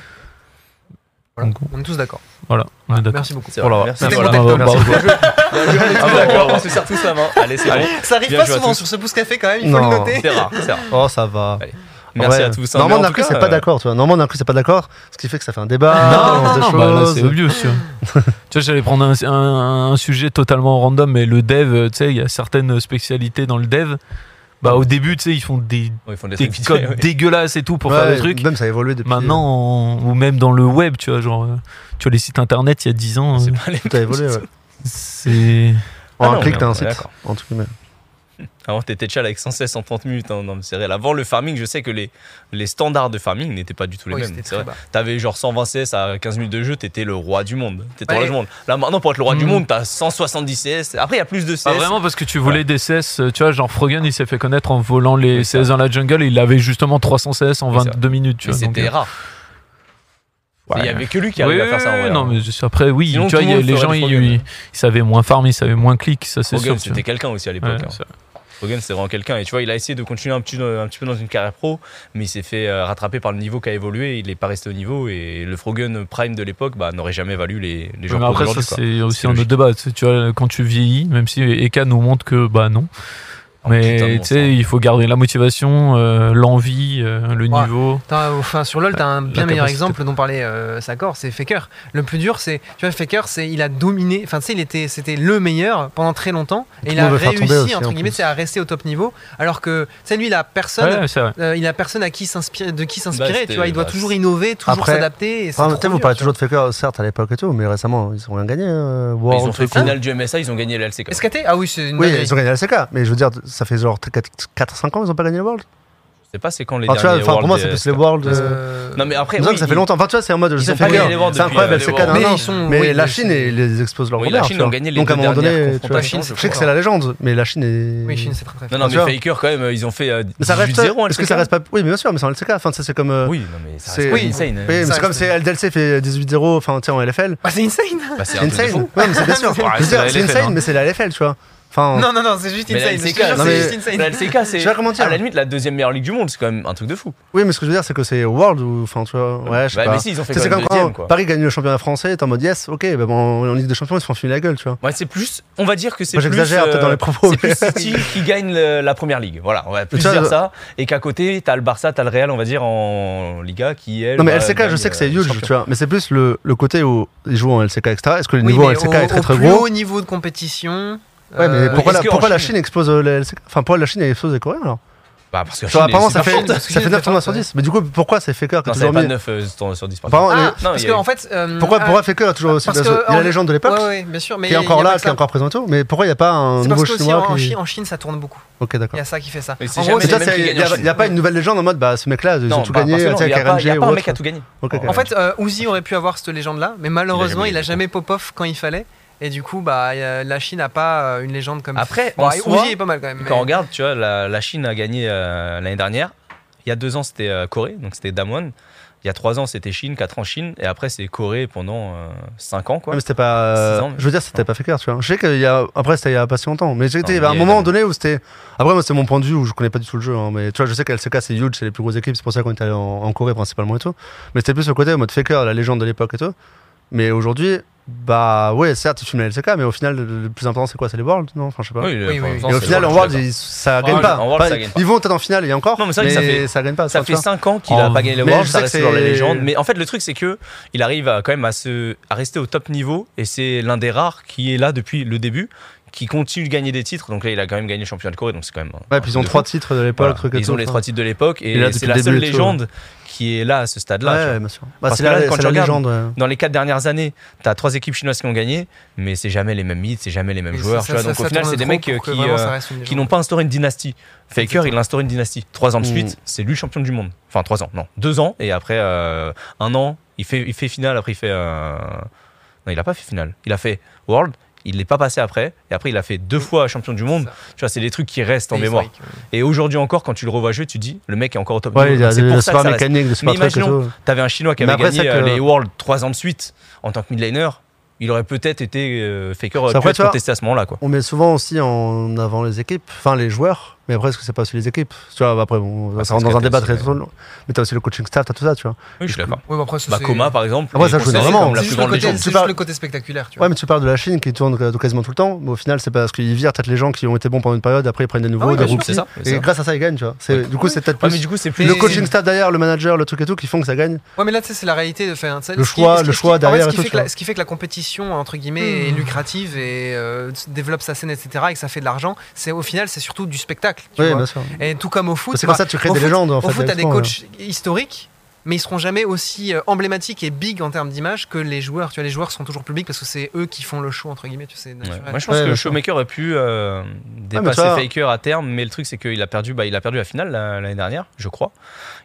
[SPEAKER 4] Voilà.
[SPEAKER 3] Donc,
[SPEAKER 4] On est tous d'accord.
[SPEAKER 3] Voilà, on est d'accord.
[SPEAKER 4] Merci beaucoup.
[SPEAKER 1] C'est vrai.
[SPEAKER 2] Voilà.
[SPEAKER 1] Merci.
[SPEAKER 4] C'était
[SPEAKER 1] voilà.
[SPEAKER 4] mon
[SPEAKER 3] Bah,
[SPEAKER 4] texte.
[SPEAKER 3] bah,
[SPEAKER 1] Ah, d'accord, on se serre tous la main. Allez, c'est bon.
[SPEAKER 4] Ça arrive
[SPEAKER 1] bah. Bien
[SPEAKER 4] pas
[SPEAKER 1] joué à
[SPEAKER 4] souvent
[SPEAKER 1] tous.
[SPEAKER 4] sur ce pouce café quand même. Il faut
[SPEAKER 2] Non.
[SPEAKER 4] le noter.
[SPEAKER 1] C'est rare, c'est rare.
[SPEAKER 2] Oh, ça va.
[SPEAKER 1] Allez. Merci
[SPEAKER 2] Ouais.
[SPEAKER 1] à tous. hein. Mais
[SPEAKER 2] Normalement,
[SPEAKER 1] en tout
[SPEAKER 2] Narcus
[SPEAKER 1] cas,
[SPEAKER 2] c'est
[SPEAKER 1] euh,
[SPEAKER 2] pas d'accord, tu vois. Normalement, Narcus c'est pas d'accord, ce qui fait que ça fait un débat. on
[SPEAKER 3] Non,
[SPEAKER 2] lance
[SPEAKER 3] non,
[SPEAKER 2] des
[SPEAKER 3] non, bah là,
[SPEAKER 2] choses.
[SPEAKER 3] c'est obvious. tu vois. tu vois, j'allais prendre un, un- un sujet totalement random, mais le dev, euh, tu sais, il y a certaines spécialités dans le dev. Bah, au début, tu sais, ils font des,
[SPEAKER 1] ouais, ils font des
[SPEAKER 3] des
[SPEAKER 1] trucs vite
[SPEAKER 3] codes
[SPEAKER 1] fait, [laughs] ouais.
[SPEAKER 3] dégueulasses et tout pour
[SPEAKER 2] Ouais,
[SPEAKER 3] faire des trucs.
[SPEAKER 2] Même ça a évolué depuis.
[SPEAKER 3] Maintenant, on- ou même dans le web, tu vois, genre, euh, tu vois, les sites internet il y a 10 ans,
[SPEAKER 1] C'est
[SPEAKER 3] euh,
[SPEAKER 1] pas les
[SPEAKER 2] Tout a
[SPEAKER 1] [laughs]
[SPEAKER 2] évolué, ouais.
[SPEAKER 3] c'est.
[SPEAKER 2] En
[SPEAKER 1] Ah
[SPEAKER 2] un
[SPEAKER 1] non,
[SPEAKER 2] clic,
[SPEAKER 1] mais
[SPEAKER 2] t'as
[SPEAKER 1] on
[SPEAKER 2] un
[SPEAKER 1] est
[SPEAKER 2] site.
[SPEAKER 1] d'accord.
[SPEAKER 2] En tout cas, mais-
[SPEAKER 1] Avant, t'étais tchal avec sans cesse en 30 minutes hein, dans le céréal. Avant le farming, je sais que les, les standards de farming n'étaient pas du tout les
[SPEAKER 4] Oui,
[SPEAKER 1] mêmes.
[SPEAKER 4] c'était
[SPEAKER 1] c'est vrai.
[SPEAKER 4] très bas.
[SPEAKER 1] T'avais genre 120 CS à 15 minutes de jeu, t'étais le roi du monde. T'étais le roi
[SPEAKER 4] Ouais.
[SPEAKER 1] du monde. Là maintenant, pour être le roi du
[SPEAKER 3] Mm.
[SPEAKER 1] monde, t'as 170 CS. Après, il y a plus de CS.
[SPEAKER 3] Pas vraiment parce que tu volais des CS, euh, tu vois, genre Froggen il s'est fait connaître en volant les
[SPEAKER 1] Oui, c'est
[SPEAKER 3] CS dans la jungle et il avait justement 300 CS en
[SPEAKER 1] Oui, c'est
[SPEAKER 3] 22 minutes, tu
[SPEAKER 1] mais
[SPEAKER 3] vois. donc,
[SPEAKER 1] c'était
[SPEAKER 3] euh,
[SPEAKER 1] rare. Il y
[SPEAKER 3] ouais.
[SPEAKER 1] avait que lui qui
[SPEAKER 3] Oui,
[SPEAKER 1] arrivait à faire ça. en
[SPEAKER 3] oui,
[SPEAKER 1] vrai,
[SPEAKER 3] oui, non,
[SPEAKER 1] hein.
[SPEAKER 3] mais je sais, après, oui,
[SPEAKER 1] Sinon,
[SPEAKER 3] tu
[SPEAKER 1] tout
[SPEAKER 3] vois, il
[SPEAKER 1] le
[SPEAKER 3] y a-
[SPEAKER 1] monde
[SPEAKER 3] les
[SPEAKER 1] ferait
[SPEAKER 3] gens,
[SPEAKER 1] des
[SPEAKER 3] ils,
[SPEAKER 1] Froggen.
[SPEAKER 3] ils savaient moins farm, ils savaient moins click, ça c'est sûr.
[SPEAKER 1] Hogan,
[SPEAKER 3] tu vois.
[SPEAKER 1] c'était quelqu'un aussi à
[SPEAKER 3] Ouais,
[SPEAKER 1] l'époque. hein.
[SPEAKER 3] c'est vrai.
[SPEAKER 1] Hogan, c'était vraiment quelqu'un. Et tu vois, il a essayé de continuer un petit, un petit peu dans une carrière pro, mais il s'est fait euh, rattraper par le niveau qui a évolué. Il n'est pas resté au niveau. Et le Frogan Prime de l'époque bah, n'aurait jamais valu les, les
[SPEAKER 3] Ouais,
[SPEAKER 1] joueurs
[SPEAKER 3] mais
[SPEAKER 1] pro
[SPEAKER 3] après, ça
[SPEAKER 1] d'aujourd'hui, quoi.
[SPEAKER 3] c'est aussi un
[SPEAKER 1] logique.
[SPEAKER 3] autre débat. Tu sais, tu vois, quand tu vieillis, même si Eka nous montre que bah non,
[SPEAKER 1] Oh, putain de
[SPEAKER 3] Mais
[SPEAKER 1] bon
[SPEAKER 3] tu sais, il faut garder la motivation, euh, l'envie, euh, le
[SPEAKER 4] Ouais.
[SPEAKER 3] niveau.
[SPEAKER 4] T'as- Enfin, sur
[SPEAKER 2] Bah,
[SPEAKER 4] LoL, t'as un bien
[SPEAKER 3] la
[SPEAKER 4] meilleur
[SPEAKER 3] capacité.
[SPEAKER 4] exemple dont parlait euh, Sakor, c'est Faker. Le plus dur, c'est. Tu vois, Faker, c'est, il a dominé. Enfin, tu sais, il était, c'était le meilleur pendant très longtemps.
[SPEAKER 2] Tout
[SPEAKER 4] Et il
[SPEAKER 2] le
[SPEAKER 4] a
[SPEAKER 2] monde veut faire
[SPEAKER 4] réussi,
[SPEAKER 2] tomber aussi,
[SPEAKER 4] entre
[SPEAKER 2] en
[SPEAKER 4] guillemets,
[SPEAKER 2] plus.
[SPEAKER 4] c'est à rester au top niveau. Alors que, tu sais, lui, il a personne.
[SPEAKER 3] Ouais, c'est vrai.
[SPEAKER 4] euh, il a personne à qui s'inspirer, de qui
[SPEAKER 1] Bah,
[SPEAKER 4] s'inspirer.
[SPEAKER 1] c'était-
[SPEAKER 4] tu vois, il doit
[SPEAKER 1] bah,
[SPEAKER 4] toujours innover, toujours
[SPEAKER 2] Après-
[SPEAKER 4] s'adapter. Et c'est
[SPEAKER 2] Ah,
[SPEAKER 4] trop
[SPEAKER 2] mais tu sais, vous
[SPEAKER 4] dur,
[SPEAKER 2] parlez
[SPEAKER 4] tu
[SPEAKER 2] toujours de Faker, certes, à l'époque et tout, mais récemment, ils ont rien gagné. euh,
[SPEAKER 1] Ils
[SPEAKER 2] World,
[SPEAKER 1] ont fait
[SPEAKER 2] truc.
[SPEAKER 1] finale du MSA, ils ont gagné la LCK.
[SPEAKER 4] vois. SKT Ah oui, c'est une
[SPEAKER 2] Oui,
[SPEAKER 4] dinguerie.
[SPEAKER 2] ils ont gagné la CK, mais je veux dire, ça fait genre 4-5 ans, ils ont pas gagné le World.
[SPEAKER 1] Je sais pas c'est quand les
[SPEAKER 2] Enfin, tu vois,
[SPEAKER 1] derniers
[SPEAKER 2] enfin, pour
[SPEAKER 1] Worlds
[SPEAKER 2] moi, c'est
[SPEAKER 1] des
[SPEAKER 2] plus les
[SPEAKER 1] SK.
[SPEAKER 2] Worlds. euh,
[SPEAKER 4] Euh,
[SPEAKER 1] Non mais après,
[SPEAKER 2] il me semble
[SPEAKER 1] oui,
[SPEAKER 2] que ça fait
[SPEAKER 1] ils-
[SPEAKER 2] longtemps. Enfin, tu vois, c'est en mode, je
[SPEAKER 1] ils
[SPEAKER 2] sais
[SPEAKER 1] ont pas
[SPEAKER 2] Faker,
[SPEAKER 1] gagné les Worlds
[SPEAKER 2] C'est
[SPEAKER 1] depuis,
[SPEAKER 2] incroyable,
[SPEAKER 1] euh, les
[SPEAKER 2] LCK,
[SPEAKER 1] Worlds.
[SPEAKER 2] non,
[SPEAKER 4] Mais
[SPEAKER 2] non.
[SPEAKER 4] ils sont-
[SPEAKER 2] Mais
[SPEAKER 4] oui,
[SPEAKER 2] la
[SPEAKER 4] mais
[SPEAKER 2] Chine,
[SPEAKER 4] c'est-
[SPEAKER 2] ils les explosent leur
[SPEAKER 1] Oui, la
[SPEAKER 2] bonheur,
[SPEAKER 1] Chine
[SPEAKER 2] tu vois.
[SPEAKER 1] ont gagné les
[SPEAKER 2] Donc, à un
[SPEAKER 1] deux
[SPEAKER 2] moment
[SPEAKER 1] dernières
[SPEAKER 2] donné, tu vois,
[SPEAKER 1] confrontations,
[SPEAKER 2] je
[SPEAKER 1] je
[SPEAKER 2] sais que
[SPEAKER 1] crois.
[SPEAKER 2] c'est la légende, mais la Chine est.
[SPEAKER 4] Oui, Chine, c'est très très
[SPEAKER 1] Non
[SPEAKER 4] fort.
[SPEAKER 1] non
[SPEAKER 2] Ah,
[SPEAKER 1] mais
[SPEAKER 2] tu vois.
[SPEAKER 1] Faker quand même, ils ont fait euh,
[SPEAKER 2] Mais ça reste.
[SPEAKER 1] 18-0 en
[SPEAKER 2] Est-ce que
[SPEAKER 1] LCK.
[SPEAKER 2] ça reste pas. Oui, mais bien sûr, mais c'est en LCK. Enfin, tu sais, c'est comme. euh,
[SPEAKER 1] Oui, non mais ça
[SPEAKER 2] C'est-
[SPEAKER 1] reste
[SPEAKER 4] Oui.
[SPEAKER 1] insane.
[SPEAKER 2] Oui, mais
[SPEAKER 4] Ça
[SPEAKER 2] c'est comme
[SPEAKER 4] reste-
[SPEAKER 2] si LDLC fait 18-0 enfin, tu sais, en LFL.
[SPEAKER 4] Ah, c'est insane
[SPEAKER 1] Bah, c'est un
[SPEAKER 2] C'est
[SPEAKER 1] truc de
[SPEAKER 2] insane.
[SPEAKER 1] fou.
[SPEAKER 2] Ouais, mais c'est bien
[SPEAKER 1] [laughs]
[SPEAKER 2] sûr.
[SPEAKER 1] Ouais,
[SPEAKER 2] Je veux
[SPEAKER 1] c'est la
[SPEAKER 2] dire, C'est
[SPEAKER 1] LFL, hein.
[SPEAKER 2] insane, mais c'est la LFL, tu vois. Enfin,
[SPEAKER 4] Non, non, non, c'est juste
[SPEAKER 1] Mais la
[SPEAKER 4] insane. Je te
[SPEAKER 1] LCK,
[SPEAKER 4] jure,
[SPEAKER 2] non,
[SPEAKER 4] c'est
[SPEAKER 2] mais-
[SPEAKER 4] juste
[SPEAKER 1] La
[SPEAKER 4] insane.
[SPEAKER 1] LCK
[SPEAKER 2] je hein. sais
[SPEAKER 1] c'est
[SPEAKER 2] pas comment dire.
[SPEAKER 1] à la limite la deuxième meilleure ligue du monde, c'est quand même un truc de fou.
[SPEAKER 2] Oui, mais ce que je veux dire, c'est que c'est World ou. Enfin, tu vois. Ouais, je sais
[SPEAKER 1] Bah,
[SPEAKER 2] pas.
[SPEAKER 1] mais si ils ont fait
[SPEAKER 2] Tu sais,
[SPEAKER 1] quand
[SPEAKER 2] C'est
[SPEAKER 1] même
[SPEAKER 2] comme
[SPEAKER 1] deuxième
[SPEAKER 2] quand
[SPEAKER 1] quoi.
[SPEAKER 2] Paris gagne le championnat français, t'es en mode yes, ok, bah bon, en Ligue des Champions, ils se font filer la gueule, tu vois.
[SPEAKER 1] Ouais, c'est plus on va dire que c'est
[SPEAKER 2] Moi,
[SPEAKER 1] plus euh,
[SPEAKER 2] j'exagère, peut-être, dans les propos,
[SPEAKER 1] C'est
[SPEAKER 2] [laughs]
[SPEAKER 1] plus
[SPEAKER 2] mais-
[SPEAKER 1] City qui gagne le- la première ligue. Voilà, on va plus
[SPEAKER 2] ça,
[SPEAKER 1] dire
[SPEAKER 2] je-
[SPEAKER 1] ça et qu'à côté, t'as le Barça, t'as le Real, on va dire en Liga qui bah, est
[SPEAKER 2] Non, mais LCK, je sais
[SPEAKER 1] euh,
[SPEAKER 2] que c'est huge, tu vois, mais c'est plus le, le côté où ils jouent en LCK, etc. Est-ce que le
[SPEAKER 4] Oui,
[SPEAKER 2] niveau en
[SPEAKER 4] mais
[SPEAKER 2] LCK
[SPEAKER 4] au-
[SPEAKER 2] est très
[SPEAKER 4] au
[SPEAKER 2] très
[SPEAKER 4] plus
[SPEAKER 2] gros
[SPEAKER 4] haut niveau de compétition.
[SPEAKER 2] Ouais, mais
[SPEAKER 4] euh,
[SPEAKER 2] pourquoi,
[SPEAKER 1] est-ce
[SPEAKER 2] la,
[SPEAKER 1] que en
[SPEAKER 2] pourquoi la
[SPEAKER 1] Chine-
[SPEAKER 2] Chine expose euh, les LCK Enfin, pourquoi la Chine expose les Coréens alors
[SPEAKER 1] Bah parce que
[SPEAKER 2] Genre, Apparemment, ça
[SPEAKER 1] c'est
[SPEAKER 2] fait,
[SPEAKER 1] pas-
[SPEAKER 2] ça
[SPEAKER 4] parce qu'il
[SPEAKER 2] fait
[SPEAKER 4] est
[SPEAKER 2] 9 tournois
[SPEAKER 4] fort,
[SPEAKER 2] sur
[SPEAKER 4] ouais.
[SPEAKER 2] 10. Mais du coup, pourquoi c'est Faker qui
[SPEAKER 1] Non,
[SPEAKER 2] a
[SPEAKER 1] c'est
[SPEAKER 2] toujours
[SPEAKER 1] pas
[SPEAKER 2] mis.
[SPEAKER 1] 9 sur 10 par
[SPEAKER 2] Apparemment,
[SPEAKER 4] Ah,
[SPEAKER 2] les-
[SPEAKER 1] Non, il
[SPEAKER 4] parce
[SPEAKER 1] y
[SPEAKER 4] que
[SPEAKER 1] a eu-
[SPEAKER 4] en fait. euh,
[SPEAKER 2] Pourquoi,
[SPEAKER 4] ah,
[SPEAKER 2] pourquoi Faker a toujours aussi.
[SPEAKER 4] parce
[SPEAKER 2] bien sûr-
[SPEAKER 4] que
[SPEAKER 2] Il y a
[SPEAKER 4] en-
[SPEAKER 2] la légende de l'époque
[SPEAKER 4] ouais, ouais, bien sûr, mais
[SPEAKER 2] qui est
[SPEAKER 4] il y a
[SPEAKER 2] encore
[SPEAKER 4] pas
[SPEAKER 2] là,
[SPEAKER 4] que
[SPEAKER 2] qui est
[SPEAKER 4] ça.
[SPEAKER 2] encore présent et tout, mais pourquoi il n'y a pas un
[SPEAKER 4] C'est
[SPEAKER 2] nouveau
[SPEAKER 4] parce qu'aussi
[SPEAKER 2] chinois
[SPEAKER 4] en, en
[SPEAKER 2] qui-
[SPEAKER 4] Chine- en Chine, ça tourne beaucoup.
[SPEAKER 2] Ok,
[SPEAKER 4] Il
[SPEAKER 2] d'accord.
[SPEAKER 4] y a ça qui fait ça.
[SPEAKER 1] Mais c'est
[SPEAKER 4] En
[SPEAKER 1] jamais
[SPEAKER 4] gros,
[SPEAKER 1] les
[SPEAKER 2] Mais
[SPEAKER 4] c'est-
[SPEAKER 2] toi,
[SPEAKER 1] mêmes qui gagnent
[SPEAKER 2] il
[SPEAKER 1] en Chine.
[SPEAKER 2] n'y a, pas une nouvelle légende en mode bah ce mec-là, ils ont tout gagné, tu sais,
[SPEAKER 1] il y a pas, y
[SPEAKER 2] Karanger
[SPEAKER 1] a
[SPEAKER 2] ou
[SPEAKER 1] pas un
[SPEAKER 2] autre.
[SPEAKER 1] mec à tout gagner.
[SPEAKER 2] Ok, ok.
[SPEAKER 1] En
[SPEAKER 4] en fait, euh, Uzi aurait pu avoir cette légende-là, mais malheureusement,
[SPEAKER 1] jamais
[SPEAKER 4] il a
[SPEAKER 1] gagné.
[SPEAKER 4] jamais pop-off quand il fallait. Et du coup, bah, euh, la Chine n'a pas euh, une légende comme
[SPEAKER 1] Après,
[SPEAKER 4] Bon,
[SPEAKER 1] en
[SPEAKER 4] et
[SPEAKER 1] soi,
[SPEAKER 4] Uzi est pas mal quand même.
[SPEAKER 1] Quand on
[SPEAKER 4] mais-
[SPEAKER 1] regarde, tu vois, la, la Chine a gagné euh, l'année dernière. Il y a deux ans, c'était euh, Corée, donc c'était Damwon. Il y a trois ans, c'était Chine, quatre ans Chine, et après c'est Corée pendant euh, cinq ans, quoi.
[SPEAKER 2] Ouais, mais c'était pas. euh,
[SPEAKER 1] Six ans, mais-
[SPEAKER 2] je veux dire, c'était pas Faker, tu vois. Je sais qu'il y a. Après, c'était il y a pas si longtemps. Mais je sais que,
[SPEAKER 1] Non,
[SPEAKER 2] tu sais, il y
[SPEAKER 1] mais
[SPEAKER 2] avait
[SPEAKER 1] il
[SPEAKER 2] un
[SPEAKER 1] y a
[SPEAKER 2] moment
[SPEAKER 1] des-
[SPEAKER 2] donné où c'était. Après, moi, c'est mon point de vue où je connais pas du tout le jeu. hein, mais tu vois, je sais que LCK, c'est huge, c'est les plus grosses équipes. C'est pour ça qu'on était allé en, en Corée principalement et tout. Mais c'était plus le côté en mode Faker, la légende de l'époque et tout. Mais aujourd'hui, bah ouais, certes, tu filmes la LCK, mais au final, le, le plus important, c'est quoi C'est les Worlds Non, enfin, je sais pas.
[SPEAKER 1] le-
[SPEAKER 4] Oui, oui,
[SPEAKER 1] pour
[SPEAKER 4] oui.
[SPEAKER 1] l'instant,
[SPEAKER 2] et au
[SPEAKER 1] c'est
[SPEAKER 2] final,
[SPEAKER 1] le
[SPEAKER 2] en
[SPEAKER 1] World,
[SPEAKER 2] Worlds,
[SPEAKER 1] je sais
[SPEAKER 2] ils- ça
[SPEAKER 1] En
[SPEAKER 2] gagne
[SPEAKER 1] Worlds,
[SPEAKER 2] pas.
[SPEAKER 1] en Worlds, ça
[SPEAKER 2] Pas-
[SPEAKER 1] gagne pas.
[SPEAKER 2] Ils vont peut-être en finale et encore.
[SPEAKER 1] Non, mais
[SPEAKER 2] mais
[SPEAKER 1] c'est vrai que ça fait-
[SPEAKER 2] ça gagne pas.
[SPEAKER 1] pas. ça
[SPEAKER 2] tu
[SPEAKER 1] fait
[SPEAKER 2] vois.
[SPEAKER 1] 5 ans qu'il
[SPEAKER 2] Oh.
[SPEAKER 1] a pas gagné les
[SPEAKER 2] Mais
[SPEAKER 1] Worlds,
[SPEAKER 2] je
[SPEAKER 1] ça
[SPEAKER 2] sais
[SPEAKER 1] reste
[SPEAKER 2] que
[SPEAKER 1] toujours la
[SPEAKER 2] c'est-
[SPEAKER 1] légende. Mais en fait, le truc, c'est que il arrive à, quand même à, se, à rester au top niveau, et c'est l'un des rares qui est là depuis le début, qui continue de gagner des titres. Donc là, il a quand même gagné le championnat de Corée, donc c'est quand même. un
[SPEAKER 2] Ouais, puis ils ont
[SPEAKER 1] truc de
[SPEAKER 2] trois
[SPEAKER 1] fou.
[SPEAKER 2] titres de l'époque,
[SPEAKER 1] Voilà.
[SPEAKER 2] truc et
[SPEAKER 1] Ils
[SPEAKER 2] tout,
[SPEAKER 1] ont les
[SPEAKER 2] enfin.
[SPEAKER 1] trois titres de l'époque,
[SPEAKER 2] Et là,
[SPEAKER 1] et
[SPEAKER 2] depuis
[SPEAKER 1] c'est
[SPEAKER 2] le
[SPEAKER 1] la
[SPEAKER 2] début
[SPEAKER 1] seule
[SPEAKER 2] et tout, ouais.
[SPEAKER 1] légende qui est là à ce stade-là. tu vois.
[SPEAKER 2] Ouais, bien sûr. Bah,
[SPEAKER 1] Parce
[SPEAKER 2] c'est
[SPEAKER 1] que
[SPEAKER 2] la,
[SPEAKER 1] là, quand
[SPEAKER 2] c'est
[SPEAKER 1] tu
[SPEAKER 2] la
[SPEAKER 1] regardes-
[SPEAKER 2] légende. ouais.
[SPEAKER 1] dans les quatre dernières années, tu as trois équipes chinoises qui ont gagné, mais c'est jamais les mêmes mythes, c'est jamais les mêmes
[SPEAKER 4] mais
[SPEAKER 1] joueurs.
[SPEAKER 4] ça-
[SPEAKER 1] tu vois.
[SPEAKER 4] ça-
[SPEAKER 1] donc
[SPEAKER 4] ça
[SPEAKER 1] au final,
[SPEAKER 4] tourne
[SPEAKER 1] c'est des
[SPEAKER 4] trop
[SPEAKER 1] mecs
[SPEAKER 4] pour
[SPEAKER 1] qui,
[SPEAKER 4] que vraiment ça
[SPEAKER 1] euh,
[SPEAKER 4] reste une
[SPEAKER 1] qui
[SPEAKER 4] légende.
[SPEAKER 1] n'ont pas instauré une dynastie. Faker, il a instauré une dynastie. Trois ans
[SPEAKER 4] Mmh.
[SPEAKER 1] de
[SPEAKER 2] Mm.
[SPEAKER 1] suite, c'est lui champion du monde. Enfin, trois ans, non. Deux ans, et après euh, un an, il fait, il fait finale, après il fait. euh, Non, il a pas fait finale. Il a fait World. Il n'est pas passé après, et après il a fait deux fois champion du monde.
[SPEAKER 4] ça.
[SPEAKER 1] Tu vois, c'est des trucs qui restent en
[SPEAKER 4] C'est
[SPEAKER 1] mémoire.
[SPEAKER 4] historique, ouais.
[SPEAKER 1] Et aujourd'hui encore, quand tu le revois jouer, tu dis le mec est encore au top.
[SPEAKER 2] Ouais,
[SPEAKER 1] niveau.
[SPEAKER 2] il y a
[SPEAKER 1] C'est pour
[SPEAKER 2] le
[SPEAKER 1] ça que
[SPEAKER 2] super
[SPEAKER 1] ça reste.
[SPEAKER 2] mécanique, le super
[SPEAKER 1] Mais
[SPEAKER 2] truc et
[SPEAKER 1] imaginons,
[SPEAKER 2] tout.
[SPEAKER 1] T'avais un Chinois qui
[SPEAKER 2] Mais
[SPEAKER 1] avait
[SPEAKER 2] après,
[SPEAKER 1] gagné
[SPEAKER 2] c'est que-
[SPEAKER 1] euh, les Worlds trois ans de suite en tant que midliner. Il aurait peut-être été euh, Faker aurait
[SPEAKER 2] Ça,
[SPEAKER 1] pu
[SPEAKER 2] après,
[SPEAKER 1] être
[SPEAKER 2] tu vois,
[SPEAKER 1] contesté à ce moment-là quoi.
[SPEAKER 2] On met souvent aussi en avant les équipes, enfin les joueurs, mais après, est-ce que c'est pas aussi les équipes Tu vois, bah, après, bon,
[SPEAKER 1] Bah,
[SPEAKER 2] ça rentre
[SPEAKER 1] parce
[SPEAKER 2] dans un
[SPEAKER 1] que
[SPEAKER 2] débat
[SPEAKER 1] t'as
[SPEAKER 2] très
[SPEAKER 1] aussi,
[SPEAKER 2] long. Mais t'as aussi le coaching staff, t'as tout ça, tu vois.
[SPEAKER 1] Oui, je suis d'accord.
[SPEAKER 4] Oui, mais après, ça,
[SPEAKER 1] Bah,
[SPEAKER 4] c'est-
[SPEAKER 1] Coma par exemple.
[SPEAKER 2] Ah ouais,
[SPEAKER 1] est
[SPEAKER 2] ça joue
[SPEAKER 1] considéré
[SPEAKER 2] vraiment.
[SPEAKER 1] comme la
[SPEAKER 4] C'est
[SPEAKER 1] plus
[SPEAKER 4] juste le
[SPEAKER 1] grande
[SPEAKER 4] côté-
[SPEAKER 1] légende.
[SPEAKER 4] c'est juste le côté spectaculaire, tu vois.
[SPEAKER 2] Ouais, mais tu parles de la Chine qui tourne euh, quasiment tout le temps, mais au final, c'est parce qu'ils virent peut-être les gens qui ont été bons pendant une période, après ils prennent des nouveaux,
[SPEAKER 1] Ah oui,
[SPEAKER 2] des
[SPEAKER 1] bien sûr,
[SPEAKER 2] rookies.
[SPEAKER 1] c'est ça, c'est
[SPEAKER 2] et
[SPEAKER 1] ça.
[SPEAKER 2] grâce à ça, ils gagnent, tu vois. C'est- Du coup, c'est peut-être
[SPEAKER 1] Ouais,
[SPEAKER 2] plus
[SPEAKER 1] mais du coup c'est plus
[SPEAKER 4] Mais-
[SPEAKER 2] le coaching staff derrière, le manager, le truc et tout, qui font que ça gagne.
[SPEAKER 4] Ouais, mais là, tu sais, c'est la réalité. Enfin, tu sais,
[SPEAKER 2] Le
[SPEAKER 4] ce qui-
[SPEAKER 2] choix-
[SPEAKER 4] ce qui-
[SPEAKER 2] le
[SPEAKER 4] ce qui-
[SPEAKER 2] choix
[SPEAKER 4] en fait,
[SPEAKER 2] derrière Hmm. et
[SPEAKER 4] ce qui
[SPEAKER 2] tout,
[SPEAKER 4] fait
[SPEAKER 2] tu
[SPEAKER 4] que la-
[SPEAKER 2] vois.
[SPEAKER 4] Ce qui fait que la compétition, entre guillemets, est lucrative et euh, se développe sa scène, etc., et que ça fait de l'argent, c'est au final, c'est surtout du spectacle. tu
[SPEAKER 2] Oui,
[SPEAKER 4] vois.
[SPEAKER 2] bien sûr.
[SPEAKER 4] Et tout comme au foot.
[SPEAKER 2] C'est comme
[SPEAKER 4] bah,
[SPEAKER 2] ça que tu crées
[SPEAKER 4] au
[SPEAKER 2] des hein.
[SPEAKER 4] foot,
[SPEAKER 2] légendes, en
[SPEAKER 4] Au
[SPEAKER 2] fait.
[SPEAKER 4] foot, t'as des
[SPEAKER 2] directement, ouais.
[SPEAKER 4] coachs historiques, mais ils seront jamais aussi euh, emblématiques et big en termes d'image que les joueurs. Tu vois, les joueurs sont toujours publics parce que c'est eux qui font le show, entre guillemets, tu sais,
[SPEAKER 1] Ouais.
[SPEAKER 4] naturel.
[SPEAKER 1] Moi je pense
[SPEAKER 2] Ouais,
[SPEAKER 1] que
[SPEAKER 2] bien sûr.
[SPEAKER 1] Showmaker aurait pu euh, dépasser
[SPEAKER 2] tu vois-
[SPEAKER 1] Faker à terme, mais le truc c'est qu'il a perdu, bah, il a perdu la finale la- l'année dernière, je crois.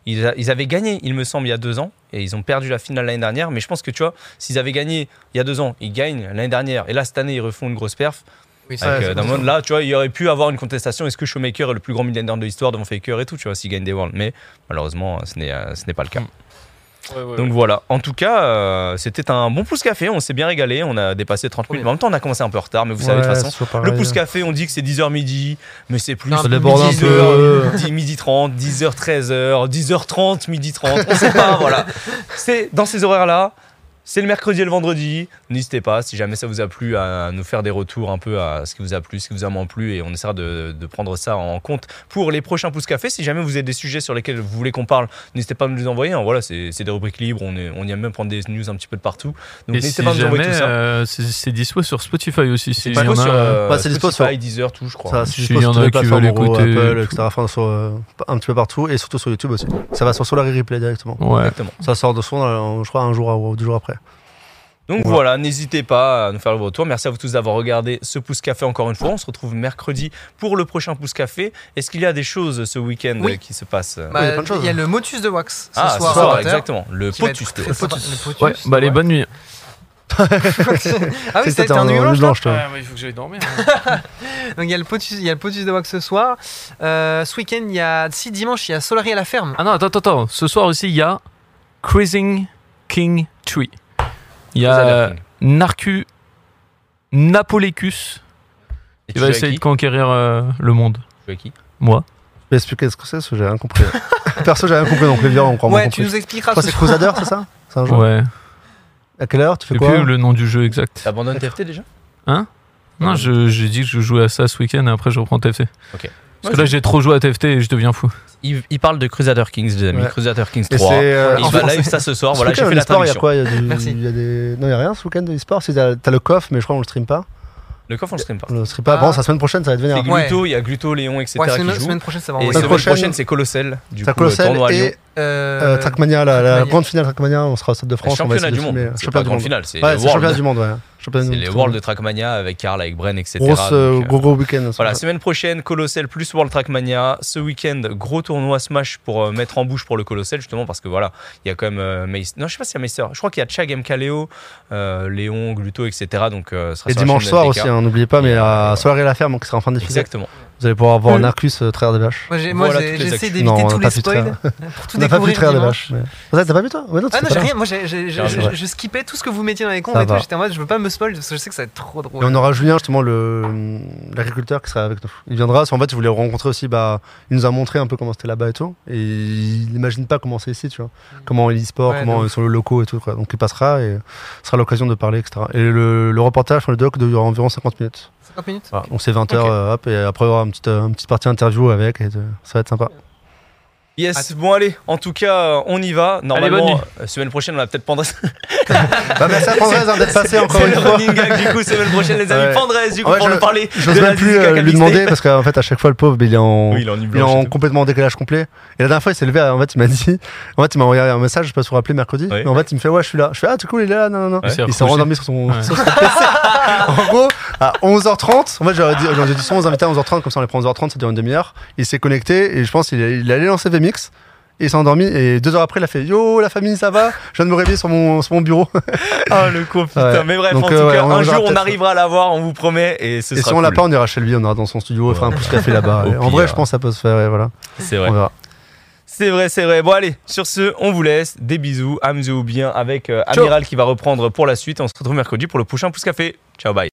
[SPEAKER 1] Ils, a- ils avaient gagné, il me semble, il y a deux ans, et ils ont perdu la finale l'année dernière. Mais je pense que tu vois, s'ils avaient gagné il y a deux ans, ils gagnent l'année dernière, et là cette année ils refont une grosse perf.
[SPEAKER 4] Oui, c'est-
[SPEAKER 1] Avec
[SPEAKER 2] Ouais,
[SPEAKER 1] euh,
[SPEAKER 2] c'est
[SPEAKER 1] Damon, là, tu vois, il aurait pu avoir une contestation. Est-ce que Showmaker est le plus grand millionnaire de l'histoire devant Faker et tout, tu vois, s'il gagne des Worlds Mais malheureusement, ce n'est, euh, ce n'est pas le cas. Donc voilà. En tout cas, euh, c'était un bon pouce café. On s'est bien régalé. On a dépassé 30 minutes. Mais en même temps, on a commencé un peu en retard, mais vous savez de toute façon. Le pouce café, on dit que c'est 10h midi, mais c'est plus.
[SPEAKER 4] Ça
[SPEAKER 2] déborde un
[SPEAKER 1] 10
[SPEAKER 2] peu.
[SPEAKER 1] heures, midi- midi 30, 10h, 13h, 10h30, midi 30, on sait pas, voilà. C'est dans ces horaires-là, C'est le mercredi et le vendredi. N'hésitez pas, si jamais ça vous a plu, à nous faire des retours un peu à ce qui vous a plu, ce qui vous a moins plu, et on essaiera de, de prendre ça en compte pour les prochains pouces café. Si jamais vous avez des sujets sur lesquels vous voulez qu'on parle, n'hésitez pas à nous les envoyer. hein. Voilà, c'est c'est des rubriques libres, on, est, on y aime même prendre des news un petit peu de partout. Donc
[SPEAKER 3] Et
[SPEAKER 1] n'hésitez
[SPEAKER 3] si
[SPEAKER 1] pas à nous envoyer
[SPEAKER 3] jamais,
[SPEAKER 1] tout ça.
[SPEAKER 3] euh, c'est c'est dispo sur Spotify aussi.
[SPEAKER 1] C'est
[SPEAKER 3] Si
[SPEAKER 1] dispo
[SPEAKER 3] y en a,
[SPEAKER 1] sur
[SPEAKER 3] euh,
[SPEAKER 1] euh,
[SPEAKER 2] bah, c'est dispo
[SPEAKER 1] Spotify, Deezer, tout, je crois.
[SPEAKER 2] Ça, c'est
[SPEAKER 3] S'il
[SPEAKER 2] dispo
[SPEAKER 3] y en
[SPEAKER 2] sur toutes
[SPEAKER 3] a
[SPEAKER 2] les
[SPEAKER 3] qui veulent
[SPEAKER 2] plateformes, en gros,
[SPEAKER 3] écouter,
[SPEAKER 2] Apple,
[SPEAKER 3] tout.
[SPEAKER 2] etc. Enfin, sur, euh, un petit peu partout et surtout sur YouTube aussi. Ça va sur Solar Replay directement.
[SPEAKER 3] Ouais.
[SPEAKER 1] Exactement.
[SPEAKER 2] Ça sort de son, euh, je crois, un jour ou deux jours après.
[SPEAKER 4] Ah
[SPEAKER 1] Donc
[SPEAKER 2] Voilà.
[SPEAKER 1] voilà, n'hésitez pas à nous faire le retour. Merci à vous tous d'avoir regardé ce Pouce Café encore une fois. On se retrouve mercredi pour le prochain Pouce Café. Est-ce qu'il y a des choses ce week-end
[SPEAKER 4] Oui.
[SPEAKER 1] euh, qui se passent
[SPEAKER 4] Bah,
[SPEAKER 2] Ah, il y a plein de
[SPEAKER 4] il
[SPEAKER 2] choses. hein.
[SPEAKER 4] y a le motus de Wax ce
[SPEAKER 1] Ah,
[SPEAKER 4] soir,
[SPEAKER 1] ce soir,
[SPEAKER 4] à 20,
[SPEAKER 1] exactement. Le
[SPEAKER 4] qui va être
[SPEAKER 1] Potus.
[SPEAKER 4] très
[SPEAKER 1] Day.
[SPEAKER 4] sympa. Le [laughs] Potus,
[SPEAKER 3] Ouais, bah allez,
[SPEAKER 4] ouais.
[SPEAKER 3] bonne nuit.
[SPEAKER 4] [laughs] ah oui,
[SPEAKER 2] C'est
[SPEAKER 4] c'était un nuit blanche,
[SPEAKER 2] blanche, toi.
[SPEAKER 3] il faut que j'aille dormir.
[SPEAKER 4] Donc il y a le potus, il y a le potus de Wax ce soir. Euh, ce week-end, il y a si dimanche, il y a Solari à la ferme.
[SPEAKER 3] Ah non, attends, attends, attends. Ce soir aussi, il y a Cruising King Tree. Il y
[SPEAKER 1] Vous allez
[SPEAKER 3] a
[SPEAKER 1] apprendre.
[SPEAKER 3] Narcu Napolécus
[SPEAKER 1] Et
[SPEAKER 3] qui
[SPEAKER 1] tu
[SPEAKER 3] va
[SPEAKER 1] joues
[SPEAKER 3] essayer de
[SPEAKER 1] avec qui
[SPEAKER 3] conquérir euh, le monde.
[SPEAKER 1] Tu joues avec qui
[SPEAKER 3] Moi.
[SPEAKER 2] Mais expliquez ce que c'est, parce que j'ai rien compris. [laughs] Perso, j'ai rien compris, donc les vieux, on comprend
[SPEAKER 4] ouais,
[SPEAKER 2] compris.
[SPEAKER 4] tu nous
[SPEAKER 2] Je
[SPEAKER 4] expliqueras.
[SPEAKER 2] crois
[SPEAKER 4] ce
[SPEAKER 2] que c'est
[SPEAKER 4] soir.
[SPEAKER 2] Crusader, c'est ça C'est un jeu
[SPEAKER 3] Ouais.
[SPEAKER 2] À quelle heure Tu
[SPEAKER 3] Je
[SPEAKER 2] fais
[SPEAKER 3] sais
[SPEAKER 2] quoi
[SPEAKER 3] plus le nom du jeu exact.
[SPEAKER 1] T'abandonnes TFT déjà
[SPEAKER 3] Non, je- j'ai dit que je jouais à ça ce week-end et après je reprends TFT.
[SPEAKER 1] Ok.
[SPEAKER 3] Parce que là, j'ai trop joué à TFT et je deviens fou.
[SPEAKER 1] il, il parle de Crusader Kings, les amis.
[SPEAKER 2] Ouais.
[SPEAKER 1] Crusader Kings
[SPEAKER 2] Et
[SPEAKER 1] 3.
[SPEAKER 2] c'est, euh,
[SPEAKER 1] Et
[SPEAKER 2] en
[SPEAKER 1] il va
[SPEAKER 2] français.
[SPEAKER 1] live ça ce soir.
[SPEAKER 2] Ce
[SPEAKER 1] Voilà, j'ai
[SPEAKER 2] week-end,
[SPEAKER 1] fait
[SPEAKER 2] en
[SPEAKER 1] la
[SPEAKER 2] e-sport, il y
[SPEAKER 1] traduction.
[SPEAKER 2] a quoi Il y a du-
[SPEAKER 4] Merci.
[SPEAKER 2] il y a des... Non, il y a rien ce week-end de e-sport. Si, T'as t'as le coff, mais je crois qu'on le stream pas.
[SPEAKER 1] Le coffre, on le stream pas.
[SPEAKER 2] On le stream pas.
[SPEAKER 4] Ah.
[SPEAKER 2] Bon, c'est la semaine prochaine, ça va devenir.
[SPEAKER 1] C'est
[SPEAKER 4] Ouais.
[SPEAKER 1] Gluto, il y a Gluto, Léon, etc.
[SPEAKER 4] Ouais,
[SPEAKER 1] qui
[SPEAKER 4] semaine,
[SPEAKER 1] jouent.
[SPEAKER 4] semaine prochaine, ça va.
[SPEAKER 1] Et
[SPEAKER 4] envoyer.
[SPEAKER 1] semaine
[SPEAKER 2] prochaine,
[SPEAKER 1] prochaine, c'est Colossal. Du
[SPEAKER 2] T'as
[SPEAKER 1] coup, le
[SPEAKER 2] Colossal
[SPEAKER 1] tournoi à Lyon.
[SPEAKER 2] et
[SPEAKER 4] Euh,
[SPEAKER 2] euh, Trackmania, la, la
[SPEAKER 4] Trackmania.
[SPEAKER 2] grande finale Trackmania. On sera au Stade de
[SPEAKER 1] Le
[SPEAKER 2] France. on
[SPEAKER 1] championnat
[SPEAKER 2] va essayer de
[SPEAKER 1] du monde.
[SPEAKER 2] filmer. euh,
[SPEAKER 1] C'est pas
[SPEAKER 2] Championnat
[SPEAKER 1] le
[SPEAKER 2] du
[SPEAKER 1] grand
[SPEAKER 2] monde.
[SPEAKER 1] final, c'est
[SPEAKER 2] Ouais,
[SPEAKER 1] le
[SPEAKER 2] c'est championnat du
[SPEAKER 1] World.
[SPEAKER 2] monde, ouais. Championnat du
[SPEAKER 1] C'est
[SPEAKER 2] monde.
[SPEAKER 1] les World de Trackmania avec Karl, avec Bren, etc.
[SPEAKER 2] Grosse, euh,
[SPEAKER 1] Donc, euh,
[SPEAKER 2] gros, gros week-end.
[SPEAKER 1] Voilà, semaine prochaine, Colossal plus World Trackmania. Ce week-end, gros tournoi Smash pour euh, mettre en bouche pour le Colossal, justement, parce que voilà, il y a quand même euh, Mace- Non, je sais pas s'il y a Meister. Je crois qu'il y a Chag, MKLeo, euh, Léon, Gluto, etc. Donc, euh, ce sera
[SPEAKER 2] Et
[SPEAKER 1] sur la
[SPEAKER 2] dimanche
[SPEAKER 1] chaîne
[SPEAKER 2] soir
[SPEAKER 1] d'ATK.
[SPEAKER 2] aussi, hein, n'oubliez pas,
[SPEAKER 1] Et,
[SPEAKER 2] mais
[SPEAKER 1] euh, Mmh.
[SPEAKER 2] à Soirée à la ferme, qui sera en fin de diffuser.
[SPEAKER 1] Exactement.
[SPEAKER 2] Vous allez pouvoir voir Narcus euh, traire des vaches.
[SPEAKER 4] Moi, j'ai- moi,
[SPEAKER 1] Voilà
[SPEAKER 4] j'ai-
[SPEAKER 1] toutes les
[SPEAKER 4] j'essaie
[SPEAKER 1] actus.
[SPEAKER 4] d'éviter
[SPEAKER 2] Non, on
[SPEAKER 4] tous
[SPEAKER 2] a
[SPEAKER 4] les
[SPEAKER 2] pas pu
[SPEAKER 4] spoils pour tout
[SPEAKER 2] On n'a pas pu
[SPEAKER 4] découvrir
[SPEAKER 2] traire des
[SPEAKER 4] dimanche.
[SPEAKER 2] vaches. mais- Ah, T'as pas vu toi Ouais, non, tu
[SPEAKER 4] Ah non,
[SPEAKER 2] sais
[SPEAKER 4] j'ai
[SPEAKER 2] pas.
[SPEAKER 4] rien, moi j'ai- j'ai- j'ai-
[SPEAKER 1] Grave,
[SPEAKER 4] je
[SPEAKER 1] ouais.
[SPEAKER 4] je skippais tout ce que vous mettiez dans les comptes
[SPEAKER 2] Ça
[SPEAKER 4] et tout.
[SPEAKER 2] va.
[SPEAKER 4] J'étais en mode, je veux pas me spoil parce que je sais que ça va être trop
[SPEAKER 2] Et on
[SPEAKER 4] drôle.
[SPEAKER 2] aura Julien, justement, le- l'agriculteur qui sera avec nous. Il viendra. parce qu'en fait, je voulais le rencontrer aussi. Bah, il nous a montré un peu comment c'était là-bas et tout. Et il n'imagine pas comment c'est ici, tu vois.
[SPEAKER 1] Mm.
[SPEAKER 2] Comment est l'e-sport,
[SPEAKER 4] Ouais, de
[SPEAKER 2] comment sont les locaux et tout. quoi. Donc, il passera et ce sera l'occasion de parler, etc. Et le, le reportage sur le doc durera environ 50 minutes.
[SPEAKER 4] 50 minutes
[SPEAKER 2] Voilà. Donc, c'est 20h,
[SPEAKER 4] Ok.
[SPEAKER 2] hop. Et après, il y aura une petite, euh, une petite partie interview avec. Et euh, ça va
[SPEAKER 1] [laughs]
[SPEAKER 2] être sympa.
[SPEAKER 1] Yes, bon allez, en tout cas, euh, on y va.
[SPEAKER 3] bonne
[SPEAKER 1] Normalement,
[SPEAKER 3] nuit.
[SPEAKER 1] euh, semaine prochaine, on va peut-être [laughs] Pandresse.
[SPEAKER 2] bah, merci à Française hein, d'être passé encore
[SPEAKER 1] C'est
[SPEAKER 2] une
[SPEAKER 1] le
[SPEAKER 2] fois.
[SPEAKER 1] running gag, du coup, semaine prochaine, les amis.
[SPEAKER 2] Ouais.
[SPEAKER 1] Pandresse, du coup,
[SPEAKER 2] Ouais,
[SPEAKER 1] pour
[SPEAKER 2] je-
[SPEAKER 1] nous parler de
[SPEAKER 2] J'ose
[SPEAKER 1] la
[SPEAKER 2] même plus
[SPEAKER 1] Zizika
[SPEAKER 2] euh, lui
[SPEAKER 1] Calixte.
[SPEAKER 2] demander parce qu'en fait, à chaque fois, le pauvre, il est en.
[SPEAKER 1] Oui, il est en
[SPEAKER 2] Il est
[SPEAKER 1] blanche.
[SPEAKER 2] en complètement décalage complet. Et la dernière fois, il s'est levé. En fait, il m'a dit. En fait, il m'a envoyé un message. Je sais pas si vous vous rappelez mercredi.
[SPEAKER 1] Ouais.
[SPEAKER 2] Mais en fait, il me fait Ouais, je suis là. Je fais Ah, tout cool, il est là. Non, non, non.
[SPEAKER 3] Il s'est
[SPEAKER 2] Il s'est
[SPEAKER 3] recouché.
[SPEAKER 2] rendormi sur son,
[SPEAKER 3] Ouais.
[SPEAKER 2] sur son PC. [laughs] en gros, à 11h30. En fait, j'aurais dit, j'aurais dit souvent aux invités à 11h30. Comme ça, on les prend 11h30. Ça dure une demi-heure. Il s'est connecté et je pense qu'il est- il allait lancer VMix. Et il s'est endormi. Et deux heures après, il a fait Yo, la famille, ça va Je viens de me réveiller sur mon, sur mon bureau.
[SPEAKER 1] Ah, le coup, putain.
[SPEAKER 2] Ouais.
[SPEAKER 1] Mais bref,
[SPEAKER 2] Donc,
[SPEAKER 1] en tout
[SPEAKER 2] euh, ouais,
[SPEAKER 1] cas,
[SPEAKER 2] on
[SPEAKER 1] un
[SPEAKER 2] verra
[SPEAKER 1] jour, on
[SPEAKER 2] peut-être.
[SPEAKER 1] arrivera à l'avoir, on vous promet. Et ce
[SPEAKER 2] et si
[SPEAKER 1] sera
[SPEAKER 2] on l'a
[SPEAKER 1] cool.
[SPEAKER 2] pas, on ira chez lui. On ira dans son studio. On fera un pouce café là-bas.
[SPEAKER 1] [laughs] Au
[SPEAKER 2] Et En vrai,
[SPEAKER 1] pire.
[SPEAKER 2] je pense que ça peut se faire. et voilà.
[SPEAKER 1] C'est
[SPEAKER 2] On
[SPEAKER 1] vrai.
[SPEAKER 2] verra.
[SPEAKER 1] C'est vrai, c'est vrai. Bon, allez, sur ce, on vous laisse. Des bisous. Amusez-vous bien avec euh, Amiral qui va reprendre pour la suite. On se retrouve mercredi pour le prochain Pouce Café. Ciao, bye.